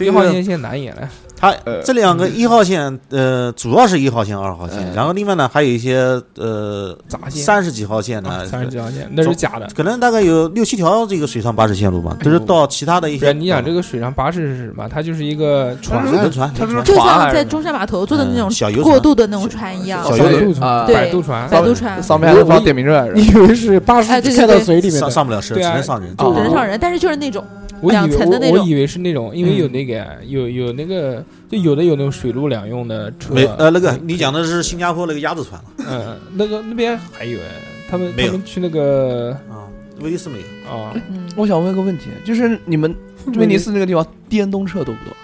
[SPEAKER 2] 一
[SPEAKER 7] 个
[SPEAKER 2] 号线现在难演了，
[SPEAKER 7] 它
[SPEAKER 2] 呃
[SPEAKER 7] 这两
[SPEAKER 2] 嗯
[SPEAKER 7] 个一号线，呃，主要是一号线、二号线，
[SPEAKER 2] 呃
[SPEAKER 5] 嗯
[SPEAKER 7] 然后另外呢还有一些呃
[SPEAKER 2] 杂线
[SPEAKER 7] 三十几号线
[SPEAKER 2] 啊
[SPEAKER 7] 呢，
[SPEAKER 2] 三十几号线那是假的。
[SPEAKER 7] 可能大概有六七条这个水上巴士线路吧，都是到其他的一
[SPEAKER 2] 不是
[SPEAKER 7] 些。
[SPEAKER 2] 你想这个水上巴士是什么？它就是一个船，
[SPEAKER 7] 轮轮船，
[SPEAKER 5] 它是
[SPEAKER 7] 轮
[SPEAKER 6] 就
[SPEAKER 7] 船
[SPEAKER 6] 像在中山码头坐的那种
[SPEAKER 7] 嗯小游
[SPEAKER 6] 过
[SPEAKER 7] 船
[SPEAKER 6] 渡的那种船一样
[SPEAKER 7] 小，游
[SPEAKER 5] 小游
[SPEAKER 4] 轮
[SPEAKER 5] 啊，
[SPEAKER 6] 对
[SPEAKER 2] 摆渡船，
[SPEAKER 6] 摆渡船
[SPEAKER 5] 上面还能放点名证，
[SPEAKER 4] 你以为是八十
[SPEAKER 6] 哎对对
[SPEAKER 4] 开到
[SPEAKER 6] 对
[SPEAKER 4] 嘴里面
[SPEAKER 7] 上
[SPEAKER 4] 的？
[SPEAKER 7] 上不了车，
[SPEAKER 2] 对
[SPEAKER 7] 只
[SPEAKER 2] 啊
[SPEAKER 7] 能上人。
[SPEAKER 5] 啊
[SPEAKER 6] 只能上人，但是就是那种
[SPEAKER 2] 我以
[SPEAKER 6] 两
[SPEAKER 2] 为
[SPEAKER 6] 层的那
[SPEAKER 2] 我我
[SPEAKER 6] 种
[SPEAKER 2] 以为是那种，因为
[SPEAKER 4] 嗯
[SPEAKER 2] 有那个有有那个，就有的有那种水陆两用的车
[SPEAKER 7] 没，呃，那个你讲的是新加坡那个鸭子船了
[SPEAKER 2] 嗯，那个那边还有哎，他们
[SPEAKER 7] 没
[SPEAKER 2] 他
[SPEAKER 7] 有
[SPEAKER 2] 们去那个
[SPEAKER 7] 啊？威尼斯没有，
[SPEAKER 2] 啊，
[SPEAKER 6] 嗯，
[SPEAKER 5] 我想问个问题，就是你们威尼斯那个地方电动车多不多？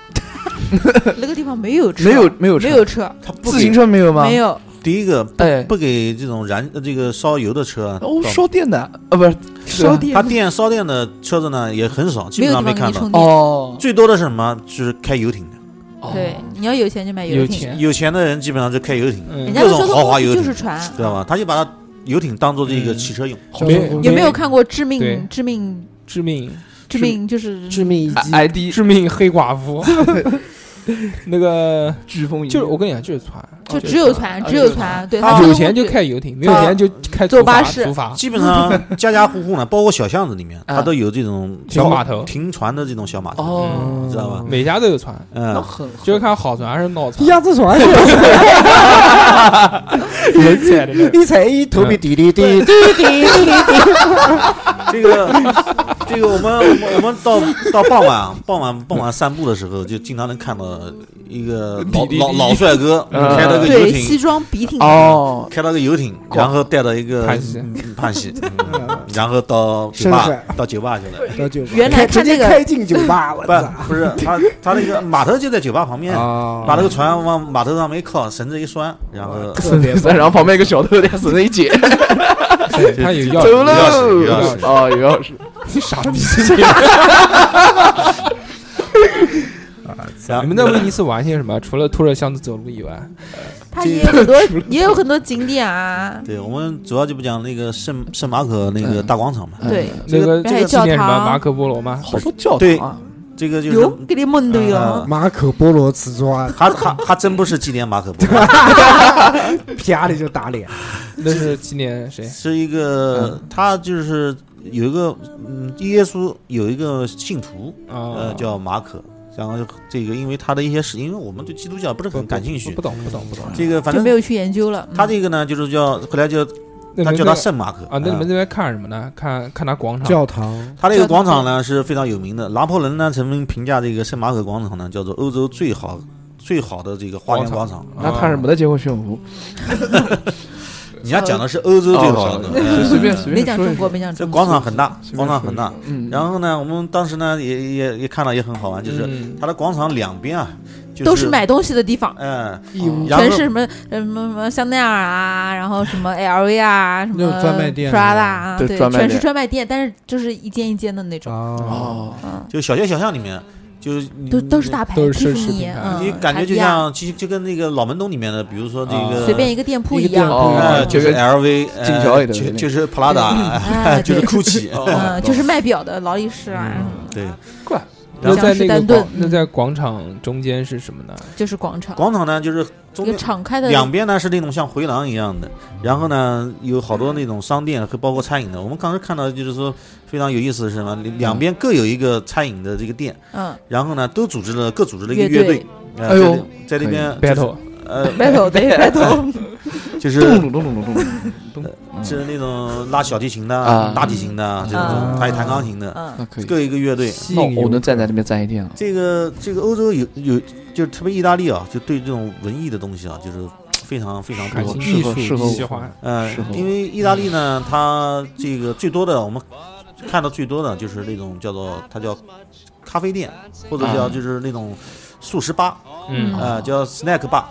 [SPEAKER 6] 那个地方没有车，
[SPEAKER 5] 没有没有车
[SPEAKER 6] 没有车，
[SPEAKER 7] 它不
[SPEAKER 5] 自行
[SPEAKER 7] 给。
[SPEAKER 5] 车没有吗？
[SPEAKER 6] 没。有，
[SPEAKER 7] 第一个
[SPEAKER 5] 哎，
[SPEAKER 7] 不给这种燃呃这个烧油的车啊，
[SPEAKER 5] 哦，
[SPEAKER 7] 到
[SPEAKER 5] 烧电的啊，不是
[SPEAKER 6] 烧电
[SPEAKER 7] 它电烧电的车子呢也很少，基
[SPEAKER 6] 没
[SPEAKER 7] 本上
[SPEAKER 6] 有地
[SPEAKER 7] 没
[SPEAKER 6] 方给
[SPEAKER 7] 看
[SPEAKER 6] 你
[SPEAKER 7] 到。
[SPEAKER 6] 充电。
[SPEAKER 5] 哦，
[SPEAKER 7] 最多的是什么？就是开游艇的，
[SPEAKER 5] 哦
[SPEAKER 6] 对，你要有钱就买游
[SPEAKER 2] 有
[SPEAKER 6] 艇，
[SPEAKER 2] 钱，
[SPEAKER 7] 有钱的人基本上就开游艇，
[SPEAKER 2] 嗯
[SPEAKER 6] 人，家的
[SPEAKER 7] 各种
[SPEAKER 6] 交通
[SPEAKER 7] 豪华
[SPEAKER 6] 工具
[SPEAKER 7] 游
[SPEAKER 6] 就
[SPEAKER 7] 艇
[SPEAKER 6] 是船。
[SPEAKER 7] 知道吧？他就把它游艇当做这个
[SPEAKER 2] 嗯
[SPEAKER 7] 汽车用，
[SPEAKER 4] 交
[SPEAKER 2] 没
[SPEAKER 4] 通工具
[SPEAKER 6] 有没有
[SPEAKER 2] 对
[SPEAKER 6] 看过《致
[SPEAKER 2] 对
[SPEAKER 6] 命致命
[SPEAKER 2] 致命
[SPEAKER 6] 致命》？就是
[SPEAKER 5] 哎
[SPEAKER 4] 致命一击？
[SPEAKER 5] ID
[SPEAKER 2] 致命黑寡妇，那个
[SPEAKER 5] 飓风一
[SPEAKER 2] 就是我跟你讲，哦就是船，
[SPEAKER 7] 哦
[SPEAKER 6] 就只有船，
[SPEAKER 5] 啊
[SPEAKER 6] 只有
[SPEAKER 5] 就是
[SPEAKER 6] 船，对，
[SPEAKER 2] 他
[SPEAKER 6] 这
[SPEAKER 2] 有
[SPEAKER 6] 个
[SPEAKER 2] 钱就
[SPEAKER 6] 会
[SPEAKER 2] 开游艇，没有
[SPEAKER 6] 啊
[SPEAKER 2] 钱就开
[SPEAKER 6] 坐
[SPEAKER 2] 竹筏
[SPEAKER 6] 巴士
[SPEAKER 2] 竹筏，
[SPEAKER 7] 基本上家家户户呢，包括小巷子里面，
[SPEAKER 5] 啊
[SPEAKER 7] 它都有这种
[SPEAKER 2] 小码头
[SPEAKER 7] 停船的这种小码头，
[SPEAKER 5] 哦，
[SPEAKER 4] 嗯
[SPEAKER 7] 知道吧？
[SPEAKER 2] 每家都有船，
[SPEAKER 5] 那
[SPEAKER 7] 嗯，
[SPEAKER 5] 很
[SPEAKER 2] 就是看好船还是闹船。
[SPEAKER 4] 鸭子船是
[SPEAKER 2] 人踩的
[SPEAKER 4] 一踩一头皮滴滴滴滴滴 滴滴，
[SPEAKER 7] 这个这个我们我们我们到到傍晚傍晚傍晚散步的时候，就经常能看到一个老
[SPEAKER 2] 滴滴滴
[SPEAKER 7] 老老帅哥
[SPEAKER 5] 嗯
[SPEAKER 7] 开了个游
[SPEAKER 6] 对西
[SPEAKER 7] 艇，
[SPEAKER 6] 装笔挺，
[SPEAKER 5] 哦，
[SPEAKER 7] 开了个游艇，
[SPEAKER 5] 逛
[SPEAKER 7] 然后带着一个
[SPEAKER 2] 盼西
[SPEAKER 7] 嗯盼 西，嗯然后到酒吧
[SPEAKER 4] 深水
[SPEAKER 7] 到酒吧去了。
[SPEAKER 4] 到酒吧
[SPEAKER 6] 原来
[SPEAKER 4] 开直
[SPEAKER 6] 看
[SPEAKER 4] 接
[SPEAKER 6] 那个
[SPEAKER 4] 开进酒吧，我操！
[SPEAKER 7] 不不是他他那个码头就在酒吧旁边，
[SPEAKER 2] 啊
[SPEAKER 7] 把那个船往码头上面一靠，绳子一拴，然后
[SPEAKER 4] 特别棒
[SPEAKER 5] 然后旁边一个小偷在绳子一解，
[SPEAKER 2] 对他 有钥
[SPEAKER 5] 走
[SPEAKER 2] 匙，
[SPEAKER 5] 喽
[SPEAKER 7] 钥匙有钥匙，
[SPEAKER 5] 哦，有钥匙，
[SPEAKER 2] 你傻逼！
[SPEAKER 7] 然后
[SPEAKER 2] 你们在威尼斯玩些什么？除了拖着箱子走路以外，
[SPEAKER 6] 它也有很多也有很多景点啊，
[SPEAKER 7] 对，我们主要就不讲那个圣圣马可那个
[SPEAKER 5] 嗯
[SPEAKER 7] 大广场嘛，
[SPEAKER 6] 对，
[SPEAKER 2] 那
[SPEAKER 6] 北
[SPEAKER 2] 个这
[SPEAKER 6] 海
[SPEAKER 2] 个纪
[SPEAKER 6] 教
[SPEAKER 2] 念什么
[SPEAKER 6] 堂
[SPEAKER 2] 马可波罗吗？
[SPEAKER 5] 好多教
[SPEAKER 7] 对
[SPEAKER 5] 堂啊，
[SPEAKER 7] 这个就
[SPEAKER 6] 有
[SPEAKER 7] 是
[SPEAKER 6] 给你蒙对了
[SPEAKER 7] 嗯，
[SPEAKER 4] 马可波罗瓷砖，
[SPEAKER 7] 还还还真不是纪念马可波罗，
[SPEAKER 4] 啪的就打脸。
[SPEAKER 6] 嗯
[SPEAKER 2] 那是纪念谁？
[SPEAKER 7] 是一个他就是有一个嗯，耶稣有一个信徒，
[SPEAKER 2] 啊
[SPEAKER 7] 呃，，叫马可，然后这个因为他的一些事，因为我们对基督教不是
[SPEAKER 2] 不
[SPEAKER 7] 很感兴趣
[SPEAKER 2] 不，懂不懂不懂。
[SPEAKER 7] 这个反
[SPEAKER 6] 就
[SPEAKER 7] 正
[SPEAKER 6] 没有去研究了。
[SPEAKER 7] 他
[SPEAKER 6] 嗯
[SPEAKER 7] 这个呢就是叫后来就
[SPEAKER 2] 那
[SPEAKER 7] 他
[SPEAKER 2] 你
[SPEAKER 7] 叫
[SPEAKER 2] 们
[SPEAKER 7] 他
[SPEAKER 2] 那
[SPEAKER 7] 圣马可
[SPEAKER 2] 啊，那你们
[SPEAKER 7] 嗯
[SPEAKER 2] 那边看什么呢？看看他广 场
[SPEAKER 4] 教 堂，
[SPEAKER 7] 他这个广场呢是非常有名的，拿破仑呢曾经评价这个圣马可广场呢叫做欧洲最好最好的这个花园广
[SPEAKER 2] 啊
[SPEAKER 7] 场。
[SPEAKER 5] 那他是没得见过炫舞，
[SPEAKER 7] 你要讲的是欧洲最好的，
[SPEAKER 5] 哦
[SPEAKER 7] 嗯
[SPEAKER 5] 随便随
[SPEAKER 6] 没
[SPEAKER 5] 便
[SPEAKER 6] 讲
[SPEAKER 5] 说
[SPEAKER 6] 中
[SPEAKER 5] 一
[SPEAKER 6] 国，
[SPEAKER 5] 说，
[SPEAKER 6] 没讲
[SPEAKER 7] 这
[SPEAKER 6] 中国，
[SPEAKER 7] 广场很大，
[SPEAKER 5] 随便
[SPEAKER 7] 广场
[SPEAKER 5] 说
[SPEAKER 7] 很
[SPEAKER 5] 一
[SPEAKER 7] 大。
[SPEAKER 5] 说嗯，
[SPEAKER 7] 然后呢，我们当时呢也也也看了也很好玩，就是
[SPEAKER 2] 嗯
[SPEAKER 7] 它的广场两边啊，就
[SPEAKER 6] 都是买东西的地方，
[SPEAKER 7] 嗯，
[SPEAKER 4] 义乌
[SPEAKER 7] 然
[SPEAKER 6] 全
[SPEAKER 7] 后
[SPEAKER 6] 是什么呃什么什么香奈儿啊，然后什么 LV 啊，什
[SPEAKER 4] 那
[SPEAKER 6] 么
[SPEAKER 4] 种专卖店
[SPEAKER 6] Prada 啊，
[SPEAKER 5] 对
[SPEAKER 6] 对，
[SPEAKER 5] 专卖
[SPEAKER 6] 全是
[SPEAKER 5] 店
[SPEAKER 6] 专卖店，但是就是一间一间的那种，
[SPEAKER 4] 啊，嗯
[SPEAKER 5] 哦，
[SPEAKER 6] 嗯，
[SPEAKER 7] 就小街小巷里面，就是你
[SPEAKER 6] 都都是。大牌，
[SPEAKER 2] 都是
[SPEAKER 6] 蒂
[SPEAKER 2] 奢侈
[SPEAKER 6] 芙尼，
[SPEAKER 2] 品牌
[SPEAKER 6] 嗯，
[SPEAKER 7] 你感觉就
[SPEAKER 6] 卡地亚
[SPEAKER 7] 像，就就跟那个老门东里面的，比如说这个
[SPEAKER 2] 啊
[SPEAKER 6] 随便一个店铺
[SPEAKER 4] 一个
[SPEAKER 6] 一样，嗯
[SPEAKER 4] 店
[SPEAKER 5] 铺
[SPEAKER 7] 哎
[SPEAKER 5] 啊
[SPEAKER 7] 就是 LV，呃
[SPEAKER 5] 剑桥里的
[SPEAKER 7] 就
[SPEAKER 5] 那个
[SPEAKER 7] 就是 Prada，
[SPEAKER 6] 哎
[SPEAKER 7] 哎 就是
[SPEAKER 6] 对
[SPEAKER 7] GUCCI，
[SPEAKER 6] 嗯，就是卖表的劳力士啊，嗯
[SPEAKER 7] 对，
[SPEAKER 2] 那在那
[SPEAKER 6] 像
[SPEAKER 2] 个
[SPEAKER 6] 是丹顿
[SPEAKER 2] 广那在广场中间是什么呢？
[SPEAKER 6] 就是广场，
[SPEAKER 7] 广场呢，就是中
[SPEAKER 6] 一个
[SPEAKER 7] 间
[SPEAKER 6] 敞开的嗯
[SPEAKER 7] 两边呢是那种像回廊一样的，然后呢有好多那种商店和包括餐饮的。我们当时看到就是说非常有意思的是什么？两边各有一个餐饮的这个店，
[SPEAKER 6] 嗯
[SPEAKER 7] 然后呢都组织了各组织了一个
[SPEAKER 6] 乐
[SPEAKER 7] 乐
[SPEAKER 6] 队
[SPEAKER 7] 队，呃
[SPEAKER 5] 哎呦
[SPEAKER 7] 在那在那边就是
[SPEAKER 2] battle
[SPEAKER 7] 呃
[SPEAKER 6] battle 对 battle，
[SPEAKER 7] 就是
[SPEAKER 6] 嗯
[SPEAKER 5] 咚咚咚咚咚咚咚，嗯
[SPEAKER 7] 是那种拉小提琴
[SPEAKER 5] 啊嗯
[SPEAKER 7] 的、大提琴的这
[SPEAKER 6] 啊
[SPEAKER 7] 种，还有弹钢琴的，
[SPEAKER 6] 嗯，
[SPEAKER 5] 那可以，
[SPEAKER 7] 各一个乐队。
[SPEAKER 4] 吸
[SPEAKER 5] 那
[SPEAKER 4] 引
[SPEAKER 5] 我
[SPEAKER 4] 游
[SPEAKER 5] 能站在那边站一天啊，
[SPEAKER 7] 这个这个欧洲有有就是特别意大利啊，就对这种文艺的东西啊，就是非常非常
[SPEAKER 2] 感
[SPEAKER 7] 多
[SPEAKER 2] 情。
[SPEAKER 5] 适
[SPEAKER 2] 艺
[SPEAKER 5] 合适合
[SPEAKER 2] 术
[SPEAKER 5] 我
[SPEAKER 2] 喜欢
[SPEAKER 7] 呃
[SPEAKER 5] 是，
[SPEAKER 7] 因为意大利呢，它这个最多的我们看到最多的就是那种叫做它叫咖啡店，或者叫
[SPEAKER 5] 啊
[SPEAKER 7] 就是那种素食吧，
[SPEAKER 2] 嗯
[SPEAKER 7] 呃，叫 snack bar，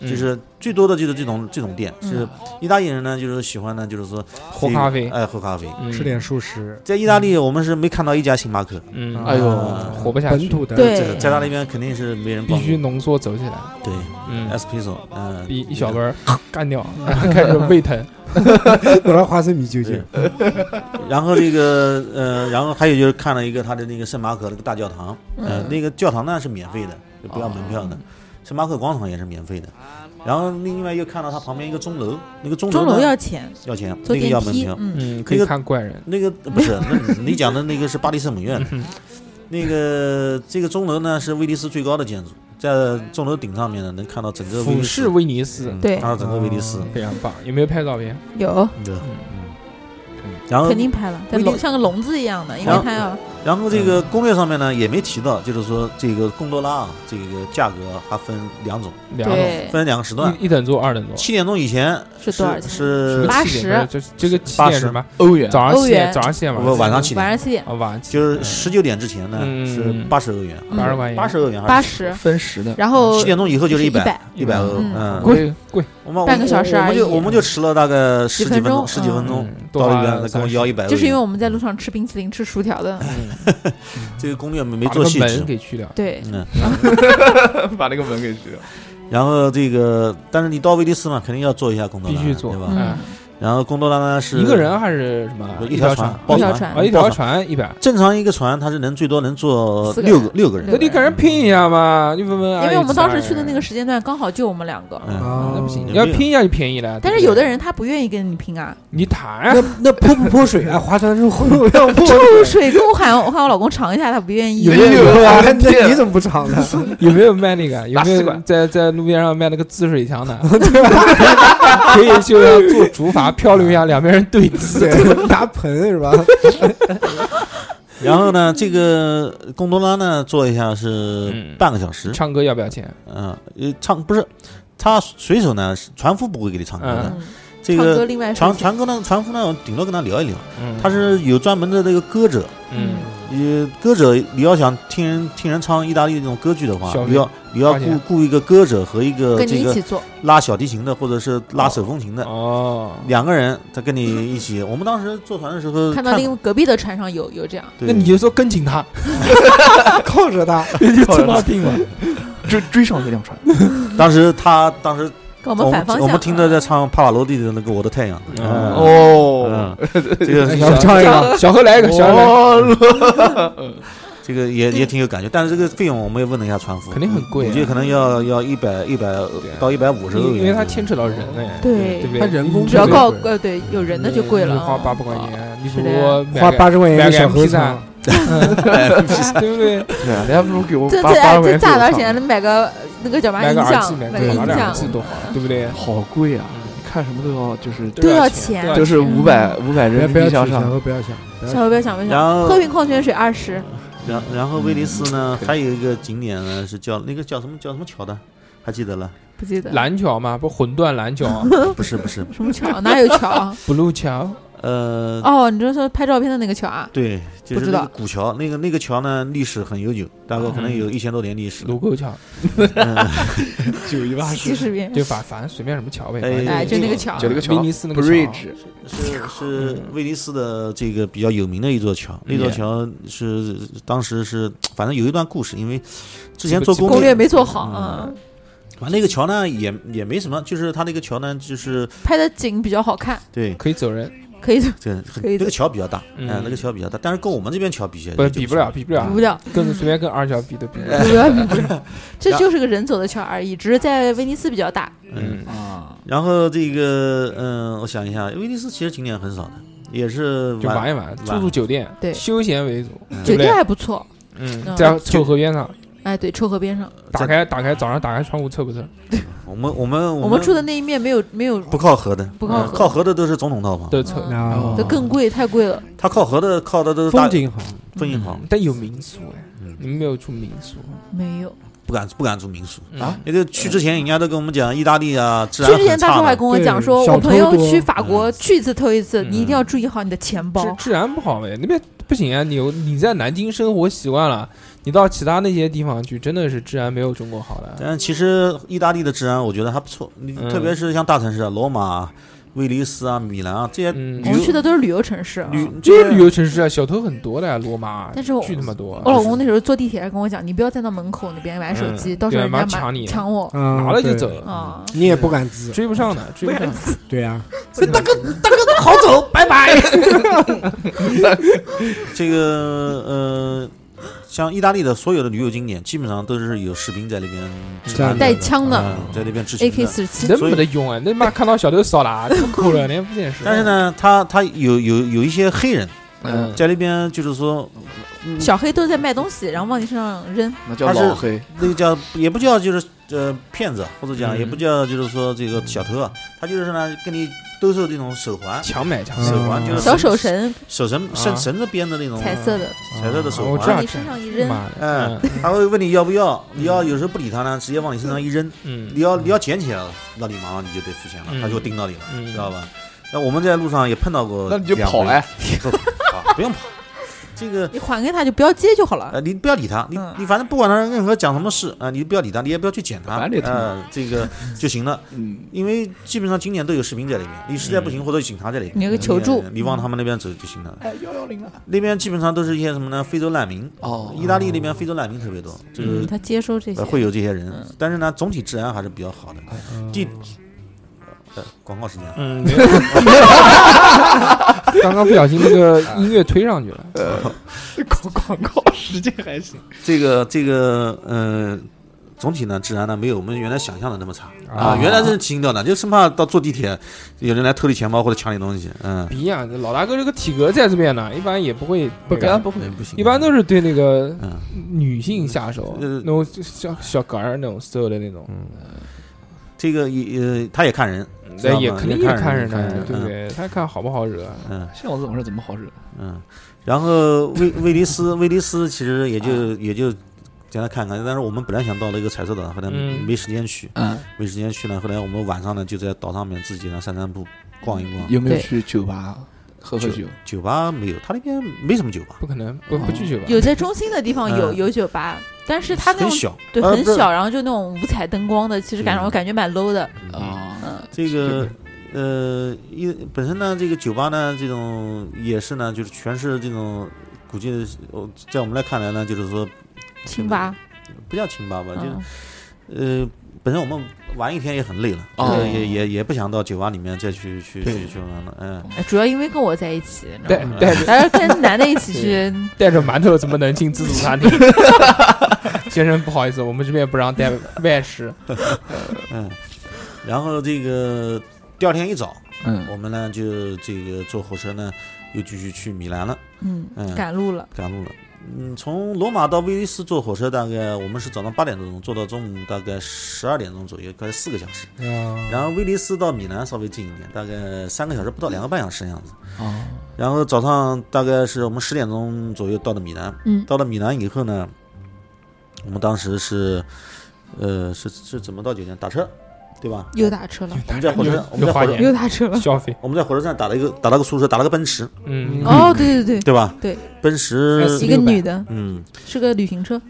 [SPEAKER 7] 就是最多的就是这种这种店。是意大利人呢，就是喜欢呢，就是说
[SPEAKER 2] 嗯喝咖啡
[SPEAKER 7] 这个哎，喝咖啡。
[SPEAKER 2] 嗯
[SPEAKER 4] 吃点素食，啊
[SPEAKER 7] 在意大利，我们是没看到一家星巴克，
[SPEAKER 2] 嗯，
[SPEAKER 5] 哎呦
[SPEAKER 7] 呃
[SPEAKER 2] 活不下
[SPEAKER 4] 本
[SPEAKER 2] 去，
[SPEAKER 4] 土的
[SPEAKER 6] 对
[SPEAKER 7] 这个在他 那边肯定是没人
[SPEAKER 2] 必
[SPEAKER 7] 逛
[SPEAKER 2] 须
[SPEAKER 7] 过。
[SPEAKER 2] 浓缩走起来。
[SPEAKER 7] 对
[SPEAKER 2] 嗯，
[SPEAKER 7] ，espresso，嗯，
[SPEAKER 2] 一一小杯儿 干掉，然后开始胃疼。
[SPEAKER 4] 我来花生米究竟
[SPEAKER 7] 对。然后这个呃，然后还有就是看了一个他的那个圣马可那个大教堂，
[SPEAKER 6] 嗯
[SPEAKER 7] 呃，那个教堂呢是免费
[SPEAKER 6] 哦
[SPEAKER 7] 的，就不要门票的。圣马可广场也是免费的。然后另外又看到它旁边一个钟楼，那个钟
[SPEAKER 6] 钟
[SPEAKER 7] 楼
[SPEAKER 6] 楼
[SPEAKER 7] 呢
[SPEAKER 6] 要钱，
[SPEAKER 7] 要钱，
[SPEAKER 6] 坐
[SPEAKER 7] 那个
[SPEAKER 6] 电
[SPEAKER 7] 要门
[SPEAKER 6] 梯
[SPEAKER 7] 票，。
[SPEAKER 6] 嗯，
[SPEAKER 2] 嗯，可以看怪人。
[SPEAKER 7] 那个呃不是，那 你讲的那个是巴黎圣母院，那个这个钟楼呢是威尼斯最高的建筑，在钟楼顶上面呢能看到整个威
[SPEAKER 2] 俯
[SPEAKER 7] 尼
[SPEAKER 2] 视
[SPEAKER 7] 斯，
[SPEAKER 2] 威尼斯
[SPEAKER 7] 嗯，
[SPEAKER 6] 对
[SPEAKER 7] 看到整个威尼斯
[SPEAKER 4] 哦。
[SPEAKER 2] 非常棒。有没有拍照片？
[SPEAKER 6] 有
[SPEAKER 7] 对
[SPEAKER 2] 嗯，
[SPEAKER 7] 然后
[SPEAKER 6] 肯定拍了，
[SPEAKER 7] 嗯不
[SPEAKER 6] 在
[SPEAKER 7] 一定
[SPEAKER 6] 笼像个笼子一样的，因
[SPEAKER 7] 然
[SPEAKER 6] 为
[SPEAKER 7] 后
[SPEAKER 6] 它要
[SPEAKER 7] 然后这
[SPEAKER 2] 嗯
[SPEAKER 7] 个攻略上面呢也没提到，就是说这个贡多拉啊，这个价格还分两种，
[SPEAKER 2] 两种，
[SPEAKER 6] 对
[SPEAKER 7] 分两个时段。
[SPEAKER 2] 一一等座、二等座。
[SPEAKER 7] 七点钟以前
[SPEAKER 6] 是多少
[SPEAKER 7] 是
[SPEAKER 6] 钱？
[SPEAKER 2] 什
[SPEAKER 7] 是
[SPEAKER 2] 么
[SPEAKER 6] 八
[SPEAKER 2] 七
[SPEAKER 6] 十
[SPEAKER 2] 点？不是这这个七
[SPEAKER 7] 八
[SPEAKER 2] 点
[SPEAKER 7] 十
[SPEAKER 2] 什么？
[SPEAKER 5] 欧元
[SPEAKER 2] 早上
[SPEAKER 6] 欧
[SPEAKER 2] 七点，
[SPEAKER 6] 元
[SPEAKER 2] 早上七点吧
[SPEAKER 7] 不晚上七
[SPEAKER 6] 晚
[SPEAKER 7] 点，
[SPEAKER 6] 上七点
[SPEAKER 2] 啊晚上七
[SPEAKER 7] 就是十九点之前呢
[SPEAKER 2] 嗯哎
[SPEAKER 7] 是八十欧元，
[SPEAKER 6] 嗯
[SPEAKER 2] 八十块钱，
[SPEAKER 7] 八十欧元
[SPEAKER 6] 八
[SPEAKER 7] 还是啊
[SPEAKER 6] 十，
[SPEAKER 5] 分 时的，
[SPEAKER 6] 然后
[SPEAKER 7] 七点钟以后就是
[SPEAKER 6] 一
[SPEAKER 7] 一百
[SPEAKER 6] 百，
[SPEAKER 7] 一百欧，
[SPEAKER 6] 嗯
[SPEAKER 7] 嗯，
[SPEAKER 2] 贵贵
[SPEAKER 7] 我们
[SPEAKER 6] 半个小时
[SPEAKER 7] 我们
[SPEAKER 6] 而已
[SPEAKER 7] 就我们就迟了大概十几分钟，十
[SPEAKER 6] 几分钟
[SPEAKER 7] 几分钟
[SPEAKER 2] 嗯多
[SPEAKER 7] 到
[SPEAKER 2] 花
[SPEAKER 7] 那边再跟我
[SPEAKER 2] 30
[SPEAKER 7] 要一百欧元，
[SPEAKER 6] 就是因为我们在路上吃冰淇淋、吃薯条的，
[SPEAKER 7] 哎这个攻略没
[SPEAKER 2] 把
[SPEAKER 7] 没
[SPEAKER 2] 这
[SPEAKER 7] 做
[SPEAKER 2] 个
[SPEAKER 7] 细
[SPEAKER 2] 门
[SPEAKER 7] 致，
[SPEAKER 2] 给去掉。
[SPEAKER 6] 对，
[SPEAKER 7] 嗯，
[SPEAKER 5] 把那个门给去掉。
[SPEAKER 7] 然后这个但是你到威尼斯嘛，肯定要做一下贡多拉，
[SPEAKER 2] 必须做
[SPEAKER 7] 对吧？
[SPEAKER 6] 嗯
[SPEAKER 2] 哎，
[SPEAKER 7] 然后贡多拉呢是
[SPEAKER 2] 一个人还是什么？
[SPEAKER 7] 一
[SPEAKER 2] 条
[SPEAKER 7] 条船，
[SPEAKER 6] 一
[SPEAKER 7] 包
[SPEAKER 6] 条
[SPEAKER 7] 船
[SPEAKER 6] 船
[SPEAKER 2] 啊，一
[SPEAKER 7] 包
[SPEAKER 2] 条船一百。
[SPEAKER 7] 正常一个船，它是能最多能坐
[SPEAKER 6] 四个
[SPEAKER 7] 六
[SPEAKER 6] 人
[SPEAKER 7] 个六个
[SPEAKER 2] 那
[SPEAKER 7] 人，
[SPEAKER 2] 你给人拼一下嘛，你问问啊阿姨。
[SPEAKER 6] 因为我们当时去的
[SPEAKER 2] 其他人
[SPEAKER 6] 那个时间段刚好就我们两个，
[SPEAKER 7] 嗯，
[SPEAKER 4] 啊
[SPEAKER 2] 那不行，
[SPEAKER 7] 嗯
[SPEAKER 2] 你要拼一下就便宜了。
[SPEAKER 6] 但是
[SPEAKER 2] 对不
[SPEAKER 6] 有
[SPEAKER 2] 对
[SPEAKER 6] 的人他不愿意跟你拼啊，
[SPEAKER 2] 你谈
[SPEAKER 4] 那
[SPEAKER 2] 啊，
[SPEAKER 4] 那泼不泼水啊？划船的时候会不会要泼？
[SPEAKER 6] 注水跟我喊我喊我老公尝一下，他不愿意。
[SPEAKER 4] 有没有啊？那你怎么不尝呢？
[SPEAKER 2] 有没有卖那个？有没
[SPEAKER 5] 西
[SPEAKER 2] 有
[SPEAKER 5] 瓜
[SPEAKER 2] 在在路边上卖那个滋水枪的？可以就像做竹筏漂流一样，两边人对峙。
[SPEAKER 4] 对，拿盆是吧？
[SPEAKER 7] 然后呢，这个贡多拉呢坐一下是
[SPEAKER 2] 嗯
[SPEAKER 7] 半个小时，
[SPEAKER 2] 唱歌要不要钱？
[SPEAKER 7] 嗯，呃唱不是，他水手呢，是船夫不会给你唱歌的，
[SPEAKER 6] 嗯，
[SPEAKER 7] 这
[SPEAKER 6] 唱歌
[SPEAKER 7] 个
[SPEAKER 6] 另外
[SPEAKER 7] 船
[SPEAKER 6] 说
[SPEAKER 7] 船哥呢，船夫呢顶多跟他聊一聊，
[SPEAKER 2] 嗯，
[SPEAKER 7] 他是有专门的那个歌者，
[SPEAKER 2] 嗯
[SPEAKER 7] 呃，歌者你要想听人听人唱意大利那种歌剧的话
[SPEAKER 2] 小，
[SPEAKER 7] 你要你要
[SPEAKER 2] 花
[SPEAKER 7] 雇
[SPEAKER 2] 钱
[SPEAKER 7] 雇一个歌者和一个呃
[SPEAKER 6] 跟你
[SPEAKER 7] 这
[SPEAKER 6] 一
[SPEAKER 7] 个
[SPEAKER 6] 起做，
[SPEAKER 7] 拉小提琴的或者是拉手风
[SPEAKER 6] 嗯
[SPEAKER 7] 琴的。
[SPEAKER 2] 哦，
[SPEAKER 7] 两个人，他跟你一起。我们当时坐船的时候
[SPEAKER 6] 看到另隔壁的船上有有这样，
[SPEAKER 7] 对
[SPEAKER 2] 那你就说跟紧他，
[SPEAKER 4] 靠着他，
[SPEAKER 2] 就这么定了。
[SPEAKER 5] 追追上这辆船，
[SPEAKER 7] 当时他当时
[SPEAKER 6] 跟我
[SPEAKER 7] 哦我
[SPEAKER 6] 们反方向。嗯
[SPEAKER 7] 我们听着在唱帕瓦罗蒂的那个《我的太阳》
[SPEAKER 2] 嗯
[SPEAKER 7] 嗯
[SPEAKER 5] 哦，
[SPEAKER 7] 嗯，这个
[SPEAKER 4] 要不哎唱一个？
[SPEAKER 2] 小何来一个，小何来一个
[SPEAKER 7] 这个也也挺有感觉，但是这个费用我们也问了一下船夫，
[SPEAKER 2] 肯定很贵啊
[SPEAKER 7] 我觉得可能要要一百一百
[SPEAKER 2] 对啊
[SPEAKER 7] 到一百五十欧元，
[SPEAKER 2] 因为它牵扯到人哎，
[SPEAKER 6] 对
[SPEAKER 2] 对不对？
[SPEAKER 4] 他人工
[SPEAKER 6] 只要
[SPEAKER 4] 费
[SPEAKER 6] 靠
[SPEAKER 4] 贵
[SPEAKER 6] 呃对有人的就贵了，嗯啊
[SPEAKER 2] 花八百块钱，你不如买
[SPEAKER 4] 花
[SPEAKER 2] 个
[SPEAKER 4] 八十块钱
[SPEAKER 2] 买
[SPEAKER 4] 一
[SPEAKER 2] 个
[SPEAKER 4] 小盒子
[SPEAKER 2] MP3
[SPEAKER 4] 啊，
[SPEAKER 2] 对不对？
[SPEAKER 5] 对啊人家不如给我
[SPEAKER 6] 这
[SPEAKER 5] 八
[SPEAKER 6] 这
[SPEAKER 5] 八
[SPEAKER 6] 哎
[SPEAKER 5] 十块
[SPEAKER 6] 这
[SPEAKER 5] 钱
[SPEAKER 6] 差点
[SPEAKER 5] 给我
[SPEAKER 6] 钱，
[SPEAKER 5] 唱
[SPEAKER 6] 能买个呃那个叫嘛
[SPEAKER 2] 买
[SPEAKER 6] 音
[SPEAKER 2] 个耳机，
[SPEAKER 6] 响，
[SPEAKER 2] 买
[SPEAKER 6] 个
[SPEAKER 4] 个
[SPEAKER 6] 音
[SPEAKER 2] 买耳
[SPEAKER 6] 响
[SPEAKER 2] 机多好，对不对？
[SPEAKER 5] 好贵啊！
[SPEAKER 2] 嗯
[SPEAKER 5] 你看什么都要就是
[SPEAKER 2] 都要
[SPEAKER 6] 要钱
[SPEAKER 2] 钱对，啊
[SPEAKER 5] 就是五百五百
[SPEAKER 4] 不要
[SPEAKER 5] 人
[SPEAKER 4] 不
[SPEAKER 5] 民
[SPEAKER 4] 要
[SPEAKER 5] 币
[SPEAKER 4] 取
[SPEAKER 5] 向
[SPEAKER 4] 小
[SPEAKER 5] 上，
[SPEAKER 4] 何不要想，不要
[SPEAKER 6] 小
[SPEAKER 4] 想
[SPEAKER 6] 何不要想，不要
[SPEAKER 7] 嗯然
[SPEAKER 6] 想，
[SPEAKER 7] 后
[SPEAKER 6] 喝瓶矿泉水二十，
[SPEAKER 7] 然然后威尼斯呢，
[SPEAKER 2] 嗯
[SPEAKER 7] 还有一个景点呢是叫那个叫什么叫什么桥的，还记得了？
[SPEAKER 6] 不记得
[SPEAKER 2] 蓝桥嘛，不混沌蓝桥、
[SPEAKER 7] 不是不是，
[SPEAKER 6] 呃什么桥，哪有桥？
[SPEAKER 2] blue 桥，
[SPEAKER 7] 呃，
[SPEAKER 6] 哦，你就说拍照片的那个桥啊？
[SPEAKER 7] 对，就
[SPEAKER 6] 不
[SPEAKER 7] 是
[SPEAKER 6] 知
[SPEAKER 7] 那
[SPEAKER 6] 道嗯
[SPEAKER 7] 个古桥，那个那个桥呢历史很悠久，大概可能有一千多年历 史了。
[SPEAKER 2] 卢沟桥，
[SPEAKER 7] 嗯
[SPEAKER 2] 九一八
[SPEAKER 6] 西式边，
[SPEAKER 2] 就反反正随便什么桥呗，
[SPEAKER 7] 哎
[SPEAKER 2] 反正
[SPEAKER 6] 哎，就那
[SPEAKER 7] 这
[SPEAKER 6] 个
[SPEAKER 7] 个
[SPEAKER 6] 桥，
[SPEAKER 5] 就那个
[SPEAKER 2] 威
[SPEAKER 5] 桥
[SPEAKER 2] 尼斯那个桥
[SPEAKER 5] bridge
[SPEAKER 7] 是是
[SPEAKER 2] 嗯
[SPEAKER 7] 威尼斯的这个比较有名的一座桥，那座桥是当时是反正有一段故事，因为之前做
[SPEAKER 2] 这个
[SPEAKER 7] 攻
[SPEAKER 6] 攻
[SPEAKER 7] 略
[SPEAKER 6] 略，没做好，
[SPEAKER 7] 嗯
[SPEAKER 6] 嗯，
[SPEAKER 7] 完那个桥呢也也没什么，就是它那个桥呢就是
[SPEAKER 6] 拍的景比较好看，
[SPEAKER 7] 对
[SPEAKER 2] 可以走人，
[SPEAKER 6] 可以
[SPEAKER 7] 这
[SPEAKER 6] 可以
[SPEAKER 7] 那
[SPEAKER 6] 的
[SPEAKER 7] 个桥比较大，
[SPEAKER 2] 嗯
[SPEAKER 7] 哎那个桥比较大，但是跟我们这边桥比起来
[SPEAKER 2] 不
[SPEAKER 7] 就嗯
[SPEAKER 2] 比不了，比不了，
[SPEAKER 6] 不掉，
[SPEAKER 2] 跟着随便跟二桥比都比不了。
[SPEAKER 6] 不要比不了，这就是个人走的桥而已，只是在威尼斯比较大，
[SPEAKER 7] 嗯。
[SPEAKER 2] 嗯，
[SPEAKER 5] 啊，
[SPEAKER 7] 然后这个嗯，我想一下，威尼斯其实景点很少的，也是
[SPEAKER 2] 就玩
[SPEAKER 7] 玩
[SPEAKER 2] 一玩，住住酒店，
[SPEAKER 6] 对
[SPEAKER 2] 休闲为主，对
[SPEAKER 6] 酒
[SPEAKER 2] 不对
[SPEAKER 6] 店？还不错，
[SPEAKER 2] 嗯，
[SPEAKER 6] 嗯
[SPEAKER 2] 在凑合边上，
[SPEAKER 6] 哎，对，臭河边上，
[SPEAKER 2] 打开打开早上打开窗户凑不凑？
[SPEAKER 7] 我们我们
[SPEAKER 6] 我们住的那一面没有没有，
[SPEAKER 7] 嗯不靠河的，
[SPEAKER 6] 不靠
[SPEAKER 7] 嗯
[SPEAKER 6] 河
[SPEAKER 7] 靠河的都是总统套房，
[SPEAKER 2] 都凑。
[SPEAKER 6] 嗯
[SPEAKER 4] 啊
[SPEAKER 6] 就更贵，太贵了，
[SPEAKER 7] 它靠河的靠的都是大
[SPEAKER 4] 风景好，
[SPEAKER 7] 风景好
[SPEAKER 2] 嗯，但有民宿哎
[SPEAKER 7] 嗯，
[SPEAKER 2] 你们没有住民宿
[SPEAKER 6] 没有。
[SPEAKER 7] 不敢不敢住民宿。
[SPEAKER 2] 啊？
[SPEAKER 7] 也就去之前，人家都跟我们讲，意大利啊，治安
[SPEAKER 6] 去之前
[SPEAKER 7] 很
[SPEAKER 6] 大叔
[SPEAKER 7] 差
[SPEAKER 6] 还
[SPEAKER 7] 的。
[SPEAKER 6] 跟我讲说，
[SPEAKER 4] 对小
[SPEAKER 6] 我朋友
[SPEAKER 4] 偷多
[SPEAKER 6] 去法国
[SPEAKER 7] 嗯
[SPEAKER 6] 去一次偷一次，
[SPEAKER 2] 嗯
[SPEAKER 6] 你一定要注意好你的钱包
[SPEAKER 2] 治。治安不好呗，那边不行啊！你有你在南京生活习惯了，你到其他那些地方去，真的是治安没有中国好的。
[SPEAKER 7] 但其实意大利的治安我觉得还不错，你
[SPEAKER 2] 嗯
[SPEAKER 7] 特别是像大城市啊，罗马、威尼斯啊、米兰啊这些
[SPEAKER 2] 嗯
[SPEAKER 7] 旅
[SPEAKER 6] 我
[SPEAKER 7] 游
[SPEAKER 6] 们去的都是旅游城市。啊
[SPEAKER 7] 旅
[SPEAKER 2] 这
[SPEAKER 7] 这
[SPEAKER 2] 些
[SPEAKER 7] 些
[SPEAKER 2] 旅游城市啊，小偷很多的呀，罗马，啊
[SPEAKER 6] 但是我哦
[SPEAKER 2] 巨他妈多，
[SPEAKER 6] 我老公那时候坐地铁还跟我讲，你不要站到门口那边玩手机，
[SPEAKER 2] 嗯
[SPEAKER 6] 到时候人家
[SPEAKER 2] 对马上抢你嗯
[SPEAKER 6] 抢我
[SPEAKER 4] 嗯
[SPEAKER 2] 拿了就，走
[SPEAKER 4] 对，
[SPEAKER 6] 啊！
[SPEAKER 4] 你也不敢滋，
[SPEAKER 2] 追不上的，追不 上的。哎
[SPEAKER 4] 对啊呀，
[SPEAKER 7] 这个呃，像意大利的所有的旅游景点，基本上都是有士兵在那边值班
[SPEAKER 4] 带
[SPEAKER 6] 枪的
[SPEAKER 7] 嗯在那边执勤
[SPEAKER 6] AK
[SPEAKER 7] 的。
[SPEAKER 6] 四七
[SPEAKER 2] 真没得用啊！那妈看到小偷扫了，啊太酷了，连不见识。
[SPEAKER 7] 但是，呢，他他有有有一些黑人
[SPEAKER 5] 嗯，
[SPEAKER 7] 在那边，就是说
[SPEAKER 6] 小黑都在卖东西，然后往你身上扔，
[SPEAKER 5] 那叫
[SPEAKER 7] 他是
[SPEAKER 5] 老黑，
[SPEAKER 7] 那个叫也不叫就是呃骗子，或者讲
[SPEAKER 2] 嗯
[SPEAKER 7] 也不叫就是说这个小偷啊，他就是呢跟你兜售这种手环、
[SPEAKER 2] 强买强
[SPEAKER 7] 手
[SPEAKER 2] 买。
[SPEAKER 7] 环就是
[SPEAKER 6] 小手绳
[SPEAKER 7] 手绳
[SPEAKER 2] 嗯啊
[SPEAKER 7] 绳绳子编的那种
[SPEAKER 6] 彩色的
[SPEAKER 2] 嗯
[SPEAKER 7] 彩色的手
[SPEAKER 2] 我知
[SPEAKER 7] 环，
[SPEAKER 2] 道
[SPEAKER 6] 往你身上一扔，
[SPEAKER 2] 妈的，
[SPEAKER 7] 嗯， 他会问你要不要，你要有时候不理他呢，直接往你身上一扔，
[SPEAKER 2] 嗯
[SPEAKER 7] 你要你要捡起来了，那你马上你就得付钱了，
[SPEAKER 2] 嗯
[SPEAKER 7] 他就盯到你了，
[SPEAKER 2] 嗯
[SPEAKER 7] 知道吧？那我们在路上也碰到过，
[SPEAKER 5] 那你就跑来，，
[SPEAKER 7] 不跑不用跑，这个
[SPEAKER 6] 你还给他就不要接就好了。
[SPEAKER 7] 呃，你不要理他，你
[SPEAKER 6] 嗯
[SPEAKER 7] 你反正不管他任何讲什么事啊，你就不要理他，你也不要去捡他，
[SPEAKER 5] 反正也听不
[SPEAKER 7] 呃，这个就行了，
[SPEAKER 5] 嗯，
[SPEAKER 7] 因为基本上景点都有士兵在里面，你实在不行或者有警察在里面，
[SPEAKER 6] 你那个求助
[SPEAKER 7] 你往他们那边走就行了。
[SPEAKER 5] 哎，幺幺零啊，
[SPEAKER 7] 那边基本上都是一些什么呢？非洲难民，
[SPEAKER 5] 哦，
[SPEAKER 7] 意大利那边非洲难民特别多，就是呃
[SPEAKER 6] 嗯他接收这些
[SPEAKER 7] 呃，会有这些人
[SPEAKER 6] 嗯，
[SPEAKER 7] 但是呢，总体治安还是比较好的。地呃广告时间，
[SPEAKER 2] 嗯， 刚刚不小心 那个音乐推上去了，
[SPEAKER 5] 广广告时间还行，
[SPEAKER 7] 这个这个嗯、呃总体呢，治安呢没有我们原来想象的那么差
[SPEAKER 2] 啊
[SPEAKER 7] 啊。原来真是惊掉的，就生怕到坐地铁有人来偷你钱包或者抢你东西。嗯，
[SPEAKER 2] 不一样。老大哥啊这个体格在这边呢，一般也不会
[SPEAKER 5] 不
[SPEAKER 2] 那个
[SPEAKER 5] 敢不会，
[SPEAKER 7] 哎不行
[SPEAKER 2] 嗯一般都是对那个
[SPEAKER 7] 嗯
[SPEAKER 2] 女性下手，
[SPEAKER 7] 呃
[SPEAKER 2] 那种小小杆儿那种瘦的那种，
[SPEAKER 7] 这个也呃，他也看人，知道
[SPEAKER 2] 那
[SPEAKER 7] 吗
[SPEAKER 2] 嗯也肯定是看嗯
[SPEAKER 7] 看
[SPEAKER 2] 人的，
[SPEAKER 7] 人
[SPEAKER 2] 对不对？他看好不好惹啊，
[SPEAKER 7] 嗯
[SPEAKER 5] 像我这种人怎么好惹？
[SPEAKER 7] 嗯。然后威威尼斯，威尼斯其实也
[SPEAKER 2] 啊
[SPEAKER 7] 就也就简单看看，但是我们本来想到了一个彩色岛，后来
[SPEAKER 2] 嗯
[SPEAKER 7] 没时间去，
[SPEAKER 5] 嗯，
[SPEAKER 7] 没时间去呢。后来我们晚上呢就在岛上面自己呢散散步、逛一逛。
[SPEAKER 5] 有没有
[SPEAKER 6] 对
[SPEAKER 5] 去酒吧喝喝酒？
[SPEAKER 7] 酒吧没有，他那边没什么酒吧，
[SPEAKER 2] 不可能不不拒绝吧？
[SPEAKER 6] 有在中心的地方有
[SPEAKER 7] 嗯
[SPEAKER 6] 有酒吧，但是它那
[SPEAKER 7] 很
[SPEAKER 6] 种
[SPEAKER 7] 小，
[SPEAKER 6] 对
[SPEAKER 7] 呃
[SPEAKER 6] 很。
[SPEAKER 7] 不是
[SPEAKER 6] 小，然后就那种五彩灯光的，其实感觉
[SPEAKER 7] 对
[SPEAKER 6] 我感觉蛮 low 的。
[SPEAKER 7] 嗯
[SPEAKER 5] 啊，
[SPEAKER 7] 这个呃，一本身呢，这个酒吧呢，这种也是呢，就是全是这种，估计哦，在我们来看来呢，就是说
[SPEAKER 6] 清吧，
[SPEAKER 7] 不叫清吧吧，就
[SPEAKER 6] 嗯，
[SPEAKER 7] 是呃，本身我们玩一天也很累了，
[SPEAKER 5] 哦
[SPEAKER 7] 呃也也也不想到酒吧里面再去去去去玩了，嗯，
[SPEAKER 6] 哎主要因为跟我在一起，你知道
[SPEAKER 2] 带
[SPEAKER 6] 吗
[SPEAKER 2] 带着
[SPEAKER 6] 还是跟男的一 起去，
[SPEAKER 2] 带着馒头怎么能进自助餐 厅？先生，不好意思，我们这边不让带外食。
[SPEAKER 7] 嗯，然后这个第二天一早，
[SPEAKER 5] 嗯，
[SPEAKER 7] 我们呢就这个坐火车呢又继续去米兰了，
[SPEAKER 6] 嗯，
[SPEAKER 7] 嗯，
[SPEAKER 6] 赶路了，
[SPEAKER 7] 赶路了。嗯，从罗马到威尼斯坐火车，大概我们是早上八点多钟坐到中午大概十二点钟左右，快四个小时。然
[SPEAKER 2] 然
[SPEAKER 7] 后威尼斯到米兰稍微近一点，大概三个小时不到，两个半小时的样子。
[SPEAKER 5] 哦，
[SPEAKER 7] 然后早上大概是我们十点钟左右到的米兰。
[SPEAKER 6] 嗯
[SPEAKER 7] 到了米兰以后呢，我们当时是，呃，是是怎么到酒店？打车，对吧？
[SPEAKER 6] 又打车了，
[SPEAKER 7] 我们在火车站，我们
[SPEAKER 2] 又
[SPEAKER 7] 在
[SPEAKER 2] 花
[SPEAKER 7] 火车，
[SPEAKER 2] 钱
[SPEAKER 6] 又打车了。
[SPEAKER 2] 消费，
[SPEAKER 7] 我们在火车站打了一个打了个出租车，打了个奔驰，
[SPEAKER 2] 嗯，
[SPEAKER 6] 哦，对对对，
[SPEAKER 7] 对吧？
[SPEAKER 6] 对，
[SPEAKER 7] 奔驰
[SPEAKER 2] 嗯
[SPEAKER 6] 一，个女的，
[SPEAKER 7] 嗯，
[SPEAKER 6] 是个旅行车，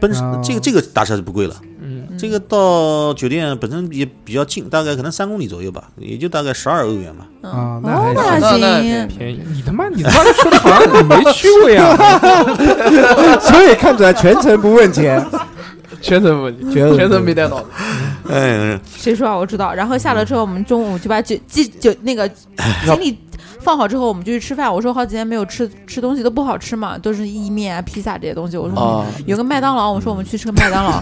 [SPEAKER 7] 奔驰
[SPEAKER 2] 哦
[SPEAKER 7] 这个这个打车就不贵了。
[SPEAKER 2] 嗯，
[SPEAKER 6] 嗯
[SPEAKER 7] 这个到酒店本身也比较近，大概可能三公里左右吧，也就大概十二欧元吧。
[SPEAKER 6] 嗯
[SPEAKER 4] 啊
[SPEAKER 6] 哦，
[SPEAKER 4] 那还
[SPEAKER 6] 那
[SPEAKER 5] 行那
[SPEAKER 6] 行，
[SPEAKER 2] 便宜。你他妈，你他妈说的好像你没去过呀？
[SPEAKER 4] 所以看出来全程不问钱，
[SPEAKER 5] 全程问题，
[SPEAKER 4] 全程
[SPEAKER 5] 全程没带脑子。
[SPEAKER 7] 哎，
[SPEAKER 6] 谁说啊？我知道。然后下了车，我们中午就把酒记酒那个行李放好之后，我们就去吃饭。我说好几天没有吃吃东西，都不好吃嘛，都是意面啊、披萨这些东西。我说、
[SPEAKER 5] 啊
[SPEAKER 6] 有个麦当劳，我说我们去吃个麦当劳。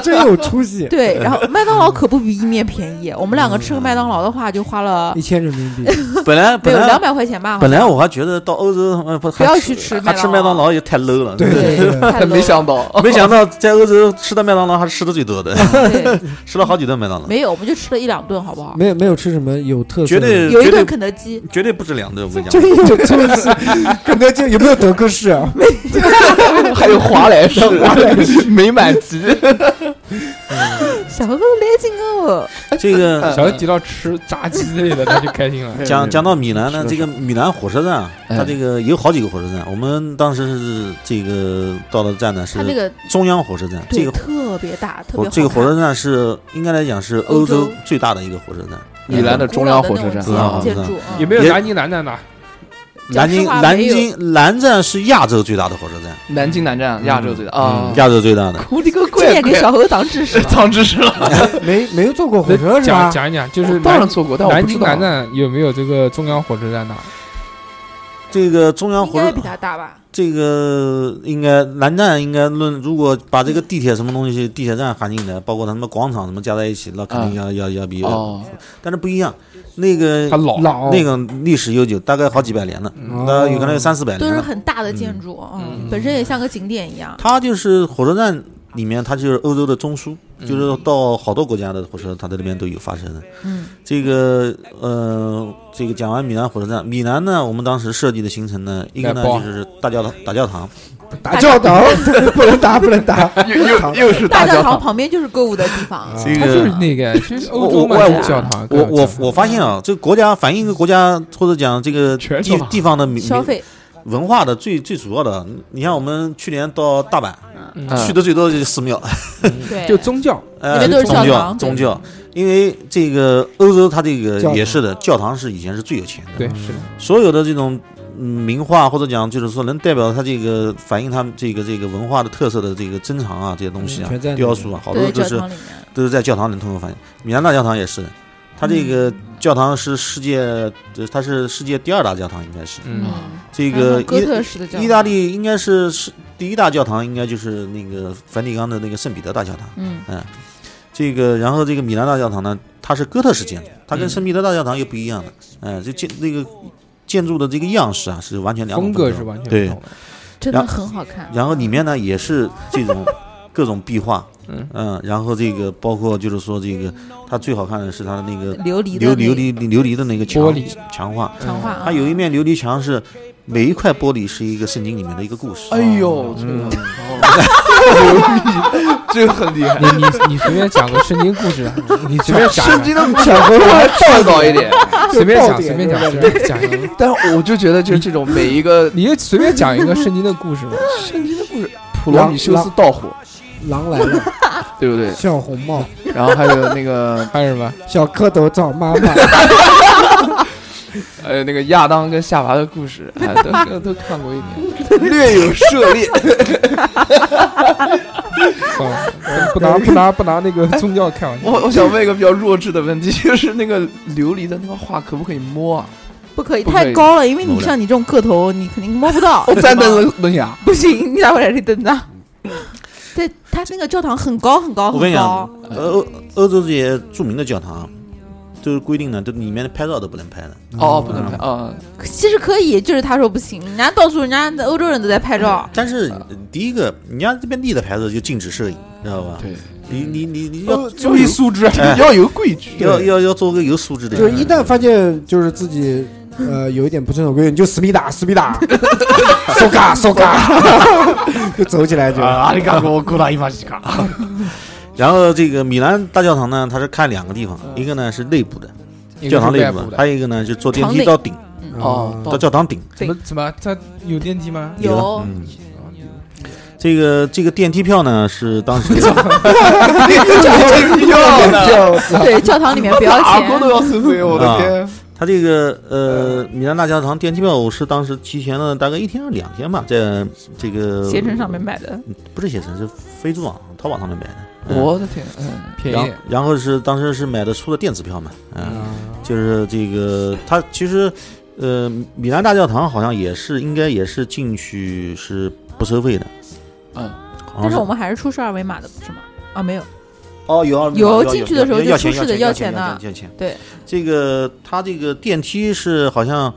[SPEAKER 4] 真有出 息，
[SPEAKER 6] 对，然后麦当劳可不比意面便宜。我们两个吃个麦当劳的话，就花 了
[SPEAKER 4] 一千人民币，
[SPEAKER 7] 本来
[SPEAKER 6] 没
[SPEAKER 7] 本
[SPEAKER 6] 有
[SPEAKER 7] 来
[SPEAKER 6] 两百块钱吧？
[SPEAKER 7] 本来我还觉得到欧洲，呃，不
[SPEAKER 6] 不
[SPEAKER 7] 还
[SPEAKER 6] 要去吃
[SPEAKER 7] 还吃麦当，劳也太 low 了。
[SPEAKER 4] 对
[SPEAKER 6] 对，太 low
[SPEAKER 5] 没想到，
[SPEAKER 7] 没想到在欧洲吃的麦当劳还是吃的最多的，
[SPEAKER 6] 了对，
[SPEAKER 7] 吃了好几顿麦当劳，
[SPEAKER 6] 嗯 没有，我们就吃了一两顿，好不好？
[SPEAKER 4] 没有没有吃什么有特色
[SPEAKER 7] 绝
[SPEAKER 4] 的，
[SPEAKER 7] 对
[SPEAKER 6] 有一
[SPEAKER 7] 绝
[SPEAKER 6] 顿
[SPEAKER 7] 对
[SPEAKER 6] 肯德基，
[SPEAKER 7] 绝对不止两顿。我跟你
[SPEAKER 4] 真
[SPEAKER 7] 讲，
[SPEAKER 4] 有出息，肯德基有没有德克士啊？
[SPEAKER 5] 还有华莱 士，美满级。
[SPEAKER 6] 小哥来劲哦！
[SPEAKER 7] 这 个
[SPEAKER 2] 小提到吃炸鸡之类的，他就开心了。
[SPEAKER 7] 讲讲到米兰呢，
[SPEAKER 5] 是
[SPEAKER 7] 这个米兰火车站啊，
[SPEAKER 5] 哎
[SPEAKER 7] 它这个有好几个火车站，我们当时是这个到了站呢
[SPEAKER 6] 他这
[SPEAKER 7] 是
[SPEAKER 6] 个
[SPEAKER 7] 中央火车站，这
[SPEAKER 6] 对
[SPEAKER 7] 个
[SPEAKER 6] 特别大，特
[SPEAKER 7] 火
[SPEAKER 6] 别
[SPEAKER 7] 这个
[SPEAKER 6] 好
[SPEAKER 7] 火
[SPEAKER 6] 看
[SPEAKER 7] 车站是应该来讲是
[SPEAKER 6] 欧
[SPEAKER 7] 欧
[SPEAKER 6] 洲
[SPEAKER 7] 洲最大的一个火车站。
[SPEAKER 5] 米
[SPEAKER 7] 嗯
[SPEAKER 5] 兰的中央火车站
[SPEAKER 6] 古老的那种建
[SPEAKER 7] 啊
[SPEAKER 6] 筑，嗯
[SPEAKER 2] 也没有南京南站的，
[SPEAKER 7] 南京
[SPEAKER 6] 讲实话
[SPEAKER 7] 南
[SPEAKER 6] 没有
[SPEAKER 7] 京南站是亚洲最大的火车站，
[SPEAKER 5] 南京南站亚洲最大啊
[SPEAKER 7] 嗯，亚洲最大的。
[SPEAKER 5] 我的个
[SPEAKER 6] 今
[SPEAKER 5] 乖
[SPEAKER 6] 天给
[SPEAKER 5] 乖，
[SPEAKER 6] 小猴长知识
[SPEAKER 7] 嗯
[SPEAKER 6] 了。
[SPEAKER 5] 长知识了。
[SPEAKER 4] 没没有坐过火车是吧
[SPEAKER 2] 讲？讲一讲，就是
[SPEAKER 5] 我当
[SPEAKER 2] 南
[SPEAKER 5] 然错过，但我
[SPEAKER 2] 南
[SPEAKER 5] 不知
[SPEAKER 2] 京
[SPEAKER 5] 道
[SPEAKER 2] 南站有没有这个中央火车站大？
[SPEAKER 7] 这个中央
[SPEAKER 6] 应
[SPEAKER 7] 火
[SPEAKER 6] 该
[SPEAKER 7] 车啊
[SPEAKER 6] 比它大吧？
[SPEAKER 7] 这个应该南站应该论，如果把这个地铁什么东西、地铁站含进来，包括他们广场什么加在一起，那肯定要、要要比、呃
[SPEAKER 5] 哦，
[SPEAKER 7] 但是不一样，那个
[SPEAKER 2] 它老
[SPEAKER 4] 老
[SPEAKER 7] 那个历史悠久，大概好几百年了，
[SPEAKER 4] 哦
[SPEAKER 7] 那有可能有三四百
[SPEAKER 6] 都
[SPEAKER 7] 年
[SPEAKER 6] 是
[SPEAKER 7] 了。
[SPEAKER 6] 很大的建筑，嗯
[SPEAKER 2] 嗯，
[SPEAKER 6] 本身也像个景点一样。
[SPEAKER 7] 它就是火车站里面，它就是欧洲的中枢，就是到好多国家的火车，它在那边都有发生的。
[SPEAKER 6] 嗯，
[SPEAKER 7] 这个呃，这个讲完米兰火车站，米兰呢，我们当时设计的行程呢，一个呢
[SPEAKER 2] 来报
[SPEAKER 7] 就是大教堂，大教堂，
[SPEAKER 4] 打教堂 不能打不能打，
[SPEAKER 5] 又又又是
[SPEAKER 6] 大教
[SPEAKER 5] 教
[SPEAKER 6] 堂，旁边就是购物的地方，
[SPEAKER 7] 这
[SPEAKER 2] 它
[SPEAKER 7] 个
[SPEAKER 2] 啊就是那 个，就是
[SPEAKER 7] 我
[SPEAKER 2] 欧洲嘛，
[SPEAKER 7] 我
[SPEAKER 2] 就是教堂。各
[SPEAKER 7] 我
[SPEAKER 2] 种教
[SPEAKER 7] 我
[SPEAKER 2] 堂
[SPEAKER 7] 我发现啊，这个国家反映一个国家或者讲这个
[SPEAKER 5] 全
[SPEAKER 7] 地
[SPEAKER 5] 球吧
[SPEAKER 7] 地方的民
[SPEAKER 6] 消费
[SPEAKER 7] 文化的最最主要的，你像我们去年到大阪、
[SPEAKER 2] 嗯
[SPEAKER 5] 嗯
[SPEAKER 7] 去的最多的就是寺庙，嗯
[SPEAKER 6] 对，
[SPEAKER 2] 就宗教，
[SPEAKER 7] 呃，
[SPEAKER 6] 那边都是
[SPEAKER 7] 宗
[SPEAKER 6] 教
[SPEAKER 7] 教
[SPEAKER 6] 堂
[SPEAKER 7] 宗教，因为这个欧洲它这个
[SPEAKER 4] 教堂
[SPEAKER 7] 也是的，教堂是以前是最有钱的，
[SPEAKER 2] 对，是的，
[SPEAKER 7] 所有的这种嗯名画或者讲就是说能代表它这个反映它们这个这个文化的特色的这个珍藏啊，这些东西
[SPEAKER 4] 嗯
[SPEAKER 7] 啊
[SPEAKER 4] 全在那，里
[SPEAKER 7] 雕塑啊，好多
[SPEAKER 6] 对
[SPEAKER 7] 都
[SPEAKER 6] 教
[SPEAKER 7] 是
[SPEAKER 6] 堂里面，嗯
[SPEAKER 7] 都是在教堂里通过反映。米兰大教堂也是，它这个教堂是世界，呃它是世界第二大教堂，应该是
[SPEAKER 2] 嗯，
[SPEAKER 7] 这个
[SPEAKER 6] 然后哥
[SPEAKER 7] 意
[SPEAKER 6] 特式的教
[SPEAKER 7] 意大，利应该是是第一大教堂，应该就是那个梵蒂冈的那个圣彼得大教堂。
[SPEAKER 6] 嗯
[SPEAKER 7] 这个，然后这个米兰大教堂呢，它是哥特式建筑，它跟
[SPEAKER 2] 嗯
[SPEAKER 7] 圣彼得大教堂又不一样的。嗯，这建那个建筑的这个样式啊，是完全两种
[SPEAKER 2] 风格
[SPEAKER 7] 种
[SPEAKER 2] 是完全
[SPEAKER 7] 对
[SPEAKER 2] 不同的。
[SPEAKER 6] 真的
[SPEAKER 7] 然
[SPEAKER 6] 很好看。
[SPEAKER 7] 然后里面呢也是这种各种壁画，
[SPEAKER 2] 嗯
[SPEAKER 7] 然后这个包括就是说这个它最好看的是它的那个
[SPEAKER 6] 琉璃
[SPEAKER 7] 琉
[SPEAKER 6] 的
[SPEAKER 7] 琉
[SPEAKER 6] 那
[SPEAKER 7] 璃琉璃的那个墙
[SPEAKER 2] 玻璃
[SPEAKER 7] 墙画，
[SPEAKER 6] 长话啊，
[SPEAKER 7] 它有一面琉璃墙是每一块玻璃是一个圣经里面的一个故事。
[SPEAKER 5] 哎呦，这
[SPEAKER 7] 嗯
[SPEAKER 5] 个好牛逼， 这个很厉害。
[SPEAKER 2] 你你你随便讲个圣经故事，啊你随便讲一
[SPEAKER 5] 圣
[SPEAKER 2] 个，
[SPEAKER 5] 经的讲回来教导一点，
[SPEAKER 2] 随便讲，
[SPEAKER 4] 就
[SPEAKER 2] 随
[SPEAKER 4] 是
[SPEAKER 2] 便讲，
[SPEAKER 4] 爆
[SPEAKER 2] 随
[SPEAKER 4] 点
[SPEAKER 2] 便讲一个，
[SPEAKER 5] 但是我就觉得就是这种每一个
[SPEAKER 2] 你就随便讲一个圣经的故事吧。
[SPEAKER 5] 圣经的故事，普罗米修斯盗火，
[SPEAKER 4] 狼来了，
[SPEAKER 5] 对不对？
[SPEAKER 4] 小红帽，
[SPEAKER 5] 然后还有那个
[SPEAKER 2] 还有什么？
[SPEAKER 4] 小蝌蚪找妈妈，
[SPEAKER 5] 还有那个亚当跟夏娃的故事，哎，都都看过一 点，略有涉猎。
[SPEAKER 2] 算了，哦我不拿不拿不拿那个宗教开玩笑。
[SPEAKER 5] 我我想问一个比较弱智的问题，就是那个琉璃的那个画可不可以摸啊？
[SPEAKER 6] 不可以
[SPEAKER 5] 不可以
[SPEAKER 6] 太高了，因为
[SPEAKER 7] 摸不
[SPEAKER 6] 你
[SPEAKER 7] 了
[SPEAKER 6] 像你这种个头，你肯定摸 不到。
[SPEAKER 5] 我站在
[SPEAKER 6] 对吗
[SPEAKER 5] 冷冷崖，
[SPEAKER 6] 不行，你咋会在这里等着？对，他那个教堂很高很高
[SPEAKER 7] 我跟
[SPEAKER 6] 很
[SPEAKER 7] 你讲
[SPEAKER 6] 高，，
[SPEAKER 7] 欧欧洲这些著名的教堂啊，都是规定呢，都里面的拍照都不能拍的。
[SPEAKER 5] 哦，不能拍啊，
[SPEAKER 6] 其实可以，就是他说不行，人家到处人家欧洲人都在拍照，
[SPEAKER 7] 但是呃第一个，人家这边立的牌子就禁止摄影，知道吧？
[SPEAKER 5] 对，
[SPEAKER 7] 你你你你要
[SPEAKER 5] 注意素质，要有规矩。
[SPEAKER 7] 要要要做个有素质的
[SPEAKER 4] 就
[SPEAKER 7] 人
[SPEAKER 4] 是。一旦发现就是自己呃有一点不正常规律，你就死命打，死命打，搜嘎搜嘎， 就走起来就。
[SPEAKER 5] 啊，你干过过来一把西卡，
[SPEAKER 7] 然后这个米兰大教堂呢，它是看两个地方，一个呢是内部的
[SPEAKER 2] 一个
[SPEAKER 7] 教堂
[SPEAKER 2] 是
[SPEAKER 7] 内
[SPEAKER 2] 外
[SPEAKER 7] 部
[SPEAKER 2] 部
[SPEAKER 7] 的，
[SPEAKER 2] 的
[SPEAKER 7] 还有一个呢就坐电
[SPEAKER 6] 长
[SPEAKER 7] 梯
[SPEAKER 6] 顶
[SPEAKER 7] 到顶，
[SPEAKER 4] 啊
[SPEAKER 5] 哦
[SPEAKER 7] 到教堂顶。
[SPEAKER 2] 怎么怎么？它有电梯吗？
[SPEAKER 6] 有
[SPEAKER 7] 的嗯，这个这个电梯票呢是当时
[SPEAKER 5] 要
[SPEAKER 6] 对，教堂里面不要
[SPEAKER 5] 打工
[SPEAKER 6] 钱，
[SPEAKER 5] 都要收费，我的天！
[SPEAKER 7] 它这个呃米兰大教堂电梯票，我是当时提前了大概一天还是两天吧，在这个
[SPEAKER 6] 携程上面买的，
[SPEAKER 7] 不是携程是飞猪网淘宝上面买的。嗯
[SPEAKER 5] 我的天，嗯，
[SPEAKER 2] 便
[SPEAKER 7] 然
[SPEAKER 2] 宜啊
[SPEAKER 7] 后。然后是当时是买的出的电子票嘛，嗯，就是这个它其实，呃，米兰大教堂好像也是应该也是进去是不收费的，
[SPEAKER 5] 嗯，
[SPEAKER 7] 好像
[SPEAKER 6] 但是我们还是出示二维码的，不是吗？啊，没有，
[SPEAKER 7] 哦有啊
[SPEAKER 6] 有
[SPEAKER 7] 要要
[SPEAKER 6] 进去的时候
[SPEAKER 7] 要
[SPEAKER 6] 就
[SPEAKER 7] 要钱
[SPEAKER 6] 出示的
[SPEAKER 7] 要
[SPEAKER 6] 要
[SPEAKER 7] 钱
[SPEAKER 6] 钱的
[SPEAKER 7] 要要钱，
[SPEAKER 6] 对，
[SPEAKER 7] 这个它这个电梯是好像，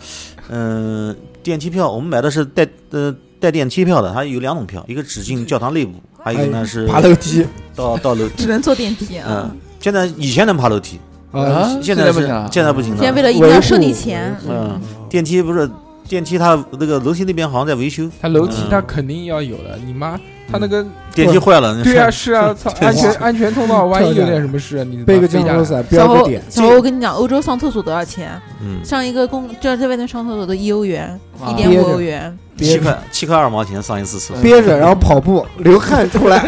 [SPEAKER 7] 嗯，电梯票我们买的是带呃带电梯票的，它有两种票，一个只进教堂内部，
[SPEAKER 6] 哎
[SPEAKER 7] 还有一个呢是
[SPEAKER 4] 爬楼梯
[SPEAKER 7] 到到楼，
[SPEAKER 6] 只能坐电梯啊。
[SPEAKER 7] 嗯，现在以前能爬楼梯，
[SPEAKER 4] 啊，
[SPEAKER 7] 现
[SPEAKER 5] 在
[SPEAKER 7] 在
[SPEAKER 5] 不
[SPEAKER 7] 是
[SPEAKER 5] 行了，
[SPEAKER 7] 现在不行
[SPEAKER 6] 现
[SPEAKER 7] 了，
[SPEAKER 6] 在为了一定
[SPEAKER 4] 维
[SPEAKER 6] 要
[SPEAKER 4] 护
[SPEAKER 6] 收你钱，
[SPEAKER 7] 嗯，电梯不是电梯，它那个楼梯那边好像在维修，
[SPEAKER 2] 它楼梯
[SPEAKER 7] 嗯
[SPEAKER 2] 它肯定要有的，你妈，它那个
[SPEAKER 7] 电梯坏了。
[SPEAKER 2] 对啊，是啊， 操，
[SPEAKER 7] 这
[SPEAKER 2] 安全
[SPEAKER 4] 哇
[SPEAKER 2] 安全 通道，万一
[SPEAKER 4] 跳下
[SPEAKER 2] 有
[SPEAKER 4] 来
[SPEAKER 2] 点什么事，啊你
[SPEAKER 4] 背个
[SPEAKER 2] 降
[SPEAKER 4] 降
[SPEAKER 2] 落
[SPEAKER 4] 落伞，
[SPEAKER 6] 小
[SPEAKER 4] 标个
[SPEAKER 6] 欧
[SPEAKER 4] 点，，
[SPEAKER 6] 小欧，我跟你讲，欧洲上厕所多少钱？
[SPEAKER 7] 嗯，
[SPEAKER 6] 上一个公，就在外面上厕所都一欧元，
[SPEAKER 5] 啊
[SPEAKER 6] 一点
[SPEAKER 4] 憋
[SPEAKER 6] 五
[SPEAKER 4] 着
[SPEAKER 6] 欧元，
[SPEAKER 7] 七块七块二毛钱上一次 厕所。
[SPEAKER 4] 憋着，然后跑步，流汗出来，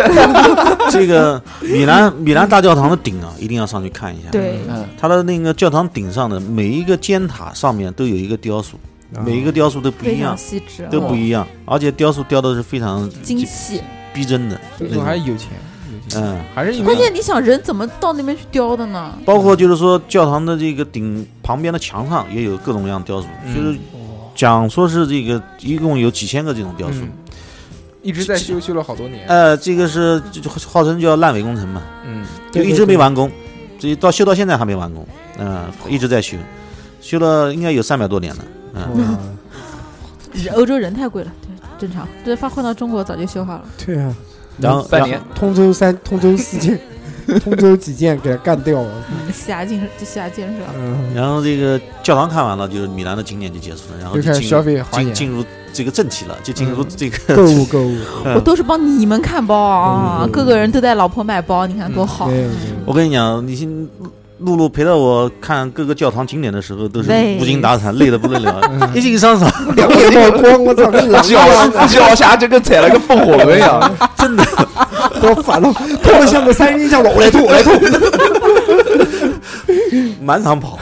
[SPEAKER 7] 这个米兰米兰大教堂的顶啊，一定要上去看一下。，
[SPEAKER 6] 对，
[SPEAKER 5] 嗯，
[SPEAKER 7] 它的那个教堂顶上的每一个尖塔上面都有一个雕塑，
[SPEAKER 2] 啊
[SPEAKER 7] 每一个雕塑都不
[SPEAKER 6] 啊非
[SPEAKER 7] 一
[SPEAKER 6] 常
[SPEAKER 7] 样，
[SPEAKER 6] 细致，
[SPEAKER 7] 都不一样，而且雕塑雕的是非常
[SPEAKER 6] 精细。
[SPEAKER 7] 逼真的
[SPEAKER 2] 所以
[SPEAKER 7] 那
[SPEAKER 2] 说还
[SPEAKER 7] 种。
[SPEAKER 2] 是有钱，有钱，
[SPEAKER 7] 嗯，
[SPEAKER 2] 还是因为
[SPEAKER 6] 关键你想人怎么到那边去雕的呢？
[SPEAKER 7] 包括就是说教堂的这个顶旁边的墙上也有各种各样的雕塑，
[SPEAKER 6] 嗯
[SPEAKER 7] 就是讲说是这个一共有几千个这种雕塑。
[SPEAKER 2] 嗯一直在修，修了好多年，
[SPEAKER 7] 呃，这个是就就号称叫烂尾工程嘛，
[SPEAKER 2] 嗯，
[SPEAKER 7] 就
[SPEAKER 4] 对
[SPEAKER 7] 一
[SPEAKER 4] 对
[SPEAKER 7] 直没
[SPEAKER 4] 对
[SPEAKER 7] 完工，这到修到现在还没完工，嗯、一直在修，修了应该有三百多年了，嗯、
[SPEAKER 4] 哇
[SPEAKER 6] 欧洲人太贵了，对，正常。这发换到中国早就修好了。
[SPEAKER 4] 对啊，
[SPEAKER 7] 然后
[SPEAKER 5] 半嗯年，
[SPEAKER 4] 通州三、通州四舰、通州几舰给它干掉了，
[SPEAKER 6] 嗯，西雅建设，西雅建设，
[SPEAKER 4] 嗯，
[SPEAKER 7] 然后这个教堂看完了，就是米兰的景点就结束了，然后
[SPEAKER 2] 就
[SPEAKER 7] 就
[SPEAKER 2] 开始
[SPEAKER 7] 进
[SPEAKER 2] 消
[SPEAKER 7] 入
[SPEAKER 2] 费花
[SPEAKER 7] 进
[SPEAKER 2] 钱，
[SPEAKER 7] 进入这个正题了，就进入
[SPEAKER 2] 嗯
[SPEAKER 7] 这个、
[SPEAKER 4] 购物购物，
[SPEAKER 6] 我都是帮你们看包啊
[SPEAKER 4] 嗯，
[SPEAKER 6] 各个人都带老婆买包，你看多好。
[SPEAKER 4] 对
[SPEAKER 7] 我跟你讲，你先露露陪着我看各个教堂景点的时候，都是
[SPEAKER 6] 累
[SPEAKER 7] 无精打采，累得不得了，
[SPEAKER 2] 嗯
[SPEAKER 7] 一进商场。
[SPEAKER 4] 两个曝光，我操，
[SPEAKER 5] 啊
[SPEAKER 4] 跟狼一 样
[SPEAKER 5] 脚脚下就跟踩了个风火轮一样，
[SPEAKER 4] 多烦了，吐了像个三阴像我 来吐，我来吐，
[SPEAKER 7] 满场跑，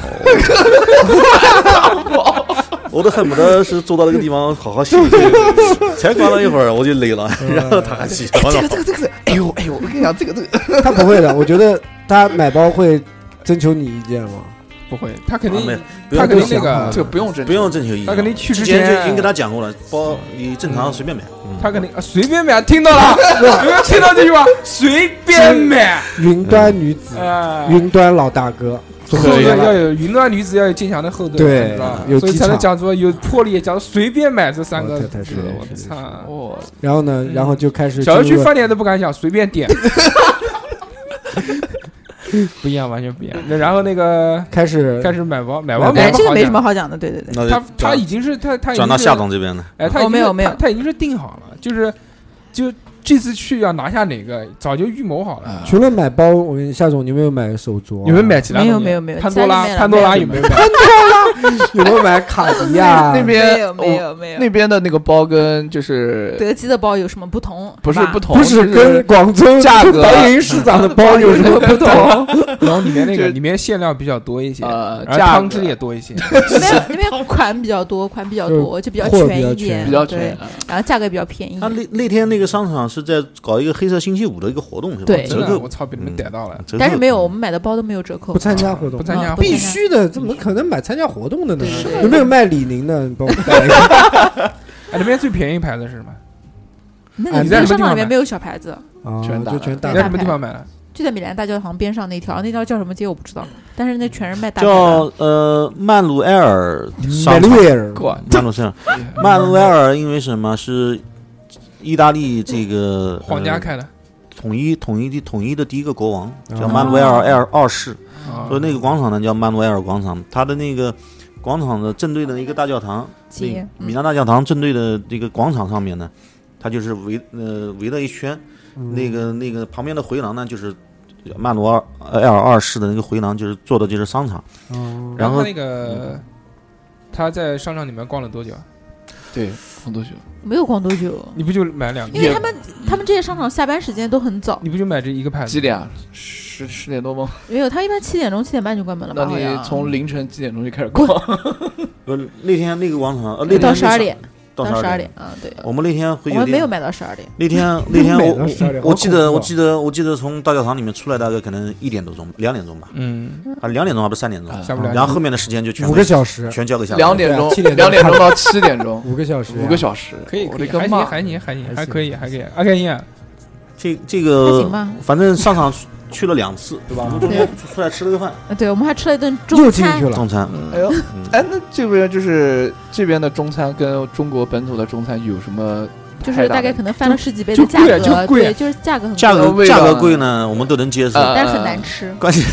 [SPEAKER 7] 我都恨不得是坐到那个地方好好休息，才逛了一会儿我就累了，然后他还起床
[SPEAKER 5] 这
[SPEAKER 7] 了
[SPEAKER 5] 个。这个这个，哎呦哎呦，我跟你讲，这个这个，
[SPEAKER 4] 他不会的，我觉得他买包会征求你意见吗？
[SPEAKER 2] 不会，他肯定
[SPEAKER 7] 啊没有不
[SPEAKER 2] 他
[SPEAKER 7] 用
[SPEAKER 2] 肯定
[SPEAKER 4] 不
[SPEAKER 2] 那
[SPEAKER 4] 用
[SPEAKER 2] 个
[SPEAKER 5] 这个不用征求，
[SPEAKER 7] 不用征求意见，
[SPEAKER 2] 他肯定去之
[SPEAKER 7] 之前就已经
[SPEAKER 2] 前
[SPEAKER 7] 跟他讲过了，包你正常随便买。
[SPEAKER 2] 他肯定啊随便买，听到了，有没有听到这句话？随便买，
[SPEAKER 4] 云端女子，
[SPEAKER 2] 哎，
[SPEAKER 4] 云端老大哥，总
[SPEAKER 2] 后
[SPEAKER 4] 之
[SPEAKER 2] 盾要
[SPEAKER 4] 呢
[SPEAKER 2] 有云端女子要有坚强的后盾，
[SPEAKER 4] 对
[SPEAKER 2] 你知道吧
[SPEAKER 4] 有
[SPEAKER 2] 所以
[SPEAKER 4] 机
[SPEAKER 2] 才能
[SPEAKER 4] 场
[SPEAKER 2] 讲出有魄力，讲随便买这三个
[SPEAKER 4] 哦对对
[SPEAKER 2] 字
[SPEAKER 4] 对，
[SPEAKER 2] 我
[SPEAKER 4] 是是
[SPEAKER 2] 操！
[SPEAKER 5] 哦，
[SPEAKER 4] 然后呢，
[SPEAKER 2] 嗯
[SPEAKER 4] 然后就开始
[SPEAKER 2] 小时候
[SPEAKER 4] 进
[SPEAKER 2] 去
[SPEAKER 4] 入了
[SPEAKER 2] 饭店都不敢想，随便点，不一样，完全不一样。那然后那个
[SPEAKER 4] 开始
[SPEAKER 2] 开始买房，买房
[SPEAKER 4] 买
[SPEAKER 2] 买
[SPEAKER 4] 房
[SPEAKER 6] 哎，
[SPEAKER 2] 房
[SPEAKER 6] 这个没什么。好讲的，对对对，
[SPEAKER 7] 那就
[SPEAKER 2] 他他
[SPEAKER 7] 呃转
[SPEAKER 2] 已经是他他已经
[SPEAKER 7] 转到
[SPEAKER 2] 是
[SPEAKER 7] 夏总这边了，
[SPEAKER 2] 哎，他已
[SPEAKER 6] 哦
[SPEAKER 2] 经
[SPEAKER 6] 没
[SPEAKER 2] 是
[SPEAKER 6] 有没有
[SPEAKER 2] 他他已经是定好了，就是就这次去要拿下哪个，早就预谋好了。
[SPEAKER 4] 除了买包，我跟夏总，你有没有买手镯？啊
[SPEAKER 2] 你们买？其他
[SPEAKER 6] 没有
[SPEAKER 2] 东西
[SPEAKER 6] 没有没有
[SPEAKER 2] 潘多拉
[SPEAKER 6] 家里面了
[SPEAKER 2] 潘多拉
[SPEAKER 6] 没
[SPEAKER 4] 有
[SPEAKER 6] 有
[SPEAKER 2] 有没有买？
[SPEAKER 4] 没有买卡啊地亚？
[SPEAKER 5] 那边哦
[SPEAKER 6] 没有没有没
[SPEAKER 5] 那
[SPEAKER 6] 有，
[SPEAKER 5] 边的那个包跟就是
[SPEAKER 6] 德基的包有什么不同？
[SPEAKER 5] 不是
[SPEAKER 6] 吧
[SPEAKER 5] 不同，
[SPEAKER 4] 不是
[SPEAKER 5] 就
[SPEAKER 4] 跟广州
[SPEAKER 5] 价格
[SPEAKER 4] 白银市场的包有什么不同？
[SPEAKER 2] 然后里面那个
[SPEAKER 5] 这
[SPEAKER 2] 里面馅料比较多一些，
[SPEAKER 5] 呃
[SPEAKER 2] 然后
[SPEAKER 5] 价
[SPEAKER 2] 汤
[SPEAKER 5] 格
[SPEAKER 2] 汁也多一些。
[SPEAKER 6] 那边那边款比较多，款比较多，就比较
[SPEAKER 4] 货比
[SPEAKER 6] 全
[SPEAKER 4] 较
[SPEAKER 6] 一点，
[SPEAKER 4] 全
[SPEAKER 5] 比较
[SPEAKER 6] 对
[SPEAKER 5] 全，，
[SPEAKER 6] 然后价格比较便宜
[SPEAKER 7] 他。啊那那天那个商场是在搞一个黑色星期五的一个活动，是吧？
[SPEAKER 6] 对
[SPEAKER 2] 真
[SPEAKER 7] 折
[SPEAKER 2] 的，
[SPEAKER 7] 扣
[SPEAKER 2] 哎
[SPEAKER 7] 嗯
[SPEAKER 2] 我，操，被你们逮到了。
[SPEAKER 7] 折扣
[SPEAKER 6] 但是没有，我们买的包都没有折扣
[SPEAKER 4] 不。参加活动，
[SPEAKER 2] 不参
[SPEAKER 6] 啊
[SPEAKER 2] 加活动
[SPEAKER 4] 必须的，怎么可能买参加活动的呢
[SPEAKER 6] 对对？
[SPEAKER 4] 有没有卖李宁的？你帮我带一个。
[SPEAKER 2] 哎，里面最便宜牌子是什么？
[SPEAKER 6] 那个
[SPEAKER 4] 你
[SPEAKER 2] 在
[SPEAKER 6] 那
[SPEAKER 2] 什
[SPEAKER 6] 个商
[SPEAKER 2] 么地方
[SPEAKER 6] 场里
[SPEAKER 2] 买
[SPEAKER 6] 面没有小牌子，
[SPEAKER 4] 啊
[SPEAKER 5] 全打
[SPEAKER 4] 就全
[SPEAKER 2] 你
[SPEAKER 4] 打
[SPEAKER 2] 在
[SPEAKER 6] 了
[SPEAKER 2] 什么地方买的？
[SPEAKER 6] 就在米兰大教堂边上那条，那条叫什么街我不知道，但是那全是卖大牌的。
[SPEAKER 7] 叫呃曼努埃尔
[SPEAKER 4] 美
[SPEAKER 7] 商场，
[SPEAKER 4] 丽尔，
[SPEAKER 5] 过
[SPEAKER 7] 曼努商场， 曼努埃尔因为什么是意大利这个
[SPEAKER 2] 皇家
[SPEAKER 7] 呃
[SPEAKER 2] 开的。
[SPEAKER 7] 统一统一的统一的第一个国王叫
[SPEAKER 4] 哦
[SPEAKER 7] 曼努埃尔二二世，
[SPEAKER 2] 啊
[SPEAKER 7] 所以那个广场呢叫曼努埃尔广场，它的那个广场的正对的一个大教堂，那
[SPEAKER 6] 街嗯
[SPEAKER 7] 个，米兰大教堂正对的这个广场上面呢，它就是围呃围了一圈，那个那个旁边的回廊呢就是曼努尔埃尔二世的那个回廊，就是做的就是商场，
[SPEAKER 4] 哦
[SPEAKER 7] 然
[SPEAKER 2] 然
[SPEAKER 7] 后
[SPEAKER 2] 那个他在商场里面逛了多久啊？
[SPEAKER 5] 对，红多久？
[SPEAKER 6] 没有逛多久，
[SPEAKER 2] 你不就买两个
[SPEAKER 6] 因？为他们他们这些商场下班时间都很早，
[SPEAKER 2] 你不就买这一个牌子？
[SPEAKER 5] 几点啊？十十点多吗？
[SPEAKER 6] 没有，他一般七点钟七点半就关门了
[SPEAKER 5] 那
[SPEAKER 6] 吧？好
[SPEAKER 5] 你
[SPEAKER 6] 像
[SPEAKER 5] 从凌晨几点钟就开始逛？
[SPEAKER 7] 呃那天那个广场呃那天
[SPEAKER 6] 到
[SPEAKER 7] 那
[SPEAKER 6] 十二
[SPEAKER 7] 场
[SPEAKER 6] 点，
[SPEAKER 7] 到
[SPEAKER 6] 十
[SPEAKER 7] 点
[SPEAKER 6] 二点，，啊，对。
[SPEAKER 7] 我们那天回
[SPEAKER 6] 我
[SPEAKER 7] 酒
[SPEAKER 6] 们没有
[SPEAKER 7] 店。
[SPEAKER 6] 买到十二点，
[SPEAKER 7] 那天那天
[SPEAKER 4] 没有
[SPEAKER 7] 我
[SPEAKER 4] 买到12点
[SPEAKER 7] 我我记
[SPEAKER 4] 好恐
[SPEAKER 7] 得
[SPEAKER 4] 怖啊
[SPEAKER 7] 我记得我记得从大教堂里面出来大概可能一点多钟两点钟吧，
[SPEAKER 2] 嗯，
[SPEAKER 7] 啊两点钟还不是三点钟，
[SPEAKER 5] 啊
[SPEAKER 2] 下不了。
[SPEAKER 7] 然后后面的时间就全
[SPEAKER 4] 五个小时，
[SPEAKER 7] 全交给下
[SPEAKER 5] 两点钟
[SPEAKER 4] 对啊七点，钟，
[SPEAKER 5] 两点钟啊到七点 钟
[SPEAKER 4] 五个小时，
[SPEAKER 5] 五个小时，
[SPEAKER 2] 可以，
[SPEAKER 5] 我
[SPEAKER 2] 可
[SPEAKER 5] 的
[SPEAKER 2] 以，还
[SPEAKER 5] 个
[SPEAKER 2] 行，
[SPEAKER 5] 妈！
[SPEAKER 2] 还行，还行，哎
[SPEAKER 4] 还
[SPEAKER 2] 还
[SPEAKER 4] 行
[SPEAKER 2] 可以，还可以。阿甘燕，
[SPEAKER 7] 这这
[SPEAKER 6] 还
[SPEAKER 7] 个
[SPEAKER 6] 行吧
[SPEAKER 7] 反正商场去去了两次，
[SPEAKER 4] 嗯
[SPEAKER 7] 对吧？我们中间出来吃了个饭，
[SPEAKER 6] 啊对，我们还吃了一顿
[SPEAKER 4] 又
[SPEAKER 6] 中
[SPEAKER 4] 进
[SPEAKER 6] 餐
[SPEAKER 4] 去，了
[SPEAKER 7] 中。餐。
[SPEAKER 5] 哎呦
[SPEAKER 7] 嗯，
[SPEAKER 5] 哎，那这边就是这边的中餐跟中国本土的中餐有什么
[SPEAKER 6] 就
[SPEAKER 5] 太
[SPEAKER 6] 是
[SPEAKER 5] 大
[SPEAKER 6] 大
[SPEAKER 5] 的
[SPEAKER 6] 概可能翻了十几倍的
[SPEAKER 2] 就
[SPEAKER 6] 价
[SPEAKER 2] 贵
[SPEAKER 6] 格，
[SPEAKER 2] 啊就贵啊
[SPEAKER 6] 对，就是价格很
[SPEAKER 7] 价
[SPEAKER 6] 高，
[SPEAKER 5] 呃
[SPEAKER 7] 格
[SPEAKER 5] 味
[SPEAKER 7] 价
[SPEAKER 5] 道
[SPEAKER 7] 格
[SPEAKER 5] 呢
[SPEAKER 7] 贵呢，我们都能接受。
[SPEAKER 5] 呃
[SPEAKER 6] 但是很难吃，
[SPEAKER 7] 关键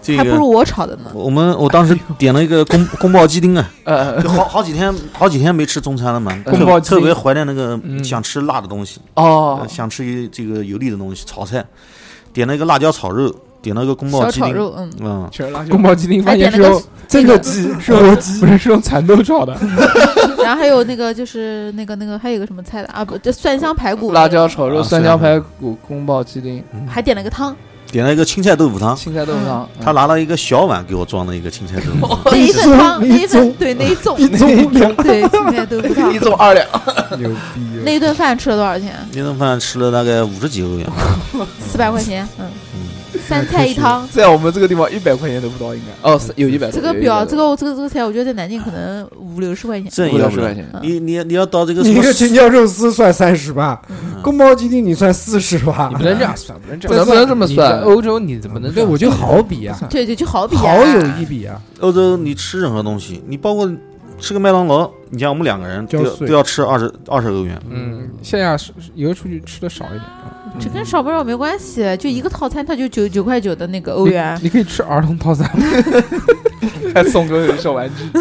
[SPEAKER 7] 这
[SPEAKER 6] 还不
[SPEAKER 7] 个
[SPEAKER 6] 如我炒的呢。
[SPEAKER 7] 我们我当时点了一个宫宫爆鸡丁啊，
[SPEAKER 5] 呃
[SPEAKER 7] 就好好几天好几天没吃中餐了嘛，
[SPEAKER 2] 宫保
[SPEAKER 7] 特
[SPEAKER 2] 鸡丁
[SPEAKER 7] 特别怀念那个
[SPEAKER 2] 嗯
[SPEAKER 7] 想吃辣的东西，
[SPEAKER 5] 哦
[SPEAKER 7] 呃，想吃一这个油腻的东西，炒菜，点了一个辣椒炒肉，点了一个宫
[SPEAKER 6] 小
[SPEAKER 7] 爆鸡
[SPEAKER 6] 炒
[SPEAKER 7] 丁，
[SPEAKER 6] 肉，嗯，
[SPEAKER 7] 嗯，
[SPEAKER 5] 全是垃
[SPEAKER 2] 宫
[SPEAKER 5] 圾。
[SPEAKER 2] 保鸡丁发
[SPEAKER 6] 还
[SPEAKER 2] 现
[SPEAKER 6] 点
[SPEAKER 2] 是
[SPEAKER 6] 了
[SPEAKER 2] 用
[SPEAKER 6] 个，
[SPEAKER 2] 真的鸡，是用鸡，不是是用蚕豆炒 的。
[SPEAKER 6] 然后还有那个就是那个那个还有一个什么菜的啊，不，就蒜香排骨，
[SPEAKER 5] 辣椒炒肉、
[SPEAKER 7] 啊嗯
[SPEAKER 5] 蒜香排骨、宫保鸡丁、
[SPEAKER 6] 还点了个汤，
[SPEAKER 7] 点了一个青菜豆腐汤，
[SPEAKER 5] 青菜豆腐
[SPEAKER 6] 嗯
[SPEAKER 5] 汤。嗯
[SPEAKER 7] 他拿了一个小碗给我装了一个青菜豆腐汤，
[SPEAKER 6] 那一份汤，
[SPEAKER 4] 一盅
[SPEAKER 6] 那一份
[SPEAKER 4] 一盅
[SPEAKER 6] 对那一盅，
[SPEAKER 4] 一盅两
[SPEAKER 6] 对，现在都不知道
[SPEAKER 5] 一。盅二两，
[SPEAKER 4] 牛逼
[SPEAKER 6] 那一顿饭吃了多少钱？
[SPEAKER 7] 那顿饭吃了大概五十几欧元，
[SPEAKER 6] 四百块钱，嗯，三菜一汤。
[SPEAKER 5] 在我们这个地方一百块钱都不到，应该哦，是有一百。
[SPEAKER 6] 这个
[SPEAKER 5] 有
[SPEAKER 6] 表，
[SPEAKER 5] 100
[SPEAKER 6] 这个这个这个菜，我觉得在南京可能五六十块钱。
[SPEAKER 7] 这
[SPEAKER 5] 五
[SPEAKER 7] 要
[SPEAKER 5] 六
[SPEAKER 7] 不
[SPEAKER 5] 十块
[SPEAKER 7] 了。
[SPEAKER 5] 钱，
[SPEAKER 7] 你你你要到这个什
[SPEAKER 4] 你一
[SPEAKER 7] 么
[SPEAKER 4] 个青椒肉丝算三十吧，
[SPEAKER 7] 嗯
[SPEAKER 4] 宫保鸡丁你算四十吧
[SPEAKER 2] 你。不能这样算，不能这
[SPEAKER 5] 不
[SPEAKER 2] 样
[SPEAKER 5] 能不
[SPEAKER 2] 算。
[SPEAKER 5] 能这么
[SPEAKER 2] 你
[SPEAKER 5] 算
[SPEAKER 2] 在。欧洲你怎么能这
[SPEAKER 4] 对，
[SPEAKER 2] 样
[SPEAKER 4] 我就好比啊，
[SPEAKER 6] 对对，就好比啊
[SPEAKER 4] 好有一比啊，
[SPEAKER 7] 欧洲你吃任何东西，你包括吃个麦当劳，你像我们两个人都
[SPEAKER 4] 交
[SPEAKER 7] 要
[SPEAKER 4] 税
[SPEAKER 7] 都要吃二十二十欧元，
[SPEAKER 2] 嗯，线下是以后出去吃的少一点啊。
[SPEAKER 6] 这跟少不少没关系，就一个套餐，它就九九块九的那个欧元
[SPEAKER 2] 你，你可以吃儿童套 餐。
[SPEAKER 5] 还送个小玩具，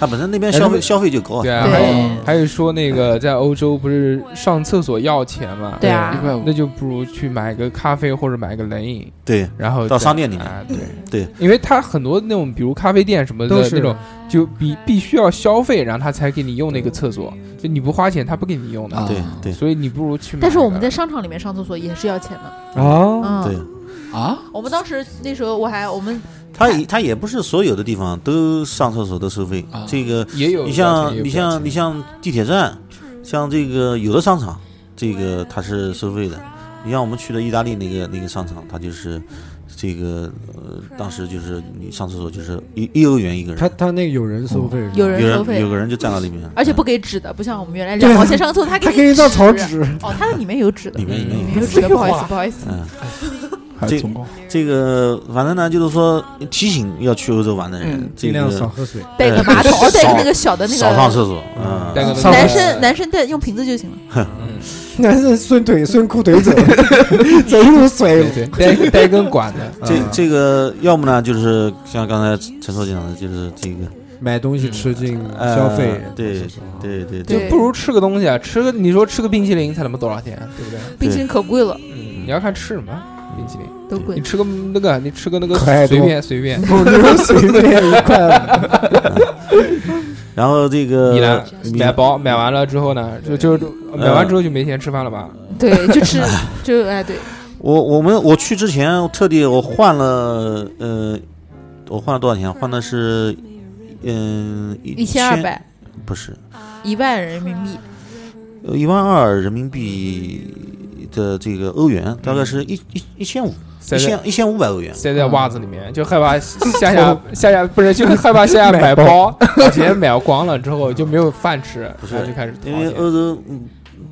[SPEAKER 7] 他本身那边
[SPEAKER 4] 哎
[SPEAKER 7] 消费消费就高
[SPEAKER 2] 对
[SPEAKER 7] 啊，
[SPEAKER 2] 啊，还有还有说那个在欧洲不是上厕所要钱嘛？
[SPEAKER 6] 对
[SPEAKER 5] 一
[SPEAKER 6] 啊，
[SPEAKER 5] 块五
[SPEAKER 2] 那。就不如去买个咖啡或者买个冷饮，
[SPEAKER 4] 啊
[SPEAKER 7] 对，
[SPEAKER 2] 然后
[SPEAKER 7] 到
[SPEAKER 2] 再
[SPEAKER 7] 商店里面
[SPEAKER 2] 啊，对
[SPEAKER 7] 对，
[SPEAKER 2] 因为它很多那种，比如咖啡店什么的
[SPEAKER 4] 都是
[SPEAKER 2] 那种，就必必须要消费，然后他才给你用那个厕所，就你不花钱，他不给你用的，
[SPEAKER 5] 啊
[SPEAKER 7] 对对
[SPEAKER 2] 所以你不如去买一 个。
[SPEAKER 6] 但是我们在商场里面上厕所也是要钱的，
[SPEAKER 4] 啊，
[SPEAKER 7] 对
[SPEAKER 6] 嗯，，
[SPEAKER 5] 啊，
[SPEAKER 6] 我们当时那时候我还我们
[SPEAKER 7] 他也他也不是所有的地方都上厕所都收费
[SPEAKER 5] 啊，
[SPEAKER 7] 这个
[SPEAKER 2] 也有
[SPEAKER 7] 你
[SPEAKER 2] 要
[SPEAKER 7] 像
[SPEAKER 2] 钱
[SPEAKER 7] 你像你，像地铁站，
[SPEAKER 6] 嗯
[SPEAKER 7] 像这个有的商场，这个它是收费的，你像我们去的意大利那个那个商场，它就是。这个呃，
[SPEAKER 6] 啊
[SPEAKER 7] 当时就是你上厕所就是一一欧元一个人，
[SPEAKER 4] 他他那个有人收费是吧，
[SPEAKER 6] 有
[SPEAKER 7] 有
[SPEAKER 6] 人收费
[SPEAKER 7] 有个人就站到里面，
[SPEAKER 6] 而且
[SPEAKER 7] 嗯
[SPEAKER 6] 不给纸的，不像我们原来
[SPEAKER 4] 对
[SPEAKER 6] 两毛钱上厕所，他
[SPEAKER 4] 他
[SPEAKER 6] 给
[SPEAKER 4] 给
[SPEAKER 6] 你
[SPEAKER 4] 你张草
[SPEAKER 6] 纸。
[SPEAKER 4] 纸，
[SPEAKER 6] 哦，他里面有纸的，
[SPEAKER 7] 里面里面有
[SPEAKER 6] 里面嗯有纸的，不好意思，不好意思。
[SPEAKER 7] 嗯，
[SPEAKER 3] 还
[SPEAKER 7] 这
[SPEAKER 3] 是总共
[SPEAKER 7] 这个反正呢就是说提醒要去欧洲玩的人
[SPEAKER 2] 嗯，
[SPEAKER 7] 这
[SPEAKER 4] 尽
[SPEAKER 7] 个
[SPEAKER 4] 量少喝水。
[SPEAKER 6] 带个马桶，
[SPEAKER 7] 少
[SPEAKER 6] 哦，带个那个小的那
[SPEAKER 7] 少上
[SPEAKER 6] 个，
[SPEAKER 7] 厕所，嗯，
[SPEAKER 2] 带个嗯
[SPEAKER 4] 上
[SPEAKER 6] 男
[SPEAKER 4] 厕
[SPEAKER 6] 生男生带用瓶子就行了。
[SPEAKER 4] 男生顺腿顺裤腿走，走路水
[SPEAKER 2] 对。对， 带带一根管子，
[SPEAKER 7] 这
[SPEAKER 2] 嗯
[SPEAKER 7] 这个要么呢就是像刚才陈硕讲的，就是这个
[SPEAKER 4] 买东西吃进
[SPEAKER 7] 呃
[SPEAKER 4] 消费，
[SPEAKER 7] 对对对
[SPEAKER 6] 对
[SPEAKER 7] 对，
[SPEAKER 2] 不如吃个东西啊，吃个你说吃个冰淇淋才他妈多少钱，对不对？
[SPEAKER 6] 冰淇淋可贵了，
[SPEAKER 2] 嗯，你要看吃什么冰淇淋，
[SPEAKER 6] 都贵。
[SPEAKER 2] 你吃个那个，你吃个那个
[SPEAKER 4] 可爱多
[SPEAKER 2] 随便随便，
[SPEAKER 4] 不如随便一块了。
[SPEAKER 7] 然后这个
[SPEAKER 2] 你呢
[SPEAKER 7] 米
[SPEAKER 2] 买包买完了之后呢，就就是买完之后就没钱吃饭了吧？
[SPEAKER 6] 对，就吃就哎对，
[SPEAKER 7] 我我们我去之前我特地我换了呃，我换了多少钱？换的是嗯
[SPEAKER 6] 一千二百
[SPEAKER 7] 不是呃
[SPEAKER 6] 一万人民币，
[SPEAKER 7] 哦一万二人民币的这个欧元，大概是一一一千五
[SPEAKER 2] 塞
[SPEAKER 7] 一
[SPEAKER 2] 在哦
[SPEAKER 7] 千一千五百欧元。
[SPEAKER 2] 塞在袜子里面，就害
[SPEAKER 7] 嗯
[SPEAKER 2] 怕夏 夏夏夏不是，就害怕夏夏买包，把 钱买光了之后就没有饭吃，
[SPEAKER 7] 不是
[SPEAKER 2] 然后就开始
[SPEAKER 7] 因为
[SPEAKER 2] 掏钱
[SPEAKER 7] 欧洲嗯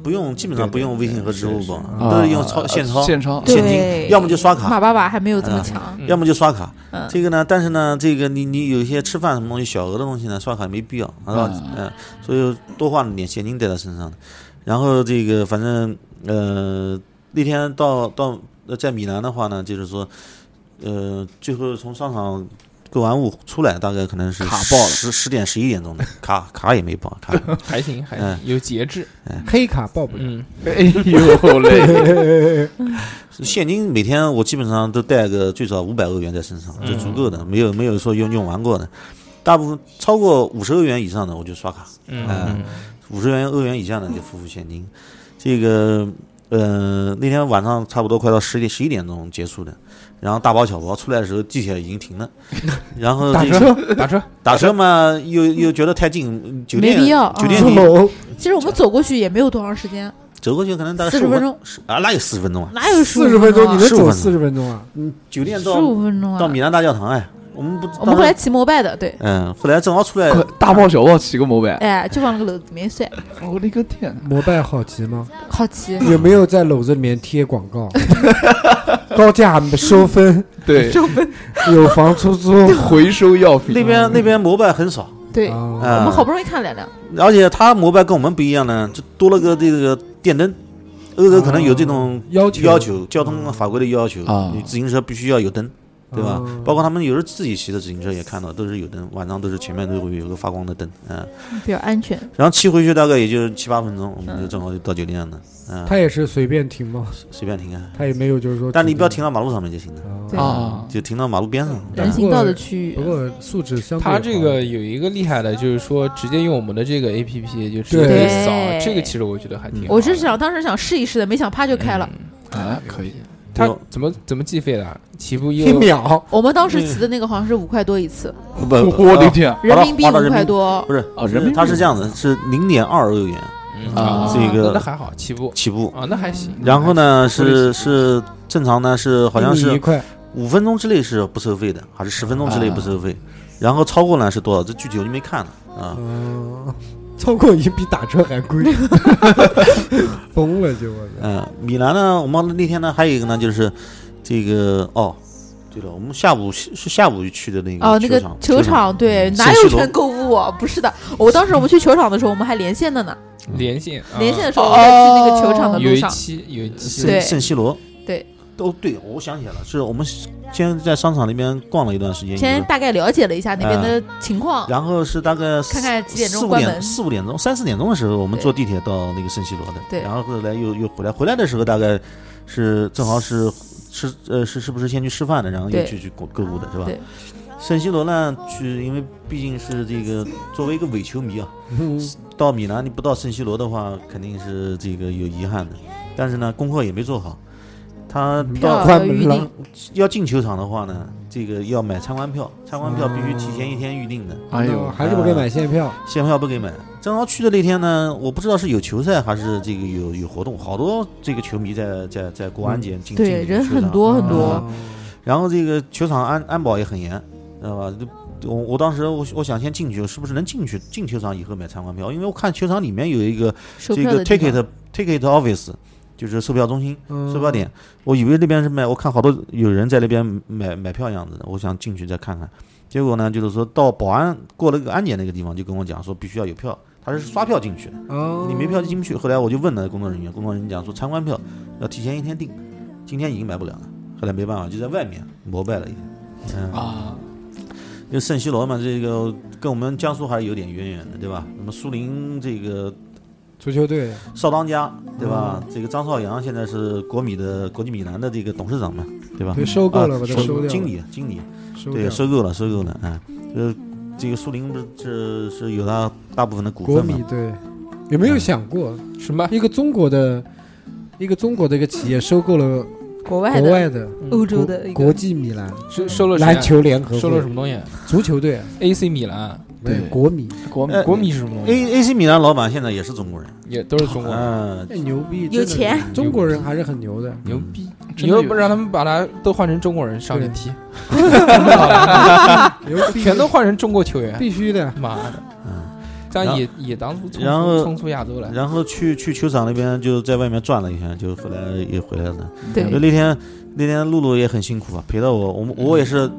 [SPEAKER 7] 不用，基本上不用微信和支付宝，
[SPEAKER 5] 啊
[SPEAKER 7] 都是用超现钞、
[SPEAKER 5] 现钞
[SPEAKER 6] 对
[SPEAKER 7] 现金，要么就刷
[SPEAKER 6] 马
[SPEAKER 7] 卡，
[SPEAKER 6] 爸爸还没有这么强。
[SPEAKER 2] 嗯
[SPEAKER 7] 要么就刷卡。
[SPEAKER 6] 嗯
[SPEAKER 7] 这个呢，但是呢，这个你你有一些吃饭什么东西小额的东西呢，刷卡没必要，是吧？
[SPEAKER 5] 嗯
[SPEAKER 7] 嗯，所以多花了点现金带在身上。然后这个反正呃，那天到到呃在米兰的话呢，就是说呃，最后从商场。购完物出来大概可能是
[SPEAKER 5] 卡爆了
[SPEAKER 7] 十十点十一点钟的卡 卡也没爆卡，
[SPEAKER 2] 还行还
[SPEAKER 7] 嗯
[SPEAKER 2] 行，有节制，
[SPEAKER 4] 黑卡爆不了，
[SPEAKER 2] 嗯，
[SPEAKER 5] 哎呦嘞，
[SPEAKER 7] 现金每天我基本上都带个最少五百欧元在身上，
[SPEAKER 5] 嗯
[SPEAKER 7] 就足够的，没有没有说用用完过的。大部分超过五十欧元以上的我就刷卡，
[SPEAKER 2] 嗯
[SPEAKER 7] 嗯，五十元欧元以下的就付付现金。这个呃，那天晚上差不多快到十点十一点钟结束的，然后大包小包出来的时候，地铁已经停了，然后
[SPEAKER 2] 打
[SPEAKER 7] 这个
[SPEAKER 2] 车打车，
[SPEAKER 7] 打车嘛，又又觉得太近，酒店
[SPEAKER 6] 没必要嗯
[SPEAKER 7] 酒店
[SPEAKER 4] 自
[SPEAKER 7] 离
[SPEAKER 4] 谋
[SPEAKER 6] 其实我们走过去也没有多长时间，
[SPEAKER 7] 走过去可能大概
[SPEAKER 6] 40
[SPEAKER 7] 15
[SPEAKER 6] 分钟
[SPEAKER 7] 是啊，哪有四十分钟啊？
[SPEAKER 6] 哪有
[SPEAKER 4] 四
[SPEAKER 6] 十
[SPEAKER 4] 十分钟，
[SPEAKER 7] 15
[SPEAKER 4] 你能
[SPEAKER 7] 分
[SPEAKER 4] 走
[SPEAKER 7] 钟
[SPEAKER 4] 四十分钟啊？
[SPEAKER 7] 嗯，酒店
[SPEAKER 6] 十
[SPEAKER 7] 到
[SPEAKER 6] 五分钟啊？
[SPEAKER 7] 到米兰大教堂哎，我们不
[SPEAKER 6] 我们后
[SPEAKER 7] 当
[SPEAKER 6] 来
[SPEAKER 7] 时
[SPEAKER 6] 骑摩拜的，对，
[SPEAKER 7] 嗯，后来正好出来
[SPEAKER 5] 快大包小包骑个摩拜，
[SPEAKER 6] 哎，就往那个楼里面塞，
[SPEAKER 5] 我的个天啊！
[SPEAKER 4] 摩拜好骑 吗？
[SPEAKER 6] 好骑。
[SPEAKER 7] 嗯
[SPEAKER 4] 有没有在篓子里面贴广告？ 高价收分，
[SPEAKER 5] 对，
[SPEAKER 4] 有房出租。
[SPEAKER 5] 回收药品
[SPEAKER 7] 那边那边摩拜很少，
[SPEAKER 6] 对，我
[SPEAKER 4] 啊，
[SPEAKER 7] 啊，
[SPEAKER 6] 们好不容易看了两辆，
[SPEAKER 7] 而且它摩拜跟我们不一样呢，就多了个这个电灯。欧洲可能有这种
[SPEAKER 4] 要求
[SPEAKER 7] 要求，交通法规的要求
[SPEAKER 5] 啊
[SPEAKER 7] 你自行车必须要有灯，对吧
[SPEAKER 4] 啊？
[SPEAKER 7] 包括他们有时候自己骑的自行车也看到，都是有灯，晚上都是前面都会有个发光的灯，嗯。
[SPEAKER 6] 比较安全。
[SPEAKER 7] 然后骑回去大概也就七八分钟，我们就正好就到酒店了，嗯，
[SPEAKER 4] 他也是随便停吗？
[SPEAKER 7] 随便停啊，
[SPEAKER 4] 他也没有就是说，
[SPEAKER 7] 但你不要停。到马路上面就行了，
[SPEAKER 6] 对
[SPEAKER 5] 啊，
[SPEAKER 7] 就停到马路边上，
[SPEAKER 6] 人行道的区域
[SPEAKER 4] 不，过素质相对
[SPEAKER 2] 它
[SPEAKER 4] 好
[SPEAKER 2] 这个
[SPEAKER 7] 嗯
[SPEAKER 2] 有一个厉害的，就是说直接用我们的这个 A P P 就直接
[SPEAKER 4] 对
[SPEAKER 2] 可以扫，这个
[SPEAKER 6] 对
[SPEAKER 2] 其实我觉得还
[SPEAKER 7] 嗯
[SPEAKER 2] 挺好的。
[SPEAKER 6] 我是想当时想试一试的，没想啪就开了。
[SPEAKER 2] 嗯，
[SPEAKER 5] 啊，可以，
[SPEAKER 2] 它
[SPEAKER 7] 我
[SPEAKER 2] 怎么怎么计费的啊？起步一
[SPEAKER 4] 一
[SPEAKER 2] 欧
[SPEAKER 4] 秒，
[SPEAKER 6] 我们当
[SPEAKER 7] 嗯
[SPEAKER 6] 时骑的那个好像是五块多一次，
[SPEAKER 7] 不，
[SPEAKER 5] 我的天
[SPEAKER 7] 花
[SPEAKER 6] 人
[SPEAKER 7] 到
[SPEAKER 6] 民币
[SPEAKER 7] 花到
[SPEAKER 6] 五
[SPEAKER 7] 人
[SPEAKER 6] 块
[SPEAKER 7] 民
[SPEAKER 6] 多，
[SPEAKER 7] 不是
[SPEAKER 5] 啊人民币
[SPEAKER 7] 它是这样的，是零点二欧元
[SPEAKER 2] 嗯
[SPEAKER 5] 啊
[SPEAKER 2] 那
[SPEAKER 7] 这个
[SPEAKER 2] 那还好，起步
[SPEAKER 7] 起
[SPEAKER 5] 哦
[SPEAKER 7] 步，
[SPEAKER 2] 啊，那还行。
[SPEAKER 7] 然后呢
[SPEAKER 2] 处理
[SPEAKER 7] 是
[SPEAKER 2] 起
[SPEAKER 7] 是正常呢是好像
[SPEAKER 4] 一米一
[SPEAKER 7] 是啊
[SPEAKER 4] 块，
[SPEAKER 7] 五分钟之内是不收费的，还是十分钟之内不收
[SPEAKER 5] 啊
[SPEAKER 7] 费，然后超过呢是多少？这具体我就没看了啊。
[SPEAKER 4] 嗯，超过一比打车还贵， 疯了就我操
[SPEAKER 7] 嗯，米兰呢，我们那天呢还有一个呢就是这个哦，对了，我们下午是下午去的那个
[SPEAKER 6] 哦，那个
[SPEAKER 7] 场嗯
[SPEAKER 6] 球
[SPEAKER 7] 球
[SPEAKER 6] 场，对，哪
[SPEAKER 7] 沈
[SPEAKER 6] 有
[SPEAKER 7] 西楼
[SPEAKER 6] 权购物啊？不是的，我当时我们去球场的时候，我们还连线的呢。
[SPEAKER 2] 连线
[SPEAKER 7] 嗯
[SPEAKER 2] 啊
[SPEAKER 6] 连线的时候，我们在去那个球场的
[SPEAKER 2] 有
[SPEAKER 6] 路
[SPEAKER 2] 一
[SPEAKER 7] 哦
[SPEAKER 6] 上，
[SPEAKER 2] 期有一期
[SPEAKER 6] 对
[SPEAKER 7] 圣圣西罗
[SPEAKER 6] 对。
[SPEAKER 7] 哦，对，我想起来了，是我们先在商场那边逛了一段时间，
[SPEAKER 6] 先大概了解了一下那边的情
[SPEAKER 7] 嗯
[SPEAKER 6] 况，
[SPEAKER 7] 然后是大概
[SPEAKER 6] 看看几点钟
[SPEAKER 7] 四五
[SPEAKER 6] 关门
[SPEAKER 7] 点四五点钟三四点钟的时候，我们
[SPEAKER 6] 对
[SPEAKER 7] 坐地铁到那个圣西罗的，
[SPEAKER 6] 对
[SPEAKER 7] 然后后来又又回来，回来的时候大概是正好是吃呃是是不是先去吃饭的，然后又
[SPEAKER 6] 对
[SPEAKER 7] 去去购购物的是吧
[SPEAKER 6] 对？
[SPEAKER 7] 圣西罗呢，去因为毕竟是这个作为一个伪球迷啊，
[SPEAKER 4] 嗯
[SPEAKER 7] 到米兰你不到圣西罗的话，肯定是这个有遗憾的。但是呢，功课也没做好，他
[SPEAKER 6] 票
[SPEAKER 7] 到
[SPEAKER 4] 关
[SPEAKER 6] 有
[SPEAKER 4] 门
[SPEAKER 6] 预
[SPEAKER 4] 了
[SPEAKER 6] 定，
[SPEAKER 7] 要进球场的话呢，这个要买参观票，参观票必须提前一天预定的。
[SPEAKER 5] 哎
[SPEAKER 4] 那
[SPEAKER 5] 呦，
[SPEAKER 4] 还是
[SPEAKER 7] 啊
[SPEAKER 4] 不给买现票，
[SPEAKER 7] 现票不给买。正好去的那天呢，我不知道是有球赛还是这个有有活动，好多这个球迷在在在国安节进、进
[SPEAKER 6] 嗯对，
[SPEAKER 7] 进
[SPEAKER 6] 人
[SPEAKER 7] 球场
[SPEAKER 6] 很。多很多。
[SPEAKER 4] 啊
[SPEAKER 7] 然后这个球场安安保也很严，知道吧？就我我当时我我想先进去，是不是能进去进球场以后买参观票？因为我看球场里面有一个
[SPEAKER 6] 售
[SPEAKER 7] 这
[SPEAKER 6] 票
[SPEAKER 7] 个
[SPEAKER 6] 的地方
[SPEAKER 7] ticket ticket office，就是售票中心、
[SPEAKER 2] 嗯
[SPEAKER 7] 售票点。我以为那边是卖，我看好多有人在那边买买票样子的，我想进去再看看。结果呢，就是说到保安过了个安检那个地方，就跟我讲说必须要有票，他是刷票进去的。
[SPEAKER 2] 哦
[SPEAKER 7] 你没票就进不去。后来我就问了工作人员，工作人员讲说参观票要提前一天订，今天已经买不了了。后来没办法，就在外面膜拜了一天。嗯，
[SPEAKER 5] 啊，
[SPEAKER 7] 因为圣西罗嘛，这个跟我们江苏还是有点渊源的，对吧？那么苏宁这个
[SPEAKER 4] 足球队
[SPEAKER 7] 少当家，对
[SPEAKER 4] 嗯
[SPEAKER 7] 吧？这个张少阳现在是国米的国际米兰的这个董事长嘛，对吧？
[SPEAKER 4] 对收购了，把它
[SPEAKER 7] 啊
[SPEAKER 4] 收掉了，
[SPEAKER 7] 经理，经理，
[SPEAKER 4] 收
[SPEAKER 7] 对，
[SPEAKER 4] 掉。
[SPEAKER 7] 收购了，收购了，啊，呃，这个苏宁不是这是有他大部分的股
[SPEAKER 4] 国
[SPEAKER 7] 份嘛嗯
[SPEAKER 4] 米？对，有没有想过
[SPEAKER 2] 什么
[SPEAKER 4] 一个中国的，一个中国的一个企业收购了
[SPEAKER 6] 国外的
[SPEAKER 4] 国外的
[SPEAKER 6] 欧洲
[SPEAKER 4] 国
[SPEAKER 6] 的一
[SPEAKER 4] 国
[SPEAKER 6] 个
[SPEAKER 4] 际米兰
[SPEAKER 2] 收收了什么
[SPEAKER 4] 篮球联合会
[SPEAKER 2] 收了什么东西
[SPEAKER 4] 足球队，
[SPEAKER 2] ？AC 米兰
[SPEAKER 4] 对
[SPEAKER 5] 对
[SPEAKER 4] 国米，
[SPEAKER 5] 国米
[SPEAKER 7] 呃
[SPEAKER 2] 国米是什么东西？
[SPEAKER 7] A A C 米兰老板现在也是中国人，
[SPEAKER 2] 也都是中国人，
[SPEAKER 7] 嗯，
[SPEAKER 4] 哎牛逼，真的
[SPEAKER 6] 有钱，
[SPEAKER 4] 中国人还是很牛的。
[SPEAKER 2] 牛逼！你
[SPEAKER 5] 真的
[SPEAKER 2] 要
[SPEAKER 5] 有
[SPEAKER 2] 不让他们把他都换成中国人上去
[SPEAKER 4] 对
[SPEAKER 2] 踢，
[SPEAKER 4] 牛 逼，
[SPEAKER 2] 全都换成中国球员，
[SPEAKER 4] 必须的。
[SPEAKER 2] 妈的，
[SPEAKER 7] 嗯，
[SPEAKER 2] 这
[SPEAKER 7] 然
[SPEAKER 2] 样
[SPEAKER 7] 后
[SPEAKER 2] 也也当初冲
[SPEAKER 7] 然后
[SPEAKER 2] 出冲出亚洲来。
[SPEAKER 7] 然后去去球场那边就在外面转了一圈，就后来也回来
[SPEAKER 4] 嗯
[SPEAKER 7] 了。就
[SPEAKER 6] 对
[SPEAKER 7] 那天那天露露也很辛苦啊，陪到我，我们我也是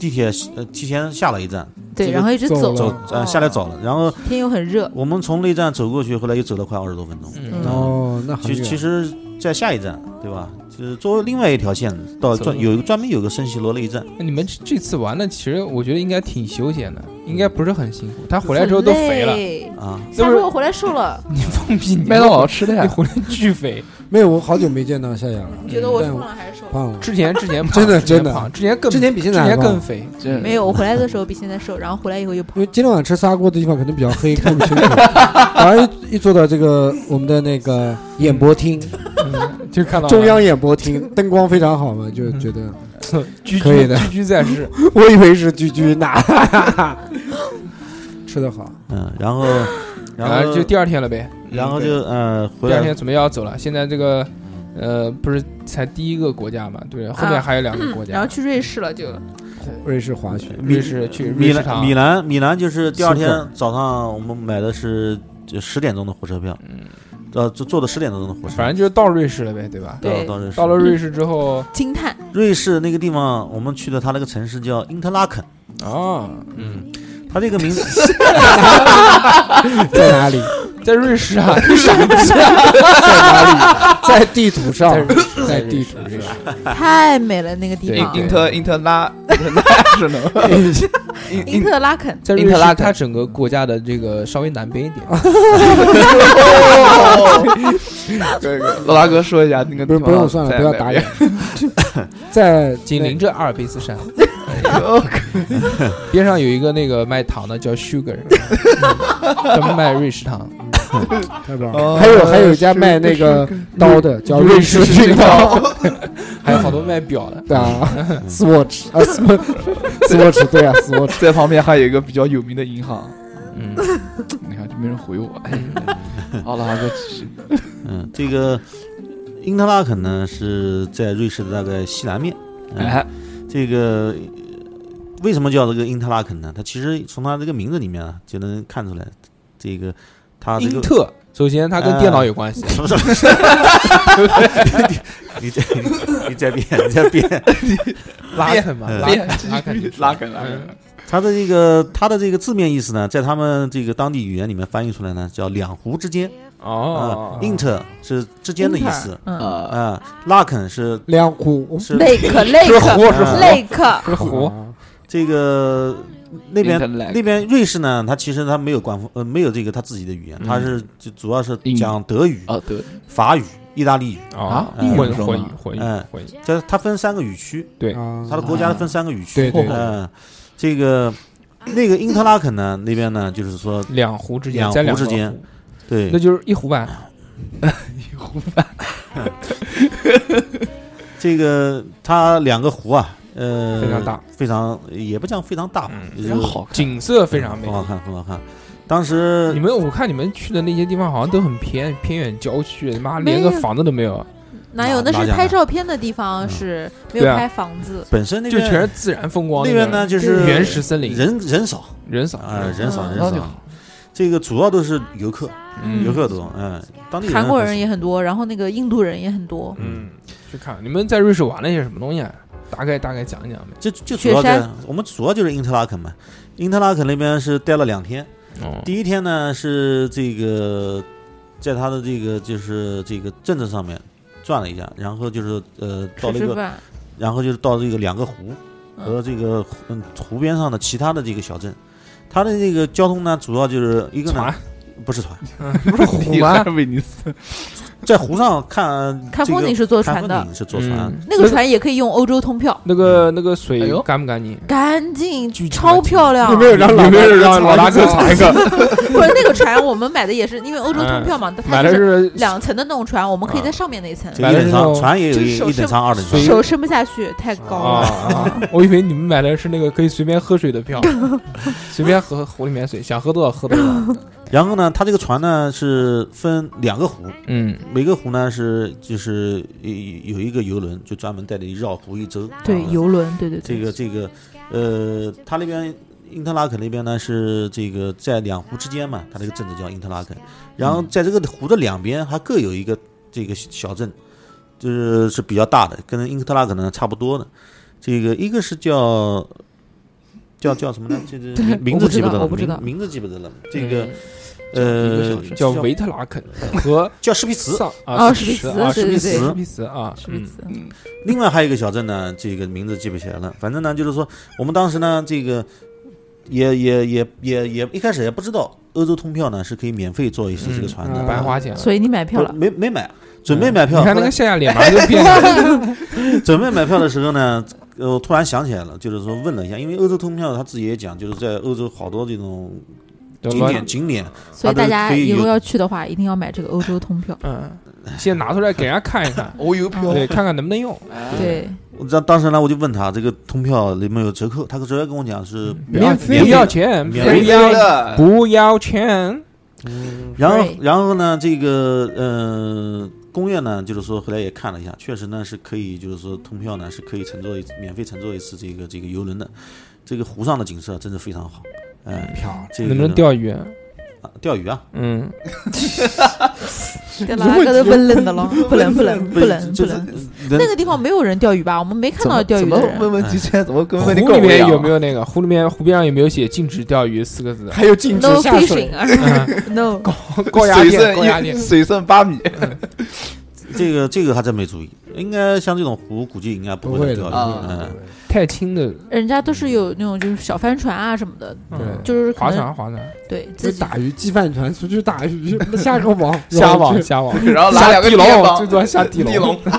[SPEAKER 7] 地铁呃提前下了一站，
[SPEAKER 6] 对，
[SPEAKER 7] 这个
[SPEAKER 6] 然后一直
[SPEAKER 4] 走
[SPEAKER 6] 走
[SPEAKER 4] 了
[SPEAKER 7] 走
[SPEAKER 6] 哦
[SPEAKER 7] 呃下来早了，然后
[SPEAKER 6] 天又很热，
[SPEAKER 7] 我们从那站走过去，后来又走了快二十多分钟。
[SPEAKER 2] 嗯
[SPEAKER 6] 嗯
[SPEAKER 4] 哦，那很
[SPEAKER 7] 其实
[SPEAKER 4] 远。
[SPEAKER 7] 其实，在下一站对吧？就是作为另外一条线到
[SPEAKER 2] 走
[SPEAKER 7] 专
[SPEAKER 2] 了
[SPEAKER 7] 有一个专门有个圣西罗那一站，
[SPEAKER 2] 那你们这这次玩的，其实我觉得应该挺休闲的，
[SPEAKER 4] 嗯
[SPEAKER 2] 应该不是很辛苦。他回来之后都 肥了，嗯
[SPEAKER 6] 了。
[SPEAKER 7] 啊，
[SPEAKER 6] 下周我回来瘦了，
[SPEAKER 2] 你放屁！你
[SPEAKER 5] 麦当劳吃的
[SPEAKER 2] 你
[SPEAKER 5] 呀，
[SPEAKER 2] 回来巨肥，
[SPEAKER 4] 没有，我好久没见到夏阳了，
[SPEAKER 6] 你觉得我
[SPEAKER 4] 但
[SPEAKER 6] 胖了还是瘦了？
[SPEAKER 4] 胖了。
[SPEAKER 2] 之前之前 胖
[SPEAKER 4] 真的
[SPEAKER 2] 之前
[SPEAKER 4] 真的
[SPEAKER 2] 胖，之前更
[SPEAKER 4] 之前比现在
[SPEAKER 2] 之
[SPEAKER 4] 还
[SPEAKER 2] 前更
[SPEAKER 4] 胖，
[SPEAKER 2] 肥，
[SPEAKER 5] 这
[SPEAKER 6] 没有，我回来的时候比现在瘦，然后回来以后又胖
[SPEAKER 4] 因。为今天晚上吃砂锅的地方可能比较黑，看不清楚。然后一一坐到这个我们的那个演播厅，
[SPEAKER 2] 嗯就看到了
[SPEAKER 4] 中央演播厅，灯光非常好嘛，
[SPEAKER 2] 嗯
[SPEAKER 4] 就觉得
[SPEAKER 2] 居居
[SPEAKER 4] 可以的
[SPEAKER 2] 居居在世，
[SPEAKER 4] 我以为是居居呢， 吃的好，
[SPEAKER 7] 嗯，然 后
[SPEAKER 2] 然
[SPEAKER 7] 然
[SPEAKER 2] 后
[SPEAKER 7] 后
[SPEAKER 2] 啊就第二天了呗，嗯
[SPEAKER 7] 然后就呃回
[SPEAKER 2] 第二
[SPEAKER 7] 来
[SPEAKER 2] 天准备要走了。现在这个呃不是才第一个国家嘛，对不对，后面还有两个国
[SPEAKER 6] 啊嗯然后
[SPEAKER 2] 家，
[SPEAKER 6] 去瑞士了，就
[SPEAKER 4] 瑞士滑雪，
[SPEAKER 2] 瑞士去
[SPEAKER 7] 米
[SPEAKER 2] 瑞士
[SPEAKER 7] 兰
[SPEAKER 2] 塔
[SPEAKER 7] 米兰米兰就是第二
[SPEAKER 4] Super
[SPEAKER 7] 天早上我们买的是呃十点钟的火车票，
[SPEAKER 2] 嗯，
[SPEAKER 7] 呃，坐坐的十点多钟的火车，
[SPEAKER 2] 反正就是到瑞士了呗，对吧？
[SPEAKER 7] 到
[SPEAKER 6] 对
[SPEAKER 7] 到瑞士。
[SPEAKER 2] 到了瑞士之后
[SPEAKER 6] 惊叹。
[SPEAKER 7] 瑞士那个地方，我们去的它那个城市叫因特拉肯，
[SPEAKER 2] 啊，
[SPEAKER 7] 嗯，它这个名字
[SPEAKER 4] 在哪里？
[SPEAKER 2] 在瑞士啊，
[SPEAKER 4] 在地图上
[SPEAKER 2] 在，瑞士
[SPEAKER 4] 在
[SPEAKER 2] 在
[SPEAKER 4] 地
[SPEAKER 2] 瑞
[SPEAKER 4] 图
[SPEAKER 2] 士瑞士
[SPEAKER 4] 上，
[SPEAKER 6] 太美了那个地
[SPEAKER 2] 对
[SPEAKER 6] 方，
[SPEAKER 2] 对
[SPEAKER 5] 英特英特拉 international，英
[SPEAKER 6] 因
[SPEAKER 5] 英
[SPEAKER 6] 特拉肯。
[SPEAKER 2] 在
[SPEAKER 5] 因
[SPEAKER 2] 瑞
[SPEAKER 5] 特
[SPEAKER 2] 士
[SPEAKER 5] 拉，肯
[SPEAKER 2] 它整个国家的这个稍微南边一点，
[SPEAKER 5] 哦 对对老大哥说一下那个
[SPEAKER 4] 不
[SPEAKER 5] 地
[SPEAKER 4] 是
[SPEAKER 5] 方
[SPEAKER 4] 不用算了，
[SPEAKER 5] 在
[SPEAKER 4] 不要
[SPEAKER 5] 哪
[SPEAKER 4] 打
[SPEAKER 5] 边
[SPEAKER 4] 脸， 在
[SPEAKER 2] 紧邻着阿尔卑斯山，
[SPEAKER 5] 哦
[SPEAKER 2] 边上有一个那个卖糖的叫 Sugar，嗯专门卖瑞士糖。
[SPEAKER 4] 太棒了，
[SPEAKER 5] 哦
[SPEAKER 4] 还有还有一家卖那个刀的，叫瑞士军刀，
[SPEAKER 2] 还有好多卖表的。
[SPEAKER 4] 对啊，Swatch 啊，Sm- Swatch 对啊，Swatch
[SPEAKER 5] 在旁边还有一个比较有名的银行，
[SPEAKER 2] 嗯，
[SPEAKER 5] 你看就没人回我。 好了，老大哥继续，
[SPEAKER 7] 嗯，这个因特拉肯呢是在瑞士的大概西南面，嗯、
[SPEAKER 5] 哎，
[SPEAKER 7] 这个呃为什么叫这个因特拉肯呢？它其实从它这个名字里面啊就能看出来，这个它啊这
[SPEAKER 2] 英
[SPEAKER 7] 个
[SPEAKER 2] 特，首先它跟电脑有关系，
[SPEAKER 7] 什么什么？你这你再变你再变，
[SPEAKER 2] 拉肯嘛，
[SPEAKER 7] 嗯
[SPEAKER 2] 拉
[SPEAKER 5] 别
[SPEAKER 2] 肯，拉肯，
[SPEAKER 5] 哎 拉肯拉
[SPEAKER 2] 嗯
[SPEAKER 5] 肯，
[SPEAKER 7] 它的这个它的这个字面意思呢，在他们这个当地语言里面翻译出来呢，叫两湖之间
[SPEAKER 2] 哦
[SPEAKER 7] 啊、i n t e r 是之间的意思
[SPEAKER 6] 嗯
[SPEAKER 7] 啊、
[SPEAKER 5] 呃，
[SPEAKER 7] 拉肯是
[SPEAKER 4] 两虎
[SPEAKER 7] 是
[SPEAKER 6] ，lake
[SPEAKER 4] 是
[SPEAKER 6] lake
[SPEAKER 4] 活是
[SPEAKER 7] 嗯
[SPEAKER 6] lake，
[SPEAKER 2] 这个湖，
[SPEAKER 7] 哦这个那边。
[SPEAKER 5] 边
[SPEAKER 7] 那边瑞士呢，它其实它没有官方，呃，没有这个它自己的语
[SPEAKER 2] 嗯
[SPEAKER 7] 言，它是就主要是
[SPEAKER 5] 英语
[SPEAKER 7] 讲德
[SPEAKER 2] 哦
[SPEAKER 7] 语、
[SPEAKER 5] 啊，对，
[SPEAKER 7] 法语、意大利语，
[SPEAKER 2] 啊
[SPEAKER 7] 英语
[SPEAKER 2] 混
[SPEAKER 5] 是吗
[SPEAKER 2] 混混
[SPEAKER 7] 嗯
[SPEAKER 2] 混语，
[SPEAKER 7] 这它分三个语区，
[SPEAKER 2] 对
[SPEAKER 4] 啊，
[SPEAKER 7] 它的国家分三个语区。
[SPEAKER 4] 对对对
[SPEAKER 7] 嗯，这个那个因特拉肯呢，那边呢，就是说，
[SPEAKER 2] 两湖之间，
[SPEAKER 7] 两湖
[SPEAKER 2] 在两个
[SPEAKER 7] 之间
[SPEAKER 2] 湖，
[SPEAKER 7] 对
[SPEAKER 2] 那，就是一湖半，
[SPEAKER 7] 这个它两个湖啊，呃，
[SPEAKER 2] 非常大，
[SPEAKER 7] 非常也不讲非常大吧，
[SPEAKER 2] 嗯
[SPEAKER 7] 就是
[SPEAKER 5] 真好看，
[SPEAKER 2] 景色非常美
[SPEAKER 7] 很。好看，很好看。当时
[SPEAKER 2] 你们，我看你们去的那些地方好像都很偏偏远郊区，妈连个
[SPEAKER 6] 没有
[SPEAKER 2] 房子都没有，
[SPEAKER 6] 哪有？
[SPEAKER 7] 哪
[SPEAKER 6] 那
[SPEAKER 7] 哪
[SPEAKER 6] 是
[SPEAKER 7] 讲
[SPEAKER 6] 拍
[SPEAKER 7] 的
[SPEAKER 6] 照片的地方，
[SPEAKER 7] 嗯
[SPEAKER 6] 是没有
[SPEAKER 2] 对啊
[SPEAKER 6] 拍房子。
[SPEAKER 7] 本身那
[SPEAKER 2] 就
[SPEAKER 7] 边
[SPEAKER 2] 全是自然风光
[SPEAKER 7] 那边
[SPEAKER 2] 边
[SPEAKER 7] 呢，就是
[SPEAKER 2] 原始森林，
[SPEAKER 7] 人人少
[SPEAKER 2] 人少
[SPEAKER 7] 啊，人少
[SPEAKER 6] 嗯
[SPEAKER 7] 人
[SPEAKER 5] 那就
[SPEAKER 7] 少，这个主要都是游客，
[SPEAKER 2] 嗯
[SPEAKER 7] 游客多，嗯，当地
[SPEAKER 6] 韩国
[SPEAKER 7] 很
[SPEAKER 6] 人
[SPEAKER 7] 少
[SPEAKER 6] 也很多，然后那个印度人也很多。
[SPEAKER 2] 嗯，去看你们在瑞士玩了一些什么东西啊？大概大概讲一讲呗。
[SPEAKER 7] 就就主
[SPEAKER 6] 雪
[SPEAKER 7] 要在
[SPEAKER 6] 山
[SPEAKER 7] 我们主要就是因特拉肯嘛，因特拉肯那边是待了两天，
[SPEAKER 2] 哦，
[SPEAKER 7] 第一天呢是这个，在他的这个就是这个镇子上面转了一下，然后就是呃到了一
[SPEAKER 6] 吃吃
[SPEAKER 7] 个，
[SPEAKER 6] 饭，
[SPEAKER 7] 然后就是到这个两个湖
[SPEAKER 6] 嗯
[SPEAKER 7] 和这个湖嗯湖边上的其他的这个小镇，它的这个交通呢主要就是一个呢
[SPEAKER 2] 船
[SPEAKER 7] 不是船，
[SPEAKER 2] 不是虎
[SPEAKER 5] 你
[SPEAKER 2] 吗
[SPEAKER 5] 还？是威尼斯，
[SPEAKER 7] 在湖上看
[SPEAKER 6] 看
[SPEAKER 7] 这
[SPEAKER 6] 风
[SPEAKER 7] 个
[SPEAKER 6] 景是坐船
[SPEAKER 7] 看
[SPEAKER 6] 的
[SPEAKER 7] 风，景是坐船，
[SPEAKER 2] 嗯
[SPEAKER 6] 那个船也可以用欧洲通票，
[SPEAKER 2] 那个那个水
[SPEAKER 5] 哎呦，
[SPEAKER 2] 干不干净？
[SPEAKER 6] 干净
[SPEAKER 2] 巨，鸡巴
[SPEAKER 6] 超
[SPEAKER 2] 近
[SPEAKER 6] 漂 亮。
[SPEAKER 4] 啊有没有让老
[SPEAKER 2] 有没有 让
[SPEAKER 4] 老大
[SPEAKER 2] 老大哥
[SPEAKER 4] 哥
[SPEAKER 2] 尝
[SPEAKER 4] 尝
[SPEAKER 2] 一
[SPEAKER 4] 一个？
[SPEAKER 6] 不是那个船，我们买的也是因为欧洲通票嘛，它
[SPEAKER 2] 买
[SPEAKER 6] 就
[SPEAKER 2] 的
[SPEAKER 6] 是
[SPEAKER 2] 是
[SPEAKER 6] 两层的那种船，我们可以在上面那一层，
[SPEAKER 7] 这一等
[SPEAKER 2] 买的那
[SPEAKER 7] 舱
[SPEAKER 2] 种
[SPEAKER 7] 船也有
[SPEAKER 6] 就是
[SPEAKER 7] 一
[SPEAKER 6] 手
[SPEAKER 7] 一等
[SPEAKER 6] 伸
[SPEAKER 7] 舱、二等舱
[SPEAKER 2] 水，
[SPEAKER 6] 手伸不下去，太高
[SPEAKER 2] 啊
[SPEAKER 6] 了。
[SPEAKER 2] 啊！我以为你们买的是那个可以随便喝水的票， 随便喝湖里面水，想喝多少喝多少。
[SPEAKER 7] 然后呢，它这个船呢是分两个湖，
[SPEAKER 2] 嗯，
[SPEAKER 7] 每个湖呢是就是有有一个游轮，就专门带你绕湖一周。
[SPEAKER 6] 对，
[SPEAKER 7] 啊
[SPEAKER 6] 游轮，对对
[SPEAKER 7] 这
[SPEAKER 6] 对，
[SPEAKER 7] 个这个呃，它那边因特拉肯那边呢是这个在两湖之间嘛，它这个镇子叫因特拉肯，然后在这个湖的两边还各有一个这个小镇，就是是比较大的，跟因特拉肯呢差不多的。这个一个是叫。叫叫什么呢？这这名名字记得了，
[SPEAKER 6] 我不知道
[SPEAKER 7] 名名字记不得了。这个
[SPEAKER 2] 一个
[SPEAKER 7] 呃
[SPEAKER 2] 小镇叫维特拉肯和
[SPEAKER 7] 叫施皮茨，
[SPEAKER 2] 上
[SPEAKER 6] 啊
[SPEAKER 2] 史
[SPEAKER 6] 史密斯
[SPEAKER 2] 啊，
[SPEAKER 6] 对
[SPEAKER 2] 史密
[SPEAKER 6] 对
[SPEAKER 2] 斯，
[SPEAKER 7] 对
[SPEAKER 2] 史密斯啊，
[SPEAKER 6] 是不是？
[SPEAKER 7] 另外还有一个小镇呢，这个名字记不起来了。反正呢，就是说我们当时呢，这个也也也也也一开始也不知道欧洲通票呢是可以免费坐一次这个船的，
[SPEAKER 2] 嗯白花钱了。
[SPEAKER 6] 所以你买票
[SPEAKER 7] 不
[SPEAKER 6] 了，
[SPEAKER 7] 没没买，准备买票，
[SPEAKER 2] 你看
[SPEAKER 7] 后
[SPEAKER 2] 那个
[SPEAKER 7] 来
[SPEAKER 2] 夏夏脸马上就变了。
[SPEAKER 7] 准备买票的时候呢，呃我突然想起来了，就是说问了一下，因为欧洲通票他自己也讲，就是在欧洲好多这种
[SPEAKER 2] 对
[SPEAKER 7] 景
[SPEAKER 2] 吧
[SPEAKER 7] 点景点，
[SPEAKER 6] 所以大
[SPEAKER 7] 它
[SPEAKER 6] 家
[SPEAKER 7] 都可以
[SPEAKER 6] 以后
[SPEAKER 7] 有
[SPEAKER 6] 要去的话，一定要买这个欧洲通票。
[SPEAKER 2] 嗯，先拿出来给人家看一看
[SPEAKER 5] 哦我有票，
[SPEAKER 2] 对，看看能不能用。
[SPEAKER 6] 对，
[SPEAKER 7] 我当当时呢我就问他这个通票有没有折扣，他直接跟我讲是
[SPEAKER 2] 不要
[SPEAKER 4] 免费
[SPEAKER 2] 不要钱，不
[SPEAKER 7] 免
[SPEAKER 5] 不
[SPEAKER 7] 费
[SPEAKER 5] 要
[SPEAKER 2] 要
[SPEAKER 5] 的，
[SPEAKER 2] 不要钱。
[SPEAKER 7] 然后
[SPEAKER 6] Right，
[SPEAKER 7] 然后呢，这个呃，攻略呢，就是说后来也看了一下，确实呢是可以，就是说通票呢是可以乘坐一次免费乘坐一次这个这个游轮的。这个湖上的景色真的非常好，嗯、
[SPEAKER 4] 漂亮，
[SPEAKER 7] 这个
[SPEAKER 2] 能不能钓鱼？
[SPEAKER 7] 啊钓鱼啊？
[SPEAKER 2] 嗯，
[SPEAKER 6] 对，拉哥都问愣的了，不能不能不能不
[SPEAKER 7] 就是
[SPEAKER 6] 能。
[SPEAKER 7] 人
[SPEAKER 6] 那个地方没有人钓鱼吧？我们没看到钓鱼
[SPEAKER 5] 怎么
[SPEAKER 6] 的
[SPEAKER 5] 怎么
[SPEAKER 6] 人。
[SPEAKER 5] 问
[SPEAKER 4] 哎
[SPEAKER 5] 问题现在怎么跟
[SPEAKER 2] 湖
[SPEAKER 5] 问
[SPEAKER 2] 里
[SPEAKER 5] 你狗一
[SPEAKER 2] 面
[SPEAKER 5] 样？
[SPEAKER 2] 有没有那个湖里面湖边上有没有写禁止钓鱼四 个字？
[SPEAKER 4] 还有禁止
[SPEAKER 6] No
[SPEAKER 4] 下水
[SPEAKER 6] fishing，啊 no，
[SPEAKER 2] 高压
[SPEAKER 5] 水
[SPEAKER 2] 电，高压
[SPEAKER 5] 深
[SPEAKER 2] 电
[SPEAKER 5] 一。水深八米？
[SPEAKER 7] 这个这个还真没注意，应该像这种湖估计应该不
[SPEAKER 3] 不
[SPEAKER 7] 会
[SPEAKER 3] 会
[SPEAKER 7] 来钓
[SPEAKER 3] 的
[SPEAKER 7] 鱼，
[SPEAKER 5] 啊
[SPEAKER 7] 嗯、
[SPEAKER 2] 太轻的，
[SPEAKER 6] 人家都是有那种就是小帆船啊什么的，
[SPEAKER 2] 嗯
[SPEAKER 6] 就是可
[SPEAKER 2] 划
[SPEAKER 6] 能
[SPEAKER 2] 船划船，
[SPEAKER 6] 对自
[SPEAKER 4] 就
[SPEAKER 6] 己
[SPEAKER 4] 打鱼，鸡饭团出去打鱼，下个 网，
[SPEAKER 2] 瞎网
[SPEAKER 4] 网
[SPEAKER 2] 瞎 网，
[SPEAKER 5] 然后拿
[SPEAKER 2] 下
[SPEAKER 5] 两个
[SPEAKER 2] 地
[SPEAKER 5] 电
[SPEAKER 2] 笼，
[SPEAKER 5] 棒
[SPEAKER 2] 最多下地
[SPEAKER 5] 地
[SPEAKER 2] 笼。
[SPEAKER 5] 笼，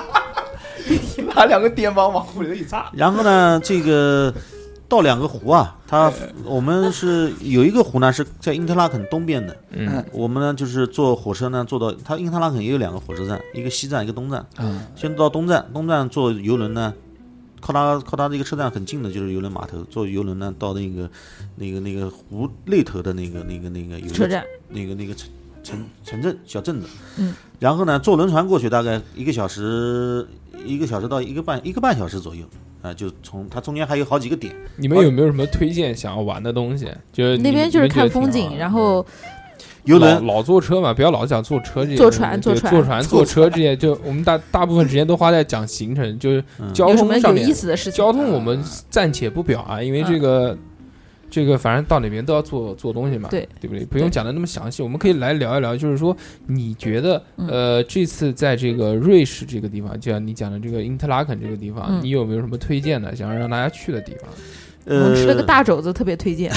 [SPEAKER 5] 拿两个电棒往湖里头一插，
[SPEAKER 7] 然后呢，这个到两个湖啊，它我们是有一个湖呢是在因特拉肯东边的，
[SPEAKER 2] 嗯，
[SPEAKER 7] 我们呢就是坐火车呢，坐到它因特拉肯也有两个火车站，一个西站，一个东站。
[SPEAKER 5] 嗯，
[SPEAKER 6] 啊
[SPEAKER 7] 先到东站，东站坐游轮呢，靠它靠它这个车站很近的就是游轮码头，坐游轮呢到那个那个那个湖那头的那个那个那个游轮
[SPEAKER 6] 车站，
[SPEAKER 7] 那个那个城城城镇小镇子。
[SPEAKER 6] 嗯。
[SPEAKER 7] 然后呢，坐轮船过去大概一个小时，一个小时到一个半一个半小时左右啊、就从它中间还有好几个点。
[SPEAKER 2] 你们有没有什么推荐想要玩的东西？就是
[SPEAKER 6] 那边就是看风
[SPEAKER 2] 啊
[SPEAKER 6] 景，然后
[SPEAKER 7] 游
[SPEAKER 2] 老
[SPEAKER 7] 轮
[SPEAKER 2] 老坐车嘛，不要老讲坐车这些东西，
[SPEAKER 6] 坐船
[SPEAKER 2] 对
[SPEAKER 6] 坐船
[SPEAKER 2] 坐船、坐车这些，就我们大大部分时间都花在讲行程，就是
[SPEAKER 7] 嗯
[SPEAKER 2] 交
[SPEAKER 6] 有什么
[SPEAKER 2] 通上
[SPEAKER 6] 有
[SPEAKER 2] 面
[SPEAKER 6] 意。思的嗯事情
[SPEAKER 2] 交。通我们暂且不表啊，因为这个、这个反正到哪边都要做做东西嘛，
[SPEAKER 6] 对
[SPEAKER 2] 对不对？不用讲的那么详细，我们可以来聊一聊，就是说你觉得
[SPEAKER 6] 嗯
[SPEAKER 2] 呃这次在这个瑞士这个地方，就像你讲的这个因特拉肯这个地方，
[SPEAKER 6] 嗯
[SPEAKER 2] 你有没有什么推荐的，想要让大家去的地方？
[SPEAKER 6] 我们
[SPEAKER 7] 呃
[SPEAKER 6] 吃了个大肘子，特别推荐，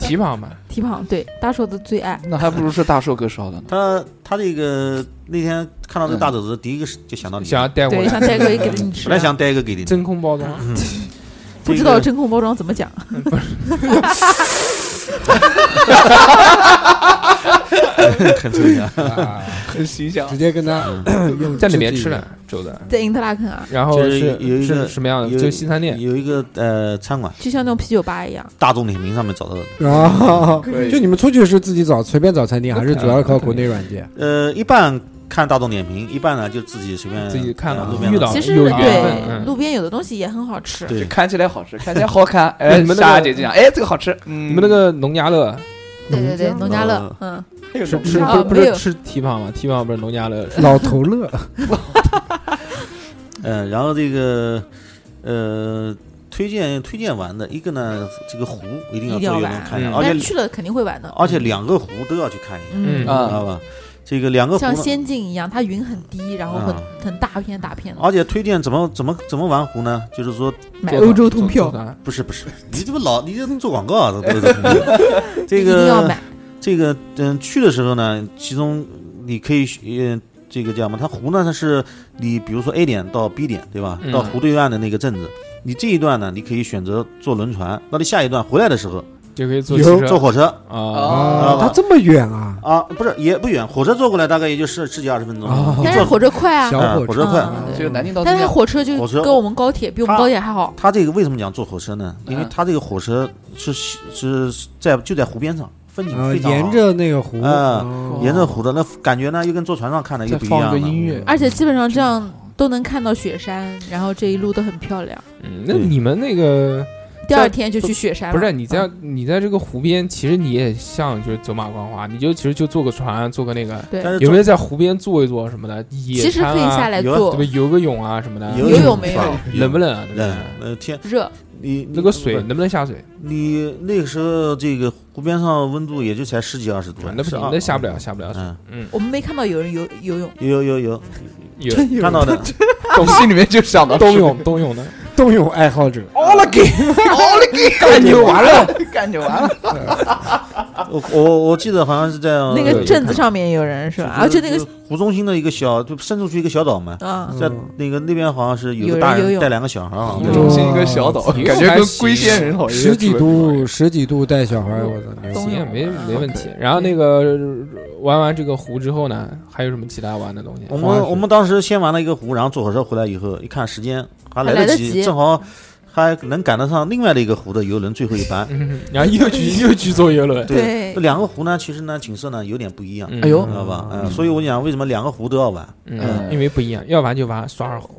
[SPEAKER 2] 提旁嘛，
[SPEAKER 6] 蹄膀对大手的最爱。
[SPEAKER 5] 那还不如吃大寿哥烧的呢。
[SPEAKER 7] 他他这个那天看到这个大肘子，第一个是就想到你，
[SPEAKER 2] 想要带我
[SPEAKER 6] 对，
[SPEAKER 2] 来
[SPEAKER 6] 想带过去给你吃啊
[SPEAKER 7] 本来。想带一个给你的，
[SPEAKER 2] 真空包装，
[SPEAKER 7] 嗯
[SPEAKER 6] 不知道真空包装怎么讲，
[SPEAKER 7] 很抽 象。
[SPEAKER 5] 很形 象
[SPEAKER 4] 直接跟他用
[SPEAKER 2] 在里面
[SPEAKER 4] 肢体
[SPEAKER 2] 吃了肘子，
[SPEAKER 6] 在因特拉肯啊，
[SPEAKER 2] 然后
[SPEAKER 7] 就是
[SPEAKER 2] 是
[SPEAKER 7] 有一
[SPEAKER 2] 是
[SPEAKER 7] 个
[SPEAKER 2] 什么样的？
[SPEAKER 7] 有
[SPEAKER 2] 啊就西餐店，
[SPEAKER 7] 有一个呃餐馆，
[SPEAKER 6] 就像那种啤酒吧一样。
[SPEAKER 7] 大众点评上面找到的。
[SPEAKER 4] 啊
[SPEAKER 5] 可 以，
[SPEAKER 4] 就你们出去是自己找，随便找餐厅，还是主要靠国内软件？
[SPEAKER 7] 呃，一半看大众点评，一半呢就自己随便
[SPEAKER 2] 自己看
[SPEAKER 7] 啊
[SPEAKER 2] 了
[SPEAKER 7] 路边
[SPEAKER 2] 遇
[SPEAKER 7] 的
[SPEAKER 2] 到
[SPEAKER 6] 其实
[SPEAKER 2] 有缘分
[SPEAKER 6] 对
[SPEAKER 2] 嗯
[SPEAKER 6] 路边有的东西也很好吃，
[SPEAKER 7] 对
[SPEAKER 5] 看起来好吃，看起来好看。
[SPEAKER 2] 那
[SPEAKER 5] 哎，
[SPEAKER 2] 你们那个
[SPEAKER 5] 莎姐就讲，哎，这个好吃。嗯，
[SPEAKER 2] 你们那个农家乐
[SPEAKER 6] 对对对，农家乐，嗯，
[SPEAKER 5] 哎
[SPEAKER 2] 是吃
[SPEAKER 6] 家
[SPEAKER 2] 不是
[SPEAKER 5] 啊
[SPEAKER 6] 乐
[SPEAKER 2] 不
[SPEAKER 6] 没
[SPEAKER 2] 是
[SPEAKER 6] 有
[SPEAKER 2] 吃蹄膀吗？蹄膀不是农家乐，
[SPEAKER 4] 老头乐，
[SPEAKER 7] 嗯，然后这个呃，推荐推荐玩的一个呢，这个湖一定要
[SPEAKER 6] 一定要
[SPEAKER 7] 坐游轮
[SPEAKER 6] 玩
[SPEAKER 7] 看一下，
[SPEAKER 2] 嗯
[SPEAKER 7] 而
[SPEAKER 6] 但
[SPEAKER 7] 且
[SPEAKER 6] 去了肯定会玩的，
[SPEAKER 7] 而且两个湖都要去看一下，
[SPEAKER 2] 嗯
[SPEAKER 6] 嗯，
[SPEAKER 7] 知道吧？这个两个湖
[SPEAKER 6] 像
[SPEAKER 7] 呢，
[SPEAKER 6] 仙境一样，它云很低，然后
[SPEAKER 7] 嗯啊哦
[SPEAKER 6] 很很大片大片的，
[SPEAKER 7] 而且推荐怎么怎么怎么玩湖呢？就是说
[SPEAKER 6] 买欧洲通票
[SPEAKER 2] 坐船
[SPEAKER 7] 不是不是， 你这不老你这做广告啊，这都 是这
[SPEAKER 6] 一定要
[SPEAKER 7] 个
[SPEAKER 6] 买，
[SPEAKER 7] 这个嗯去的时候呢，其中你可以嗯、这个叫什么？它湖呢，它是你比如说 A 点到 B 点，对吧？
[SPEAKER 2] 嗯
[SPEAKER 7] 到湖对岸的那个镇子，你这一段呢，你可以选择坐轮船，到你下一段回来的时候
[SPEAKER 2] 就可以坐
[SPEAKER 4] 以
[SPEAKER 2] 汽
[SPEAKER 4] 后
[SPEAKER 7] 坐
[SPEAKER 2] 车
[SPEAKER 7] 火车
[SPEAKER 4] 啊，
[SPEAKER 2] 啊，
[SPEAKER 5] 哦
[SPEAKER 4] 他这么远啊，
[SPEAKER 7] 啊，不是也不远，火车坐过来大概也就十十几二十分钟，
[SPEAKER 4] 哦
[SPEAKER 7] 你
[SPEAKER 6] 但是
[SPEAKER 7] 坐
[SPEAKER 6] 火车快啊，
[SPEAKER 4] 小
[SPEAKER 7] 啊
[SPEAKER 4] 火
[SPEAKER 7] 火车
[SPEAKER 4] 车
[SPEAKER 7] 快。
[SPEAKER 6] 嗯
[SPEAKER 5] 这个南京到
[SPEAKER 6] 但是它
[SPEAKER 5] 这
[SPEAKER 6] 火车就
[SPEAKER 7] 火车
[SPEAKER 6] 跟我们高铁比我们
[SPEAKER 7] 它
[SPEAKER 6] 高铁还好，
[SPEAKER 7] 它这个为什么讲坐火车呢？因为
[SPEAKER 5] 嗯
[SPEAKER 7] 它这个火车是是是在就在湖边上，风景
[SPEAKER 4] 啊，
[SPEAKER 7] 非常好
[SPEAKER 4] 沿着那个湖，
[SPEAKER 7] 啊
[SPEAKER 4] 哦
[SPEAKER 7] 沿着湖的那感觉呢，又跟坐船上看的又
[SPEAKER 5] 再
[SPEAKER 7] 不一
[SPEAKER 5] 放
[SPEAKER 7] 样
[SPEAKER 5] 一个音
[SPEAKER 7] 了。
[SPEAKER 5] 乐，
[SPEAKER 6] 而且基本上这样都能看到雪山，然后这一路都很漂亮。
[SPEAKER 2] 嗯那
[SPEAKER 7] 对
[SPEAKER 2] 你们那个
[SPEAKER 6] 第二天就去雪山了，嗯
[SPEAKER 2] 不是你在你在这个湖边，其实你也像就是走马观花，你就其实就坐个船，坐个那个，
[SPEAKER 7] 嗯但是
[SPEAKER 2] 有没有在湖边坐一坐什么的？
[SPEAKER 6] 其
[SPEAKER 2] 野
[SPEAKER 6] 实可
[SPEAKER 2] 餐
[SPEAKER 6] 以下
[SPEAKER 2] 啊，
[SPEAKER 6] 来
[SPEAKER 7] 有啊
[SPEAKER 2] 对
[SPEAKER 6] 坐
[SPEAKER 2] 吧？，游个泳啊什么的，
[SPEAKER 7] 游
[SPEAKER 6] 游泳
[SPEAKER 7] 泳
[SPEAKER 6] 没
[SPEAKER 7] 地方
[SPEAKER 6] 有
[SPEAKER 2] 冷不？冷啊？对不
[SPEAKER 7] 冷
[SPEAKER 2] 对？，
[SPEAKER 7] 呃天，
[SPEAKER 6] 热，
[SPEAKER 7] 你
[SPEAKER 2] 那个水能不能下水？
[SPEAKER 7] 你那个时候这个湖边上温度也就才十几二十度，
[SPEAKER 2] 那不行
[SPEAKER 7] 12，
[SPEAKER 2] 那下不了，。下不了水。
[SPEAKER 7] 啊嗯，
[SPEAKER 2] 嗯，
[SPEAKER 6] 我们没看到有人游游泳，
[SPEAKER 7] 有有有
[SPEAKER 2] 有
[SPEAKER 7] 有看到的，
[SPEAKER 5] 我 心里面就想到
[SPEAKER 2] 冬泳，冬泳的，
[SPEAKER 4] 冬泳爱好者，
[SPEAKER 5] 奥了给，奥了给，干就完了， 干就完了。
[SPEAKER 7] 我我我记得好像是在
[SPEAKER 6] 那
[SPEAKER 2] 有
[SPEAKER 6] 个
[SPEAKER 2] 有
[SPEAKER 6] 镇子上面有人是吧？而且那个
[SPEAKER 7] 湖中心的一个小，就伸出去一个小岛嘛，
[SPEAKER 6] 啊，
[SPEAKER 7] 在
[SPEAKER 4] 嗯
[SPEAKER 7] 那个那边好像是有
[SPEAKER 6] 有
[SPEAKER 7] 个大
[SPEAKER 6] 人游
[SPEAKER 7] 人
[SPEAKER 6] 泳
[SPEAKER 7] 带两个小孩儿，好像
[SPEAKER 4] 嗯
[SPEAKER 5] 中心一个小岛，
[SPEAKER 2] 嗯
[SPEAKER 5] 感觉跟龟仙人好像
[SPEAKER 4] 十几度，十几度带小孩儿，我操，
[SPEAKER 6] 冬
[SPEAKER 2] 行，
[SPEAKER 6] 泳
[SPEAKER 2] 没
[SPEAKER 6] 啊
[SPEAKER 2] 没问题。然后那个玩完这个湖之后呢，还有什么其他玩的东西
[SPEAKER 7] 我？们我们当时先玩了一个湖，然后坐火车回来以后，一看时间还
[SPEAKER 6] 还来
[SPEAKER 7] 得
[SPEAKER 6] 得及
[SPEAKER 7] 正好还能赶得上另外的一个湖的游轮最后一班。
[SPEAKER 2] 嗯， 然后又去又去坐游轮，
[SPEAKER 6] 对
[SPEAKER 7] 这，两个湖呢，其实呢景色呢有点不一样，
[SPEAKER 2] 嗯
[SPEAKER 5] 哎呦
[SPEAKER 7] 知道吧？嗯，所以我讲为什么两个湖都要 玩。
[SPEAKER 2] 嗯，因为不一样，要玩就玩刷二胡，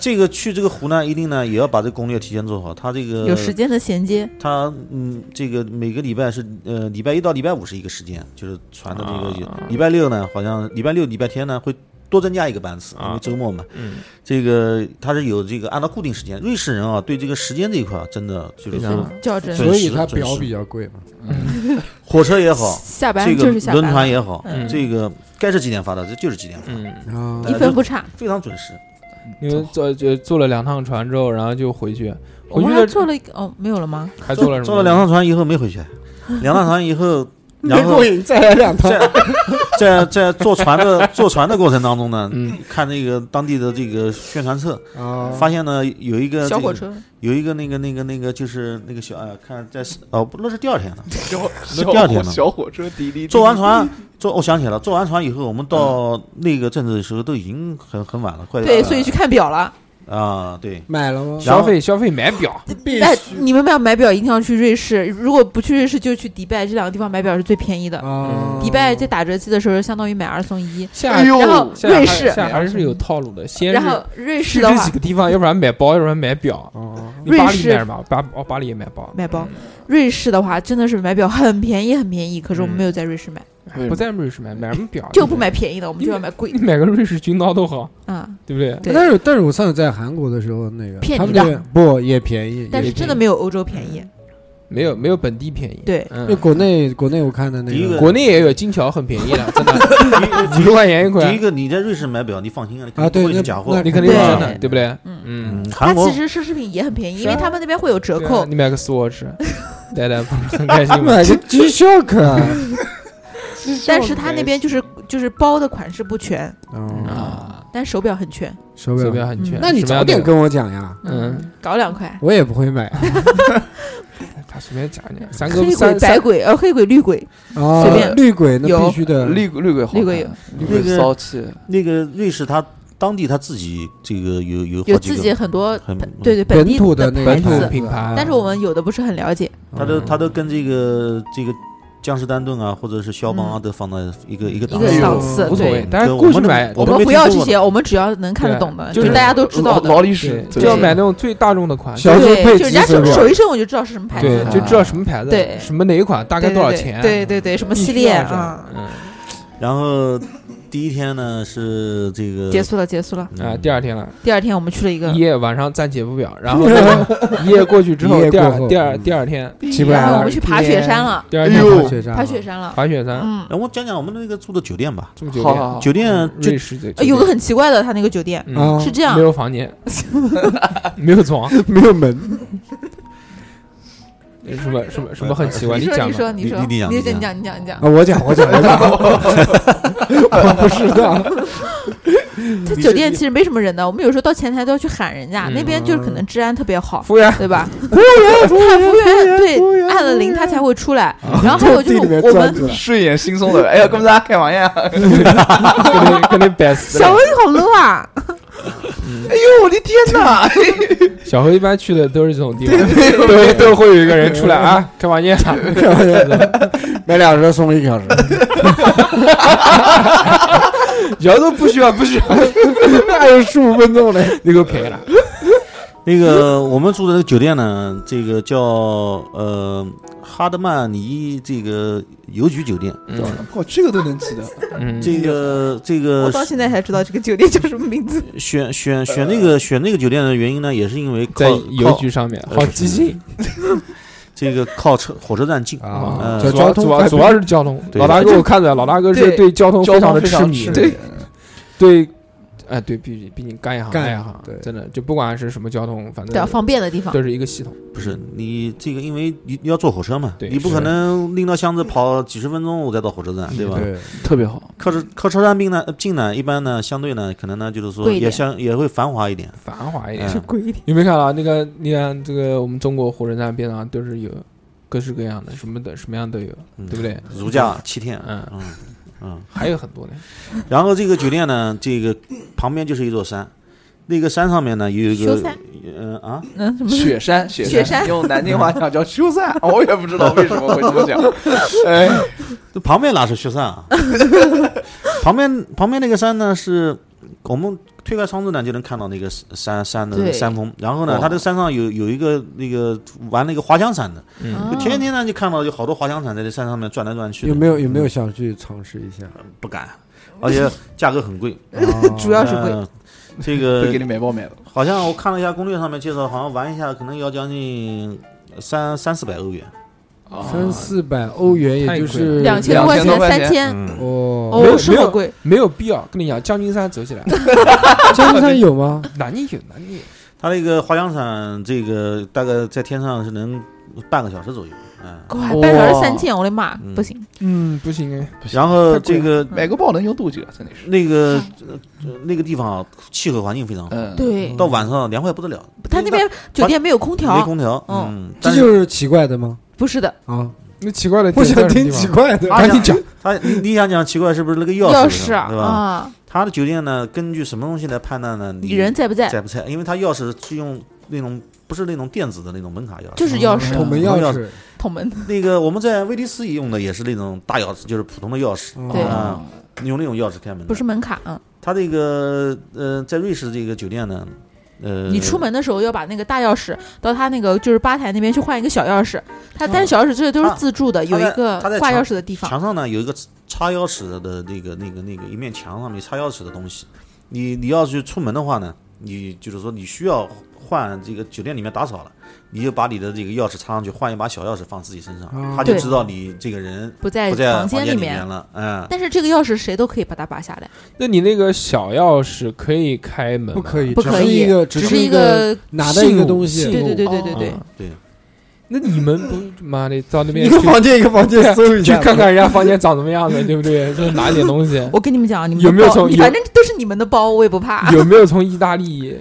[SPEAKER 7] 这个去这个湖呢，一定呢也要把这攻略提前做好。它这个
[SPEAKER 6] 有时间的衔接，
[SPEAKER 7] 它嗯，这个每个礼拜是呃礼拜一到礼拜五是一个时间，就是船的那个。
[SPEAKER 2] 啊
[SPEAKER 7] 礼拜六呢，好像礼拜六、礼拜天呢会多增加一个班次，
[SPEAKER 2] 啊
[SPEAKER 7] 因为周末嘛。
[SPEAKER 2] 嗯，
[SPEAKER 7] 这个它是有这个按照固定时间。瑞士人啊，对这个时间这一块啊真的就是
[SPEAKER 2] 非常
[SPEAKER 7] 说
[SPEAKER 2] 好
[SPEAKER 6] 较真，
[SPEAKER 4] 所以它表比较贵嘛，
[SPEAKER 7] 火车也好，
[SPEAKER 6] 下班
[SPEAKER 7] 这个
[SPEAKER 6] 就是下
[SPEAKER 7] 轮船
[SPEAKER 6] 班，
[SPEAKER 7] 也好，
[SPEAKER 2] 嗯
[SPEAKER 7] 这个该是几点发的，这就是几点发，
[SPEAKER 2] 嗯，
[SPEAKER 4] 啊
[SPEAKER 6] 一分不差。
[SPEAKER 7] 非常准时。
[SPEAKER 2] 因为坐就坐了两趟船之后，然后就回去，
[SPEAKER 6] 我
[SPEAKER 2] 回去
[SPEAKER 6] 们还
[SPEAKER 2] 的
[SPEAKER 6] 做了一个哦，没有了吗？
[SPEAKER 2] 还坐了什么？
[SPEAKER 7] 坐了两趟船以后没 回去，两趟船以后，然后
[SPEAKER 4] 瘾，再来两 趟，
[SPEAKER 7] 在在在坐船的坐船的过程当中呢，
[SPEAKER 2] 嗯
[SPEAKER 7] 看那个当地的这个宣传册，
[SPEAKER 4] 啊，
[SPEAKER 7] 发现呢有一个
[SPEAKER 6] 哦小火
[SPEAKER 7] 啊这个
[SPEAKER 6] 车，
[SPEAKER 7] 有一个那个那个那个就是那个小呃，看在哦不那是第二天了，
[SPEAKER 5] 小
[SPEAKER 7] 那第二天呢
[SPEAKER 5] 小火车滴滴，
[SPEAKER 7] 坐完
[SPEAKER 2] 嗯
[SPEAKER 7] 船坐我想起来了，坐完船以后我们到那个镇子的时候都已经很很晚了，快
[SPEAKER 6] 对，所以去看表了。
[SPEAKER 7] 啊 对，
[SPEAKER 4] 买了吗？
[SPEAKER 2] 消费消费买表，
[SPEAKER 6] 哎，你们要买表一定要去瑞士，如果不去瑞士就去迪拜，这两个地方买表是最便宜的。
[SPEAKER 4] 啊，
[SPEAKER 6] 迪拜在打折季的时候，相当于买二送一。
[SPEAKER 2] 下
[SPEAKER 5] 呦
[SPEAKER 6] 然后
[SPEAKER 2] 下
[SPEAKER 6] 瑞
[SPEAKER 2] 还
[SPEAKER 6] 士，
[SPEAKER 2] 下还是有套路的，先
[SPEAKER 6] 然
[SPEAKER 2] 是
[SPEAKER 6] 后瑞
[SPEAKER 2] 去
[SPEAKER 6] 士的
[SPEAKER 2] 这
[SPEAKER 6] 话
[SPEAKER 2] 几，个地方，要不然买包，要不然买表。
[SPEAKER 4] 哦，
[SPEAKER 2] 你巴
[SPEAKER 6] 瑞
[SPEAKER 2] 黎
[SPEAKER 6] 士
[SPEAKER 2] 买什么？巴哦，巴黎也买包，
[SPEAKER 6] 买包瑞士的话真的是买表很便宜，很便宜。可是我们没有在瑞士买，
[SPEAKER 2] 嗯不在瑞士买，买什么表？
[SPEAKER 6] 就不买便宜的，我们就要买贵
[SPEAKER 2] 你 买个瑞士军刀都好，
[SPEAKER 6] 啊。
[SPEAKER 2] 对不对？
[SPEAKER 6] 对
[SPEAKER 4] 但是但是我上次在韩国的时候，那个
[SPEAKER 6] 骗
[SPEAKER 4] 他
[SPEAKER 6] 你
[SPEAKER 4] 们
[SPEAKER 6] 的
[SPEAKER 4] 那边不也便宜，
[SPEAKER 6] 但
[SPEAKER 4] 也
[SPEAKER 6] 是真的没有欧洲便宜。
[SPEAKER 2] 没有没有本地便宜。
[SPEAKER 6] 对
[SPEAKER 2] 嗯
[SPEAKER 4] 就国内国内我看的
[SPEAKER 7] 第
[SPEAKER 4] 那
[SPEAKER 7] 一个
[SPEAKER 2] 国内也有金桥很便宜 的，真的五十块钱一
[SPEAKER 7] 第一
[SPEAKER 2] 块，
[SPEAKER 7] 个你在瑞士买表你放心啊，你肯
[SPEAKER 4] 啊
[SPEAKER 7] 定
[SPEAKER 4] 对
[SPEAKER 7] 不会是
[SPEAKER 4] 那
[SPEAKER 7] 假货
[SPEAKER 4] 那，
[SPEAKER 2] 你肯定是
[SPEAKER 6] 对
[SPEAKER 2] 真的，对不对？
[SPEAKER 6] 嗯
[SPEAKER 2] 嗯，
[SPEAKER 7] 嗯
[SPEAKER 6] 它
[SPEAKER 7] 韩国
[SPEAKER 6] 其实奢侈品也很便宜，因
[SPEAKER 2] 是啊
[SPEAKER 6] 为他们那边会有折
[SPEAKER 2] 对啊
[SPEAKER 6] 扣。
[SPEAKER 2] 你买个 Swatch，呆呆不是很开心吗？
[SPEAKER 4] 买个 G Shock，啊哦
[SPEAKER 6] 但是它那边就是就是包的款式不全，
[SPEAKER 4] 啊，
[SPEAKER 2] 啊，
[SPEAKER 6] 但手表很全。
[SPEAKER 4] 手
[SPEAKER 2] 手
[SPEAKER 4] 表，
[SPEAKER 2] 表很
[SPEAKER 6] 嗯
[SPEAKER 2] 全。
[SPEAKER 4] 那你
[SPEAKER 2] 什么
[SPEAKER 4] 早
[SPEAKER 2] 样
[SPEAKER 4] 点
[SPEAKER 2] 的，
[SPEAKER 4] 跟我讲呀，
[SPEAKER 2] 嗯，
[SPEAKER 6] 搞两块，
[SPEAKER 4] 我也不会 买
[SPEAKER 2] 哎他随便讲讲，三哥
[SPEAKER 6] 黑鬼、
[SPEAKER 2] 三
[SPEAKER 6] 白
[SPEAKER 2] 三
[SPEAKER 6] 鬼，呃，黑鬼、绿鬼，
[SPEAKER 4] 啊
[SPEAKER 6] 随便，
[SPEAKER 4] 绿鬼那
[SPEAKER 6] 有
[SPEAKER 4] 必须的，
[SPEAKER 5] 嗯绿绿鬼好看，
[SPEAKER 6] 绿鬼有
[SPEAKER 5] 绿鬼骚气，
[SPEAKER 7] 那个瑞士它当地它自己这个有有
[SPEAKER 6] 有
[SPEAKER 7] 好几
[SPEAKER 6] 自
[SPEAKER 7] 个嗯
[SPEAKER 6] 己很多
[SPEAKER 7] 很
[SPEAKER 6] 对对
[SPEAKER 4] 本
[SPEAKER 6] 地
[SPEAKER 4] 土
[SPEAKER 6] 的
[SPEAKER 4] 那个
[SPEAKER 6] 牌
[SPEAKER 2] 本土
[SPEAKER 6] 子，
[SPEAKER 2] 品牌，
[SPEAKER 7] 嗯
[SPEAKER 2] 嗯
[SPEAKER 6] 但是我们有的不是很了解。
[SPEAKER 7] 他都他都跟这个这个江诗丹顿啊，或者是肖邦啊，都放到一个一个
[SPEAKER 6] 嗯一
[SPEAKER 7] 档
[SPEAKER 6] 个
[SPEAKER 7] 次。
[SPEAKER 6] 档次
[SPEAKER 2] 无，所
[SPEAKER 6] 对
[SPEAKER 2] 谓，，大家
[SPEAKER 7] 对
[SPEAKER 2] 过去
[SPEAKER 7] 我们
[SPEAKER 2] 买，
[SPEAKER 7] 我
[SPEAKER 6] 我
[SPEAKER 7] 们
[SPEAKER 6] 们
[SPEAKER 7] 没
[SPEAKER 6] 不
[SPEAKER 7] 听
[SPEAKER 6] 要
[SPEAKER 7] 说
[SPEAKER 6] 这
[SPEAKER 7] 过
[SPEAKER 6] 些，我们只要能看得懂的，
[SPEAKER 2] 对
[SPEAKER 6] 就
[SPEAKER 2] 就是
[SPEAKER 6] 大家都知道的。
[SPEAKER 5] 劳力
[SPEAKER 2] 对
[SPEAKER 5] 士，
[SPEAKER 2] 就
[SPEAKER 5] 对
[SPEAKER 2] 要买那种最大众的款，
[SPEAKER 4] 小
[SPEAKER 6] 对，
[SPEAKER 4] 时候配几
[SPEAKER 6] 就人家
[SPEAKER 4] 手
[SPEAKER 6] 手
[SPEAKER 4] 表
[SPEAKER 6] 手，一伸我就知道是什么牌子
[SPEAKER 2] 对，
[SPEAKER 6] 了，
[SPEAKER 2] 就知道什么牌子，
[SPEAKER 6] 对
[SPEAKER 2] 什么哪一款，大概
[SPEAKER 6] 对
[SPEAKER 2] 多少
[SPEAKER 6] 对
[SPEAKER 2] 钱，
[SPEAKER 6] 对对对，什么
[SPEAKER 2] 必须
[SPEAKER 6] 系列
[SPEAKER 2] 要这样
[SPEAKER 6] 啊？
[SPEAKER 2] 嗯
[SPEAKER 7] 然后第一天呢是这个
[SPEAKER 6] 结束了，结束了。
[SPEAKER 7] 嗯
[SPEAKER 2] 啊，第二天了，
[SPEAKER 6] 第二天我们去了一个
[SPEAKER 2] 一，夜晚上暂且不表，然后 一夜过去之
[SPEAKER 4] 一
[SPEAKER 2] 后，
[SPEAKER 4] 夜
[SPEAKER 2] 第
[SPEAKER 4] 过
[SPEAKER 2] 二
[SPEAKER 4] 后
[SPEAKER 2] 第
[SPEAKER 6] 嗯
[SPEAKER 2] 二第二天，
[SPEAKER 4] 起不
[SPEAKER 6] 然
[SPEAKER 4] 来
[SPEAKER 6] 后我
[SPEAKER 4] 了
[SPEAKER 6] 们，去爬雪山了，
[SPEAKER 2] 第二
[SPEAKER 5] 哎
[SPEAKER 2] 天
[SPEAKER 5] 呦
[SPEAKER 4] 雪山
[SPEAKER 6] 爬雪山了。
[SPEAKER 2] 滑雪山，
[SPEAKER 6] 嗯，
[SPEAKER 7] 然后我讲讲我们那个住的酒店吧，
[SPEAKER 2] 住酒
[SPEAKER 5] 好
[SPEAKER 2] 店，
[SPEAKER 5] 好好，
[SPEAKER 7] 酒店
[SPEAKER 4] 嗯
[SPEAKER 7] 就
[SPEAKER 2] 瑞士的酒
[SPEAKER 6] 呃
[SPEAKER 2] 店，
[SPEAKER 6] 有个很奇怪的，他那个酒店
[SPEAKER 2] 嗯
[SPEAKER 4] 啊
[SPEAKER 6] 是这样
[SPEAKER 2] 没，有房间， 没有床，
[SPEAKER 4] 没有门，
[SPEAKER 2] 什么什么什么很奇怪，
[SPEAKER 6] 你说
[SPEAKER 2] 讲
[SPEAKER 6] 你
[SPEAKER 2] 吧，
[SPEAKER 6] 说你说
[SPEAKER 7] 你你讲你
[SPEAKER 6] 你讲你讲你讲你讲
[SPEAKER 4] 啊，，我讲我讲我 讲，我不是的，
[SPEAKER 6] 他酒店其实没什么人的，我们有时候到前台都要去喊人家，
[SPEAKER 2] 嗯
[SPEAKER 6] 那边就是可能治安特别好，
[SPEAKER 2] 服务员，
[SPEAKER 6] 对吧？服务员，服务 员，服务员，对，按了铃他才会出来。然后还有就
[SPEAKER 4] 地里面
[SPEAKER 6] 是我
[SPEAKER 4] 钻
[SPEAKER 6] 们
[SPEAKER 4] 出来，
[SPEAKER 5] 睡眼惺忪的，哎呀，跟大家开玩笑，
[SPEAKER 2] 跟你跟你摆 死
[SPEAKER 6] 小
[SPEAKER 2] 了
[SPEAKER 6] 薇。好 low 啊，
[SPEAKER 5] 哎呦，我的天哪！
[SPEAKER 2] 小何一般去的都是这种地方， 都都会有一个人出来啊，开房间啊，
[SPEAKER 4] 买两十送一小时，
[SPEAKER 2] 摇都不需要，不需要，
[SPEAKER 4] 还有十五分钟嘞。
[SPEAKER 2] 那个便宜了。
[SPEAKER 7] 那个我们住的那个酒店呢，这个叫呃哈德曼尼这个邮局酒店，
[SPEAKER 2] 嗯
[SPEAKER 5] 我这个都能记得，
[SPEAKER 2] 嗯，
[SPEAKER 7] 这个这
[SPEAKER 6] 我
[SPEAKER 7] 个
[SPEAKER 6] 到现在才知道这个酒店叫什么名字。
[SPEAKER 7] 选选选那个选那个酒店的原因呢，也是因为靠
[SPEAKER 2] 在邮
[SPEAKER 7] 靠
[SPEAKER 2] 局上面，
[SPEAKER 7] 呃
[SPEAKER 2] 好激进
[SPEAKER 7] 这个靠车火车站近
[SPEAKER 4] 啊
[SPEAKER 7] 呃
[SPEAKER 4] 这
[SPEAKER 2] 主要
[SPEAKER 4] 交通
[SPEAKER 2] 主要
[SPEAKER 4] 快
[SPEAKER 2] 主要是交通。
[SPEAKER 7] 对
[SPEAKER 2] 老大哥，我看出来，老大哥是
[SPEAKER 5] 对
[SPEAKER 2] 对交通
[SPEAKER 5] 交
[SPEAKER 2] 常
[SPEAKER 5] 通
[SPEAKER 2] 的
[SPEAKER 5] 非
[SPEAKER 2] 痴
[SPEAKER 5] 常
[SPEAKER 2] 迷，
[SPEAKER 5] 对，
[SPEAKER 2] 对，哎，对，毕竟毕竟干一行
[SPEAKER 4] 干
[SPEAKER 2] 爱一行
[SPEAKER 4] 对，
[SPEAKER 2] 真的就不管是什么交通，反
[SPEAKER 6] 对啊，
[SPEAKER 2] 正
[SPEAKER 6] 方便的地方。
[SPEAKER 2] 都是一个系统。
[SPEAKER 7] 不是你这个，因为你你要坐火车嘛，
[SPEAKER 2] 对
[SPEAKER 7] 你不
[SPEAKER 2] 是
[SPEAKER 7] 可能拎到箱子跑几十分钟我再到火车站，对吧？
[SPEAKER 4] 对，
[SPEAKER 5] 特别好，
[SPEAKER 7] 靠车靠车站并呢近呢，一般呢相对呢可能呢就是说
[SPEAKER 6] 贵一
[SPEAKER 7] 也
[SPEAKER 6] 点
[SPEAKER 7] 相也会繁华一点，
[SPEAKER 2] 繁华一点。
[SPEAKER 7] 嗯，
[SPEAKER 6] 贵一点，
[SPEAKER 2] 有没有看到那个？你看这个，我们中国火车站边啊上都是有各式各样的，什么的什么样都有，
[SPEAKER 7] 嗯
[SPEAKER 2] 对不对？
[SPEAKER 7] 如驾七天，
[SPEAKER 2] 嗯
[SPEAKER 7] 嗯嗯，
[SPEAKER 2] 还有很多呢。
[SPEAKER 7] 然后这个酒店呢，这个旁边就是一座山，那个山上面呢有一
[SPEAKER 6] 修
[SPEAKER 7] 个
[SPEAKER 6] 山，
[SPEAKER 7] 嗯啊，
[SPEAKER 6] 嗯，什么？
[SPEAKER 5] 雪山，雪
[SPEAKER 6] 雪山
[SPEAKER 5] 用南京话讲叫修 缮，我也不知道为什么会这么讲，哎，
[SPEAKER 7] 这旁边哪是雪山啊？ 旁边旁边那个山呢，是我们推开窗子呢就能看到那个山山的
[SPEAKER 6] 对
[SPEAKER 7] 山峰。然后呢
[SPEAKER 5] 哇，
[SPEAKER 7] 它这个山上有有一个那个玩那个滑翔伞的，
[SPEAKER 2] 嗯，
[SPEAKER 6] 啊
[SPEAKER 7] 就天天呢就看到有好多滑翔伞在这山上面转来转去的。
[SPEAKER 4] 有没有有没有想去尝试一 下？
[SPEAKER 7] 不敢？而且价格很贵，
[SPEAKER 4] 哦
[SPEAKER 6] 主要是贵
[SPEAKER 7] 呃这
[SPEAKER 5] 会
[SPEAKER 7] 个
[SPEAKER 5] 给你买包买了，
[SPEAKER 7] 好像我看了一下攻略上面介绍，好像玩一下可能要将近三三四百欧元。
[SPEAKER 5] 啊
[SPEAKER 4] 三四百欧元，也就是
[SPEAKER 6] 两千
[SPEAKER 5] 多
[SPEAKER 6] 多
[SPEAKER 5] 块
[SPEAKER 6] 块钱
[SPEAKER 5] 钱
[SPEAKER 6] 三千，
[SPEAKER 7] 嗯，
[SPEAKER 4] 哦。
[SPEAKER 2] 没
[SPEAKER 6] 哦，
[SPEAKER 2] 有
[SPEAKER 6] 是
[SPEAKER 2] 没
[SPEAKER 6] 好
[SPEAKER 2] 有
[SPEAKER 6] 贵。
[SPEAKER 2] 没有必要跟你讲，江金山 走起来，
[SPEAKER 4] 江山有吗？
[SPEAKER 2] 哪里有哪里有？
[SPEAKER 7] 它那个滑翔伞，这个大概在天上是能半个小时左右，嗯。
[SPEAKER 6] 哇
[SPEAKER 5] 哇，
[SPEAKER 6] 半小时三千，我的妈，
[SPEAKER 7] 嗯
[SPEAKER 6] 不行！
[SPEAKER 2] 嗯，不行哎，
[SPEAKER 7] 然后这个
[SPEAKER 5] 买个包能用多久啊？真的是，
[SPEAKER 7] 那个、呃那个地方啊，气候环境非常好，
[SPEAKER 5] 嗯，
[SPEAKER 6] 对
[SPEAKER 7] 到晚上凉快不得了。
[SPEAKER 6] 他那边酒店没有空
[SPEAKER 7] 没
[SPEAKER 6] 调，
[SPEAKER 7] 空调，
[SPEAKER 6] 嗯
[SPEAKER 7] 嗯，
[SPEAKER 4] 这
[SPEAKER 7] 但
[SPEAKER 4] 就是是奇怪的吗？
[SPEAKER 6] 不是的，
[SPEAKER 4] 啊，
[SPEAKER 2] 那奇怪的地
[SPEAKER 4] 我
[SPEAKER 2] 方
[SPEAKER 4] 想
[SPEAKER 2] 在什么
[SPEAKER 4] 听
[SPEAKER 2] 地方
[SPEAKER 4] 奇怪的。
[SPEAKER 7] 他
[SPEAKER 4] 赶紧
[SPEAKER 7] 想
[SPEAKER 4] 讲，
[SPEAKER 7] 他你你想讲奇怪是不是那个钥
[SPEAKER 6] 钥
[SPEAKER 7] 匙对吧？
[SPEAKER 6] 啊，
[SPEAKER 7] 他的酒店呢，根据什么东西来判断呢？你
[SPEAKER 6] 你人在不在？
[SPEAKER 7] 在不在？因为他钥匙是用那种不是那种电子的那种门卡钥匙，嗯
[SPEAKER 6] 就是钥匙
[SPEAKER 4] 我们
[SPEAKER 7] 要
[SPEAKER 4] 钥
[SPEAKER 7] 要
[SPEAKER 4] 匙，
[SPEAKER 6] 捅门，
[SPEAKER 7] 那个我们在威尼斯用的也是那种大钥匙，就是普通的钥匙，
[SPEAKER 4] 哦
[SPEAKER 6] 对
[SPEAKER 5] 嗯
[SPEAKER 7] 啊，用那种钥匙开门的。
[SPEAKER 6] 不是门卡啊。
[SPEAKER 7] 他这个呃，在瑞士这个酒店呢，呃，
[SPEAKER 6] 你出门的时候要把那个大钥匙到他那个就是吧台那边去换一个小钥匙，他
[SPEAKER 7] 嗯
[SPEAKER 6] 但是小钥匙这都是自助的，有
[SPEAKER 7] 在
[SPEAKER 6] 一个
[SPEAKER 7] 他在
[SPEAKER 6] 挂
[SPEAKER 7] 墙
[SPEAKER 6] 钥匙的地方。
[SPEAKER 7] 墙上呢有一个插钥匙的那个、那个、那个一面墙上面插钥匙的东西。你你要是出门的话呢，你就是说你需要换这个酒店里面打扫了，你就把你的这个钥匙插上去，换一把小钥匙放自己身上，
[SPEAKER 4] 哦
[SPEAKER 7] 他就
[SPEAKER 6] 对
[SPEAKER 7] 知道你这个人
[SPEAKER 6] 不在
[SPEAKER 7] 不在
[SPEAKER 6] 房间
[SPEAKER 7] 间
[SPEAKER 6] 里
[SPEAKER 7] 面
[SPEAKER 6] 面，
[SPEAKER 7] 了。嗯，
[SPEAKER 6] 但是这个钥匙谁都可以把它拔下来，
[SPEAKER 2] 那你那个小钥匙可以开门吗？
[SPEAKER 4] 不可以，
[SPEAKER 6] 不可
[SPEAKER 4] 只是
[SPEAKER 6] 以
[SPEAKER 4] 一个，
[SPEAKER 6] 只
[SPEAKER 4] 是
[SPEAKER 6] 是一
[SPEAKER 4] 个
[SPEAKER 6] 个
[SPEAKER 4] 拿的一个
[SPEAKER 2] 信物
[SPEAKER 4] 东西
[SPEAKER 2] 信
[SPEAKER 6] 对
[SPEAKER 2] 物
[SPEAKER 6] 对对对对对。
[SPEAKER 2] 啊
[SPEAKER 7] 对，
[SPEAKER 2] 那你们不妈的到那边
[SPEAKER 4] 一个房间一个房间搜一
[SPEAKER 2] 去
[SPEAKER 4] 下，
[SPEAKER 2] 看看人家房间长什么 样子，对不对？就拿点东西
[SPEAKER 6] 我跟你们讲，你们
[SPEAKER 2] 有
[SPEAKER 6] 的
[SPEAKER 2] 没有
[SPEAKER 6] 包
[SPEAKER 2] 从
[SPEAKER 6] 你
[SPEAKER 2] 有
[SPEAKER 4] 啊
[SPEAKER 6] 反正都是你们的包，我也不怕。
[SPEAKER 2] 有没有从意大利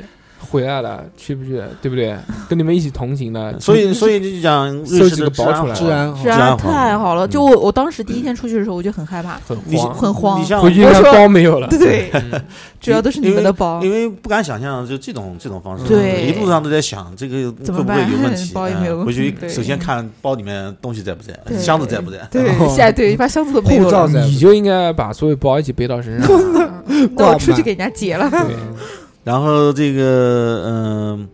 [SPEAKER 2] 回来了，去不去？对不对？跟你们一起同行
[SPEAKER 4] 嗯
[SPEAKER 2] 的，
[SPEAKER 7] 所以所以就讲瑞
[SPEAKER 2] 搜
[SPEAKER 7] 士
[SPEAKER 2] 几
[SPEAKER 7] 的
[SPEAKER 2] 个
[SPEAKER 7] 治
[SPEAKER 2] 宝
[SPEAKER 7] 安
[SPEAKER 2] 出来
[SPEAKER 7] 好
[SPEAKER 4] 治安好
[SPEAKER 6] 治，安太好了，
[SPEAKER 7] 嗯
[SPEAKER 6] 就我我当时第一天出去的时候，我就很害怕，
[SPEAKER 2] 很
[SPEAKER 7] 你
[SPEAKER 2] 慌，
[SPEAKER 6] 很慌
[SPEAKER 7] 你。像
[SPEAKER 2] 回去一看包没有了。
[SPEAKER 6] 对 对，
[SPEAKER 2] 嗯
[SPEAKER 6] 主要都是你们的包
[SPEAKER 7] 因，为不敢想象就这种这种方式，
[SPEAKER 6] 对
[SPEAKER 7] 一路上都在想这个
[SPEAKER 6] 怎
[SPEAKER 7] 会
[SPEAKER 6] 么
[SPEAKER 7] 不
[SPEAKER 6] 办
[SPEAKER 7] 会有问题。
[SPEAKER 6] 包有没有
[SPEAKER 7] 嗯回去
[SPEAKER 6] 对
[SPEAKER 7] 首先看包里面东西在不在，
[SPEAKER 6] 对
[SPEAKER 7] 箱子在不在。
[SPEAKER 6] 对，现在对，把箱子都没有
[SPEAKER 4] 护照
[SPEAKER 6] 了，
[SPEAKER 4] 在
[SPEAKER 2] 你就应该把所有包一起背到 身上。啊
[SPEAKER 6] 那
[SPEAKER 4] 挂
[SPEAKER 6] 我出去
[SPEAKER 4] 满
[SPEAKER 6] 给人家结了。
[SPEAKER 2] 对，
[SPEAKER 7] 然后这个嗯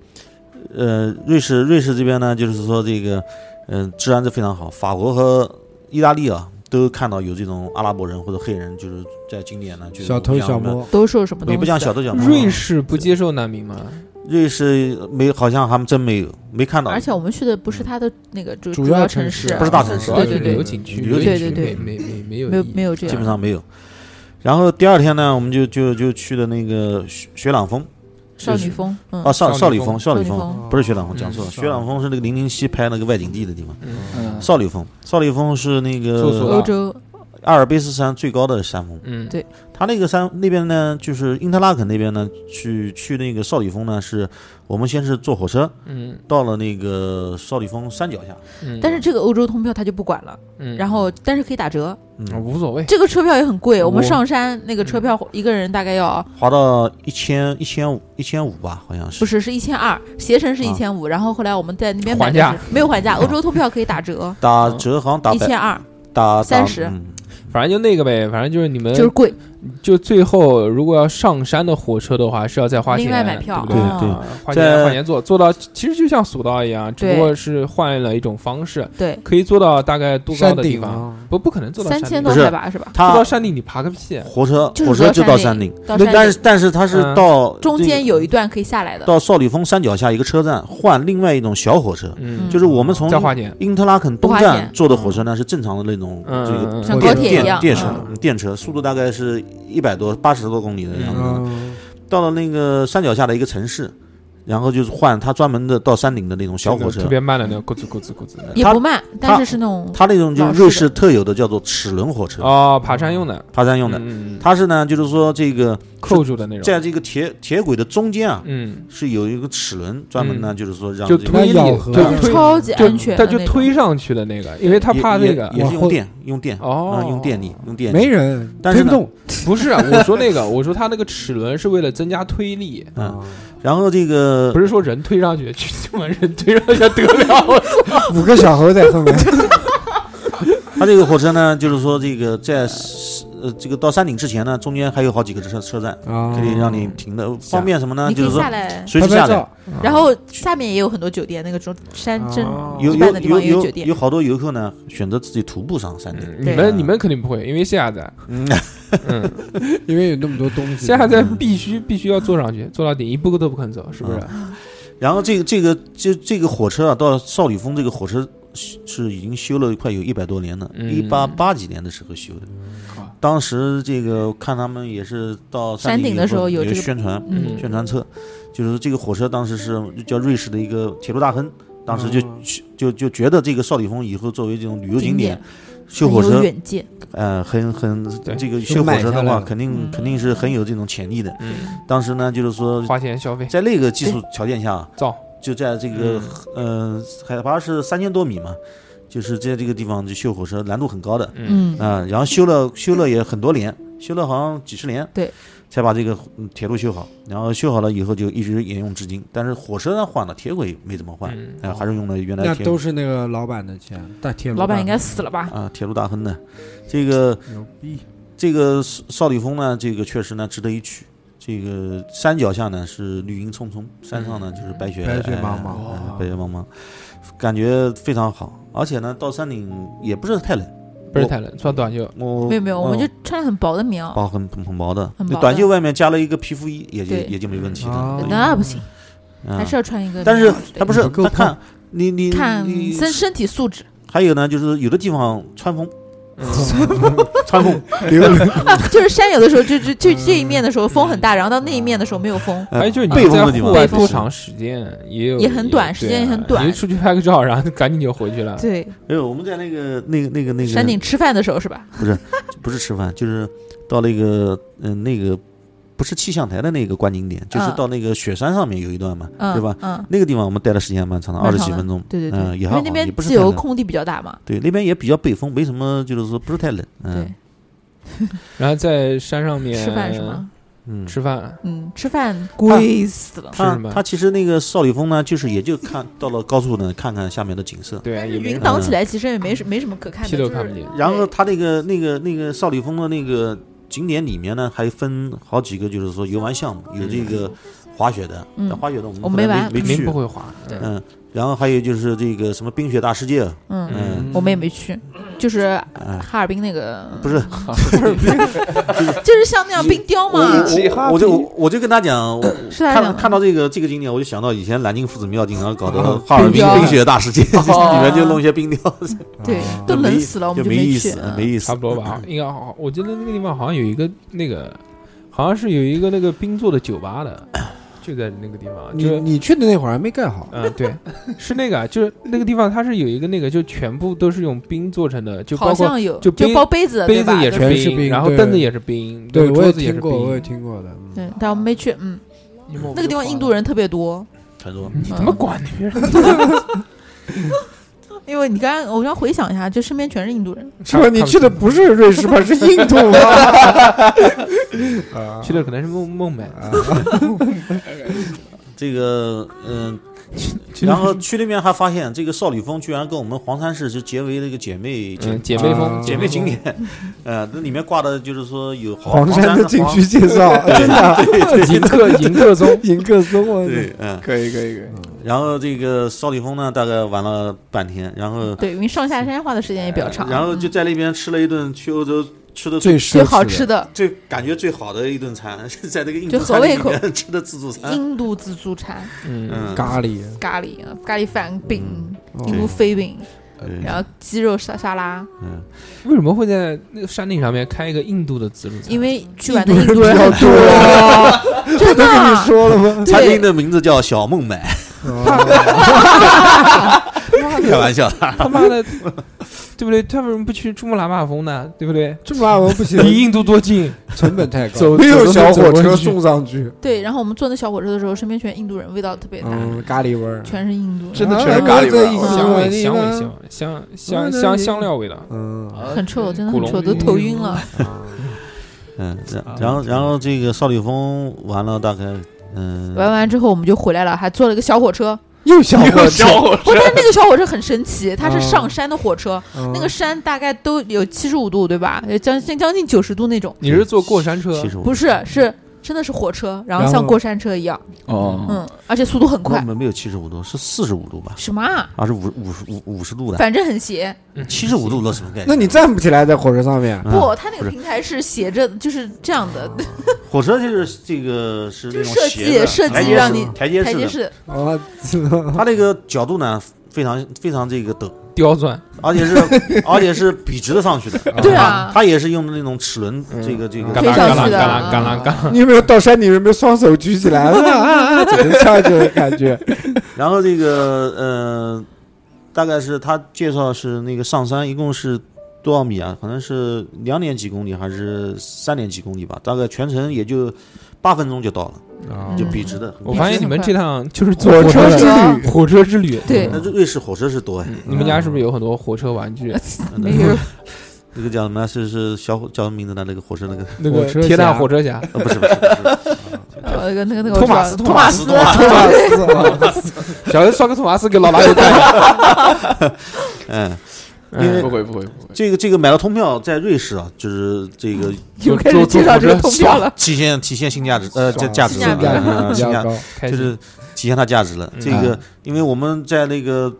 [SPEAKER 7] 呃瑞士瑞士这边呢，就是说这个嗯、呃治安是非常好。法国和意大利啊，都看到有这种阿拉伯人或者黑人，就是在经典呢，就是
[SPEAKER 4] 小偷小，摸，
[SPEAKER 6] 兜售什么东
[SPEAKER 7] 也
[SPEAKER 6] 西？啊
[SPEAKER 7] 不讲小偷小摸。啊
[SPEAKER 2] 瑞士不接受难民吗？
[SPEAKER 7] 瑞士没好像还真没有没看到，
[SPEAKER 6] 而且我们去的不是它的那个主
[SPEAKER 4] 主
[SPEAKER 6] 要
[SPEAKER 4] 要
[SPEAKER 6] 城
[SPEAKER 4] 城市
[SPEAKER 7] 嗯不是大城市
[SPEAKER 2] 主要
[SPEAKER 6] 对
[SPEAKER 2] 是
[SPEAKER 6] 对对
[SPEAKER 2] 旅游景区，
[SPEAKER 7] 旅游
[SPEAKER 2] 旅游景
[SPEAKER 6] 景
[SPEAKER 2] 区
[SPEAKER 6] 区
[SPEAKER 2] 没没没没有
[SPEAKER 6] 没有
[SPEAKER 2] 意义
[SPEAKER 6] 没有这
[SPEAKER 7] 基本
[SPEAKER 6] 样。
[SPEAKER 7] 上没有。然后第二天呢，我们就就就去的那个雪雪朗峰，
[SPEAKER 6] 少
[SPEAKER 7] 就
[SPEAKER 6] 女
[SPEAKER 7] 是
[SPEAKER 6] 峰，嗯
[SPEAKER 7] 啊，，少
[SPEAKER 2] 少
[SPEAKER 7] 少
[SPEAKER 2] 女
[SPEAKER 7] 女
[SPEAKER 2] 峰
[SPEAKER 7] 峰，少
[SPEAKER 6] 少
[SPEAKER 7] 女
[SPEAKER 6] 女
[SPEAKER 7] 峰
[SPEAKER 6] 峰
[SPEAKER 7] 不是雪朗峰，讲错了。
[SPEAKER 2] 嗯
[SPEAKER 7] 雪朗峰是那个零零七拍那个外景地的地方，
[SPEAKER 2] 嗯
[SPEAKER 5] 嗯，
[SPEAKER 7] 少女峰，少女峰是嗯那
[SPEAKER 2] 坐索
[SPEAKER 7] 个
[SPEAKER 2] 道
[SPEAKER 6] 欧洲
[SPEAKER 7] 阿尔卑斯山最高的山峰。
[SPEAKER 2] 嗯，
[SPEAKER 6] 对
[SPEAKER 7] 它那个山那边呢，就是因特拉肯那边呢，去去那个少女峰呢，是我们先是坐火车
[SPEAKER 2] 嗯
[SPEAKER 7] 到了那个少女峰山脚下，
[SPEAKER 2] 嗯，
[SPEAKER 6] 但是这个欧洲通票他就不管了，
[SPEAKER 2] 嗯
[SPEAKER 6] 然后但是可以打折，
[SPEAKER 2] 啊
[SPEAKER 7] 嗯，
[SPEAKER 2] 无所谓，
[SPEAKER 6] 这个车票也很贵，
[SPEAKER 7] 哦
[SPEAKER 2] 我
[SPEAKER 6] 我们上山那个车票一个人大概要
[SPEAKER 7] 滑到一千一千五一千五吧，好像是
[SPEAKER 6] 不。是是一千二，携程是一
[SPEAKER 7] 啊
[SPEAKER 6] 千五，然后后来我们在那边
[SPEAKER 2] 还
[SPEAKER 6] 买
[SPEAKER 2] 价
[SPEAKER 6] 的是没 有还价，欧洲通票可以打折
[SPEAKER 7] 打折好像打
[SPEAKER 6] 一
[SPEAKER 7] 百
[SPEAKER 6] 千二，
[SPEAKER 7] 打打
[SPEAKER 6] 30
[SPEAKER 7] 嗯
[SPEAKER 2] 反正就那个呗，反正就是你
[SPEAKER 7] 哎
[SPEAKER 2] 们
[SPEAKER 6] 就是贵，
[SPEAKER 2] 就最后如果要上山的火车的话，是要再花钱，
[SPEAKER 6] 另外买票，
[SPEAKER 2] 对不对？
[SPEAKER 7] 对
[SPEAKER 6] 嗯
[SPEAKER 2] 啊花钱
[SPEAKER 7] 在
[SPEAKER 2] 花钱坐，坐到其实就像索道一样，只不
[SPEAKER 6] 对
[SPEAKER 2] 过是换了一种方式，
[SPEAKER 6] 对，
[SPEAKER 2] 可以坐到大概多高
[SPEAKER 4] 山
[SPEAKER 2] 的地
[SPEAKER 4] 顶
[SPEAKER 2] 方？
[SPEAKER 4] 啊，
[SPEAKER 2] 不，不可能坐到
[SPEAKER 6] 三
[SPEAKER 2] 山
[SPEAKER 6] 千
[SPEAKER 2] 顶，
[SPEAKER 6] 多
[SPEAKER 7] 不是
[SPEAKER 6] 海拔是吧？
[SPEAKER 2] 坐到
[SPEAKER 7] 它
[SPEAKER 2] 山顶你爬个屁！啊
[SPEAKER 7] 火车
[SPEAKER 6] 就是
[SPEAKER 7] 火车就
[SPEAKER 6] 到
[SPEAKER 7] 到山顶，
[SPEAKER 6] 到
[SPEAKER 7] 那
[SPEAKER 6] 山
[SPEAKER 7] 但是
[SPEAKER 6] 顶
[SPEAKER 7] 但是它是
[SPEAKER 2] 嗯
[SPEAKER 7] 到
[SPEAKER 6] 中
[SPEAKER 7] 这个
[SPEAKER 6] 间有一段可以下来的，
[SPEAKER 7] 到少女峰山脚下一个车站换另外一种小火车，
[SPEAKER 2] 嗯，
[SPEAKER 7] 就是我们从
[SPEAKER 2] 再花钱，
[SPEAKER 7] 因特拉肯东
[SPEAKER 6] 不花
[SPEAKER 7] 站
[SPEAKER 6] 钱
[SPEAKER 7] 坐的火车呢是正常的那种
[SPEAKER 2] 嗯
[SPEAKER 7] 这
[SPEAKER 2] 嗯
[SPEAKER 7] 个
[SPEAKER 2] 嗯
[SPEAKER 6] 像
[SPEAKER 4] 我
[SPEAKER 6] 高
[SPEAKER 4] 觉得
[SPEAKER 6] 铁一
[SPEAKER 7] 电
[SPEAKER 6] 样，
[SPEAKER 7] 电车
[SPEAKER 6] 嗯
[SPEAKER 7] 电车速度大概是一百多八十多公里的样子，
[SPEAKER 4] 嗯，
[SPEAKER 7] 到了那个山脚下的一个城市，然后就是换它专门的到山顶的那种小火车
[SPEAKER 2] 特，别慢的那个咕吱咕吱咕吱的，
[SPEAKER 6] 也
[SPEAKER 7] 它
[SPEAKER 6] 不慢，但是是那种
[SPEAKER 7] 它那种就是
[SPEAKER 6] 老式的
[SPEAKER 7] 瑞士特有的叫做齿轮火车，
[SPEAKER 2] 哦，爬山用的，
[SPEAKER 7] 爬山用的。
[SPEAKER 2] 嗯，嗯嗯
[SPEAKER 7] 它是呢，就是说这个
[SPEAKER 2] 扣住的那种，
[SPEAKER 7] 在这个铁铁轨的中间啊，
[SPEAKER 2] 嗯，
[SPEAKER 7] 是有一个齿轮专门呢，就是说让
[SPEAKER 2] 就
[SPEAKER 7] 这个
[SPEAKER 4] 那
[SPEAKER 2] 推力，
[SPEAKER 4] 咬合
[SPEAKER 2] 就
[SPEAKER 4] 啊
[SPEAKER 2] 推，
[SPEAKER 6] 超级安全
[SPEAKER 2] 他
[SPEAKER 6] 的
[SPEAKER 2] 就
[SPEAKER 6] 那种
[SPEAKER 2] 推上去的那个，因为他
[SPEAKER 7] 也
[SPEAKER 2] 怕那
[SPEAKER 7] 也
[SPEAKER 2] 个
[SPEAKER 7] 也是
[SPEAKER 4] 我
[SPEAKER 7] 用
[SPEAKER 4] 会
[SPEAKER 7] 电，用电
[SPEAKER 2] 哦
[SPEAKER 7] 啊，，用电力，用电力
[SPEAKER 4] 没人，
[SPEAKER 7] 但是
[SPEAKER 4] 推不
[SPEAKER 7] 呢
[SPEAKER 4] 动
[SPEAKER 2] 不是啊，我说那个， 我说他那个齿轮是为了增加推力，
[SPEAKER 7] 嗯，然后这个
[SPEAKER 2] 啊不是说人推上去，去他妈人推上去得
[SPEAKER 6] 啊
[SPEAKER 2] 了，
[SPEAKER 4] 啊五个小猴在后面，
[SPEAKER 7] 它这个火车呢，就是说这个在呃这个到山顶之前呢，中间还有好几个车车站
[SPEAKER 4] 啊
[SPEAKER 2] 哦
[SPEAKER 7] 可以让你停的，方便什么呢？
[SPEAKER 6] 你可
[SPEAKER 7] 就
[SPEAKER 6] 以
[SPEAKER 7] 是说啊
[SPEAKER 6] 下来，
[SPEAKER 7] 随
[SPEAKER 4] 拍
[SPEAKER 7] 时下
[SPEAKER 4] 拍
[SPEAKER 7] 来，
[SPEAKER 4] 照，
[SPEAKER 6] 然后下面也有很多酒店，那个种山镇
[SPEAKER 4] 哦
[SPEAKER 7] 啊有
[SPEAKER 6] 一
[SPEAKER 7] 有
[SPEAKER 6] 般的地
[SPEAKER 7] 有
[SPEAKER 6] 方也有
[SPEAKER 7] 有
[SPEAKER 6] 酒店
[SPEAKER 7] 有，好多游客呢选择自己徒步上山顶，
[SPEAKER 2] 嗯你们你们肯定不会，因为 下载，
[SPEAKER 7] 嗯，
[SPEAKER 2] 嗯，
[SPEAKER 4] 因为有那么多东西，
[SPEAKER 2] 下载必须必须要坐上去，坐到顶一步都不肯走，是不是？
[SPEAKER 7] 然后这个这个这这个火车啊，到少女峰这个火车是是已经修了快有一百多年了，
[SPEAKER 2] 嗯
[SPEAKER 7] 一八八几年的时候修的。当时这个看他们也是到
[SPEAKER 6] 山顶的时候
[SPEAKER 7] 有
[SPEAKER 6] 有这个
[SPEAKER 7] 宣传
[SPEAKER 6] 嗯，
[SPEAKER 7] 宣传册，就是这个火车当时是叫瑞士的一个铁路大亨，当时就
[SPEAKER 4] 嗯
[SPEAKER 7] 就就觉得这个少女峰以后作为这种旅游景
[SPEAKER 6] 景
[SPEAKER 7] 点
[SPEAKER 6] 点。
[SPEAKER 7] 修
[SPEAKER 6] 很
[SPEAKER 7] 火
[SPEAKER 6] 有
[SPEAKER 7] 车，
[SPEAKER 6] 远见，
[SPEAKER 7] 呃，很很
[SPEAKER 2] 对
[SPEAKER 7] 这个
[SPEAKER 4] 就
[SPEAKER 7] 修火
[SPEAKER 4] 买
[SPEAKER 7] 车
[SPEAKER 4] 下
[SPEAKER 7] 的
[SPEAKER 4] 来
[SPEAKER 7] 话，
[SPEAKER 4] 了
[SPEAKER 7] 肯定
[SPEAKER 6] 嗯
[SPEAKER 7] 肯定是很有这种潜力的。
[SPEAKER 2] 嗯，
[SPEAKER 7] 当时呢，就是说
[SPEAKER 2] 花钱消费
[SPEAKER 7] 在那个技术条件下，
[SPEAKER 2] 造，
[SPEAKER 7] 就在这个、呃海拔是三千多米嘛，就是在这个地方就修火车难度很高的
[SPEAKER 2] 嗯，
[SPEAKER 6] 嗯，
[SPEAKER 7] 啊、然后修了修了也很多年，修了好像几十年，
[SPEAKER 6] 对，
[SPEAKER 7] 才把这个嗯铁路修好。然后修好了以后就一直沿用至今，但是火车呢换了，铁轨没怎么换，
[SPEAKER 2] 嗯
[SPEAKER 7] 哎、还是用了原来
[SPEAKER 4] 那
[SPEAKER 7] 铁
[SPEAKER 4] 都是那个老板的钱，大
[SPEAKER 7] 嗯
[SPEAKER 4] 铁路
[SPEAKER 6] 老板应该死了吧？
[SPEAKER 7] 啊、铁路大亨的这个
[SPEAKER 4] 牛逼，
[SPEAKER 7] 这个少少女峰呢，这个确实呢值得一去。这个山脚下呢是绿荫葱葱，山上呢就是白雪
[SPEAKER 4] 嗯白雪
[SPEAKER 7] 哎
[SPEAKER 4] 茫茫
[SPEAKER 7] 哎白雪茫茫，感觉非常好。而且呢，到山顶也不是太冷，
[SPEAKER 2] 不是太冷，穿 短袖，
[SPEAKER 7] 我
[SPEAKER 6] 没有没有，我们就
[SPEAKER 7] 嗯
[SPEAKER 6] 穿的很薄的棉袄，
[SPEAKER 7] 薄很很很薄的，
[SPEAKER 6] 啊很薄
[SPEAKER 7] 那
[SPEAKER 6] 的
[SPEAKER 7] 短袖外面加了一个皮肤衣，也就
[SPEAKER 6] 对
[SPEAKER 7] 也就没问题了
[SPEAKER 4] 哦。
[SPEAKER 6] 那不行，
[SPEAKER 7] 嗯
[SPEAKER 6] 还是要穿一个棉袄
[SPEAKER 7] 但
[SPEAKER 6] 之类
[SPEAKER 7] 是
[SPEAKER 6] 的。
[SPEAKER 7] 它不是
[SPEAKER 4] 不够
[SPEAKER 7] 它看你你
[SPEAKER 6] 看
[SPEAKER 7] 你
[SPEAKER 6] 身身体素质
[SPEAKER 7] 还有呢，就是有的地方穿风
[SPEAKER 2] 嗯
[SPEAKER 7] 穿风，
[SPEAKER 6] 啊，就是山有的时候就就就这一面的时候风很大，然后到那一面的时候没有风，
[SPEAKER 7] 呃
[SPEAKER 2] 还有哎就是你
[SPEAKER 7] 背风
[SPEAKER 2] 在
[SPEAKER 7] 的地
[SPEAKER 2] 户
[SPEAKER 7] 方
[SPEAKER 2] 外
[SPEAKER 6] 背
[SPEAKER 2] 多
[SPEAKER 6] 风
[SPEAKER 2] 长时间也有
[SPEAKER 6] 嗯也很短时间也很
[SPEAKER 2] 对啊
[SPEAKER 6] 短
[SPEAKER 2] 你就出去拍个照，然后赶紧就回去了。
[SPEAKER 7] 嗯
[SPEAKER 6] 对，
[SPEAKER 7] 没哎有，我们在那个那个那个那个
[SPEAKER 6] 山顶吃饭的时候是吧？
[SPEAKER 7] 呃不是吃饭，就是到那个嗯、那个不是气象台的那个观景点，就是
[SPEAKER 6] 嗯
[SPEAKER 7] 到那个雪山上面有一段嘛，
[SPEAKER 6] 嗯，
[SPEAKER 7] 对吧？
[SPEAKER 6] 嗯，
[SPEAKER 7] 那个地方我们待的时间蛮长的，
[SPEAKER 6] 蛮
[SPEAKER 7] 二十
[SPEAKER 6] 长
[SPEAKER 7] 几
[SPEAKER 6] 的
[SPEAKER 7] 分钟。
[SPEAKER 6] 对对对，
[SPEAKER 7] 嗯也
[SPEAKER 6] 因
[SPEAKER 7] 还
[SPEAKER 6] 为
[SPEAKER 7] 好，
[SPEAKER 6] 那
[SPEAKER 7] 也
[SPEAKER 6] 边
[SPEAKER 7] 不是
[SPEAKER 6] 自
[SPEAKER 7] 太
[SPEAKER 6] 由
[SPEAKER 7] 冷。
[SPEAKER 6] 空地比较大嘛，
[SPEAKER 7] 对，那边也比较北风，没什么，就是说不是太冷。嗯
[SPEAKER 6] 对，
[SPEAKER 2] 然后在山上面
[SPEAKER 6] 吃饭是？吗？
[SPEAKER 7] 嗯，
[SPEAKER 2] 吃饭，
[SPEAKER 6] 嗯，吃
[SPEAKER 7] 啊
[SPEAKER 6] 饭贵死了。
[SPEAKER 2] 吃
[SPEAKER 7] 它
[SPEAKER 2] 什么
[SPEAKER 7] 它其实那个少女峰呢，就是也就看到了高处呢，看看下面的景色。
[SPEAKER 2] 对啊，也没
[SPEAKER 6] 云
[SPEAKER 2] 啥
[SPEAKER 6] 挡起来其实也没什没什么可看的，
[SPEAKER 2] 屁
[SPEAKER 6] 就
[SPEAKER 2] 都看
[SPEAKER 6] 是
[SPEAKER 2] 不见。
[SPEAKER 7] 然后它那个那个那个少女峰的那个景点里面呢，还分好几个，就是说游玩项目，有这个滑雪的，
[SPEAKER 6] 嗯
[SPEAKER 7] 但滑雪的我们
[SPEAKER 6] 我
[SPEAKER 7] 后
[SPEAKER 6] 没
[SPEAKER 7] 来
[SPEAKER 6] 玩
[SPEAKER 7] 没没
[SPEAKER 2] 您
[SPEAKER 7] 去
[SPEAKER 2] 不。会滑，嗯
[SPEAKER 7] 嗯，然后还有就是这个什么冰雪大世界，
[SPEAKER 6] 嗯，
[SPEAKER 7] 嗯
[SPEAKER 6] 我们也没去，就是
[SPEAKER 7] 嗯
[SPEAKER 6] 哈尔滨那个，
[SPEAKER 7] 不是，
[SPEAKER 6] 就是像那样冰雕
[SPEAKER 7] 我
[SPEAKER 6] 嘛，
[SPEAKER 7] 我我就我就跟他讲，我
[SPEAKER 6] 是
[SPEAKER 5] 啊
[SPEAKER 6] 他
[SPEAKER 7] 看
[SPEAKER 6] 讲
[SPEAKER 7] 看
[SPEAKER 6] 的。
[SPEAKER 7] 到这个这个景点，我就想到以前南京夫子庙经常搞的哈尔
[SPEAKER 6] 嗯冰
[SPEAKER 7] 滨
[SPEAKER 6] 雕
[SPEAKER 7] 冰雪大世界， 里面就弄一些冰雕，
[SPEAKER 6] 对，
[SPEAKER 5] 啊
[SPEAKER 6] 都
[SPEAKER 7] 就没
[SPEAKER 6] 冷死了，我们
[SPEAKER 7] 就没
[SPEAKER 6] 没
[SPEAKER 7] 意
[SPEAKER 6] 去啊嗯
[SPEAKER 7] 思，。没意
[SPEAKER 2] 差
[SPEAKER 7] 思
[SPEAKER 2] 不。多
[SPEAKER 4] 嗯
[SPEAKER 2] 吧，啊应该好。我记得那个地方好像有一个那个，好像是有一个那个冰做的酒吧的，就在那个地方，
[SPEAKER 4] 你
[SPEAKER 2] 就。
[SPEAKER 4] 你去的那会儿还没盖好，
[SPEAKER 2] 嗯，对，是那个啊，就是那个地方，它是有一个那个，就全部都是用冰做成的，就包
[SPEAKER 6] 好
[SPEAKER 2] 括
[SPEAKER 6] 像有，
[SPEAKER 2] 就
[SPEAKER 6] 就
[SPEAKER 2] 杯
[SPEAKER 6] 包杯子的，
[SPEAKER 2] 杯
[SPEAKER 6] 对
[SPEAKER 2] 子
[SPEAKER 6] 吧？
[SPEAKER 2] 也
[SPEAKER 4] 全是
[SPEAKER 2] 冰，
[SPEAKER 4] 冰
[SPEAKER 2] 然后
[SPEAKER 4] 对
[SPEAKER 2] 凳子也是冰，
[SPEAKER 4] 对
[SPEAKER 2] 那个
[SPEAKER 4] 我
[SPEAKER 2] 桌
[SPEAKER 4] 也
[SPEAKER 2] 子也
[SPEAKER 4] 听
[SPEAKER 2] 是
[SPEAKER 4] 过，我也
[SPEAKER 2] 冰。
[SPEAKER 4] 听过的。嗯
[SPEAKER 6] 对，但我们没去。嗯，那个地方印度人特别多，
[SPEAKER 7] 传说
[SPEAKER 2] 你他妈管那边人？
[SPEAKER 6] 因为你刚刚我刚回想一下，就身边全是印度人。
[SPEAKER 4] 是吧？你去的不是瑞士吧？是印度吗？啊
[SPEAKER 2] 去的可能是孟孟买，
[SPEAKER 7] 这个，嗯，然后去那边还发现这个少女峰居然跟我们黄山市是结为那个姐妹姐
[SPEAKER 2] 嗯，姐妹风，
[SPEAKER 4] 啊
[SPEAKER 7] 姐妹景
[SPEAKER 2] 风，
[SPEAKER 7] 点， 呃，那里面挂的就是说有黄
[SPEAKER 4] 黄山的景区，介绍， 真的啊
[SPEAKER 2] 迎客迎客松，
[SPEAKER 4] 迎客松啊
[SPEAKER 7] 黄，对，嗯，
[SPEAKER 5] 可以可以可以，
[SPEAKER 7] 然后这个少女峰呢，大概玩了半天，然后
[SPEAKER 6] 对，因为上下山花的时间也比较长。
[SPEAKER 7] 嗯呃然后
[SPEAKER 5] 嗯
[SPEAKER 7] 就在那边吃了一顿去欧洲吃的
[SPEAKER 4] 最奢侈
[SPEAKER 6] 最
[SPEAKER 4] 的
[SPEAKER 6] 好吃的
[SPEAKER 7] 最感觉最好的一顿餐， 是在那个印
[SPEAKER 6] 就
[SPEAKER 7] 度
[SPEAKER 6] 合
[SPEAKER 7] 餐
[SPEAKER 6] 胃
[SPEAKER 7] 厅里
[SPEAKER 6] 口
[SPEAKER 7] 面吃的自助餐，
[SPEAKER 6] 印度自助餐，
[SPEAKER 2] 嗯，
[SPEAKER 7] 嗯，
[SPEAKER 4] 咖喱，
[SPEAKER 6] 咖喱啊咖喱饭饼，
[SPEAKER 4] 哦
[SPEAKER 6] 印度飞饼，
[SPEAKER 7] 对
[SPEAKER 4] 嗯
[SPEAKER 6] 然后鸡肉沙沙拉。
[SPEAKER 7] 嗯，
[SPEAKER 2] 为什么会在那个山顶上面开一个印度的自助餐？
[SPEAKER 6] 因为去玩的印度人很
[SPEAKER 4] 比较多，啊
[SPEAKER 6] 真的
[SPEAKER 4] 都跟你 说了吗？
[SPEAKER 7] 餐
[SPEAKER 6] 对
[SPEAKER 7] 厅的名字叫小孟买， 开玩笑，
[SPEAKER 2] 他妈的， 对不对？他为什么不去珠穆朗玛峰呢？对不对？
[SPEAKER 4] 这么拉我不
[SPEAKER 2] 离
[SPEAKER 4] 行，
[SPEAKER 2] 印度多近，
[SPEAKER 4] 成本太高，
[SPEAKER 2] 走
[SPEAKER 4] 没有
[SPEAKER 2] 走
[SPEAKER 4] 小
[SPEAKER 2] 走
[SPEAKER 4] 火
[SPEAKER 2] 过
[SPEAKER 4] 车
[SPEAKER 2] 去
[SPEAKER 4] 送上去，
[SPEAKER 6] 对，然后我们坐那小火车的时候，身边全印度人，味道特别大，
[SPEAKER 4] 嗯，咖喱味儿，
[SPEAKER 6] 全是印度人，
[SPEAKER 5] 真的全是咖喱味儿
[SPEAKER 4] 啊
[SPEAKER 2] 香味香味，
[SPEAKER 4] 我在一起
[SPEAKER 2] 香
[SPEAKER 4] 呢
[SPEAKER 2] 香
[SPEAKER 4] 我的
[SPEAKER 2] 香香
[SPEAKER 4] 天
[SPEAKER 2] 香料味道。
[SPEAKER 4] 嗯，
[SPEAKER 6] 很臭，真的很
[SPEAKER 2] 古
[SPEAKER 6] 臭，
[SPEAKER 2] 龙
[SPEAKER 6] 都头晕了。
[SPEAKER 7] 嗯，
[SPEAKER 2] 啊
[SPEAKER 7] 然然后然后这个少女峰玩了大概，嗯，
[SPEAKER 6] 玩完之后我们就回来了，还坐了一个小火车。
[SPEAKER 4] 又小火车，
[SPEAKER 6] 我但那个小火车很神奇，它是上山的火车，那个
[SPEAKER 4] 嗯
[SPEAKER 6] 山大概都有七十五度，对吧？有将近将近九十度那种。
[SPEAKER 2] 你是坐过山车
[SPEAKER 7] 其？实我
[SPEAKER 6] 不是，是真的是火车，然后
[SPEAKER 4] 然
[SPEAKER 6] 像
[SPEAKER 4] 后
[SPEAKER 6] 过山车一样，
[SPEAKER 5] 哦，
[SPEAKER 6] 嗯，而且速度很
[SPEAKER 7] 我
[SPEAKER 6] 快。
[SPEAKER 7] 们没有七十五度，是四十五度吧？
[SPEAKER 6] 什么啊？
[SPEAKER 7] 啊，是五五十五五十度的，
[SPEAKER 6] 反正很斜，
[SPEAKER 7] 七十五度了什么概念？
[SPEAKER 4] 那你站不起来在火车上面，
[SPEAKER 7] 嗯
[SPEAKER 6] 不，它那
[SPEAKER 7] 不是
[SPEAKER 6] 个平台是斜着，就是这样的，
[SPEAKER 7] 火车就是这个是那
[SPEAKER 6] 就
[SPEAKER 7] 种
[SPEAKER 6] 是设
[SPEAKER 7] 斜
[SPEAKER 6] 计
[SPEAKER 7] 的
[SPEAKER 6] 设
[SPEAKER 7] 台
[SPEAKER 6] 计
[SPEAKER 7] 阶
[SPEAKER 6] 让
[SPEAKER 7] 式
[SPEAKER 6] 你
[SPEAKER 7] 的台阶
[SPEAKER 6] 台
[SPEAKER 7] 式
[SPEAKER 6] 阶
[SPEAKER 7] 的，
[SPEAKER 6] 式，
[SPEAKER 4] 啊，知道
[SPEAKER 7] 它那个角度呢非常非常这个陡，
[SPEAKER 2] 刁钻，
[SPEAKER 7] 而且 是而且是笔直的上去的。
[SPEAKER 6] 对啊，
[SPEAKER 7] 它也是用的那种齿轮
[SPEAKER 2] 嗯，
[SPEAKER 7] 这个这个
[SPEAKER 2] 嘎
[SPEAKER 6] 推
[SPEAKER 2] 啦
[SPEAKER 6] 上
[SPEAKER 2] 嘎啦
[SPEAKER 6] 去的
[SPEAKER 2] 嘎啦嘎啦
[SPEAKER 6] 啊
[SPEAKER 2] 嘎啦。
[SPEAKER 4] 你有没有到山顶有没有双手举起来啊啊啊，怎么下去的感觉？
[SPEAKER 7] 然后这个呃，大概是他介绍是那个上山一共是多少米啊？好像是两点几公里还是三点几公里吧？大概全程也就八分钟就到了，
[SPEAKER 2] 啊
[SPEAKER 7] 就笔直的。
[SPEAKER 2] 我发现你们这趟就是坐
[SPEAKER 4] 火
[SPEAKER 2] 车
[SPEAKER 4] 车之
[SPEAKER 6] 车
[SPEAKER 4] 旅，
[SPEAKER 2] 火车之旅。
[SPEAKER 6] 对
[SPEAKER 7] 那瑞士火车是多呀，哎
[SPEAKER 2] 嗯你们家是不是有很多火车玩具？
[SPEAKER 6] 没有
[SPEAKER 7] 那个叫什么？是是小伙叫什么名字呢？那个火车那 个？
[SPEAKER 2] 那个
[SPEAKER 4] 火车
[SPEAKER 2] 铁胆
[SPEAKER 4] 侠
[SPEAKER 2] 火车侠，
[SPEAKER 7] 呃，不是不是不是，
[SPEAKER 6] 呃那个那个那个
[SPEAKER 2] 托马斯
[SPEAKER 6] 斯
[SPEAKER 2] 托
[SPEAKER 6] 托
[SPEAKER 2] 马
[SPEAKER 6] 斯
[SPEAKER 7] 托马
[SPEAKER 4] 托马斯啊
[SPEAKER 2] 小时候刷个托马斯给老拿油带。
[SPEAKER 7] 嗯，因为
[SPEAKER 2] 嗯
[SPEAKER 5] 不会不会不会，
[SPEAKER 7] 这个这个买了通票在瑞士啊，就是这 个
[SPEAKER 6] 又开始介绍这个通票了，
[SPEAKER 7] 体现体现性价值呃，这价值
[SPEAKER 6] 性价
[SPEAKER 7] 了，
[SPEAKER 6] 比
[SPEAKER 7] 嗯嗯
[SPEAKER 4] 比
[SPEAKER 7] 性
[SPEAKER 4] 较
[SPEAKER 7] 价
[SPEAKER 4] 高，
[SPEAKER 2] 开
[SPEAKER 7] 就
[SPEAKER 2] 心
[SPEAKER 7] 是体现它价值了。
[SPEAKER 2] 嗯
[SPEAKER 7] 这个，因为我们在那个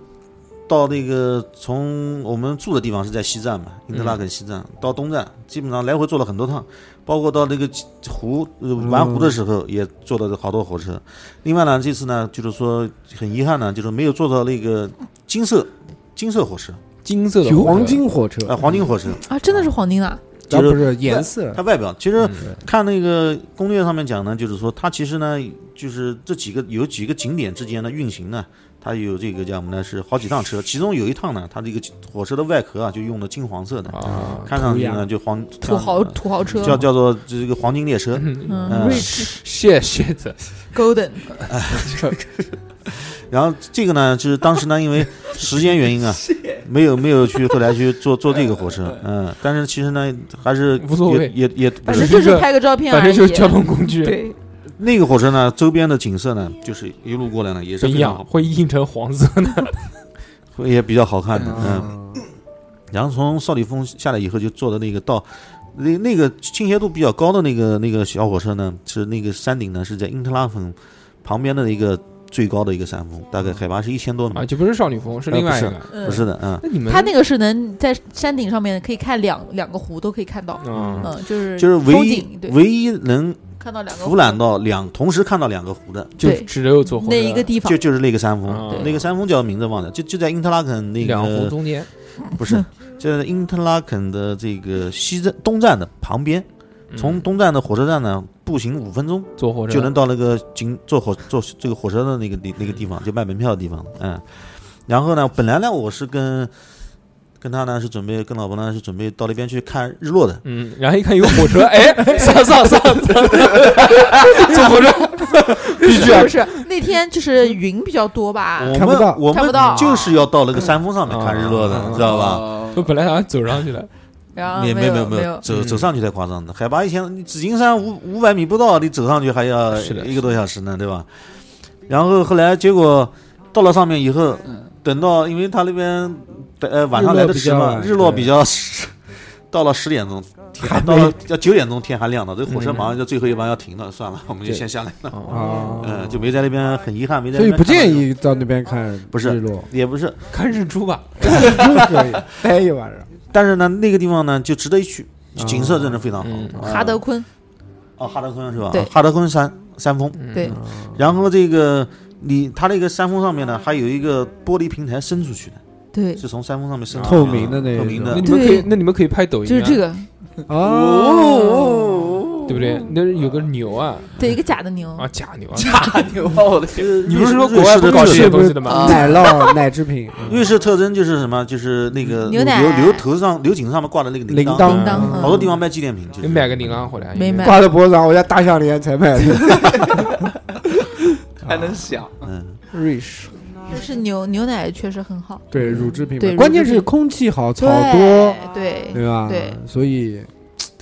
[SPEAKER 7] 到那个从我们住的地方是在西站嘛，
[SPEAKER 2] 嗯
[SPEAKER 7] 英特拉肯西站到东站，基本上来回坐了很多趟，包括到那个湖呃
[SPEAKER 4] 嗯
[SPEAKER 7] 玩湖的时候也坐了好多火车。另外呢，这次呢就是说很遗憾呢，就是没有坐到那个金色金色火车
[SPEAKER 2] 金色的
[SPEAKER 4] 有
[SPEAKER 2] 火车
[SPEAKER 4] 黄金火车
[SPEAKER 7] 啊、，黄金火
[SPEAKER 2] 嗯
[SPEAKER 7] 车，
[SPEAKER 6] 啊，真的是黄金的啊，
[SPEAKER 4] 啊
[SPEAKER 7] 就是
[SPEAKER 4] 不是颜色
[SPEAKER 7] 它，外表其实
[SPEAKER 2] 嗯
[SPEAKER 7] 看那个攻略上面讲呢，就是说它其实呢，就是这几个有几个景点之间的运行呢，它有这个叫什么呢？是好几趟车，其中有一趟呢，它这个火车的外壳啊，就用的金黄色的，
[SPEAKER 2] 啊，
[SPEAKER 7] 看上去呢就黄
[SPEAKER 6] 土豪
[SPEAKER 7] 像
[SPEAKER 6] 土豪车，
[SPEAKER 7] 叫叫做这个黄金列车。
[SPEAKER 2] 啊
[SPEAKER 6] 嗯
[SPEAKER 7] 嗯
[SPEAKER 6] ，rich
[SPEAKER 2] 谢谢的，
[SPEAKER 6] golden，
[SPEAKER 7] 然后这个呢，就是当时呢，因为时间原 因啊，没有没有去后来去坐坐这个火车，嗯，但是其实呢，还是
[SPEAKER 2] 无所
[SPEAKER 7] 也
[SPEAKER 2] 谓
[SPEAKER 7] 也也不
[SPEAKER 6] 反
[SPEAKER 7] 是
[SPEAKER 6] 正就是拍个照片
[SPEAKER 2] 反
[SPEAKER 6] 而
[SPEAKER 2] 正
[SPEAKER 6] 已。
[SPEAKER 2] 就是交通工具，
[SPEAKER 6] 对，
[SPEAKER 7] 那个火车呢，周边的景色呢，就是一路过来呢，也
[SPEAKER 2] 不
[SPEAKER 7] 是
[SPEAKER 2] 一
[SPEAKER 7] 非常
[SPEAKER 2] 样，
[SPEAKER 7] 好，
[SPEAKER 2] 会印成黄色的。
[SPEAKER 7] 会也比较好看的，嗯。
[SPEAKER 3] 嗯，
[SPEAKER 7] 然后从少里峰下来以后，就坐的那个到那那个倾斜度比较高的那个那个小火车呢，是那个山顶呢是在因特拉峰旁边的一个最高的一个山峰，大概海拔是一千多米
[SPEAKER 2] 啊，。就不是少女峰，是另外一个。
[SPEAKER 6] 嗯
[SPEAKER 7] 不是的，嗯，
[SPEAKER 2] 那你们
[SPEAKER 6] 它那个是能在山顶上面可以看两两个湖都可以看到，
[SPEAKER 2] 嗯
[SPEAKER 6] 嗯，就是
[SPEAKER 7] 就是
[SPEAKER 6] 风
[SPEAKER 7] 唯一
[SPEAKER 6] 景对，
[SPEAKER 7] 唯一能
[SPEAKER 6] 看到两个湖
[SPEAKER 7] 俯览到两同时看到两个湖的，
[SPEAKER 2] 就
[SPEAKER 6] 对
[SPEAKER 2] 只有坐火车
[SPEAKER 6] 那一个地方
[SPEAKER 7] 就，就是那个山峰，
[SPEAKER 2] 啊
[SPEAKER 7] 那个山峰叫名字忘了，就就在因特拉肯那
[SPEAKER 2] 两湖
[SPEAKER 7] 个
[SPEAKER 2] 中间，
[SPEAKER 7] 不是，就在因特拉肯的这个西站东站的旁边，
[SPEAKER 2] 嗯
[SPEAKER 7] 从东站的火车站呢步行五分钟。
[SPEAKER 2] 坐火车
[SPEAKER 7] 就能到那个景坐火坐这个火车的那个地那个地方，就卖门票的地方，嗯。然后呢，本来呢，我是跟跟他呢是准备跟老婆呢是准备到那边去看日落的，
[SPEAKER 2] 嗯，然后一看有火车，哎，上上上上， 坐火车，必须啊
[SPEAKER 6] 不！是那天就是云比较多吧？
[SPEAKER 7] 我
[SPEAKER 4] 看不到
[SPEAKER 7] 们我
[SPEAKER 6] 啊看不到
[SPEAKER 7] 们就是要到那个山峰上面看日落
[SPEAKER 2] 啊
[SPEAKER 7] 的，知道吧？
[SPEAKER 5] 哦
[SPEAKER 2] 我本来想走上去的，
[SPEAKER 6] 然后
[SPEAKER 7] 也
[SPEAKER 6] 啊没
[SPEAKER 7] 没有
[SPEAKER 6] 没
[SPEAKER 7] 没有，走
[SPEAKER 2] 嗯
[SPEAKER 7] 走上去太夸张了，海拔一千，你紫金山五五百米不到，你走上去还要
[SPEAKER 2] 是的
[SPEAKER 7] 一个多小时呢，对吧？然后后来结果到了上面以后，
[SPEAKER 6] 嗯
[SPEAKER 7] 等到因为他那边呃晚上来的迟嘛，
[SPEAKER 4] 比较晚
[SPEAKER 7] 日落比较迟， 到了十点钟，天到了要九点钟天还亮了，这火车马
[SPEAKER 4] 嗯
[SPEAKER 7] 上就最后一班要停了，算了，我们就
[SPEAKER 2] 对
[SPEAKER 7] 先下来了，
[SPEAKER 4] 啊，
[SPEAKER 7] 嗯，就没在那边，很遗憾没在那
[SPEAKER 4] 所以
[SPEAKER 7] 边
[SPEAKER 4] 不
[SPEAKER 7] 看到
[SPEAKER 4] 建
[SPEAKER 7] 日落，
[SPEAKER 4] 议到那边看
[SPEAKER 7] 不是
[SPEAKER 4] 日 落，
[SPEAKER 7] 也不是，
[SPEAKER 2] 看日出吧。
[SPEAKER 4] 就可以待一晚上。
[SPEAKER 7] 但是呢，那个地方呢就值得一去，
[SPEAKER 4] 哦
[SPEAKER 7] 景色真的非常好
[SPEAKER 2] 嗯，
[SPEAKER 7] 啊
[SPEAKER 6] 哈德坤，
[SPEAKER 7] 哦，哈德坤是吧？
[SPEAKER 6] 对
[SPEAKER 7] 哈德坤山山峰。
[SPEAKER 2] 嗯
[SPEAKER 6] 对，
[SPEAKER 7] 然后这个你它那个山峰上面呢，还有一个玻璃平台伸出去的，
[SPEAKER 6] 对，
[SPEAKER 7] 是从山峰上面伸出去
[SPEAKER 4] 透明的那
[SPEAKER 7] 透明
[SPEAKER 2] 那
[SPEAKER 7] 的
[SPEAKER 2] 你。们可以
[SPEAKER 6] 对，
[SPEAKER 2] 那你们可以拍抖音，啊
[SPEAKER 6] 就是这，个，
[SPEAKER 4] 哦，
[SPEAKER 2] 对不对？那有个牛啊，
[SPEAKER 6] 对，一个假的牛，
[SPEAKER 2] 啊，假牛啊！
[SPEAKER 5] 大牛啊！我的天，
[SPEAKER 2] 你不是说国外不搞
[SPEAKER 7] 瑞
[SPEAKER 2] 这
[SPEAKER 7] 士
[SPEAKER 2] 些
[SPEAKER 4] 是
[SPEAKER 7] 的
[SPEAKER 2] 东
[SPEAKER 4] 不
[SPEAKER 2] 西
[SPEAKER 4] 是
[SPEAKER 2] 的吗？
[SPEAKER 4] 奶酪奶制品？
[SPEAKER 7] 瑞士特征就是什么？就是那个
[SPEAKER 6] 嗯
[SPEAKER 7] 牛
[SPEAKER 6] 牛奶
[SPEAKER 7] 牛头上牛颈上面挂的那个
[SPEAKER 4] 铃
[SPEAKER 7] 铛，
[SPEAKER 4] 铛哦嗯
[SPEAKER 6] 铃铛
[SPEAKER 7] 好多地方卖纪念品。就是
[SPEAKER 2] 你买个铃铛回来，
[SPEAKER 6] 没买
[SPEAKER 4] 挂在脖子上，我家大项链才 买的。
[SPEAKER 5] 还能想
[SPEAKER 7] 嗯，
[SPEAKER 4] 瑞士
[SPEAKER 6] 但是牛牛奶确实很好，
[SPEAKER 4] 对乳制品
[SPEAKER 6] 对
[SPEAKER 4] 嘛，关键
[SPEAKER 6] 乳制
[SPEAKER 4] 是
[SPEAKER 6] 品
[SPEAKER 4] 空气好，草多，
[SPEAKER 6] 对对
[SPEAKER 4] 对吧？
[SPEAKER 6] 对，
[SPEAKER 4] 所以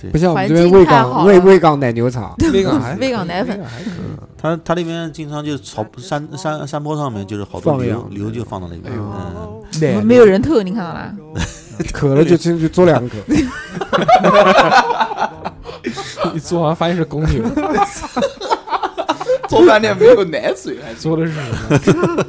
[SPEAKER 7] 对
[SPEAKER 4] 不像我们这
[SPEAKER 6] 环
[SPEAKER 4] 边
[SPEAKER 6] 境
[SPEAKER 4] 卫
[SPEAKER 6] 太
[SPEAKER 4] 岗
[SPEAKER 6] 好
[SPEAKER 4] 卫
[SPEAKER 6] 了
[SPEAKER 4] 卫岗奶牛场，
[SPEAKER 2] 那个 还
[SPEAKER 6] 喂港奶粉
[SPEAKER 2] 那个还可以
[SPEAKER 7] 它它那边经常就是草山山山坡上面就是好多
[SPEAKER 4] 放哎
[SPEAKER 7] 牛
[SPEAKER 4] 羊
[SPEAKER 7] 牛就放到那边。嗯，
[SPEAKER 4] 奶
[SPEAKER 6] 没有人头，你看到啦？
[SPEAKER 4] 渴了就进去嘬两口。
[SPEAKER 2] 一做啊完发现是公牛，
[SPEAKER 5] 做饭店没有奶水，还是
[SPEAKER 2] 做的是什么？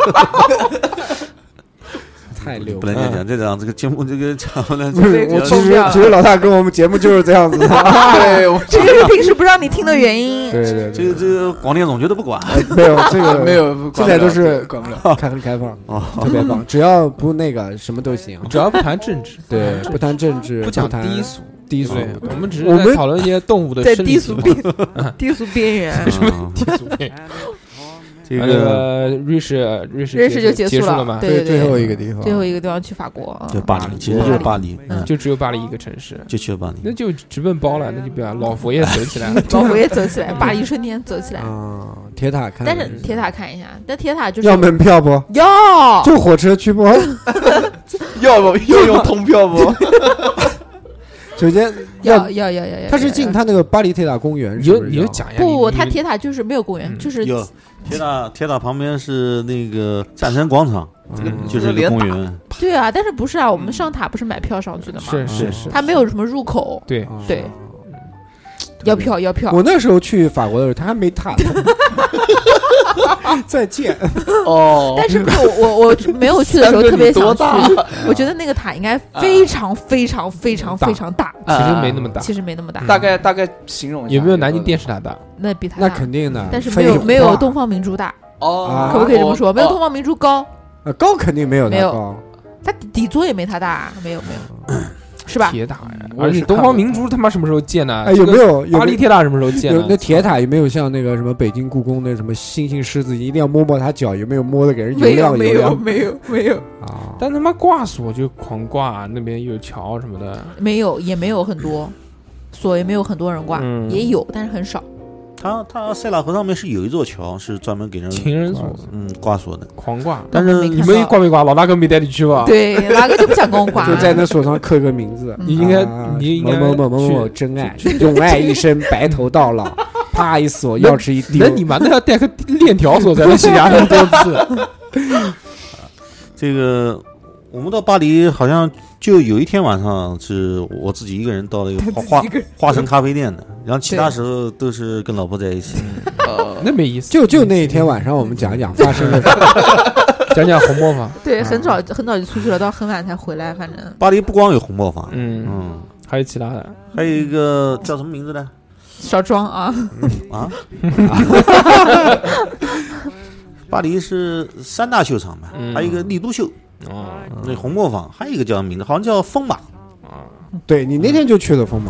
[SPEAKER 4] 太溜
[SPEAKER 7] 不能再讲，再讲这个节目这个讲 了。
[SPEAKER 4] 不是，我其
[SPEAKER 6] 疯
[SPEAKER 4] 实
[SPEAKER 6] 掉了
[SPEAKER 4] 其实老大跟我们节目就是这样子的。
[SPEAKER 5] 啊 对，我
[SPEAKER 6] 这就是平时不让你听的原因。
[SPEAKER 4] 对对
[SPEAKER 7] 这
[SPEAKER 4] 对
[SPEAKER 7] 个，这个广电总觉得不管。
[SPEAKER 4] 没有这个
[SPEAKER 5] 没，有，
[SPEAKER 4] 现在都是
[SPEAKER 5] 管不了。
[SPEAKER 4] 开很开放，
[SPEAKER 7] 哦
[SPEAKER 4] 特别棒，只要不那个什么都 行。
[SPEAKER 2] 只要不谈政治，
[SPEAKER 4] 对，不谈政治，
[SPEAKER 2] 不讲
[SPEAKER 4] 谈
[SPEAKER 2] 低俗，
[SPEAKER 4] 低俗，
[SPEAKER 2] 对，我们只是
[SPEAKER 4] 我
[SPEAKER 2] 在
[SPEAKER 4] 们
[SPEAKER 2] 讨论一些动物的
[SPEAKER 6] 在
[SPEAKER 2] 生理
[SPEAKER 6] 低俗
[SPEAKER 2] 情
[SPEAKER 6] 边低俗边缘，
[SPEAKER 7] 嗯
[SPEAKER 2] 低俗病。
[SPEAKER 7] 这
[SPEAKER 2] 那
[SPEAKER 7] 个
[SPEAKER 2] 个瑞士，瑞士
[SPEAKER 6] 瑞士就
[SPEAKER 2] 结
[SPEAKER 6] 束
[SPEAKER 2] 了嘛？
[SPEAKER 6] 对
[SPEAKER 4] 最后
[SPEAKER 6] 对，
[SPEAKER 4] 一个地方，
[SPEAKER 6] 最后一个地方去法国，嗯
[SPEAKER 7] 就巴黎，其实就是巴 黎，嗯，
[SPEAKER 2] 就只有巴黎一个城市，
[SPEAKER 7] 就去了巴黎。
[SPEAKER 2] 那就直奔包了，那就不要老佛爷走起来了。
[SPEAKER 6] 嗯 老 佛爷走起来，巴黎春天走起来。
[SPEAKER 4] 啊，铁塔看，
[SPEAKER 6] 但是铁塔看一下，但铁塔就是哦
[SPEAKER 4] 要门票不？
[SPEAKER 6] 要
[SPEAKER 4] 坐火车去不？
[SPEAKER 5] 要不要用通票不？
[SPEAKER 4] 首先
[SPEAKER 6] 要要要要要，
[SPEAKER 4] 它是
[SPEAKER 6] 要
[SPEAKER 4] 进它那个巴黎铁塔公园，
[SPEAKER 2] 你
[SPEAKER 4] 是
[SPEAKER 2] 就
[SPEAKER 4] 不是
[SPEAKER 2] 你就讲一下，
[SPEAKER 6] 不，
[SPEAKER 2] 哎你
[SPEAKER 6] 它铁塔就是没有公园，
[SPEAKER 2] 嗯
[SPEAKER 6] 就是
[SPEAKER 7] 有铁塔，铁塔旁边是那个战神广场，
[SPEAKER 2] 嗯
[SPEAKER 7] 就是一个公园。
[SPEAKER 6] 对啊，但是不是啊？我们上塔不是买票上去的吗？
[SPEAKER 2] 是是
[SPEAKER 4] 嗯
[SPEAKER 2] 是，
[SPEAKER 6] 它没有什么入口，
[SPEAKER 2] 对，
[SPEAKER 4] 要
[SPEAKER 6] 对要票要票
[SPEAKER 4] 嗯我。那时候去法国的时候，它还没塔呢。再见，
[SPEAKER 5] 哦，
[SPEAKER 6] 但是我我我没有去的时候
[SPEAKER 5] 三哥
[SPEAKER 6] 特别
[SPEAKER 5] 你
[SPEAKER 6] 想
[SPEAKER 5] 多
[SPEAKER 6] 去
[SPEAKER 5] 大，
[SPEAKER 6] 我觉得那个塔应该非常非常非常非常大，
[SPEAKER 2] 其实没那么大，
[SPEAKER 6] 呃其实没那么大，
[SPEAKER 2] 嗯
[SPEAKER 5] 大概大概形容一下，
[SPEAKER 2] 有没有南京电视塔大？
[SPEAKER 6] 那比它
[SPEAKER 4] 那
[SPEAKER 6] 大，
[SPEAKER 4] 肯定的。
[SPEAKER 6] 但是没有
[SPEAKER 4] 废话
[SPEAKER 6] 没有东方明珠大，
[SPEAKER 5] 哦？
[SPEAKER 4] 啊
[SPEAKER 6] 可不可以这么说？没有东
[SPEAKER 5] 哦
[SPEAKER 6] 方明珠高，
[SPEAKER 4] 呃高肯定没有
[SPEAKER 6] 没
[SPEAKER 4] 它
[SPEAKER 6] 有
[SPEAKER 4] 高，
[SPEAKER 6] 啊它底底座也没它大，没有没有， 是吧？
[SPEAKER 2] 铁塔呀！
[SPEAKER 5] 我也
[SPEAKER 2] 而且
[SPEAKER 5] 是
[SPEAKER 2] 东
[SPEAKER 5] 看
[SPEAKER 2] 方
[SPEAKER 5] 过
[SPEAKER 2] 明珠他妈什么时候建的？啊
[SPEAKER 4] 哎，有没有
[SPEAKER 2] 这个
[SPEAKER 4] 有
[SPEAKER 2] 巴
[SPEAKER 4] 没
[SPEAKER 2] 黎铁塔什么时候建
[SPEAKER 4] 有
[SPEAKER 2] 的？
[SPEAKER 4] 那铁塔有没有像那个什么北京故宫那什么猩猩狮子，一定要摸摸它脚，有没有摸的给人油
[SPEAKER 6] 没有
[SPEAKER 4] 亮
[SPEAKER 6] 没
[SPEAKER 4] 油
[SPEAKER 6] 有
[SPEAKER 4] 亮
[SPEAKER 6] 没有没有
[SPEAKER 4] 啊？
[SPEAKER 2] 但他妈挂锁就狂挂，那边有桥什么的。
[SPEAKER 6] 没有也没有很多锁也没有很多人挂，
[SPEAKER 2] 嗯
[SPEAKER 6] 也有但是很少。
[SPEAKER 7] 它它塞纳河上面是有一座桥，是专门给人
[SPEAKER 2] 情人锁
[SPEAKER 7] 嗯挂锁的。
[SPEAKER 2] 狂挂，
[SPEAKER 7] 但
[SPEAKER 6] 我
[SPEAKER 7] 是
[SPEAKER 6] 没看
[SPEAKER 2] 你
[SPEAKER 6] 到
[SPEAKER 2] 们挂没挂？老大哥没带你去吧？，
[SPEAKER 6] 对，哪个就不想跟我挂？
[SPEAKER 4] 就在那锁上刻个名字，
[SPEAKER 2] 嗯你应该
[SPEAKER 4] 啊
[SPEAKER 2] 你应该
[SPEAKER 4] 某某某某某
[SPEAKER 2] 去
[SPEAKER 4] 真爱，永爱一生，白头到老，啪一锁，钥匙一丢
[SPEAKER 2] 那，你妈那要 带个链条锁才能洗牙那么多次。
[SPEAKER 7] 这个我们到巴黎好像就有一天晚上是我自己一个人到了一个花花花城咖啡店的，然后其他
[SPEAKER 6] 对
[SPEAKER 7] 时候都是跟老婆在一起。
[SPEAKER 5] 呃，
[SPEAKER 2] 那没意思。
[SPEAKER 4] 就就那一天晚上，我们讲一讲发生的事儿。
[SPEAKER 2] 讲 讲红磨坊，
[SPEAKER 6] 对，很早很早就出去了，到很晚才回来，反正
[SPEAKER 7] 巴黎不光有红磨坊，
[SPEAKER 2] 嗯，
[SPEAKER 7] 嗯，
[SPEAKER 2] 还有其他的，
[SPEAKER 7] 还有一个叫什么名字呢？
[SPEAKER 6] 少装啊。
[SPEAKER 7] 啊？ 巴黎是三大秀场嘛，
[SPEAKER 2] 嗯
[SPEAKER 7] 还有一个丽都秀，
[SPEAKER 2] 哦，
[SPEAKER 7] 那红磨坊，还有一个叫什么名字，好像叫风马。
[SPEAKER 4] 对你那天就去了疯马，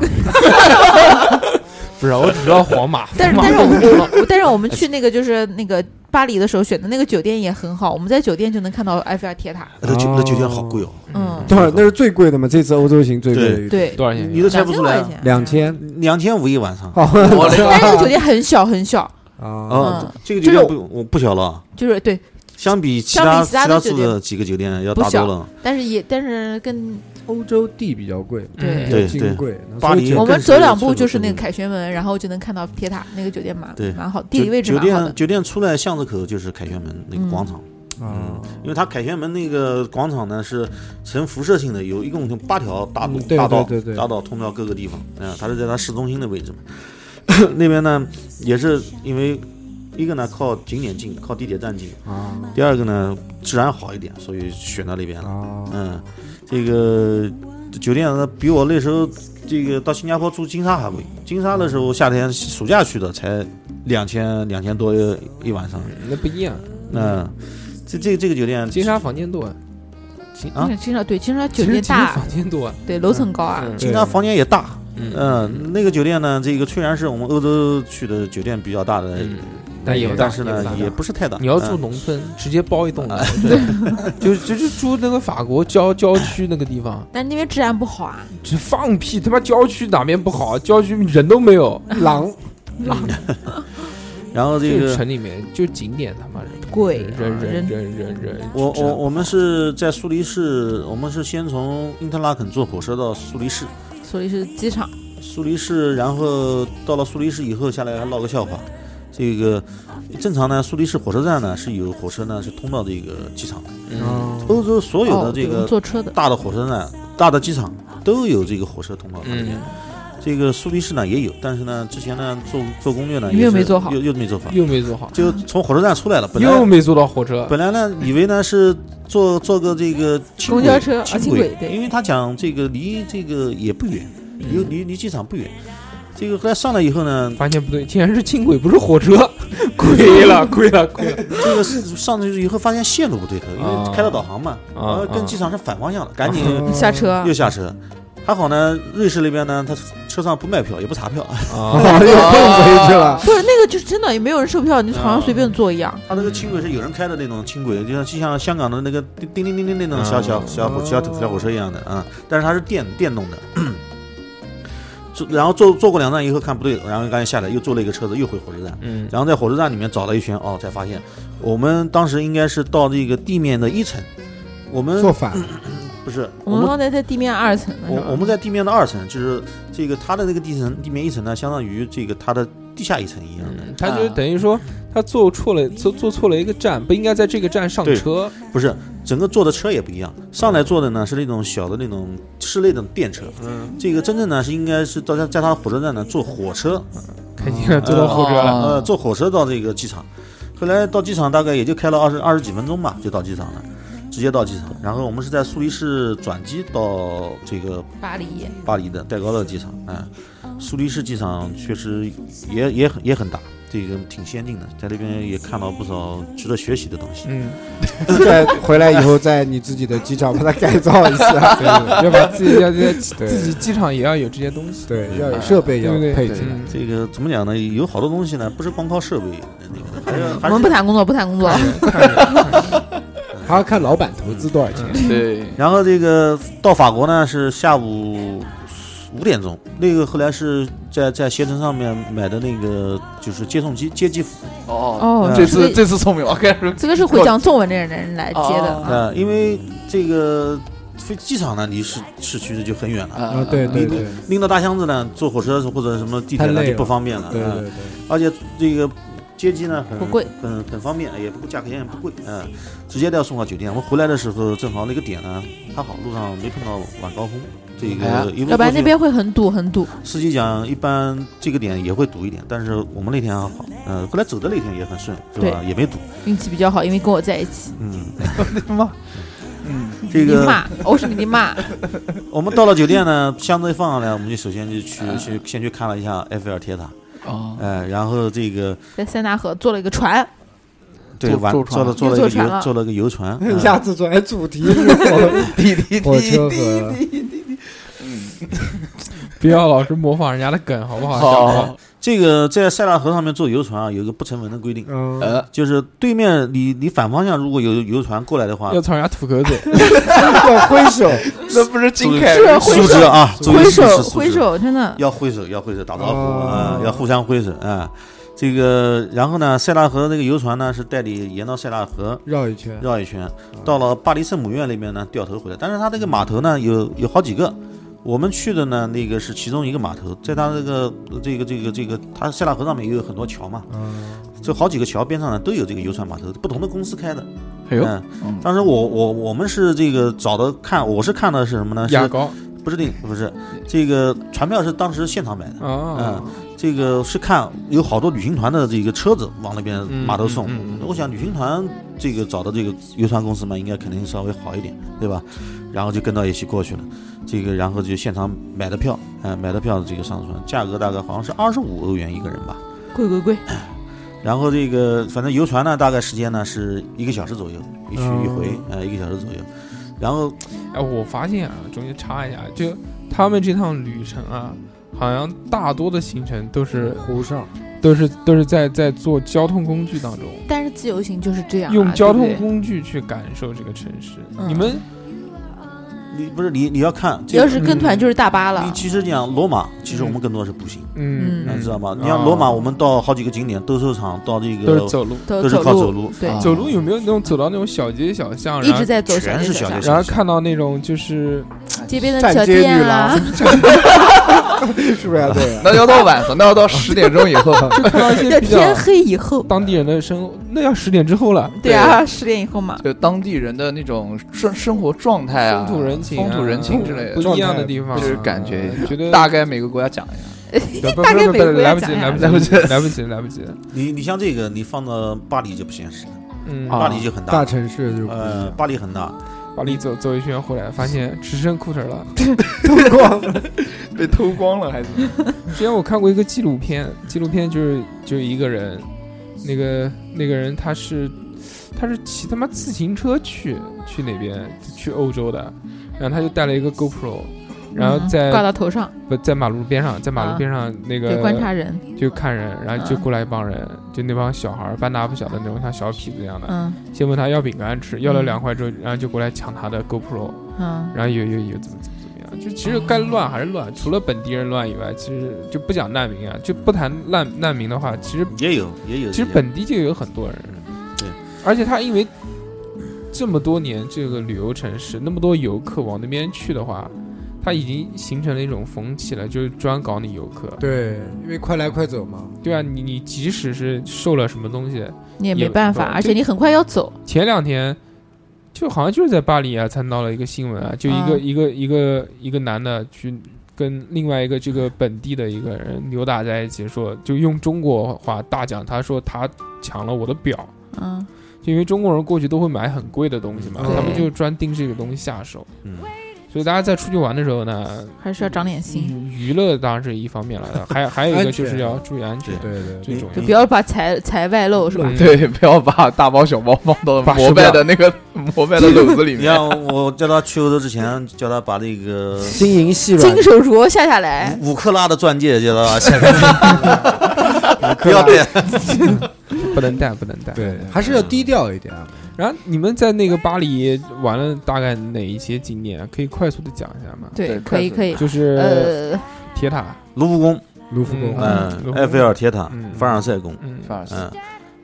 [SPEAKER 2] 不是，我只知道皇马，
[SPEAKER 6] 但是
[SPEAKER 2] 皇
[SPEAKER 6] 但是
[SPEAKER 2] 马
[SPEAKER 6] 我们我但是我们去那个就是那个巴黎的时候选的那个酒店也很好，我们在酒店就能看到埃菲尔铁塔。
[SPEAKER 7] 那酒那酒店好贵哦，
[SPEAKER 6] 嗯，
[SPEAKER 4] 对，那是最贵的嘛，这次欧洲行最贵的一个，
[SPEAKER 6] 对，
[SPEAKER 2] 多少钱？
[SPEAKER 7] 你都猜
[SPEAKER 6] 两
[SPEAKER 7] 不
[SPEAKER 6] 千
[SPEAKER 7] 出
[SPEAKER 6] 多
[SPEAKER 7] 来啊，
[SPEAKER 6] 块钱，
[SPEAKER 4] 两。千
[SPEAKER 7] 两千五一晚上。
[SPEAKER 4] 哦，
[SPEAKER 5] 我嘞
[SPEAKER 6] 但是那个酒店很小很小，
[SPEAKER 4] 啊，
[SPEAKER 7] 啊
[SPEAKER 6] 嗯，
[SPEAKER 7] 这个酒店不我不小了，
[SPEAKER 6] 就是对，
[SPEAKER 7] 相比其
[SPEAKER 6] 相比
[SPEAKER 7] 他
[SPEAKER 6] 其他
[SPEAKER 7] 他
[SPEAKER 6] 的
[SPEAKER 7] 住
[SPEAKER 6] 酒
[SPEAKER 7] 的几个酒店要
[SPEAKER 6] 不
[SPEAKER 7] 大多
[SPEAKER 6] 小
[SPEAKER 7] 了。
[SPEAKER 6] 但是也但是跟
[SPEAKER 4] 欧洲地比较贵，
[SPEAKER 6] 对
[SPEAKER 4] 比
[SPEAKER 2] 嗯
[SPEAKER 4] 较
[SPEAKER 7] 对
[SPEAKER 4] 金贵，那所以
[SPEAKER 7] 巴黎
[SPEAKER 4] 酒
[SPEAKER 6] 我
[SPEAKER 7] 更
[SPEAKER 6] 们
[SPEAKER 7] 是
[SPEAKER 6] 走两步
[SPEAKER 7] 寸土
[SPEAKER 6] 就是那
[SPEAKER 7] 寸
[SPEAKER 6] 个
[SPEAKER 7] 金
[SPEAKER 6] 凯旋门，然后就能看到铁塔，那个酒店蛮
[SPEAKER 7] 对
[SPEAKER 6] 蛮好，地理
[SPEAKER 7] 酒
[SPEAKER 6] 位置
[SPEAKER 7] 酒
[SPEAKER 6] 蛮好
[SPEAKER 7] 店
[SPEAKER 6] 的。嗯
[SPEAKER 7] 酒店出来巷子口就是凯旋门那个广场，
[SPEAKER 4] 啊，
[SPEAKER 7] 因为它凯旋门那个广场呢是呈辐射性的，有一共有八条大路、
[SPEAKER 4] 嗯对
[SPEAKER 7] 大道
[SPEAKER 4] 对对对
[SPEAKER 7] 大道通到各个地方。嗯、它是在它市中心的位置嘛。 那边呢也是因为一个呢靠景点近，靠地铁站近；
[SPEAKER 4] 啊
[SPEAKER 7] 第二个呢治安好一点，所以选到那边了。
[SPEAKER 4] 啊，
[SPEAKER 7] 嗯，这个酒店呢比我那时候这个到新加坡住金沙还贵。金沙的时候夏天暑假去的才两千两千多一一晚上。
[SPEAKER 2] 那不一样，
[SPEAKER 7] 嗯，这这这个酒店
[SPEAKER 2] 金沙房间多，
[SPEAKER 7] 金啊，
[SPEAKER 6] 金沙对金沙酒
[SPEAKER 2] 其实
[SPEAKER 6] 店嗯
[SPEAKER 2] 金沙
[SPEAKER 6] 大，
[SPEAKER 2] 房间多，
[SPEAKER 6] 对楼层高啊，
[SPEAKER 2] 嗯
[SPEAKER 7] 金沙房间也大。
[SPEAKER 2] 嗯
[SPEAKER 7] 嗯，那个酒店呢，这个虽然是我们欧洲去的酒店比较大的，
[SPEAKER 2] 嗯，但也不大
[SPEAKER 7] 但是呢，也
[SPEAKER 2] 也不大
[SPEAKER 7] 不是太大。嗯啊
[SPEAKER 2] 你要住农村，直接包一 栋楼，对，就就是住那个法国郊郊区那个地方，
[SPEAKER 6] 但那边治安不好啊，
[SPEAKER 2] 这放屁，他妈郊区哪边不好？啊郊区人都没有，啊
[SPEAKER 4] 狼
[SPEAKER 7] 嗯然后这
[SPEAKER 2] 就
[SPEAKER 7] 嗯
[SPEAKER 2] 是
[SPEAKER 7] 个
[SPEAKER 2] 城里面就景点他妈人
[SPEAKER 6] 贵
[SPEAKER 2] 人人
[SPEAKER 6] 人
[SPEAKER 2] 人人人，
[SPEAKER 7] 我我我们是在苏黎世，我们是先从因特拉肯坐火车到苏黎世，
[SPEAKER 6] 所以是机场
[SPEAKER 7] 苏黎世，然后到了苏黎世以后下来还唠个笑话。这个正常呢，苏黎世火车站呢是有火车呢是通到这个机场的。
[SPEAKER 2] 嗯
[SPEAKER 7] 欧洲所有
[SPEAKER 6] 哦，
[SPEAKER 7] 的
[SPEAKER 6] 对
[SPEAKER 7] 这
[SPEAKER 6] 我们
[SPEAKER 7] 个
[SPEAKER 6] 坐车的
[SPEAKER 7] 大的火车站、大的机场都有这个火车通道。
[SPEAKER 2] 嗯，
[SPEAKER 7] 这个苏黎世呢也有，但是呢，之前呢做做攻略呢，
[SPEAKER 6] 又
[SPEAKER 7] 也是
[SPEAKER 6] 没做好
[SPEAKER 7] 又又没做好，
[SPEAKER 2] 又没做好，
[SPEAKER 7] 就从火车站出来了。本
[SPEAKER 2] 又
[SPEAKER 7] 来
[SPEAKER 2] 没坐到火车，
[SPEAKER 7] 本来呢，以为呢是坐坐个这个轻轨
[SPEAKER 6] 公交车啊
[SPEAKER 7] 轻
[SPEAKER 6] 轻轨对
[SPEAKER 7] 因为他讲这个离这个也不远，离离离机场不远。这个后来上来以后呢，
[SPEAKER 2] 发现不对，竟然是轻轨，不是火车， 亏了，亏了，亏了！
[SPEAKER 7] 这个是上去以后发现线路不对头，因
[SPEAKER 2] 啊
[SPEAKER 7] 为开了导航嘛，然
[SPEAKER 2] 啊
[SPEAKER 7] 后跟机场是反方向的，赶紧
[SPEAKER 6] 下车
[SPEAKER 7] 嗯又下车。还好呢，瑞士那边呢，他车上不卖票，也不查票，
[SPEAKER 2] 啊，
[SPEAKER 4] 啊， 又蹦回去了。
[SPEAKER 6] 不是那个就是真的也没有人售票，你就
[SPEAKER 7] 啊
[SPEAKER 6] 好像随便坐一样。
[SPEAKER 7] 他那个轻轨是有人开的那种轻
[SPEAKER 6] 嗯
[SPEAKER 7] 轨，就像就像香港的那个叮叮叮叮叮那种小小
[SPEAKER 2] 嗯
[SPEAKER 7] 小火小小火车一样的啊、但是它是电电动的。
[SPEAKER 6] 嗯
[SPEAKER 7] 坐然后坐坐过两站以后看不对，然后赶紧下来又坐了一个车子又回火车站，
[SPEAKER 2] 嗯，
[SPEAKER 7] 然后在火车站里面找了一圈哦，才发现我们当时应该是到这个地面的一层，我们
[SPEAKER 4] 做反
[SPEAKER 7] 不是
[SPEAKER 6] 嗯
[SPEAKER 7] 我
[SPEAKER 6] 我们
[SPEAKER 7] 们
[SPEAKER 6] 刚才在地面二层呢，是
[SPEAKER 7] 我
[SPEAKER 6] 吧
[SPEAKER 7] 我们在地面的二层，就是这个它的那个地层地面一层呢，相当于这个它的地下一层一样的，
[SPEAKER 2] 嗯他就等于说他坐错了，坐坐错了一个站，不应该在这个站上车，
[SPEAKER 7] 不是，整个坐的车也不一样。上来坐的呢是那种小的那种室内的电车，
[SPEAKER 2] 嗯，
[SPEAKER 7] 这个真正呢是应该是到在在他火车站呢坐火车，
[SPEAKER 2] 肯定坐到火车了。
[SPEAKER 5] 啊
[SPEAKER 7] 呃，坐火车到这个机场。后来到机场大概也就开了二十二十几分钟吧，就到机场了，直接到机场。然后我们是在苏黎世转机到这个
[SPEAKER 6] 巴黎，
[SPEAKER 7] 啊巴黎的戴高乐机场，嗯，苏黎世机场确实也也很也很大，这个挺先进的，在那边也看到不少值得学习的东西。
[SPEAKER 2] 嗯，
[SPEAKER 4] 再回来以后，在你自己的机场把它改造一下，
[SPEAKER 2] 对，要把自己要在
[SPEAKER 4] 对
[SPEAKER 2] 嗯 自己机场也要有这些东 西，
[SPEAKER 4] 对，要有设备，
[SPEAKER 2] 对
[SPEAKER 4] 要
[SPEAKER 2] 不对？
[SPEAKER 4] 配置。
[SPEAKER 2] 嗯
[SPEAKER 7] 这个怎么讲呢？有好多东西呢，不是光靠设备的那个，还要
[SPEAKER 6] 我
[SPEAKER 7] 还
[SPEAKER 6] 们
[SPEAKER 7] 是
[SPEAKER 6] 不谈工作，不谈工作。
[SPEAKER 4] 还要看老板投资多少钱。
[SPEAKER 5] 对，
[SPEAKER 7] 然后这个到法国呢是下午五点钟，那个后来是在在携程上面买的那个就是接送机接机服
[SPEAKER 5] 哦，
[SPEAKER 6] 哦，
[SPEAKER 5] 这
[SPEAKER 6] 这个
[SPEAKER 5] 次这次聪明了，开始
[SPEAKER 6] 这个是会讲中文的人来接
[SPEAKER 5] 哦
[SPEAKER 6] 的。
[SPEAKER 7] 啊、因为这个飞机场呢离市市区的就很远了，
[SPEAKER 4] 啊，对对对
[SPEAKER 7] 拎到大箱子呢坐火车或者什么地铁
[SPEAKER 4] 太
[SPEAKER 7] 呢
[SPEAKER 4] 累
[SPEAKER 7] 就
[SPEAKER 4] 了
[SPEAKER 7] 不方便了，
[SPEAKER 4] 对
[SPEAKER 7] 啊
[SPEAKER 4] 对对，
[SPEAKER 7] 而且这个接机呢很
[SPEAKER 6] 不贵，
[SPEAKER 7] 很很方哎便，也不价格也不贵，嗯、直接都要送到酒店。我们回来的时候正好那个点呢还好，路上没碰到晚高峰，这
[SPEAKER 5] 哎
[SPEAKER 7] 个一路
[SPEAKER 6] 要不
[SPEAKER 7] 过
[SPEAKER 6] 然
[SPEAKER 7] 去
[SPEAKER 6] 那边会很堵，很堵。
[SPEAKER 7] 司机讲一般这个点也会堵一点，但是我们那天还好，嗯、后来走的那天也很顺，是吧？也没堵，
[SPEAKER 6] 运气比较好，因为跟我在一起。
[SPEAKER 7] 嗯，
[SPEAKER 5] 妈，嗯，
[SPEAKER 7] 这
[SPEAKER 6] 你
[SPEAKER 7] 个
[SPEAKER 6] 骂，我是你的骂。
[SPEAKER 7] 我们到了酒店呢，箱子一放下来，我们就首先就去去先去看了一下埃菲尔铁塔，
[SPEAKER 5] 哦，
[SPEAKER 7] 哎，然后这个
[SPEAKER 6] 在塞纳河坐了一个船，
[SPEAKER 7] 对
[SPEAKER 5] 坐
[SPEAKER 7] 晚
[SPEAKER 5] 坐
[SPEAKER 7] 坐
[SPEAKER 5] 船
[SPEAKER 7] 了坐
[SPEAKER 6] 又
[SPEAKER 7] 了
[SPEAKER 6] 坐
[SPEAKER 7] 一个
[SPEAKER 6] 船
[SPEAKER 7] 游
[SPEAKER 6] 了
[SPEAKER 7] 坐了个游 船，
[SPEAKER 4] 一
[SPEAKER 7] 嗯
[SPEAKER 4] 下次转主题是 火
[SPEAKER 5] 滴滴
[SPEAKER 4] 火
[SPEAKER 5] 滴
[SPEAKER 4] 车
[SPEAKER 5] 滴，
[SPEAKER 4] 和
[SPEAKER 2] 不要老是模仿人家的梗，好不好？
[SPEAKER 5] 好，
[SPEAKER 7] 这个在塞纳河上面坐游船啊，有一个不成文的规定，
[SPEAKER 4] 嗯，
[SPEAKER 5] 呃，
[SPEAKER 7] 就是对面你你反方向如果有游船过来的话
[SPEAKER 2] 要，朝人家吐口水，
[SPEAKER 4] 要挥手，
[SPEAKER 5] 那不是金
[SPEAKER 7] 哎
[SPEAKER 5] 凯哎
[SPEAKER 6] 是挥
[SPEAKER 7] 竖直啊，注意
[SPEAKER 6] 挥
[SPEAKER 7] 竖直
[SPEAKER 6] 手
[SPEAKER 7] 竖直
[SPEAKER 6] 挥手，真的
[SPEAKER 7] 要挥手，要挥手，打招呼啊、
[SPEAKER 4] 哦
[SPEAKER 7] 要互相挥手啊、这个，然后呢，塞纳河那个游船呢是带你沿到塞纳河
[SPEAKER 4] 绕一圈，
[SPEAKER 7] 绕一圈，到了巴黎圣母院那边呢掉头回来。但是它那个码头呢有有好几个，我们去的呢那个是其中一个码头，在它那个这个这个这个，它塞纳河上面也有很多桥嘛，
[SPEAKER 4] 嗯，
[SPEAKER 7] 这好几个桥边上呢都有这个游船码头，不同的公司开的。
[SPEAKER 5] 哎呦，
[SPEAKER 7] 嗯，当时我我我们是这个找的看，我是看的是什么呢？
[SPEAKER 2] 牙
[SPEAKER 7] 是
[SPEAKER 2] 膏
[SPEAKER 7] 不是那个不是这个船票是当时现场买的。嗯
[SPEAKER 2] 啊，
[SPEAKER 7] 这个是看有好多旅行团的这个车子往那边码头送，
[SPEAKER 2] 嗯嗯嗯嗯
[SPEAKER 7] 我想旅行团这个找的这个游船公司嘛，应该肯定稍微好一点，对吧？然后就跟到一起过去了，这个然后就现场买的票，哎、买的票这个上船，价格大概好像是二十五欧元一个人吧。
[SPEAKER 6] 贵贵贵，
[SPEAKER 7] 然后这个反正游船呢，大概时间呢是一个小时左右，一去一回，呃，一个小时左右。然后
[SPEAKER 2] 哎，我发现啊，中间插一下，就他们这趟旅程啊，好像大多的行程都是
[SPEAKER 4] 湖上，
[SPEAKER 2] 都是都是在在做交通工具当中，
[SPEAKER 6] 但是自由行就是这样啊，
[SPEAKER 2] 用交
[SPEAKER 6] 对
[SPEAKER 2] 通
[SPEAKER 6] 不对
[SPEAKER 2] 工具去感受这个城市。
[SPEAKER 6] 嗯
[SPEAKER 2] 你们
[SPEAKER 7] 你不是你你要看
[SPEAKER 6] 你
[SPEAKER 7] 这嗯
[SPEAKER 6] 要
[SPEAKER 7] 个，
[SPEAKER 6] 是跟团就是大巴
[SPEAKER 7] 你
[SPEAKER 6] 了，
[SPEAKER 7] 其实讲罗马，其实我们更多是步行。
[SPEAKER 2] 嗯
[SPEAKER 6] 嗯，
[SPEAKER 7] 你知道吗？
[SPEAKER 2] 嗯
[SPEAKER 7] 你像罗马，
[SPEAKER 2] 啊
[SPEAKER 7] 我们到好几个景点，斗兽场，到这
[SPEAKER 2] 都
[SPEAKER 7] 个
[SPEAKER 2] 是走
[SPEAKER 5] 哦
[SPEAKER 2] 路，
[SPEAKER 6] 都
[SPEAKER 7] 都是
[SPEAKER 6] 走
[SPEAKER 7] 靠走路
[SPEAKER 6] 对，
[SPEAKER 5] 啊
[SPEAKER 2] 走路有没有那种走到那种小街小巷，
[SPEAKER 6] 一
[SPEAKER 2] 然后
[SPEAKER 6] 直在走小
[SPEAKER 7] 全
[SPEAKER 6] 街
[SPEAKER 7] 是小
[SPEAKER 6] 小巷
[SPEAKER 7] 街，
[SPEAKER 2] 然后看到那种就是
[SPEAKER 6] 街边的
[SPEAKER 4] 站
[SPEAKER 6] 小
[SPEAKER 4] 街
[SPEAKER 6] 店
[SPEAKER 4] 女
[SPEAKER 6] 啊
[SPEAKER 4] 郎， 是不是啊要这样？
[SPEAKER 5] 那要到晚上，那 要到十点钟以后，
[SPEAKER 2] 看到一 些
[SPEAKER 6] 要
[SPEAKER 2] 比较
[SPEAKER 6] 天黑以 后，
[SPEAKER 2] 当地人的生活，那要十点之后了。
[SPEAKER 6] 对啊，十点以后嘛，
[SPEAKER 5] 就当地人的那种生生活状态啊，
[SPEAKER 2] 风土人情啊、
[SPEAKER 5] 风土人情之类
[SPEAKER 2] 不
[SPEAKER 5] 的，
[SPEAKER 2] 一样的地方啊，
[SPEAKER 5] 就是感觉
[SPEAKER 2] 觉
[SPEAKER 7] 嗯
[SPEAKER 2] 得
[SPEAKER 5] 大概每个国家讲一下。
[SPEAKER 2] 不
[SPEAKER 6] 大概
[SPEAKER 2] 不不
[SPEAKER 6] 每个
[SPEAKER 2] 不来不及，
[SPEAKER 6] 国家啊
[SPEAKER 2] 来不及，
[SPEAKER 5] 讲一下
[SPEAKER 2] 来不及，来不及。
[SPEAKER 7] 你你像这个，你放到巴黎就不现实了，
[SPEAKER 2] 嗯，
[SPEAKER 5] 啊
[SPEAKER 7] 巴黎就很
[SPEAKER 4] 大
[SPEAKER 7] 大，
[SPEAKER 4] 城市就不一
[SPEAKER 7] 呃，
[SPEAKER 4] 样
[SPEAKER 7] 巴黎很大，
[SPEAKER 2] 巴黎走走一圈回来，发现只剩裤腿了。
[SPEAKER 5] 被偷光了还是？
[SPEAKER 2] 之前我看过一个纪录片，纪录片就是就是一个人，那个那个人他是他是骑他妈自行车去去那边去欧洲的，然后他就带了一个 GoPro，然后
[SPEAKER 6] 嗯
[SPEAKER 2] 在
[SPEAKER 6] 挂到头上，
[SPEAKER 2] 不在马路边上，在马路
[SPEAKER 6] 啊
[SPEAKER 2] 边上那
[SPEAKER 6] 对，
[SPEAKER 2] 个
[SPEAKER 6] 观察人，
[SPEAKER 2] 就看人，然后就
[SPEAKER 6] 嗯
[SPEAKER 2] 过来一帮人，就那帮小孩儿半大不小的那种，像小痞子一样的，
[SPEAKER 6] 嗯
[SPEAKER 2] 先问他要饼干吃，要了
[SPEAKER 6] 嗯
[SPEAKER 2] 两块之后，然后就过来抢他的 GoPro，
[SPEAKER 6] 嗯，
[SPEAKER 2] 然后有有有怎么怎么怎么样，就其实该乱还是乱，除了本地人乱以外，其实就不讲难民啊，就不谈难难民的话，其实
[SPEAKER 7] 也有也有这样。
[SPEAKER 2] 其实本地就有很多人，
[SPEAKER 7] 对，
[SPEAKER 2] 而且他因为这么多年这个旅游城市那么多游客往那边去的话，他已经形成了一种风气了，就是专搞你游客，
[SPEAKER 4] 对，因为快来快走嘛，
[SPEAKER 2] 对啊，你你即使是受了什么东西，
[SPEAKER 6] 你也
[SPEAKER 2] 也
[SPEAKER 6] 没办法，
[SPEAKER 2] 对
[SPEAKER 6] 而且你很快要走，
[SPEAKER 2] 前两天就好像就是在巴黎啊，看到了一个新闻啊，就一个、
[SPEAKER 6] 啊
[SPEAKER 2] 一个一个一个男的去跟另外一个这个本地的一个人扭打在一起说，就用中国话大讲，他说他抢了我的表，
[SPEAKER 6] 嗯，
[SPEAKER 2] 就因为中国人过去都会买很贵的东西嘛，
[SPEAKER 4] 对
[SPEAKER 2] 他们就专盯这个东西下手。
[SPEAKER 7] 嗯
[SPEAKER 2] 所以大家在出去玩的时候呢，
[SPEAKER 6] 还是要长点心，
[SPEAKER 2] 娱乐当然是一方面了，还还有一个就是要注意安全，
[SPEAKER 3] 对对
[SPEAKER 2] 最重
[SPEAKER 7] 你
[SPEAKER 2] 要
[SPEAKER 6] 就。不要把财财外露，是吧？
[SPEAKER 2] 嗯
[SPEAKER 5] 对，不要把大包小包放到
[SPEAKER 3] 把
[SPEAKER 5] 摩
[SPEAKER 3] 手表
[SPEAKER 5] 拜的 那个摩拜的篓子里
[SPEAKER 7] 你
[SPEAKER 5] 面。
[SPEAKER 7] 像我叫他去欧洲之前，叫他把那个
[SPEAKER 4] 金银细软
[SPEAKER 6] 金，手镯下下来，
[SPEAKER 2] 嗯
[SPEAKER 7] 五克拉的钻戒叫他下来，不要
[SPEAKER 4] 对
[SPEAKER 7] 戴。
[SPEAKER 2] 不能带，不能带。
[SPEAKER 3] 对，还是要低调一点啊。
[SPEAKER 2] 然后你们在那个巴黎玩了大概哪一些景点？可以快速的讲一下吗？
[SPEAKER 6] 对，
[SPEAKER 5] 对
[SPEAKER 6] 可以
[SPEAKER 5] 快速
[SPEAKER 6] 可以，
[SPEAKER 2] 就是
[SPEAKER 6] 呃，
[SPEAKER 2] 铁塔，
[SPEAKER 7] 卢浮宫，
[SPEAKER 3] 卢浮宫，
[SPEAKER 4] 啊
[SPEAKER 2] 卢浮
[SPEAKER 7] 嗯，
[SPEAKER 2] 宫
[SPEAKER 7] 埃菲尔铁塔
[SPEAKER 2] 嗯、
[SPEAKER 7] 凡尔赛宫，
[SPEAKER 2] 嗯，
[SPEAKER 5] 反正
[SPEAKER 7] 嗯，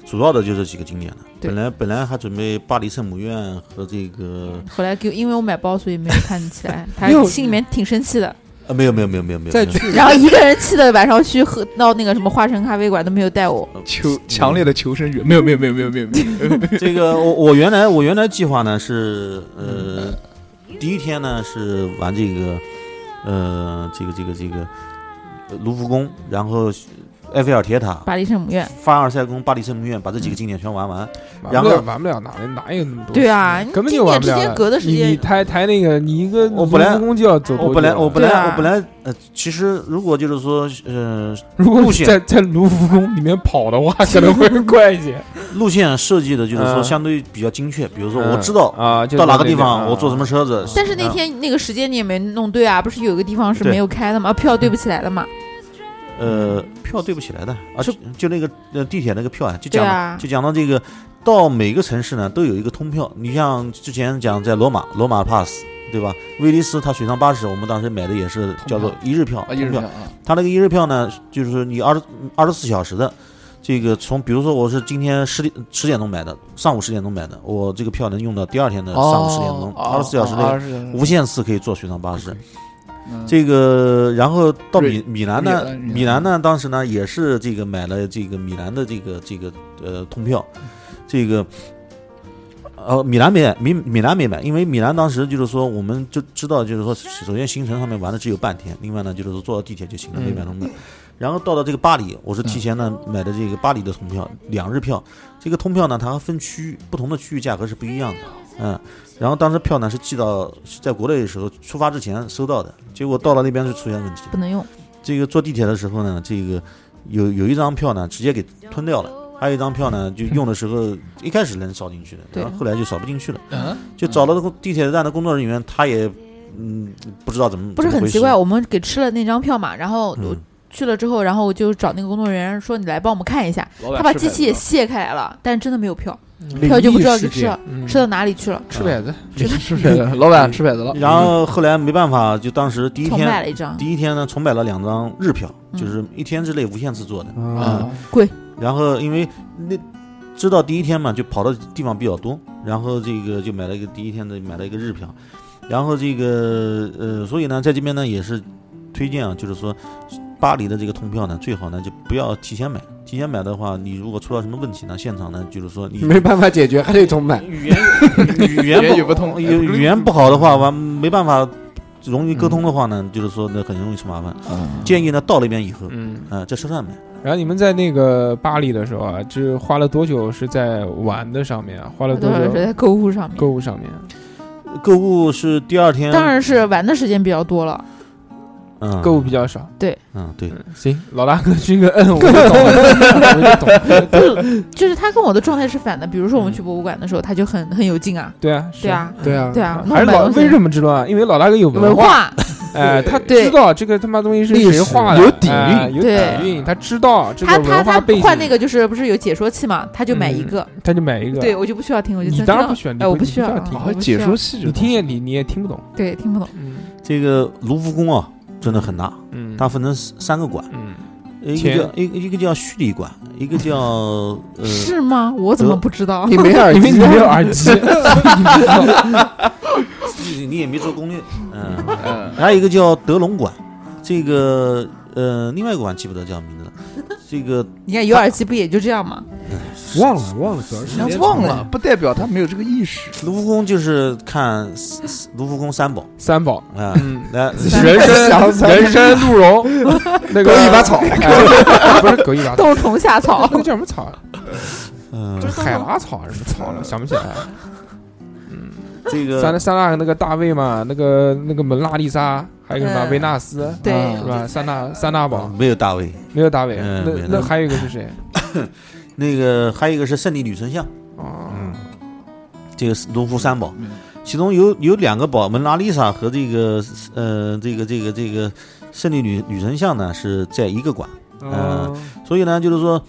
[SPEAKER 7] 主要的就这几个景点了。
[SPEAKER 6] 对
[SPEAKER 7] 本来本来还准备巴黎圣母院和这个
[SPEAKER 6] 后来给因为我买包，所以没有看起来，他
[SPEAKER 4] 又
[SPEAKER 6] 心里面挺生气的。
[SPEAKER 7] 呃没有没有没有没有没有
[SPEAKER 3] 再
[SPEAKER 7] 没有
[SPEAKER 3] 去
[SPEAKER 6] 然后一个人气的晚上去喝到那个什么花城咖啡馆都没有带我，
[SPEAKER 5] 求强烈的求生欲，没有没有没有没有没有没有，
[SPEAKER 7] 嗯这个我我原来我原来计划呢是呃第一天呢是玩这个呃这个这个这个呃卢浮宫，然后埃菲尔铁塔、
[SPEAKER 6] 巴黎圣母院。
[SPEAKER 7] 凡尔赛宫、巴黎圣母院，把这几个景点全玩完。
[SPEAKER 2] 玩
[SPEAKER 7] 然
[SPEAKER 2] 不
[SPEAKER 7] 后
[SPEAKER 2] 了，玩不了，哪里哪有那么多？
[SPEAKER 6] 对，啊，你
[SPEAKER 2] 根本就
[SPEAKER 6] 今
[SPEAKER 2] 玩
[SPEAKER 6] 年
[SPEAKER 2] 不
[SPEAKER 6] 之
[SPEAKER 2] 了
[SPEAKER 6] 间
[SPEAKER 2] 了。
[SPEAKER 6] 隔的时
[SPEAKER 2] 你你
[SPEAKER 6] 间，
[SPEAKER 2] 抬抬那个，你一个
[SPEAKER 7] 我本来
[SPEAKER 2] 卢浮宫就要走多久啊。
[SPEAKER 7] 我本来我本
[SPEAKER 6] 对
[SPEAKER 7] 来
[SPEAKER 6] 啊
[SPEAKER 7] 我本来呃，其实如果就是说呃
[SPEAKER 2] 如果
[SPEAKER 7] 路
[SPEAKER 2] 你
[SPEAKER 7] 线
[SPEAKER 2] 在在卢浮宫里面跑的话，可能 会快一些。
[SPEAKER 7] 路线设计的就是说
[SPEAKER 2] 嗯
[SPEAKER 7] 相对比较精确，比如说我
[SPEAKER 2] 嗯
[SPEAKER 7] 知道
[SPEAKER 2] 啊，就
[SPEAKER 7] 哦到哪
[SPEAKER 2] 在
[SPEAKER 7] 个地
[SPEAKER 2] 那边
[SPEAKER 7] 方我嗯坐什么。车子，
[SPEAKER 6] 但是那天那个时间你也没弄对啊，不是有个地方是
[SPEAKER 7] 对
[SPEAKER 6] 没有开的吗？啊票对不起来的嘛。
[SPEAKER 7] 呃，票对不起来的，啊，就就那个呃地铁那个票啊，就
[SPEAKER 6] 对
[SPEAKER 7] 讲到、
[SPEAKER 6] 啊
[SPEAKER 7] 就讲到这个，到每个城市呢都有一个通票。你像之前讲在罗马，罗马 pass 对吧？威尼斯它水上巴士，我们当时买的也是叫做一日票，
[SPEAKER 5] 啊，一直
[SPEAKER 7] 通
[SPEAKER 5] 这
[SPEAKER 7] 票
[SPEAKER 5] 样。啊，
[SPEAKER 7] 它那个一日票呢，就是你二十二十四小时的，这个从比如说我是今天十点十点钟买的，上午十点钟买的，我这个票能用到第二天的上嗯午十点
[SPEAKER 5] 哦
[SPEAKER 7] 钟，哦二十四小时嗯内无限次可以坐水上巴士。
[SPEAKER 5] 嗯
[SPEAKER 7] 这个，然后到米米兰呢，
[SPEAKER 5] 米兰
[SPEAKER 7] 米兰呢，当时呢也是这个买了这个米兰的这个这个呃通票，这个呃米兰没买，米米兰没买，因为米兰当时就是说我们就知道就是说，首先行程上面玩的只有半天，另外呢就是说坐到地铁就行了，没买通票。然后到了这个巴黎，我是提前呢
[SPEAKER 6] 哦
[SPEAKER 7] 买的这个巴黎的通票，两日票。这个通票呢，它还分区域，不同的区域价格是不一样
[SPEAKER 6] 哦
[SPEAKER 7] 的。嗯，然后当时票呢是寄到是在国内的时候出发之前收到的，结果到了那边就出现问题。
[SPEAKER 6] 不能用，
[SPEAKER 7] 这个坐地铁的时候呢，这个有有一张票呢直接给吞掉了，还有一张票呢就用的时候一开始能扫进去的，
[SPEAKER 6] 嗯对
[SPEAKER 7] 然后后来就扫不进去了，
[SPEAKER 5] 嗯，
[SPEAKER 7] 就找了地铁站的工作人员，他也嗯不知道怎么
[SPEAKER 6] 不是
[SPEAKER 7] 怎么
[SPEAKER 6] 很
[SPEAKER 7] 回事
[SPEAKER 6] 奇怪。我们给吃了那张票嘛，然后我
[SPEAKER 7] 嗯
[SPEAKER 6] 去了之后，然后我就找那个工作人员说：“你来帮我们看一下。”
[SPEAKER 5] 啊
[SPEAKER 6] 他把机器也卸开来了，但是真的没有票，票就不知道给吃了，
[SPEAKER 2] 嗯
[SPEAKER 6] 吃到哪里去了，
[SPEAKER 2] 吃呗，
[SPEAKER 5] 吃吃吃了，老板吃饺子了，
[SPEAKER 7] 嗯然后后来没办法，就当时第一
[SPEAKER 6] 重买了
[SPEAKER 7] 天
[SPEAKER 6] 一张，
[SPEAKER 7] 第一天呢重买了两张日票，
[SPEAKER 6] 啊嗯
[SPEAKER 7] 就是一天之内无限次坐的。
[SPEAKER 4] 啊
[SPEAKER 5] 啊，
[SPEAKER 7] 嗯然后因为那知道第一天嘛，就跑的地方比较多，然后这个就买了一个第一天的买了一个日票，然后这个呃，所以呢，在这边呢也是推荐啊，就是说巴黎的这个通票呢，最好呢就不要提前买，提前买的话，你如果出到什么问题呢，现场呢就是说你
[SPEAKER 4] 没办法解决，还得重
[SPEAKER 5] 嗯
[SPEAKER 4] 买。
[SPEAKER 7] 语言语
[SPEAKER 5] 语言
[SPEAKER 7] 言
[SPEAKER 5] 语不
[SPEAKER 7] 不
[SPEAKER 5] 通
[SPEAKER 7] 语语言不嗯好的话，完没办法容易沟通的话呢，就是说那很容易出麻烦。建议呢到那边以后，
[SPEAKER 2] 嗯。
[SPEAKER 7] 呃，在车站买。
[SPEAKER 2] 然后你们在那个巴黎的时候啊，这花了多久是在玩的上面啊？花了
[SPEAKER 6] 我
[SPEAKER 2] 多
[SPEAKER 6] 多少是
[SPEAKER 2] 久
[SPEAKER 6] 在购物上面？
[SPEAKER 2] 购物上面？
[SPEAKER 7] 嗯购物是第二天，
[SPEAKER 6] 当然是玩的时间比较多了，
[SPEAKER 7] 嗯，
[SPEAKER 2] 购物比较少。
[SPEAKER 7] 嗯对。
[SPEAKER 2] 嗯，行，老大哥这个嗯，我 就懂了，我就懂了。
[SPEAKER 6] 就是就是他跟我的状态是反的。比如说我们去博物馆的时候，他就很很有劲啊，
[SPEAKER 2] 对啊，嗯是
[SPEAKER 6] 对，啊，
[SPEAKER 4] 对啊，
[SPEAKER 6] 对啊，
[SPEAKER 2] 还是
[SPEAKER 6] 买
[SPEAKER 2] 老
[SPEAKER 6] 东西
[SPEAKER 2] 为什么知道啊？因为老大哥有
[SPEAKER 6] 文
[SPEAKER 2] 文化，
[SPEAKER 6] 化，
[SPEAKER 2] 哎，他
[SPEAKER 6] 对
[SPEAKER 2] 知道这个他妈东西是
[SPEAKER 4] 历
[SPEAKER 2] 谁
[SPEAKER 4] 史
[SPEAKER 2] 画的，
[SPEAKER 5] 有底蕴
[SPEAKER 2] 哎有
[SPEAKER 6] 对
[SPEAKER 2] 底蕴，他知道这
[SPEAKER 6] 他
[SPEAKER 2] 个
[SPEAKER 6] 他
[SPEAKER 2] 文化
[SPEAKER 6] 他
[SPEAKER 2] 背景，嗯
[SPEAKER 6] 换那个就是不是有解说器嘛，他就买一个，
[SPEAKER 2] 他就买一个。
[SPEAKER 6] 对，我就不需要听，我就
[SPEAKER 2] 啊你
[SPEAKER 6] 真
[SPEAKER 2] 当然
[SPEAKER 6] 知道
[SPEAKER 2] 不需要你
[SPEAKER 6] 哎，我
[SPEAKER 2] 不你
[SPEAKER 6] 需要
[SPEAKER 2] 不需要
[SPEAKER 6] 啊
[SPEAKER 2] 听
[SPEAKER 6] 我
[SPEAKER 5] 好
[SPEAKER 6] 不需
[SPEAKER 5] 解
[SPEAKER 6] 要
[SPEAKER 5] 说戏，
[SPEAKER 2] 你听也你你也听不懂。
[SPEAKER 6] 对听不懂，
[SPEAKER 2] 嗯
[SPEAKER 7] 这个卢浮宫啊，真的很大，
[SPEAKER 2] 嗯，
[SPEAKER 7] 它分成三个馆，
[SPEAKER 2] 嗯，
[SPEAKER 7] 一个
[SPEAKER 2] 前
[SPEAKER 7] 叫一个一个叫蓄力馆，一个 叫
[SPEAKER 2] 嗯
[SPEAKER 7] 呃，
[SPEAKER 6] 是吗？我怎么
[SPEAKER 7] 得
[SPEAKER 6] 不知道？
[SPEAKER 4] 你没耳
[SPEAKER 2] 因为 你
[SPEAKER 4] 机，
[SPEAKER 2] 没有耳 机，你不知道
[SPEAKER 7] 你你也没做攻略，嗯，
[SPEAKER 5] 嗯，
[SPEAKER 7] 还有一个叫德龙馆，这个呃，另外一个馆记不得叫 名字了，这个
[SPEAKER 6] 你看有耳机不也就这样吗？
[SPEAKER 4] 忘了忘了，主要是
[SPEAKER 5] 人家忘了，不代表他没有这个意识。
[SPEAKER 7] 卢浮宫就是看四四卢浮宫三宝
[SPEAKER 2] 三宝，
[SPEAKER 7] 啊，
[SPEAKER 2] 嗯，
[SPEAKER 7] 来，
[SPEAKER 2] 人 参人 参鹿茸，那个
[SPEAKER 4] 狗尾巴草
[SPEAKER 2] 哎不是狗尾巴草，
[SPEAKER 6] 豆虫夏 草
[SPEAKER 2] 那个叫什么草啊？
[SPEAKER 7] 嗯
[SPEAKER 2] 海拉草还是什么草了？想不起来了。嗯，
[SPEAKER 7] 这个
[SPEAKER 2] 三大三大那个大卫嘛，那个那个蒙娜丽莎，还有个什么
[SPEAKER 6] 嗯
[SPEAKER 2] 维纳斯，啊
[SPEAKER 6] 对
[SPEAKER 2] 是吧？三大三大宝
[SPEAKER 7] 没有大卫，
[SPEAKER 2] 没有大卫，
[SPEAKER 7] 嗯
[SPEAKER 2] 那
[SPEAKER 7] 没有大
[SPEAKER 2] 那
[SPEAKER 7] 卫
[SPEAKER 2] 还有一个是谁？
[SPEAKER 7] 那个还有一个是圣地女神像，
[SPEAKER 4] 嗯
[SPEAKER 2] 哦，
[SPEAKER 7] 这个是农夫三宝，其中有有两个宝，蒙娜丽莎和这个呃这个这个这个胜利女女神像呢是在一个馆，
[SPEAKER 2] 哦
[SPEAKER 4] 啊
[SPEAKER 7] 所以呢就是说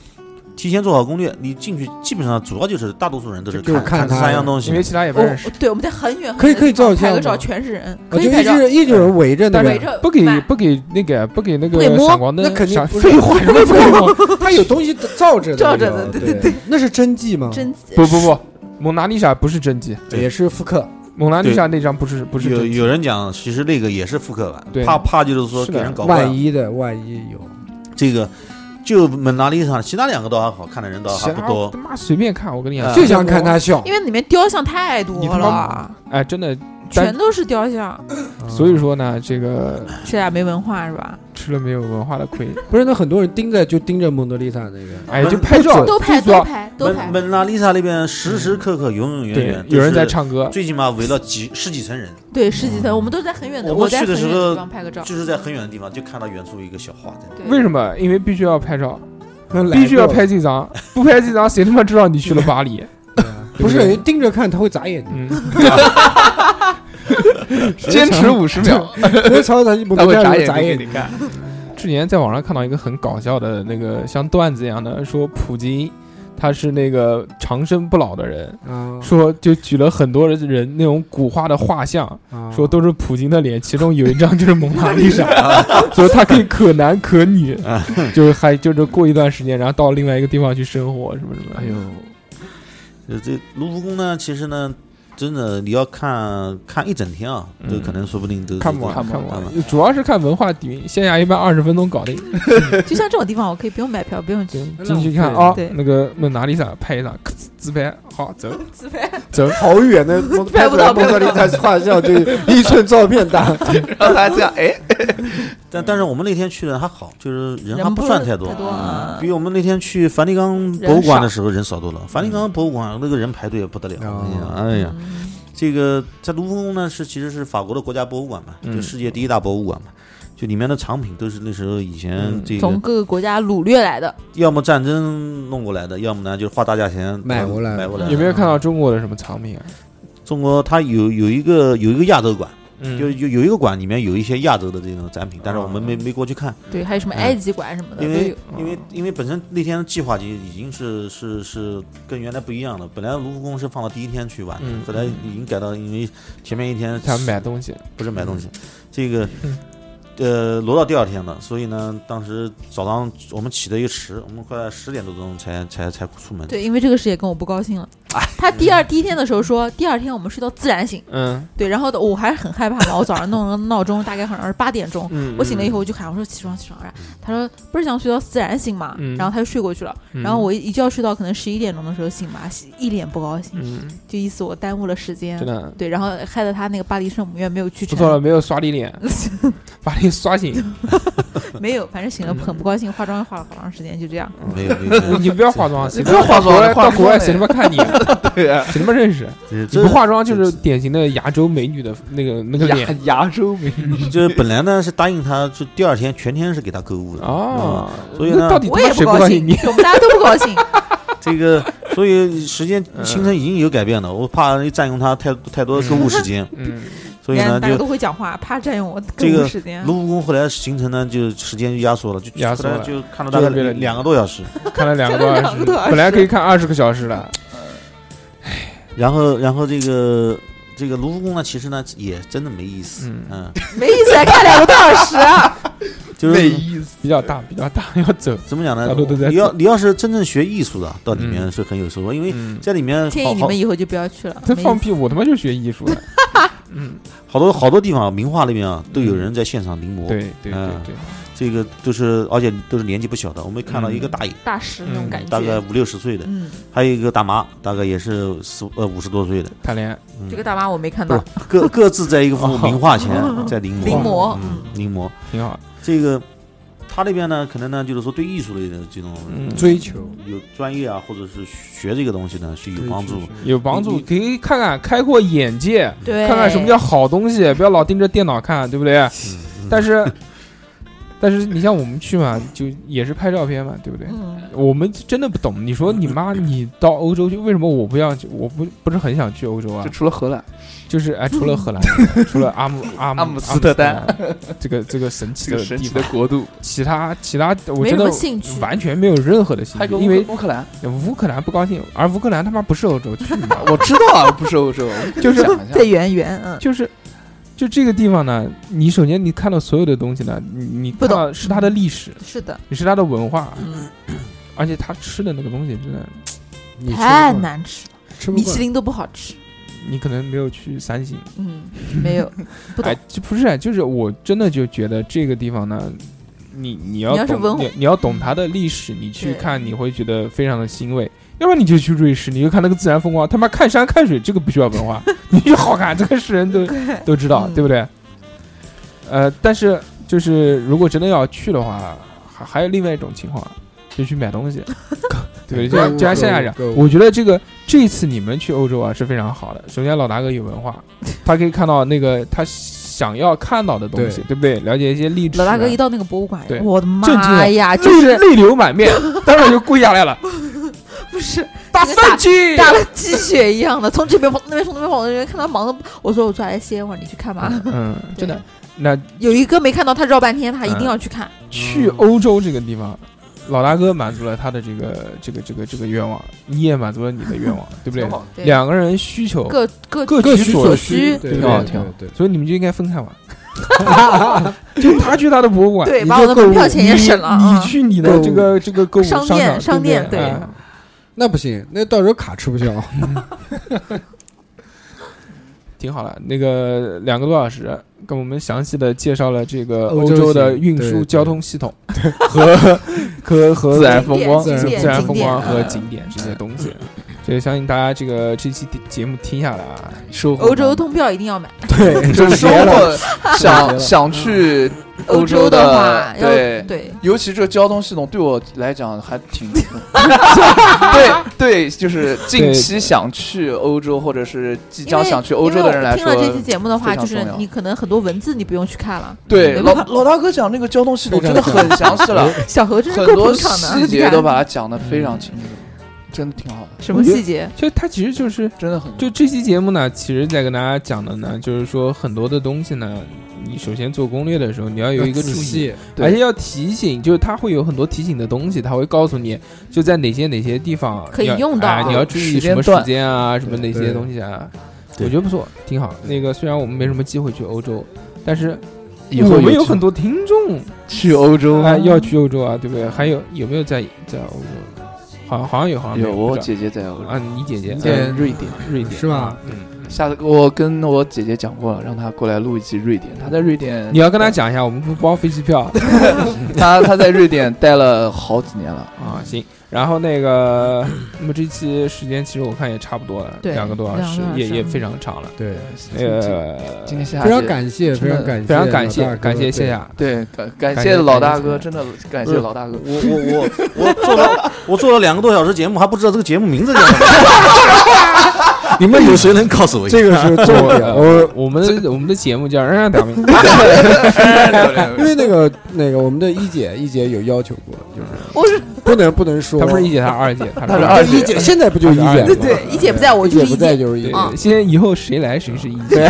[SPEAKER 7] 提前做好攻略，你进去基本上主要就是大多数人都是
[SPEAKER 4] 就就是
[SPEAKER 7] 看
[SPEAKER 4] 看它
[SPEAKER 7] 三样东西
[SPEAKER 2] 因为，其他也不
[SPEAKER 6] 我
[SPEAKER 2] 认
[SPEAKER 4] 哦
[SPEAKER 2] 识，
[SPEAKER 6] 对，我们在很远，
[SPEAKER 4] 可以
[SPEAKER 6] 很远的
[SPEAKER 4] 可以照
[SPEAKER 6] 地方
[SPEAKER 4] 相
[SPEAKER 6] 拍个
[SPEAKER 4] 吗
[SPEAKER 6] 照，全是人，
[SPEAKER 4] 我
[SPEAKER 6] 可以
[SPEAKER 4] 就
[SPEAKER 6] 拍
[SPEAKER 4] 一
[SPEAKER 6] 照，
[SPEAKER 4] 直一直有人围着那
[SPEAKER 2] 但
[SPEAKER 4] 个
[SPEAKER 6] 围
[SPEAKER 2] 是，
[SPEAKER 6] 着
[SPEAKER 2] 不给
[SPEAKER 6] 买
[SPEAKER 2] 不给那个不给那
[SPEAKER 4] 不给
[SPEAKER 2] 个
[SPEAKER 4] 摸
[SPEAKER 2] 闪光灯，
[SPEAKER 4] 那肯定
[SPEAKER 2] 闪
[SPEAKER 4] 不是
[SPEAKER 2] 废话什 么废话？
[SPEAKER 4] 他有东西罩 着的，
[SPEAKER 6] 照着的，
[SPEAKER 4] 对
[SPEAKER 6] 对对对，
[SPEAKER 4] 那是真迹吗？
[SPEAKER 6] 真
[SPEAKER 2] 不不不，蒙娜丽莎不是真迹，
[SPEAKER 7] 对
[SPEAKER 4] 也是复刻，
[SPEAKER 2] 蒙娜丽莎那张不是不是
[SPEAKER 7] 有
[SPEAKER 2] 真迹，
[SPEAKER 7] 有人讲其实那个也是复刻
[SPEAKER 2] 对
[SPEAKER 7] 版，怕怕就是说
[SPEAKER 2] 是
[SPEAKER 7] 给
[SPEAKER 2] 的
[SPEAKER 7] 人搞坏
[SPEAKER 4] 万
[SPEAKER 7] 了
[SPEAKER 4] 一的万一有，
[SPEAKER 7] 这个。就蒙娜丽莎，其他两个倒还好看的人倒
[SPEAKER 2] 其
[SPEAKER 7] 还
[SPEAKER 2] 他
[SPEAKER 7] 不多
[SPEAKER 2] 啊他。妈随便看，我跟你讲
[SPEAKER 7] 啊，
[SPEAKER 4] 就想哎看他笑
[SPEAKER 6] 因。为里面雕像太多
[SPEAKER 2] 你他妈
[SPEAKER 6] 了，
[SPEAKER 2] 哎，真的，
[SPEAKER 7] 嗯
[SPEAKER 6] 全都是雕像，
[SPEAKER 4] 啊
[SPEAKER 2] 所以说呢，这个
[SPEAKER 6] 这俩没文化是吧？
[SPEAKER 2] 吃了没有文化的亏，
[SPEAKER 4] 不是，那很多人盯着就盯着蒙德丽莎那个，
[SPEAKER 2] 哎，
[SPEAKER 7] 不是
[SPEAKER 2] 就拍照，
[SPEAKER 6] 都拍
[SPEAKER 2] 最主
[SPEAKER 6] 都
[SPEAKER 2] 要
[SPEAKER 6] 拍都
[SPEAKER 7] 蒙
[SPEAKER 6] 拍，
[SPEAKER 7] 蒙娜丽莎那边时时刻刻、永永远
[SPEAKER 2] 对
[SPEAKER 7] 远，，
[SPEAKER 2] 有人在，唱歌，
[SPEAKER 7] 最起码围了几十几层人，
[SPEAKER 6] 对，十几层，我们都在很远的，
[SPEAKER 7] 我们
[SPEAKER 6] 在
[SPEAKER 7] 去
[SPEAKER 6] 很
[SPEAKER 7] 的
[SPEAKER 6] 远
[SPEAKER 7] 时候
[SPEAKER 6] 地方拍个照，
[SPEAKER 7] 就是在很远的地方就看到远处一个小花在那。
[SPEAKER 6] 对
[SPEAKER 2] 为什么？因为必须要拍照，
[SPEAKER 4] 必
[SPEAKER 2] 必须要拍这张，不拍这张，谁他妈知道你去了巴 黎？对
[SPEAKER 4] 不
[SPEAKER 2] 不
[SPEAKER 4] 是
[SPEAKER 2] 对
[SPEAKER 4] 人盯着看，他会眨眼 睛。
[SPEAKER 2] 嗯，
[SPEAKER 5] 坚持五十秒，
[SPEAKER 4] 所以曹操他
[SPEAKER 5] 他
[SPEAKER 4] 蒙
[SPEAKER 5] 会
[SPEAKER 4] 德
[SPEAKER 5] 眨
[SPEAKER 4] 丽莎眨
[SPEAKER 5] 眼睛给
[SPEAKER 4] 眼
[SPEAKER 5] 你
[SPEAKER 4] 睛，
[SPEAKER 5] 看。
[SPEAKER 2] 之前在网上看到一个很搞笑的那个像段子一样的，说普京他是那个长生不老的人，
[SPEAKER 5] 嗯
[SPEAKER 4] 啊
[SPEAKER 2] 说就举了很多人那种古画的画像，
[SPEAKER 5] 嗯
[SPEAKER 4] 啊
[SPEAKER 2] 说都是普京的脸，其中有一张就是蒙娜丽 莎，
[SPEAKER 5] 啊
[SPEAKER 2] 就是他可以可男可女， 就是还就是过一段时间，然后到另外一个地方去生活什么什么。
[SPEAKER 5] 哎呦，
[SPEAKER 7] 呃，这卢浮宫呢，其实呢，真的你要看看一整天啊，
[SPEAKER 2] 嗯
[SPEAKER 7] 这可能说不定都
[SPEAKER 2] 看不完，
[SPEAKER 7] 都
[SPEAKER 5] 看不完
[SPEAKER 2] 不
[SPEAKER 7] 看
[SPEAKER 2] 完，主要是看文化底蕴。线下一般二十分钟搞定，
[SPEAKER 6] 就像这种地方，我可以不用买票，不用去
[SPEAKER 2] 进去看啊
[SPEAKER 6] 对，
[SPEAKER 2] 那个蒙娜丽莎拍一张，咔呲自拍，好走
[SPEAKER 6] 自拍，
[SPEAKER 2] 走。
[SPEAKER 4] 好远的蒙
[SPEAKER 6] 拍不到
[SPEAKER 4] 蒙德丽莎画像，就一寸照片大。
[SPEAKER 5] 让他这样，哎，
[SPEAKER 7] 但但是我们那天去的还好，就是人还
[SPEAKER 6] 人不
[SPEAKER 7] 算
[SPEAKER 6] 是
[SPEAKER 7] 太
[SPEAKER 6] 太多
[SPEAKER 7] 嗯
[SPEAKER 6] 嗯
[SPEAKER 7] 比我们那天去梵蒂冈博物馆的时候人少多了。梵蒂
[SPEAKER 2] 嗯
[SPEAKER 7] 冈博物馆那个人排队也不得了，哎呀
[SPEAKER 4] 哦
[SPEAKER 7] 哎呀，这个在卢浮宫呢是其实是法国的国家博物馆嘛，
[SPEAKER 2] 嗯
[SPEAKER 7] 就世界第一大博物馆嘛，就里面的藏品都是那时候以前
[SPEAKER 2] 嗯
[SPEAKER 7] 这个
[SPEAKER 6] 从各个国家掳掠来的，
[SPEAKER 7] 要么战争弄过来的，要么呢就花大价钱
[SPEAKER 4] 买过来的
[SPEAKER 7] 买过来的。嗯
[SPEAKER 2] 有没有看到中国的什么藏品啊？
[SPEAKER 7] 中国它有有一个有一个亚洲馆，
[SPEAKER 2] 嗯啊
[SPEAKER 7] 就有有一个馆里面有一些亚洲的这种展品，但是我们没没过去看，
[SPEAKER 6] 对，还有什么
[SPEAKER 7] 嗯
[SPEAKER 6] 埃及馆什
[SPEAKER 2] 呃
[SPEAKER 6] 么的
[SPEAKER 7] 因
[SPEAKER 6] 都
[SPEAKER 7] 为
[SPEAKER 6] 有，
[SPEAKER 7] 因为因为本身那天的计划就已经是是是跟原来不一样了。本来卢浮宫是放到第一天去玩
[SPEAKER 2] 嗯，
[SPEAKER 7] 后来已经改到因为前面一天
[SPEAKER 2] 想买东西，
[SPEAKER 7] 不是买东西，这个
[SPEAKER 2] 嗯
[SPEAKER 7] 呃挪到第二天了，所以呢，当时早上我们起的又迟，我们快十点多钟才才才出门。
[SPEAKER 6] 对，因为这个事也跟我不高兴了。
[SPEAKER 7] 哎
[SPEAKER 6] 他第二第一天的时候说，第二天我们睡到自然醒。
[SPEAKER 2] 嗯
[SPEAKER 6] 对，然后我还是很害怕嘛，我早上弄了个闹钟，大概好像是八点钟。
[SPEAKER 2] 嗯
[SPEAKER 6] 我醒了以后，我就喊我说起床起床，然后他说不是想睡到自然醒嘛，
[SPEAKER 2] 嗯
[SPEAKER 6] 然后他就睡过去了。
[SPEAKER 2] 嗯
[SPEAKER 6] 然后我一觉睡到可能十一点钟的时候醒嘛，一脸不高兴，
[SPEAKER 2] 嗯，
[SPEAKER 6] 就意思我耽误了时间
[SPEAKER 2] 真。的
[SPEAKER 6] 对，然后害得他那个巴黎圣母院没有去
[SPEAKER 2] 嗯不错了，
[SPEAKER 6] 成，
[SPEAKER 2] 没有刷你脸，把你刷醒。
[SPEAKER 6] 没有，反正醒了
[SPEAKER 2] 嗯
[SPEAKER 6] 很不高兴，化妆也化了好长时间，就这样。
[SPEAKER 7] 没有没有没有，
[SPEAKER 2] 你不要化妆，谁啊
[SPEAKER 5] 你不要化妆
[SPEAKER 2] 到国外
[SPEAKER 5] 化
[SPEAKER 2] 到
[SPEAKER 5] 妆
[SPEAKER 2] 国外
[SPEAKER 5] 嘞
[SPEAKER 2] 谁他妈看你？
[SPEAKER 5] 对啊，
[SPEAKER 2] 谁他妈认识？
[SPEAKER 7] 这
[SPEAKER 2] 你不化妆就是典型的亚洲美女的那个那个
[SPEAKER 5] 牙
[SPEAKER 2] 脸
[SPEAKER 5] 牙周没
[SPEAKER 7] 就是本来呢是答应他，就第二天全天是给他购物的啊。
[SPEAKER 2] 哦。
[SPEAKER 7] 所以
[SPEAKER 2] 那
[SPEAKER 7] 呢
[SPEAKER 2] 到底
[SPEAKER 6] 我
[SPEAKER 2] 他妈
[SPEAKER 6] 也
[SPEAKER 2] 谁
[SPEAKER 6] 高
[SPEAKER 2] 兴
[SPEAKER 6] 兴，
[SPEAKER 2] 你？
[SPEAKER 6] 我们大家都不高 兴。
[SPEAKER 7] 这个，所以时间
[SPEAKER 2] 嗯
[SPEAKER 7] 行程已经有改变了，我怕占用他太太多的购物时间，
[SPEAKER 2] 嗯，
[SPEAKER 7] 所以
[SPEAKER 6] 你
[SPEAKER 7] 呢
[SPEAKER 6] 看大家
[SPEAKER 7] 就
[SPEAKER 6] 都会讲话，怕占用我购
[SPEAKER 7] 这
[SPEAKER 6] 物
[SPEAKER 7] 个
[SPEAKER 6] 时间。
[SPEAKER 7] 卢浮宫后来行程呢就时间就压缩了，就
[SPEAKER 2] 压缩了
[SPEAKER 7] 后来就看了大概
[SPEAKER 2] 就嗯为了你
[SPEAKER 7] 两个多小时，
[SPEAKER 2] 看了两个多
[SPEAKER 6] 两个多
[SPEAKER 2] 小
[SPEAKER 6] 小时
[SPEAKER 2] 时，本来可以看二十个小时了。
[SPEAKER 7] 然后然后这个这个卢浮宫呢，其实呢也真的没意思，
[SPEAKER 2] 嗯，
[SPEAKER 7] 嗯，
[SPEAKER 6] 没意思，还看两个多小时啊！
[SPEAKER 7] 就是
[SPEAKER 5] 意思，
[SPEAKER 2] 比较大，比较大， 要走。
[SPEAKER 7] 怎么讲呢
[SPEAKER 2] 大陆都在？
[SPEAKER 7] 你要你要是真正学艺术的，到里面是很有收获，因为
[SPEAKER 2] 嗯，
[SPEAKER 7] 在里面
[SPEAKER 6] 建议
[SPEAKER 7] 好
[SPEAKER 6] 你
[SPEAKER 7] 好
[SPEAKER 6] 们以后就不要去了。
[SPEAKER 2] 这
[SPEAKER 6] 没意
[SPEAKER 2] 放
[SPEAKER 6] 思
[SPEAKER 2] 屁！我他妈就学艺术 的。嗯，
[SPEAKER 7] 好多好多地方，名画那边啊都有人在现场临摹，
[SPEAKER 2] 对对对
[SPEAKER 7] 嗯
[SPEAKER 2] 对，
[SPEAKER 7] 这个都是而且都是年纪不小的，我们看到一个大爷，嗯
[SPEAKER 6] 大师那
[SPEAKER 2] 嗯
[SPEAKER 6] 种感
[SPEAKER 7] 大概
[SPEAKER 6] 觉。
[SPEAKER 7] 五六十岁的。
[SPEAKER 6] 嗯，
[SPEAKER 7] 还有一个大妈，大概也是四呃五十多岁的，
[SPEAKER 2] 谈恋爱。
[SPEAKER 7] 嗯
[SPEAKER 6] 这个大妈我没看
[SPEAKER 7] 不是
[SPEAKER 6] 到，
[SPEAKER 7] 各各自在一幅名画前哦在临摹，
[SPEAKER 6] 临摹
[SPEAKER 7] 嗯，临摹
[SPEAKER 2] 挺好。
[SPEAKER 7] 这个。他那边呢，可能呢就是说对艺术类的这种
[SPEAKER 2] 嗯
[SPEAKER 4] 追求，
[SPEAKER 7] 有专业啊，或者是学这个东西呢是有帮助
[SPEAKER 4] 对。
[SPEAKER 2] 嗯有帮助，
[SPEAKER 7] 你
[SPEAKER 2] 可以看看开阔眼界，
[SPEAKER 6] 对，
[SPEAKER 2] 看看什么叫好东西，不要老盯着电脑看，对不对？
[SPEAKER 7] 嗯
[SPEAKER 2] 但 是，但是你像我们去嘛，就也是拍照片嘛，对不对？
[SPEAKER 6] 嗯，
[SPEAKER 2] 我们真的不懂。你说你妈，你到欧洲去，为什么我不要？我不不是很想去欧洲啊
[SPEAKER 5] 就？除了荷兰，
[SPEAKER 2] 就是哎，除了荷 兰，除了阿姆阿姆
[SPEAKER 5] 阿姆斯特丹
[SPEAKER 2] 阿姆斯特丹这个这个神奇
[SPEAKER 5] 这个
[SPEAKER 2] 的
[SPEAKER 5] 神
[SPEAKER 2] 地
[SPEAKER 5] 奇的
[SPEAKER 2] 方，
[SPEAKER 5] 国度，
[SPEAKER 2] 其他其他我
[SPEAKER 6] 没
[SPEAKER 2] 真
[SPEAKER 6] 什
[SPEAKER 2] 的
[SPEAKER 6] 么兴趣，
[SPEAKER 2] 完全没有任何的兴
[SPEAKER 5] 还有
[SPEAKER 2] 趣，
[SPEAKER 5] 个
[SPEAKER 2] 因为
[SPEAKER 5] 乌克兰，
[SPEAKER 2] 乌克兰不高兴，而乌克兰他妈不是欧洲，去你妈！
[SPEAKER 5] 我知道啊，不是欧洲，我跟 你
[SPEAKER 2] 就是
[SPEAKER 5] 讲一下
[SPEAKER 6] 在圆圆，嗯，
[SPEAKER 2] 就是就这个地方呢，你首先你看到所有的东西呢，你你
[SPEAKER 6] 不
[SPEAKER 2] 看
[SPEAKER 6] 懂嗯
[SPEAKER 2] 到是它的历史，
[SPEAKER 6] 是的，
[SPEAKER 2] 你是它的文化，而且它吃的那个东西真的，
[SPEAKER 4] 你吃不
[SPEAKER 6] 太
[SPEAKER 4] 惯
[SPEAKER 6] 难吃了，
[SPEAKER 4] 吃不
[SPEAKER 6] 米其
[SPEAKER 4] 惯。
[SPEAKER 6] 林都不好 吃，
[SPEAKER 2] 你可能没有去三星，
[SPEAKER 6] 嗯，没有，不懂
[SPEAKER 2] 哎，就不是，就是我真的就觉得这个地方呢。你你要
[SPEAKER 6] 你要是
[SPEAKER 2] 懂
[SPEAKER 6] 文
[SPEAKER 2] 你你要懂它的历史，你去
[SPEAKER 6] 对
[SPEAKER 2] 看你会觉得非常的欣慰。要不然你就去瑞士，你就看那个自然风光，他妈看山看水，这个不需要 文化，你就好看，这个世人都都知道，
[SPEAKER 6] 嗯
[SPEAKER 2] 对不对？呃，但是就是如果真的要去的话，还还有另外一种情况，就去买东西，对，就像就像现在这
[SPEAKER 4] 购物
[SPEAKER 2] 样，
[SPEAKER 4] 购物
[SPEAKER 2] 我觉得这个这次你们去欧洲啊是非常好的。首先，老大哥有文 化，他可以看到那个他想要看到的东西，对不对？了解一些历史
[SPEAKER 6] 老
[SPEAKER 2] 啊。
[SPEAKER 6] 大哥一到那个博物馆
[SPEAKER 2] 对，啊
[SPEAKER 6] 我的
[SPEAKER 2] 震惊
[SPEAKER 6] 妈
[SPEAKER 2] 了
[SPEAKER 6] 呀，就
[SPEAKER 2] 泪
[SPEAKER 6] 是
[SPEAKER 2] 泪流满面，当然就跪下 来了，
[SPEAKER 6] 不是
[SPEAKER 2] 打
[SPEAKER 6] 那个
[SPEAKER 2] 三击，
[SPEAKER 6] 打了鸡血一样的，从这边跑那边，从那边跑到那边，看他忙的，我说我出来歇一会儿，你去看吧。
[SPEAKER 2] 嗯，
[SPEAKER 6] 对
[SPEAKER 2] 真的。那
[SPEAKER 6] 有一个没看到，他绕半天，他一定要去看。
[SPEAKER 2] 嗯去欧洲这个地方，老大哥满足了他的这个这个这个这个愿望，你也满足了你的愿望，对不对
[SPEAKER 5] 挺？好的
[SPEAKER 6] 对
[SPEAKER 2] 两个人需求，
[SPEAKER 6] 各各
[SPEAKER 2] 各
[SPEAKER 4] 各
[SPEAKER 2] 取
[SPEAKER 4] 取
[SPEAKER 2] 所
[SPEAKER 4] 所
[SPEAKER 6] 需
[SPEAKER 4] 对
[SPEAKER 2] 对
[SPEAKER 4] 对
[SPEAKER 2] 吧
[SPEAKER 5] 挺好
[SPEAKER 4] 对对，
[SPEAKER 2] 所以你们就应该分开玩。就他去他的博物馆，
[SPEAKER 6] 对，
[SPEAKER 4] 你
[SPEAKER 6] 把
[SPEAKER 4] 就
[SPEAKER 6] 我的
[SPEAKER 4] 购
[SPEAKER 6] 门
[SPEAKER 4] 物
[SPEAKER 6] 票钱也
[SPEAKER 2] 你
[SPEAKER 6] 省了
[SPEAKER 2] 你
[SPEAKER 6] 啊。
[SPEAKER 2] 去你的这个这个购物
[SPEAKER 6] 商
[SPEAKER 2] 场
[SPEAKER 6] 店商
[SPEAKER 2] 对
[SPEAKER 6] 店
[SPEAKER 2] 不对
[SPEAKER 6] 对
[SPEAKER 2] 啊
[SPEAKER 4] 那不行，那到时候卡吃不消。
[SPEAKER 2] 挺好了。那个两个多小时，跟我们详细的介绍了这个
[SPEAKER 4] 欧
[SPEAKER 2] 欧
[SPEAKER 4] 洲
[SPEAKER 2] 洲的
[SPEAKER 4] 行
[SPEAKER 2] 运
[SPEAKER 4] 对
[SPEAKER 2] 输
[SPEAKER 4] 对
[SPEAKER 2] 交通系统和 和和
[SPEAKER 5] 自然
[SPEAKER 6] 景点
[SPEAKER 5] 风光
[SPEAKER 4] 自然
[SPEAKER 6] 景点
[SPEAKER 2] 自然
[SPEAKER 6] 景
[SPEAKER 2] 风
[SPEAKER 6] 点嗯
[SPEAKER 2] 光和景点这些东西。所以相信大家这个这期节目听下来啊，
[SPEAKER 5] 收获
[SPEAKER 6] 欧洲通票一定要买，
[SPEAKER 4] 对，
[SPEAKER 5] 就是收
[SPEAKER 4] 别了。
[SPEAKER 5] 获，想想去欧
[SPEAKER 6] 洲
[SPEAKER 5] 的
[SPEAKER 6] 话要
[SPEAKER 5] 对。
[SPEAKER 6] 对，
[SPEAKER 5] 尤其这个交通系统对我来讲还 挺，对对，就是近期想去欧洲或者是即
[SPEAKER 6] 因为
[SPEAKER 5] 将想去欧洲
[SPEAKER 6] 因为
[SPEAKER 5] 的人来
[SPEAKER 6] 听了
[SPEAKER 5] 说，
[SPEAKER 6] 这期节目的话，
[SPEAKER 5] 非常
[SPEAKER 6] 就是
[SPEAKER 5] 重要
[SPEAKER 6] 你可能很多文字你不用去看了。嗯
[SPEAKER 5] 对
[SPEAKER 6] 没
[SPEAKER 5] 老
[SPEAKER 6] 办法
[SPEAKER 5] 老大哥讲那个交通系统真的
[SPEAKER 4] 非常
[SPEAKER 5] 很详细了，
[SPEAKER 6] 小何真是
[SPEAKER 5] 很
[SPEAKER 6] 够
[SPEAKER 5] 多
[SPEAKER 6] 捧场的，
[SPEAKER 5] 细
[SPEAKER 6] 你
[SPEAKER 5] 节
[SPEAKER 6] 看
[SPEAKER 5] 都把它讲的非
[SPEAKER 6] 嗯
[SPEAKER 5] 常清楚，真的挺好的，
[SPEAKER 6] 什么细节？
[SPEAKER 2] 就它其实就是
[SPEAKER 5] 真的很
[SPEAKER 2] 就这期节目呢，其实在跟大家讲的呢，就是说很多的东西呢，你首先做攻略的时候，你要有一个注
[SPEAKER 4] 仔
[SPEAKER 2] 意，
[SPEAKER 4] 细，
[SPEAKER 5] 对
[SPEAKER 2] 而且要提醒，就是它会有很多提醒的东西，它会告诉你就在哪些哪些地方
[SPEAKER 6] 可以
[SPEAKER 2] 要
[SPEAKER 6] 用到
[SPEAKER 2] 哎你要注
[SPEAKER 5] 时
[SPEAKER 2] 意
[SPEAKER 5] 间
[SPEAKER 2] 什么时
[SPEAKER 5] 段
[SPEAKER 2] 间啊，什么哪
[SPEAKER 4] 对
[SPEAKER 2] 些东西啊。我
[SPEAKER 7] 对
[SPEAKER 2] 觉得不错，挺好。那个虽然我们没什么机会去欧洲，但是
[SPEAKER 5] 以后
[SPEAKER 2] 我们有
[SPEAKER 5] 有
[SPEAKER 2] 很多听众
[SPEAKER 5] 去欧洲
[SPEAKER 2] 哎要去欧洲啊，对不对？还有有没有在在欧洲？好像好像有，好像没
[SPEAKER 5] 有我
[SPEAKER 2] 不知
[SPEAKER 5] 姐姐在欧
[SPEAKER 2] 道
[SPEAKER 5] 洲，
[SPEAKER 2] 啊，你姐姐
[SPEAKER 5] 在
[SPEAKER 2] 嗯
[SPEAKER 5] 瑞典。
[SPEAKER 2] 瑞典
[SPEAKER 4] 是吧？
[SPEAKER 2] 嗯。
[SPEAKER 5] 下次我跟我姐姐讲过了，让她过来录一期瑞典。她在瑞典，
[SPEAKER 2] 你要跟他讲一下，我们不包飞机票
[SPEAKER 5] 她她在瑞典待了好几年了。
[SPEAKER 2] 啊，行。然后那个，那么这期时间其实我看也差不多了，
[SPEAKER 6] 对
[SPEAKER 2] 两个多小时
[SPEAKER 6] 两个多小，时
[SPEAKER 2] 也也非常长了。
[SPEAKER 4] 对，
[SPEAKER 2] 呃，
[SPEAKER 5] 今天下
[SPEAKER 4] 非常
[SPEAKER 5] 去
[SPEAKER 4] 感谢，
[SPEAKER 5] 真
[SPEAKER 4] 非
[SPEAKER 5] 的
[SPEAKER 4] 常感谢，
[SPEAKER 2] 非常感
[SPEAKER 4] 老
[SPEAKER 2] 谢
[SPEAKER 4] 大哥
[SPEAKER 2] 感谢谢。
[SPEAKER 4] 对
[SPEAKER 2] 夏，
[SPEAKER 5] 对感感
[SPEAKER 2] 感
[SPEAKER 5] 谢
[SPEAKER 2] 谢
[SPEAKER 5] 老大
[SPEAKER 2] 感
[SPEAKER 5] 哥，
[SPEAKER 2] 谢
[SPEAKER 5] 真的感
[SPEAKER 7] 不
[SPEAKER 5] 谢
[SPEAKER 7] 是
[SPEAKER 5] 老大哥。
[SPEAKER 7] 我我我我做 了我做了两个多小时节目，还不知道这个节目名字叫什么。 你们有谁能告诉我一下？
[SPEAKER 4] 这个 是重点，我。
[SPEAKER 2] 我们我们的节目叫《让让 打名》，
[SPEAKER 4] 因为那个那个我们的一姐一姐有要求过，就是
[SPEAKER 6] 我是
[SPEAKER 4] 不能不能说，
[SPEAKER 2] 嗯他不是一姐，他是 二姐，他
[SPEAKER 5] 他是
[SPEAKER 2] 二
[SPEAKER 5] 二
[SPEAKER 2] 姐。
[SPEAKER 4] 一姐，现在不就是一姐
[SPEAKER 2] 对
[SPEAKER 5] 哎
[SPEAKER 4] 吗？
[SPEAKER 6] 对一姐不在，我
[SPEAKER 4] 一
[SPEAKER 6] 就
[SPEAKER 4] 姐
[SPEAKER 6] 是
[SPEAKER 4] 不
[SPEAKER 6] 一
[SPEAKER 4] 在
[SPEAKER 6] 姐，
[SPEAKER 4] 就是一
[SPEAKER 2] 对
[SPEAKER 4] 姐，
[SPEAKER 6] 啊，
[SPEAKER 2] 现在以后谁来谁是一姐，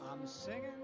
[SPEAKER 8] I'm singing.